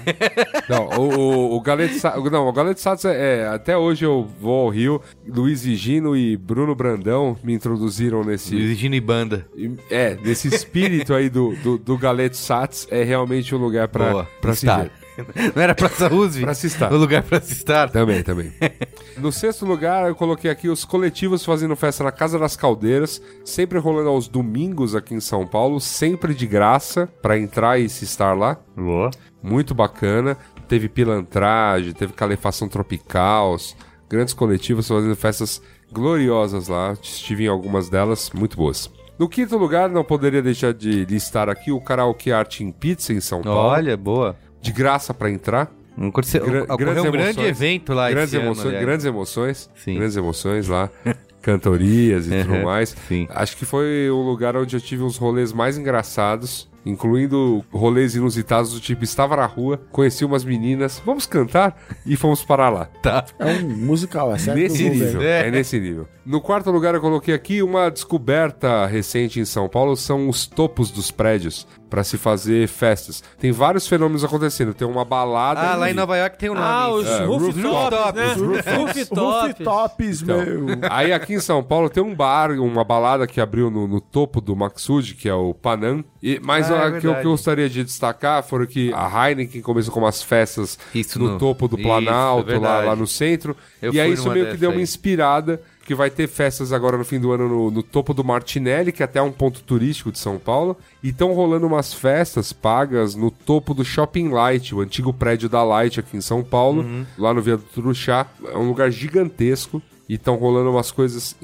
[SPEAKER 4] não, o, o, o Galeto Sats, não, o Galeto Sats é, é, até hoje eu vou ao Rio, Luiz e Gino e Bruno Brandão me introduziram nesse
[SPEAKER 1] Luiz Gino e banda.
[SPEAKER 4] E- É, desse espírito aí do, do, do Galeto Sats é realmente um lugar pra,
[SPEAKER 1] Boa.
[SPEAKER 4] pra se ver.
[SPEAKER 1] [LAUGHS] Não era Praça Roosevelt?
[SPEAKER 4] Pra se estar. Então,
[SPEAKER 1] O lugar pra se estar.
[SPEAKER 4] Também, também. [LAUGHS] no sexto lugar, eu coloquei aqui os coletivos fazendo festa na Casa das Caldeiras, sempre rolando aos domingos aqui em São Paulo, sempre de graça, pra entrar e se estar lá.
[SPEAKER 1] Boa.
[SPEAKER 4] Muito bacana. Teve pilantragem, teve calefação tropical, os grandes coletivos fazendo festas gloriosas lá. Estive em algumas delas, muito boas. No quinto lugar, não poderia deixar de listar aqui o Karaoke Arte em Pizza em São Paulo,
[SPEAKER 1] Olha, boa.
[SPEAKER 4] de graça pra entrar.
[SPEAKER 1] Aconteceu,
[SPEAKER 4] Gran-
[SPEAKER 1] ocorreu um grande
[SPEAKER 4] emoções.
[SPEAKER 1] evento lá
[SPEAKER 4] grandes
[SPEAKER 1] esse ano,
[SPEAKER 4] emoções,
[SPEAKER 1] aliás.
[SPEAKER 4] Grandes emoções,
[SPEAKER 1] Sim.
[SPEAKER 4] grandes emoções lá, [LAUGHS] cantorias e tudo
[SPEAKER 1] Uhum,
[SPEAKER 4] mais.
[SPEAKER 1] sim.
[SPEAKER 4] Acho que foi o lugar onde eu tive uns rolês mais engraçados, incluindo rolês inusitados do tipo, estava na rua, conheci umas meninas, vamos cantar? E fomos parar lá.
[SPEAKER 1] Tá
[SPEAKER 3] É um musical, é certo?
[SPEAKER 4] Nesse
[SPEAKER 3] Eu vou ver.
[SPEAKER 4] nível,
[SPEAKER 1] É.
[SPEAKER 4] é nesse nível. No quarto lugar eu coloquei aqui uma descoberta recente em São Paulo, são os topos dos prédios para se fazer festas. Tem vários fenômenos acontecendo, tem uma balada
[SPEAKER 1] Ah, lá em
[SPEAKER 4] e-
[SPEAKER 1] Nova York tem um nome.
[SPEAKER 2] Ah,
[SPEAKER 1] isso.
[SPEAKER 2] os
[SPEAKER 4] É,
[SPEAKER 2] rooftops,
[SPEAKER 4] rooftops,
[SPEAKER 2] né?
[SPEAKER 4] os rooftops.
[SPEAKER 2] Rooftops.
[SPEAKER 3] Rooftops,
[SPEAKER 4] Então,
[SPEAKER 3] meu.
[SPEAKER 4] aí aqui em São Paulo tem um bar, uma balada que abriu no, no topo do Maxud, que é o Panam. E, mas
[SPEAKER 1] Ah, é
[SPEAKER 4] a- que eu- que
[SPEAKER 1] verdade.
[SPEAKER 4] eu gostaria de destacar foram que a Heineken começou com umas festas
[SPEAKER 1] Isso
[SPEAKER 4] no
[SPEAKER 1] no-
[SPEAKER 4] topo do
[SPEAKER 1] isso,
[SPEAKER 4] Planalto,
[SPEAKER 1] é
[SPEAKER 4] lá,
[SPEAKER 1] verdade.
[SPEAKER 4] lá no centro.
[SPEAKER 1] Eu
[SPEAKER 4] e aí
[SPEAKER 1] fui
[SPEAKER 4] isso
[SPEAKER 1] numa
[SPEAKER 4] meio que
[SPEAKER 1] dessa
[SPEAKER 4] deu uma
[SPEAKER 1] aí.
[SPEAKER 4] inspirada, que vai ter festas agora no fim do ano no, no topo do Martinelli, que até é um ponto turístico de São Paulo. E estão rolando umas festas pagas no topo do Shopping Light, o antigo prédio da Light aqui em São Paulo, lá no Viaduto do Chá. É um lugar gigantesco e estão rolando umas coisas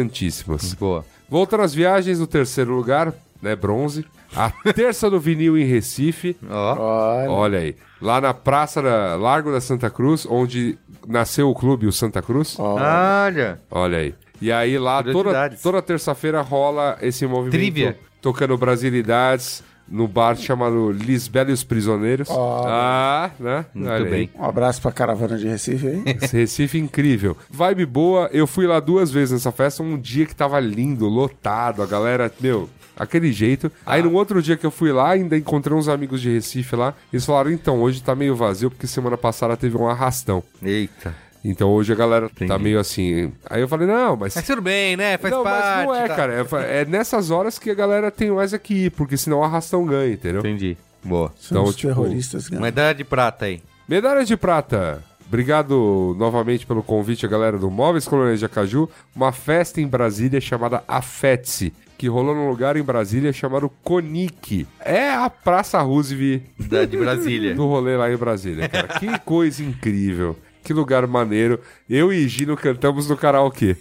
[SPEAKER 4] interessantíssimas.
[SPEAKER 1] Boa.
[SPEAKER 4] Voltando às viagens, no terceiro lugar, né, bronze. A terça do vinil em Recife.
[SPEAKER 1] Ó.
[SPEAKER 3] É.
[SPEAKER 4] Olha aí. Lá na Praça da Largo da Santa Cruz, onde nasceu o clube, o Santa Cruz.
[SPEAKER 1] Olha.
[SPEAKER 4] Olha aí. E aí lá, toda,
[SPEAKER 1] Curiosidades.
[SPEAKER 4] toda terça-feira rola esse movimento.
[SPEAKER 1] Trivia.
[SPEAKER 4] Tocando Brasilidades no bar chamado Lisbela e os Prisioneiros. Ah, né?
[SPEAKER 1] Muito
[SPEAKER 4] Olha aí.
[SPEAKER 1] bem.
[SPEAKER 3] Um abraço pra caravana de Recife aí.
[SPEAKER 4] Esse Recife é incrível. Vibe boa, eu fui lá duas vezes nessa festa, um dia que tava lindo, lotado, a galera, meu, aquele jeito. Aí
[SPEAKER 1] Ah.
[SPEAKER 4] no outro dia que eu fui lá, ainda encontrei uns amigos de Recife lá, eles falaram, então, hoje tá meio vazio, porque semana passada teve um arrastão.
[SPEAKER 1] Eita.
[SPEAKER 4] Então hoje a galera tá
[SPEAKER 1] Entendi.
[SPEAKER 4] meio assim. Aí eu falei, não, mas...
[SPEAKER 1] Mas tudo bem, né? Faz
[SPEAKER 4] não,
[SPEAKER 1] parte.
[SPEAKER 4] mas não é,
[SPEAKER 1] tá.
[SPEAKER 4] cara. É, fa- é nessas horas que a galera tem mais aqui, porque senão o arrastão ganha, entendeu?
[SPEAKER 1] Entendi. Boa.
[SPEAKER 3] São
[SPEAKER 4] Então,
[SPEAKER 3] os
[SPEAKER 4] tipo,
[SPEAKER 3] terroristas, né?
[SPEAKER 1] Medalha de prata aí.
[SPEAKER 4] Medalha de prata. Obrigado novamente pelo convite, a galera do Móveis Coloniais de Acaju. Uma festa em Brasília chamada Afetse, que rolou num lugar em Brasília chamado Conic. É a Praça Roosevelt
[SPEAKER 1] Da, de Brasília.
[SPEAKER 4] do rolê lá em Brasília, cara. Que coisa incrível. Que lugar maneiro. Eu e Gino cantamos no karaokê.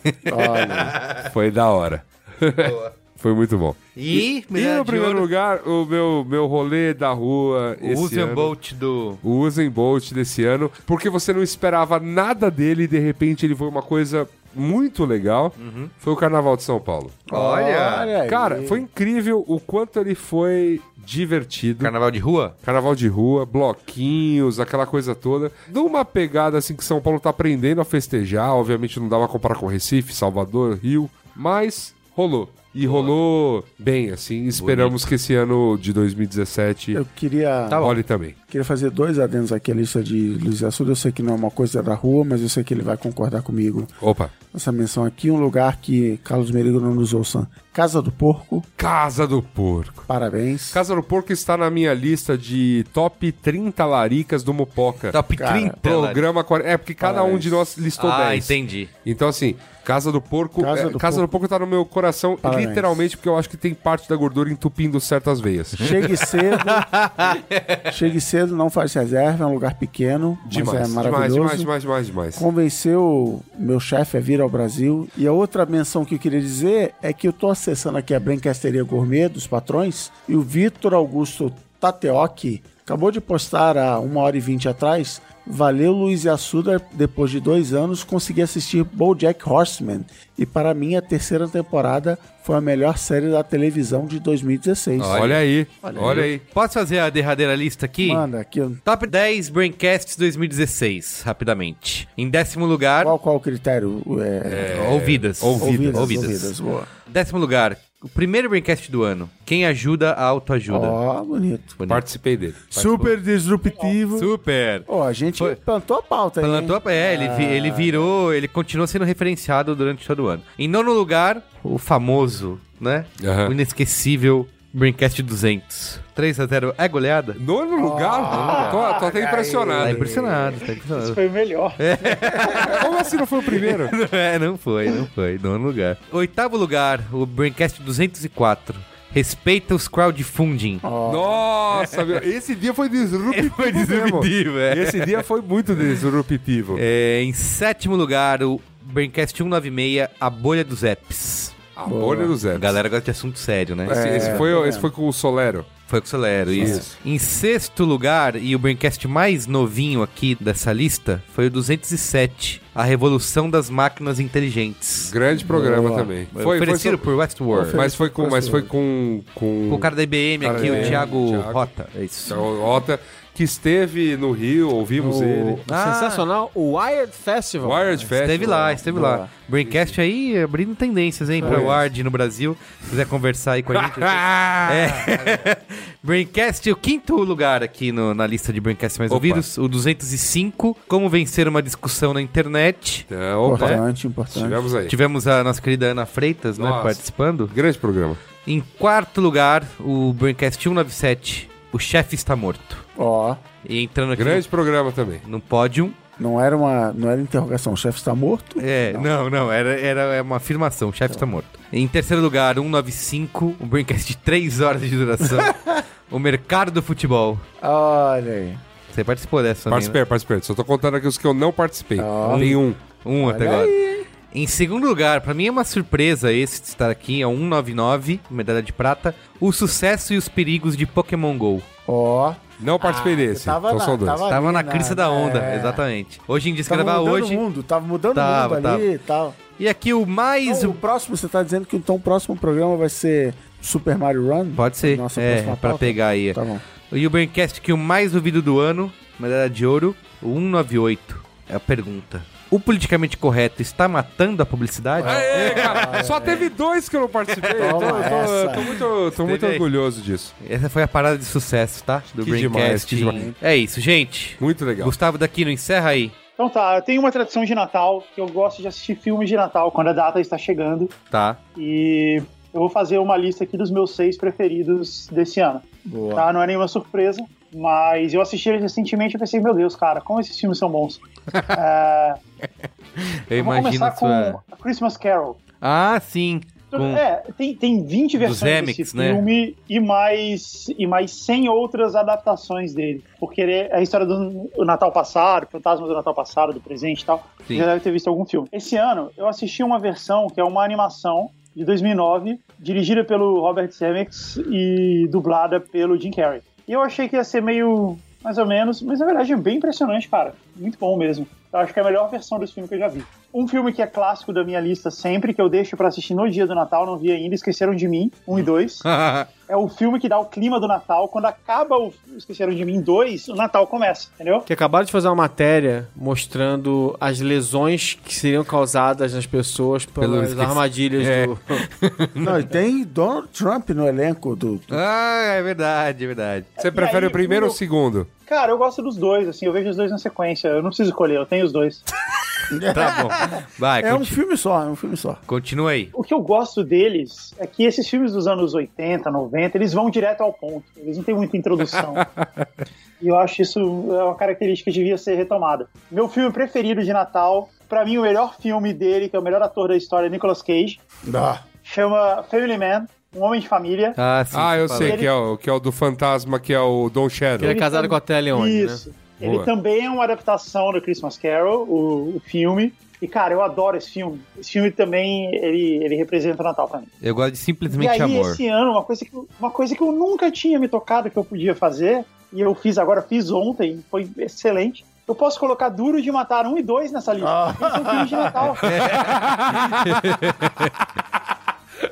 [SPEAKER 4] Foi da hora. [LAUGHS] Foi muito bom.
[SPEAKER 1] [LAUGHS] E,
[SPEAKER 4] E
[SPEAKER 1] medalha
[SPEAKER 4] no
[SPEAKER 1] de
[SPEAKER 4] primeiro
[SPEAKER 1] ouro,
[SPEAKER 4] lugar, o meu, meu rolê da rua
[SPEAKER 1] o
[SPEAKER 4] esse
[SPEAKER 1] Usain
[SPEAKER 4] ano.
[SPEAKER 1] Bolt do...
[SPEAKER 4] O Usain Bolt desse ano, porque você não esperava nada dele e de repente ele foi uma coisa muito legal.
[SPEAKER 1] Uhum.
[SPEAKER 4] Foi o Carnaval de São Paulo.
[SPEAKER 1] Olha!
[SPEAKER 3] aí.
[SPEAKER 4] Cara, foi incrível o quanto ele foi divertido.
[SPEAKER 1] Carnaval de rua?
[SPEAKER 4] Carnaval de rua, bloquinhos, aquela coisa toda. Numa pegada assim que São Paulo tá aprendendo a festejar, obviamente não dá pra comparar com Recife, Salvador, Rio, mas rolou. E rolou bem, assim. Esperamos que esse ano de 2017
[SPEAKER 3] Eu queria,
[SPEAKER 1] tá bom.
[SPEAKER 4] role também.
[SPEAKER 3] queria fazer dois adendos aqui à lista de Luiz Assuda. Eu sei que não é uma coisa da rua, mas eu sei que ele vai concordar comigo.
[SPEAKER 4] Opa.
[SPEAKER 3] Essa menção aqui, um lugar que Carlos Merigo não nos ouça. Casa do Porco,
[SPEAKER 4] Casa do Porco.
[SPEAKER 3] parabéns.
[SPEAKER 4] Casa do Porco está na minha lista de top 30 laricas do Mupoca.
[SPEAKER 1] Top
[SPEAKER 3] Cara,
[SPEAKER 1] 30. Lari.
[SPEAKER 4] Programa 40. É, porque cada um de nós listou
[SPEAKER 1] Ah,
[SPEAKER 4] 10.
[SPEAKER 1] entendi.
[SPEAKER 4] Então, assim, Casa do Porco. é, Casa, do, porco. tá no meu coração,
[SPEAKER 3] Parabéns.
[SPEAKER 4] literalmente, porque eu acho que tem parte da gordura entupindo certas veias.
[SPEAKER 3] Chegue cedo,
[SPEAKER 4] [LAUGHS]
[SPEAKER 3] chegue cedo, não faz reserva, é um lugar pequeno, mas
[SPEAKER 4] Demais,
[SPEAKER 3] é
[SPEAKER 4] demais,
[SPEAKER 3] maravilhoso.
[SPEAKER 4] demais, demais, demais, demais.
[SPEAKER 3] Convenceu meu chefe a vir ao Brasil. E a outra menção que eu queria dizer é que eu tô acessando aqui a Brancasteria Gourmet dos patrões e o Vitor Augusto Tateoki acabou de postar há uma hora e vinte atrás. Valeu, Luiz e Assuda, depois de dois anos, consegui assistir BoJack Horseman. E para mim, a terceira temporada foi a melhor série da televisão de 2016.
[SPEAKER 4] Olha, aí, olha, aí.
[SPEAKER 1] Posso fazer a derradeira lista aqui?
[SPEAKER 3] Manda aqui.
[SPEAKER 1] Top 10 Braincasts 2016, rapidamente. Em décimo lugar,
[SPEAKER 3] Qual, qual o critério? É,
[SPEAKER 1] ouvidas.
[SPEAKER 4] ouvidas,
[SPEAKER 1] ouvidas.
[SPEAKER 3] boa.
[SPEAKER 1] Décimo lugar, o primeiro Braincast do ano. Quem ajuda, a autoajuda.
[SPEAKER 3] Ó, bonito.
[SPEAKER 1] Bonito.
[SPEAKER 4] Participei dele.
[SPEAKER 3] Super disruptivo.
[SPEAKER 1] Super.
[SPEAKER 3] Ó, a gente
[SPEAKER 1] Foi-
[SPEAKER 3] plantou a pauta aí.
[SPEAKER 1] Plantou a
[SPEAKER 3] hein?
[SPEAKER 1] pé, é, ele, vi- ele virou, ele continua sendo referenciado durante todo o ano. Em nono lugar, o famoso, né?
[SPEAKER 4] Aham.
[SPEAKER 1] O inesquecível Braincast 200. 3x0 é goleada?
[SPEAKER 4] Nono lugar? tô, tô até
[SPEAKER 1] Tá
[SPEAKER 4] impressionado.
[SPEAKER 1] impressionado, tá impressionado. [LAUGHS]
[SPEAKER 5] Foi o melhor.
[SPEAKER 4] Como assim não foi o primeiro?
[SPEAKER 1] Não é, não foi, não foi. Nono lugar. Oitavo lugar, o Braincast 204. Respeita os crowdfunding. [LAUGHS]
[SPEAKER 4] Nossa, meu, esse dia foi disruptivo. [LAUGHS]
[SPEAKER 1] Foi disruptivo,
[SPEAKER 4] mesmo.
[SPEAKER 1] é.
[SPEAKER 4] Esse dia foi muito disruptivo.
[SPEAKER 1] É, em sétimo lugar, o Braincast 196, A Bolha dos Apps.
[SPEAKER 4] A bolha do Zé. Assim,
[SPEAKER 1] A galera gosta de assunto sério, né?
[SPEAKER 4] Esse, esse foi, esse foi com o Solero.
[SPEAKER 1] Foi o que eu acelero, isso.
[SPEAKER 4] Isso.
[SPEAKER 1] Em sexto lugar, e o Braincast mais novinho aqui dessa lista, foi o 207, A Revolução das Máquinas Inteligentes.
[SPEAKER 4] Grande programa também. Foi, foi
[SPEAKER 1] Oferecido por Westworld.
[SPEAKER 4] Mas foi com, mas foi com, com,
[SPEAKER 1] Com o cara da IBM
[SPEAKER 4] Cara
[SPEAKER 1] aqui,
[SPEAKER 4] da
[SPEAKER 1] o
[SPEAKER 4] IBM,
[SPEAKER 1] Thiago,
[SPEAKER 4] Thiago. Então,
[SPEAKER 1] Rota. É isso.
[SPEAKER 4] o Ota, que esteve no Rio, ouvimos ele.
[SPEAKER 2] O Tipo, ah, Sensacional, o Wired Festival.
[SPEAKER 4] Wired Fest. né?
[SPEAKER 1] Esteve lá, esteve lá. Braincast aí abrindo tendências, hein, pra Ward no Brasil. Se quiser conversar aí com a
[SPEAKER 4] [LAUGHS]
[SPEAKER 1] gente. é. Braincast, o quinto lugar aqui no- na lista de Braincast mais
[SPEAKER 4] Opa.
[SPEAKER 1] ouvidos, o 205, Como Vencer uma Discussão na Internet.
[SPEAKER 4] Então, opa,
[SPEAKER 1] é.
[SPEAKER 3] Importante, importante.
[SPEAKER 4] estivemos aí.
[SPEAKER 1] Tivemos a nossa querida Ana Freitas, né,
[SPEAKER 4] Nossa.
[SPEAKER 1] participando.
[SPEAKER 4] Grande programa.
[SPEAKER 1] Em quarto lugar, o Braincast 197, O Chefe Está Morto.
[SPEAKER 3] Ó,
[SPEAKER 1] E entrando aqui
[SPEAKER 4] Grande programa também.
[SPEAKER 1] no, no pódio...
[SPEAKER 3] não era uma, não era interrogação. O chefe está morto?
[SPEAKER 1] É, não, não, era, era uma afirmação, o chefe tá morto. Em terceiro lugar, 195, um Braincast de 3 horas de
[SPEAKER 4] [LAUGHS]
[SPEAKER 1] duração. o mercado do futebol.
[SPEAKER 3] Olha aí.
[SPEAKER 1] Você participou dessa, também, né?
[SPEAKER 4] Participei, participei. Só tô contando aqui os que eu não participei. Tem um.
[SPEAKER 1] Um até agora. Em segundo lugar, pra mim é uma surpresa esse de estar aqui, é o 199, medalha de prata, o sucesso e os perigos de Pokémon GO.
[SPEAKER 3] Ó,
[SPEAKER 4] Não participei desse.
[SPEAKER 3] tava
[SPEAKER 4] Então
[SPEAKER 3] na-
[SPEAKER 4] são dois.
[SPEAKER 3] tava-
[SPEAKER 1] Ah, Tava na
[SPEAKER 3] na-
[SPEAKER 1] crise da onda,
[SPEAKER 3] é.
[SPEAKER 1] exatamente. Hoje em dia, se
[SPEAKER 3] tava
[SPEAKER 1] gravar
[SPEAKER 3] mudando
[SPEAKER 1] hoje...
[SPEAKER 3] o mundo, tava mudando
[SPEAKER 1] Tava,
[SPEAKER 3] o mundo ali e tal.
[SPEAKER 1] E aqui o mais...
[SPEAKER 3] Então, o próximo, você tá dizendo que então o próximo programa vai ser Super Mario Run?
[SPEAKER 1] Pode ser,
[SPEAKER 3] Nossa
[SPEAKER 1] é,
[SPEAKER 3] próxima
[SPEAKER 1] pra
[SPEAKER 3] pauta?
[SPEAKER 1] pegar aí. [LAUGHS]
[SPEAKER 3] Tá bom.
[SPEAKER 1] E o Braincast que o mais ouvido do ano, medalha de ouro, o 198. É a pergunta. O politicamente correto está matando a publicidade?
[SPEAKER 4] Aê, É, cara, só teve dois que eu não participei. Então, eu
[SPEAKER 3] Toma
[SPEAKER 4] tô, eu
[SPEAKER 3] essa.
[SPEAKER 4] tô muito, tô muito
[SPEAKER 1] aí.
[SPEAKER 4] orgulhoso disso.
[SPEAKER 1] Essa foi a parada de sucesso, tá? Do
[SPEAKER 4] Que demais,
[SPEAKER 1] Braincast.
[SPEAKER 4] que demais.
[SPEAKER 1] É isso, gente.
[SPEAKER 4] Muito legal.
[SPEAKER 1] Gustavo Daquino, encerra aí.
[SPEAKER 5] Então tá, eu tenho uma tradição de Natal, que eu gosto de assistir filmes de Natal quando a data está chegando.
[SPEAKER 1] Tá.
[SPEAKER 5] E eu vou fazer uma lista aqui dos meus seis preferidos desse ano.
[SPEAKER 3] Boa.
[SPEAKER 5] Tá? Não é nenhuma surpresa, mas eu assisti eles recentemente e pensei, meu Deus, cara, como esses filmes são bons. É,
[SPEAKER 1] Eu
[SPEAKER 5] vou
[SPEAKER 1] imagino
[SPEAKER 5] começar
[SPEAKER 1] a sua.
[SPEAKER 5] com a Christmas Carol.
[SPEAKER 1] Ah, sim. Com...
[SPEAKER 5] É, tem, tem 20 versões
[SPEAKER 1] Zemeckis,
[SPEAKER 5] desse
[SPEAKER 1] né?
[SPEAKER 5] filme e, mais, e mais 100 outras adaptações dele. Porque ele é a história do o Natal passado, Fantasma do Natal passado, do presente e tal.
[SPEAKER 1] Sim.
[SPEAKER 5] Já deve ter visto algum filme. Esse ano, eu assisti uma versão que é uma animação de 2009, dirigida pelo Robert Zemeckis e dublada pelo Jim Carrey. E eu achei que ia ser meio mais ou menos, mas na verdade é bem impressionante, cara. Muito bom mesmo. Eu acho que é a melhor versão desse filme que eu já vi. Um filme que é clássico da minha lista sempre, que eu deixo pra assistir no dia do Natal, não vi ainda, Esqueceram de Mim, 1 e 2. é o filme que dá o clima do Natal. Quando acaba o Esqueceram de Mim 2, o Natal começa, entendeu?
[SPEAKER 2] Que acabaram de fazer uma matéria mostrando as lesões que seriam causadas nas pessoas pelas
[SPEAKER 1] esqueci-
[SPEAKER 2] armadilhas
[SPEAKER 1] É.
[SPEAKER 2] do.
[SPEAKER 3] Não, e tem Donald Trump no elenco do.
[SPEAKER 1] [LAUGHS]
[SPEAKER 3] do-
[SPEAKER 1] ah, é verdade, é verdade.
[SPEAKER 4] Você
[SPEAKER 5] E
[SPEAKER 4] prefere
[SPEAKER 5] aí,
[SPEAKER 4] o primeiro
[SPEAKER 5] o-
[SPEAKER 4] ou o segundo?
[SPEAKER 5] Cara, eu gosto dos dois, assim, eu vejo os dois na sequência. Eu não preciso escolher, eu tenho os dois.
[SPEAKER 1] Tá bom. Vai,
[SPEAKER 3] É um
[SPEAKER 1] conti-
[SPEAKER 3] filme só, é um filme só.
[SPEAKER 1] continua aí.
[SPEAKER 5] O que eu gosto deles é que esses filmes dos anos 80, 90, eles vão direto ao ponto. Eles não têm muita introdução. e eu acho isso é uma característica que devia ser retomada. Meu filme preferido de Natal, pra mim o melhor filme dele, que é o melhor ator da história, é Nicolas Cage,
[SPEAKER 3] Ah,
[SPEAKER 5] chama Family Man, Um Homem de Família.
[SPEAKER 1] Ah, sim,
[SPEAKER 4] ah,
[SPEAKER 1] você
[SPEAKER 4] eu
[SPEAKER 1] fala.
[SPEAKER 4] sei
[SPEAKER 5] Ele-
[SPEAKER 4] que é, o, que é o do fantasma, que é o Don
[SPEAKER 2] Que era
[SPEAKER 4] Shadow.
[SPEAKER 5] Ele
[SPEAKER 2] casado
[SPEAKER 5] tam-
[SPEAKER 2] com a Tele Leone, né?
[SPEAKER 5] Isso. Ele
[SPEAKER 4] Boa.
[SPEAKER 5] também é uma adaptação do Christmas Carol, o, o filme. E, cara, eu adoro esse filme. Esse filme também, ele, ele representa o Natal pra mim.
[SPEAKER 1] Eu gosto de
[SPEAKER 5] E
[SPEAKER 1] simplesmente
[SPEAKER 5] aí,
[SPEAKER 1] amor.
[SPEAKER 5] esse ano, uma coisa, que, eu- uma coisa que eu nunca tinha me tocado que eu podia fazer, e eu fiz agora, fiz ontem, foi excelente. Eu posso colocar Duro de Matar 1 e 2 nessa lista. porque São filmes de Natal.
[SPEAKER 1] É,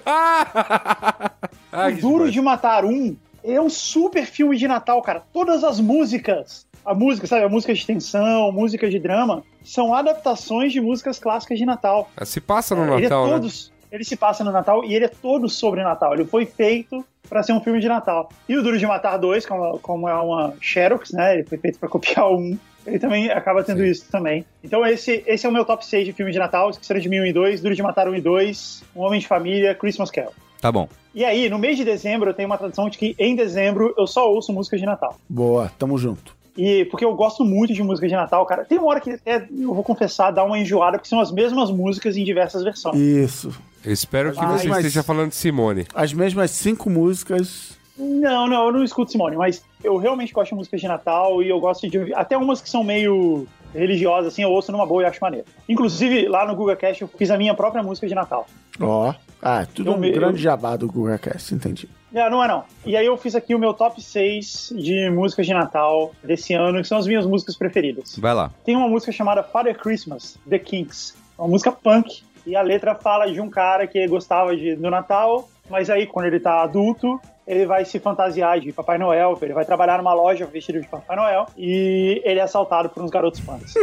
[SPEAKER 4] Ah, [LAUGHS]
[SPEAKER 5] O
[SPEAKER 4] que
[SPEAKER 5] Duro
[SPEAKER 4] demais.
[SPEAKER 5] de Matar 1 é um super filme de Natal, cara. Todas as músicas, a música, sabe, a música de tensão, música de drama, são adaptações de músicas clássicas de Natal.
[SPEAKER 4] Ah, Se passa no
[SPEAKER 5] ele
[SPEAKER 4] Natal,
[SPEAKER 5] é
[SPEAKER 4] né?
[SPEAKER 5] todos, ele se passa no Natal e ele é todo sobre Natal. Ele foi feito pra ser um filme de Natal. E o Duro de Matar 2, como, como é uma Xerox, né? Ele foi feito pra copiar um. Ele também acaba tendo isso também. Então esse, esse é o meu top 6 de filme de Natal, Esqueceram de Mim 1 e 2, Duro de Matar 1 e 2, Um Homem de Família, Christmas Carol.
[SPEAKER 1] Tá bom.
[SPEAKER 5] E aí, no mês de dezembro, eu tenho uma tradição de que em dezembro eu só ouço músicas de Natal.
[SPEAKER 3] boa, tamo junto.
[SPEAKER 5] E porque eu gosto muito de música de Natal, cara. Tem uma hora que até, eu vou confessar, dá uma enjoada, porque são as mesmas músicas em diversas versões.
[SPEAKER 3] Isso.
[SPEAKER 4] Eu espero que
[SPEAKER 3] Ah,
[SPEAKER 4] você
[SPEAKER 3] mas-
[SPEAKER 4] esteja falando de Simone.
[SPEAKER 3] As mesmas cinco músicas.
[SPEAKER 5] Não, não, eu não escuto Simone, mas eu realmente gosto de músicas de Natal e eu gosto de ouvir, até umas que são meio religiosas, assim, eu ouço numa boa e acho maneiro. Inclusive, lá no Google Cash eu fiz a minha própria música de Natal.
[SPEAKER 3] Ó. Ah, tudo
[SPEAKER 5] Eu
[SPEAKER 3] um
[SPEAKER 5] me-
[SPEAKER 3] grande
[SPEAKER 5] eu-
[SPEAKER 3] jabá do GugaCast, entendi.
[SPEAKER 5] Não, não é não. E aí eu fiz aqui o meu top 6 de músicas de Natal desse ano, que são as minhas músicas preferidas.
[SPEAKER 1] Vai lá.
[SPEAKER 5] Tem uma música chamada Father Christmas, The Kinks. É uma música punk. E a letra fala de um cara que gostava de, do Natal, mas aí quando ele tá adulto, ele vai se fantasiar de Papai Noel, ele vai trabalhar numa loja vestido de Papai Noel e ele é assaltado por uns garotos punks.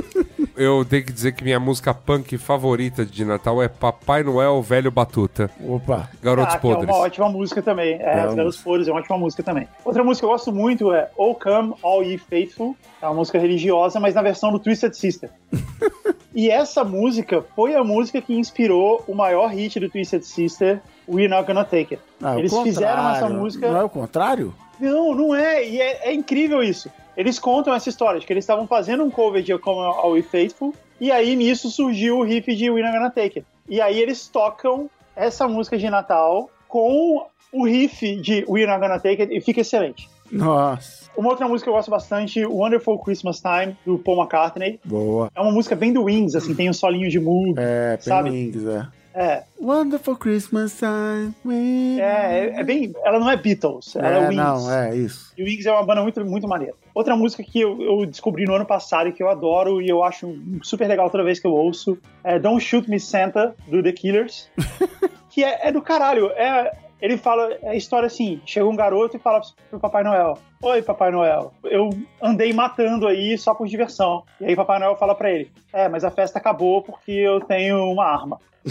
[SPEAKER 4] Eu tenho que dizer que minha música punk favorita de Natal é Papai Noel Velho Batuta.
[SPEAKER 3] Opa.
[SPEAKER 4] Garotos
[SPEAKER 5] Ah, que
[SPEAKER 4] Podres.
[SPEAKER 5] É uma ótima música também. É,
[SPEAKER 3] Vamos.
[SPEAKER 5] Os Garotos Podres é uma ótima música também. Outra música que eu gosto muito é O Come All Ye Faithful. É uma música religiosa, mas na versão do Twisted
[SPEAKER 3] [LAUGHS]
[SPEAKER 5] Sister. e essa música foi a música que inspirou o maior hit do Twisted Sister, We're Not Gonna Take It.
[SPEAKER 3] Ah, o
[SPEAKER 5] Eles fizeram essa
[SPEAKER 3] contrário.
[SPEAKER 5] música-
[SPEAKER 3] Não é o contrário?
[SPEAKER 5] Não, não é. E é, é incrível isso. Eles contam essa história de que eles estavam fazendo um cover de Come All We Faithful, e aí nisso surgiu o riff de We're Not Gonna Take It. E aí eles tocam essa música de Natal com o riff de We're Not Gonna Take It, e fica excelente.
[SPEAKER 3] Nossa.
[SPEAKER 5] Uma outra música que eu gosto bastante, Wonderful Christmas Time, do Paul McCartney.
[SPEAKER 3] Boa.
[SPEAKER 5] É uma música bem do Wings, assim, tem um solinho de mood.
[SPEAKER 3] É,
[SPEAKER 5] Sabe?
[SPEAKER 3] Penguins, é.
[SPEAKER 5] É,
[SPEAKER 3] Wonderful Christmas time. we-
[SPEAKER 5] é, é bem. Ela não é Beatles, ela é,
[SPEAKER 3] É,
[SPEAKER 5] Wings.
[SPEAKER 3] não, é isso.
[SPEAKER 5] E o Wings é uma banda muito, muito maneira. Outra música que eu, eu descobri no ano passado e que eu adoro e eu acho super legal toda vez que eu ouço é Don't Shoot Me Santa, do The Killers. que é, é do caralho. É, ele fala, é a história assim: chega um garoto e fala pro Papai Noel: Oi, Papai Noel, eu andei matando aí só por diversão. E aí Papai Noel fala pra ele: É, mas a festa acabou porque eu tenho uma arma. [LAUGHS]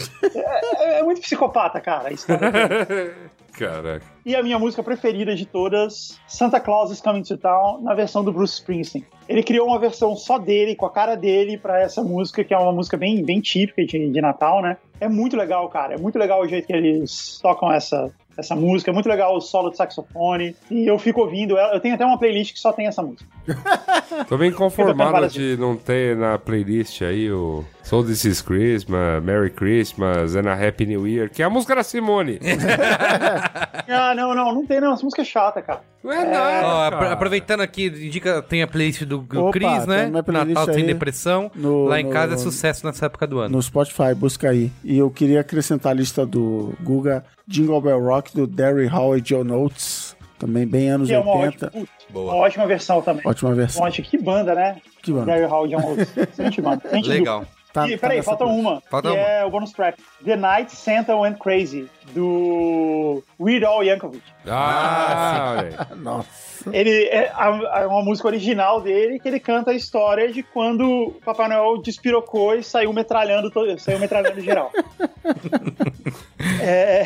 [SPEAKER 5] é, é- é muito psicopata, cara, a história.
[SPEAKER 4] [LAUGHS] Caraca.
[SPEAKER 5] E a minha música preferida de todas, Santa Claus is Coming to Town, na versão do Bruce Springsteen. Ele criou uma versão só dele, com a cara dele, pra essa música, que é uma música bem, bem típica de, de Natal, né? É muito legal, cara. É muito legal o jeito que eles tocam essa, essa música. É muito legal o solo de saxofone. E eu fico ouvindo ela. Eu tenho até uma playlist que só tem essa música.
[SPEAKER 4] Tô bem
[SPEAKER 5] Eu tô
[SPEAKER 4] conformado
[SPEAKER 5] preparado.
[SPEAKER 4] de não ter na playlist aí o Soul This Is Christmas, Merry Christmas, and a Happy New Year, que é a música da Simone.
[SPEAKER 5] Ah, não, não, não tem, não. Essa música é chata, cara.
[SPEAKER 4] [LAUGHS] Não é nada.
[SPEAKER 1] Ó, apro-
[SPEAKER 4] cara.
[SPEAKER 1] aproveitando aqui, indica, tem a playlist do, do
[SPEAKER 3] Opa,
[SPEAKER 1] Cris, né?
[SPEAKER 3] tem uma playlist
[SPEAKER 1] Natal sem
[SPEAKER 3] aí
[SPEAKER 1] depressão.
[SPEAKER 3] no-
[SPEAKER 1] Lá em
[SPEAKER 3] no-
[SPEAKER 1] casa é sucesso nessa época do ano.
[SPEAKER 3] No Spotify, busca aí. E eu queria acrescentar a lista do Guga, Jingle Bell Rock, do Derry Hall e Joe Notes. Também bem anos
[SPEAKER 5] Que é uma
[SPEAKER 3] 80.
[SPEAKER 5] ótima, putz, uma ótima versão também.
[SPEAKER 3] Ótima versão.
[SPEAKER 5] Ótima, que banda, né?
[SPEAKER 3] Que banda.
[SPEAKER 5] Gary um Hall, John Oates. Excelente banda. Excelente
[SPEAKER 1] Legal.
[SPEAKER 5] dupla.
[SPEAKER 3] Tá-
[SPEAKER 5] e
[SPEAKER 3] tá
[SPEAKER 5] peraí,
[SPEAKER 3] nessa
[SPEAKER 5] falta
[SPEAKER 3] playlist.
[SPEAKER 5] uma.
[SPEAKER 1] Falta
[SPEAKER 5] que
[SPEAKER 1] uma.
[SPEAKER 5] é o bonus track. The Night Santa Went Crazy, do Weird Al Yankovic.
[SPEAKER 4] Ah, velho.
[SPEAKER 5] Ele é, a- a- uma música original dele que ele canta a história de quando o Papai Noel despirocou e saiu metralhando, to- saiu metralhando
[SPEAKER 1] [LAUGHS]
[SPEAKER 5] geral. é,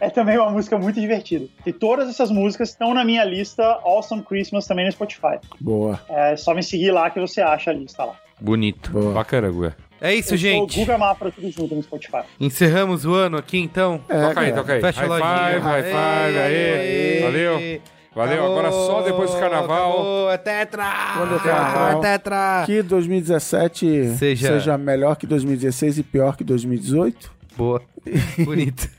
[SPEAKER 5] é também uma música muito divertida. E todas essas músicas estão na minha lista Awesome Christmas também no Spotify.
[SPEAKER 3] Boa,
[SPEAKER 5] É só me seguir lá que você acha a lista lá.
[SPEAKER 1] Bonito.
[SPEAKER 3] boa.
[SPEAKER 4] Bacana, Guga.
[SPEAKER 1] É isso,
[SPEAKER 5] Eu
[SPEAKER 1] gente.
[SPEAKER 5] sou o Guga Mafra, tudo junto no Spotify.
[SPEAKER 1] Encerramos o ano aqui, então.
[SPEAKER 4] toca
[SPEAKER 3] É,
[SPEAKER 4] aí, toca aí.
[SPEAKER 1] Fecha a
[SPEAKER 4] high
[SPEAKER 1] lojinha.
[SPEAKER 4] five, high five,
[SPEAKER 1] Aê,
[SPEAKER 4] aí.
[SPEAKER 1] aê,
[SPEAKER 4] Valeu.
[SPEAKER 1] aê.
[SPEAKER 4] Valeu,
[SPEAKER 1] Acabou,
[SPEAKER 4] agora só depois do carnaval.
[SPEAKER 1] acabou. É tetra!
[SPEAKER 3] Quando é carnaval.
[SPEAKER 1] tetra!
[SPEAKER 3] Que 2017
[SPEAKER 1] Seja-
[SPEAKER 3] seja... melhor que 2016 e pior que 2018. [LAUGHS]
[SPEAKER 1] Boa. Bonito.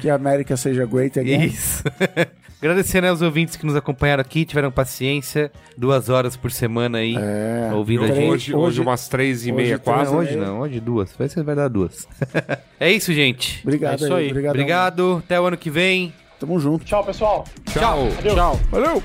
[SPEAKER 3] Que a América seja né? great again.
[SPEAKER 1] Isso. [LAUGHS] Agradecendo aos ouvintes que nos acompanharam aqui, tiveram paciência. Duas horas por semana aí,
[SPEAKER 3] É.
[SPEAKER 1] ouvindo a
[SPEAKER 4] Eu,
[SPEAKER 1] gente.
[SPEAKER 4] hoje, hoje, umas três e
[SPEAKER 3] hoje
[SPEAKER 4] meia,
[SPEAKER 3] três
[SPEAKER 4] quase.
[SPEAKER 1] Não, hoje não, hoje duas. Vai ser- vai dar duas. [LAUGHS] é isso, gente.
[SPEAKER 3] Obrigado
[SPEAKER 2] É isso aí.
[SPEAKER 3] Obrigado.
[SPEAKER 1] Obrigado, até o ano que vem.
[SPEAKER 3] Tamo junto.
[SPEAKER 5] Tchau, pessoal.
[SPEAKER 4] Tchau.
[SPEAKER 5] Adeus.
[SPEAKER 4] Valeu.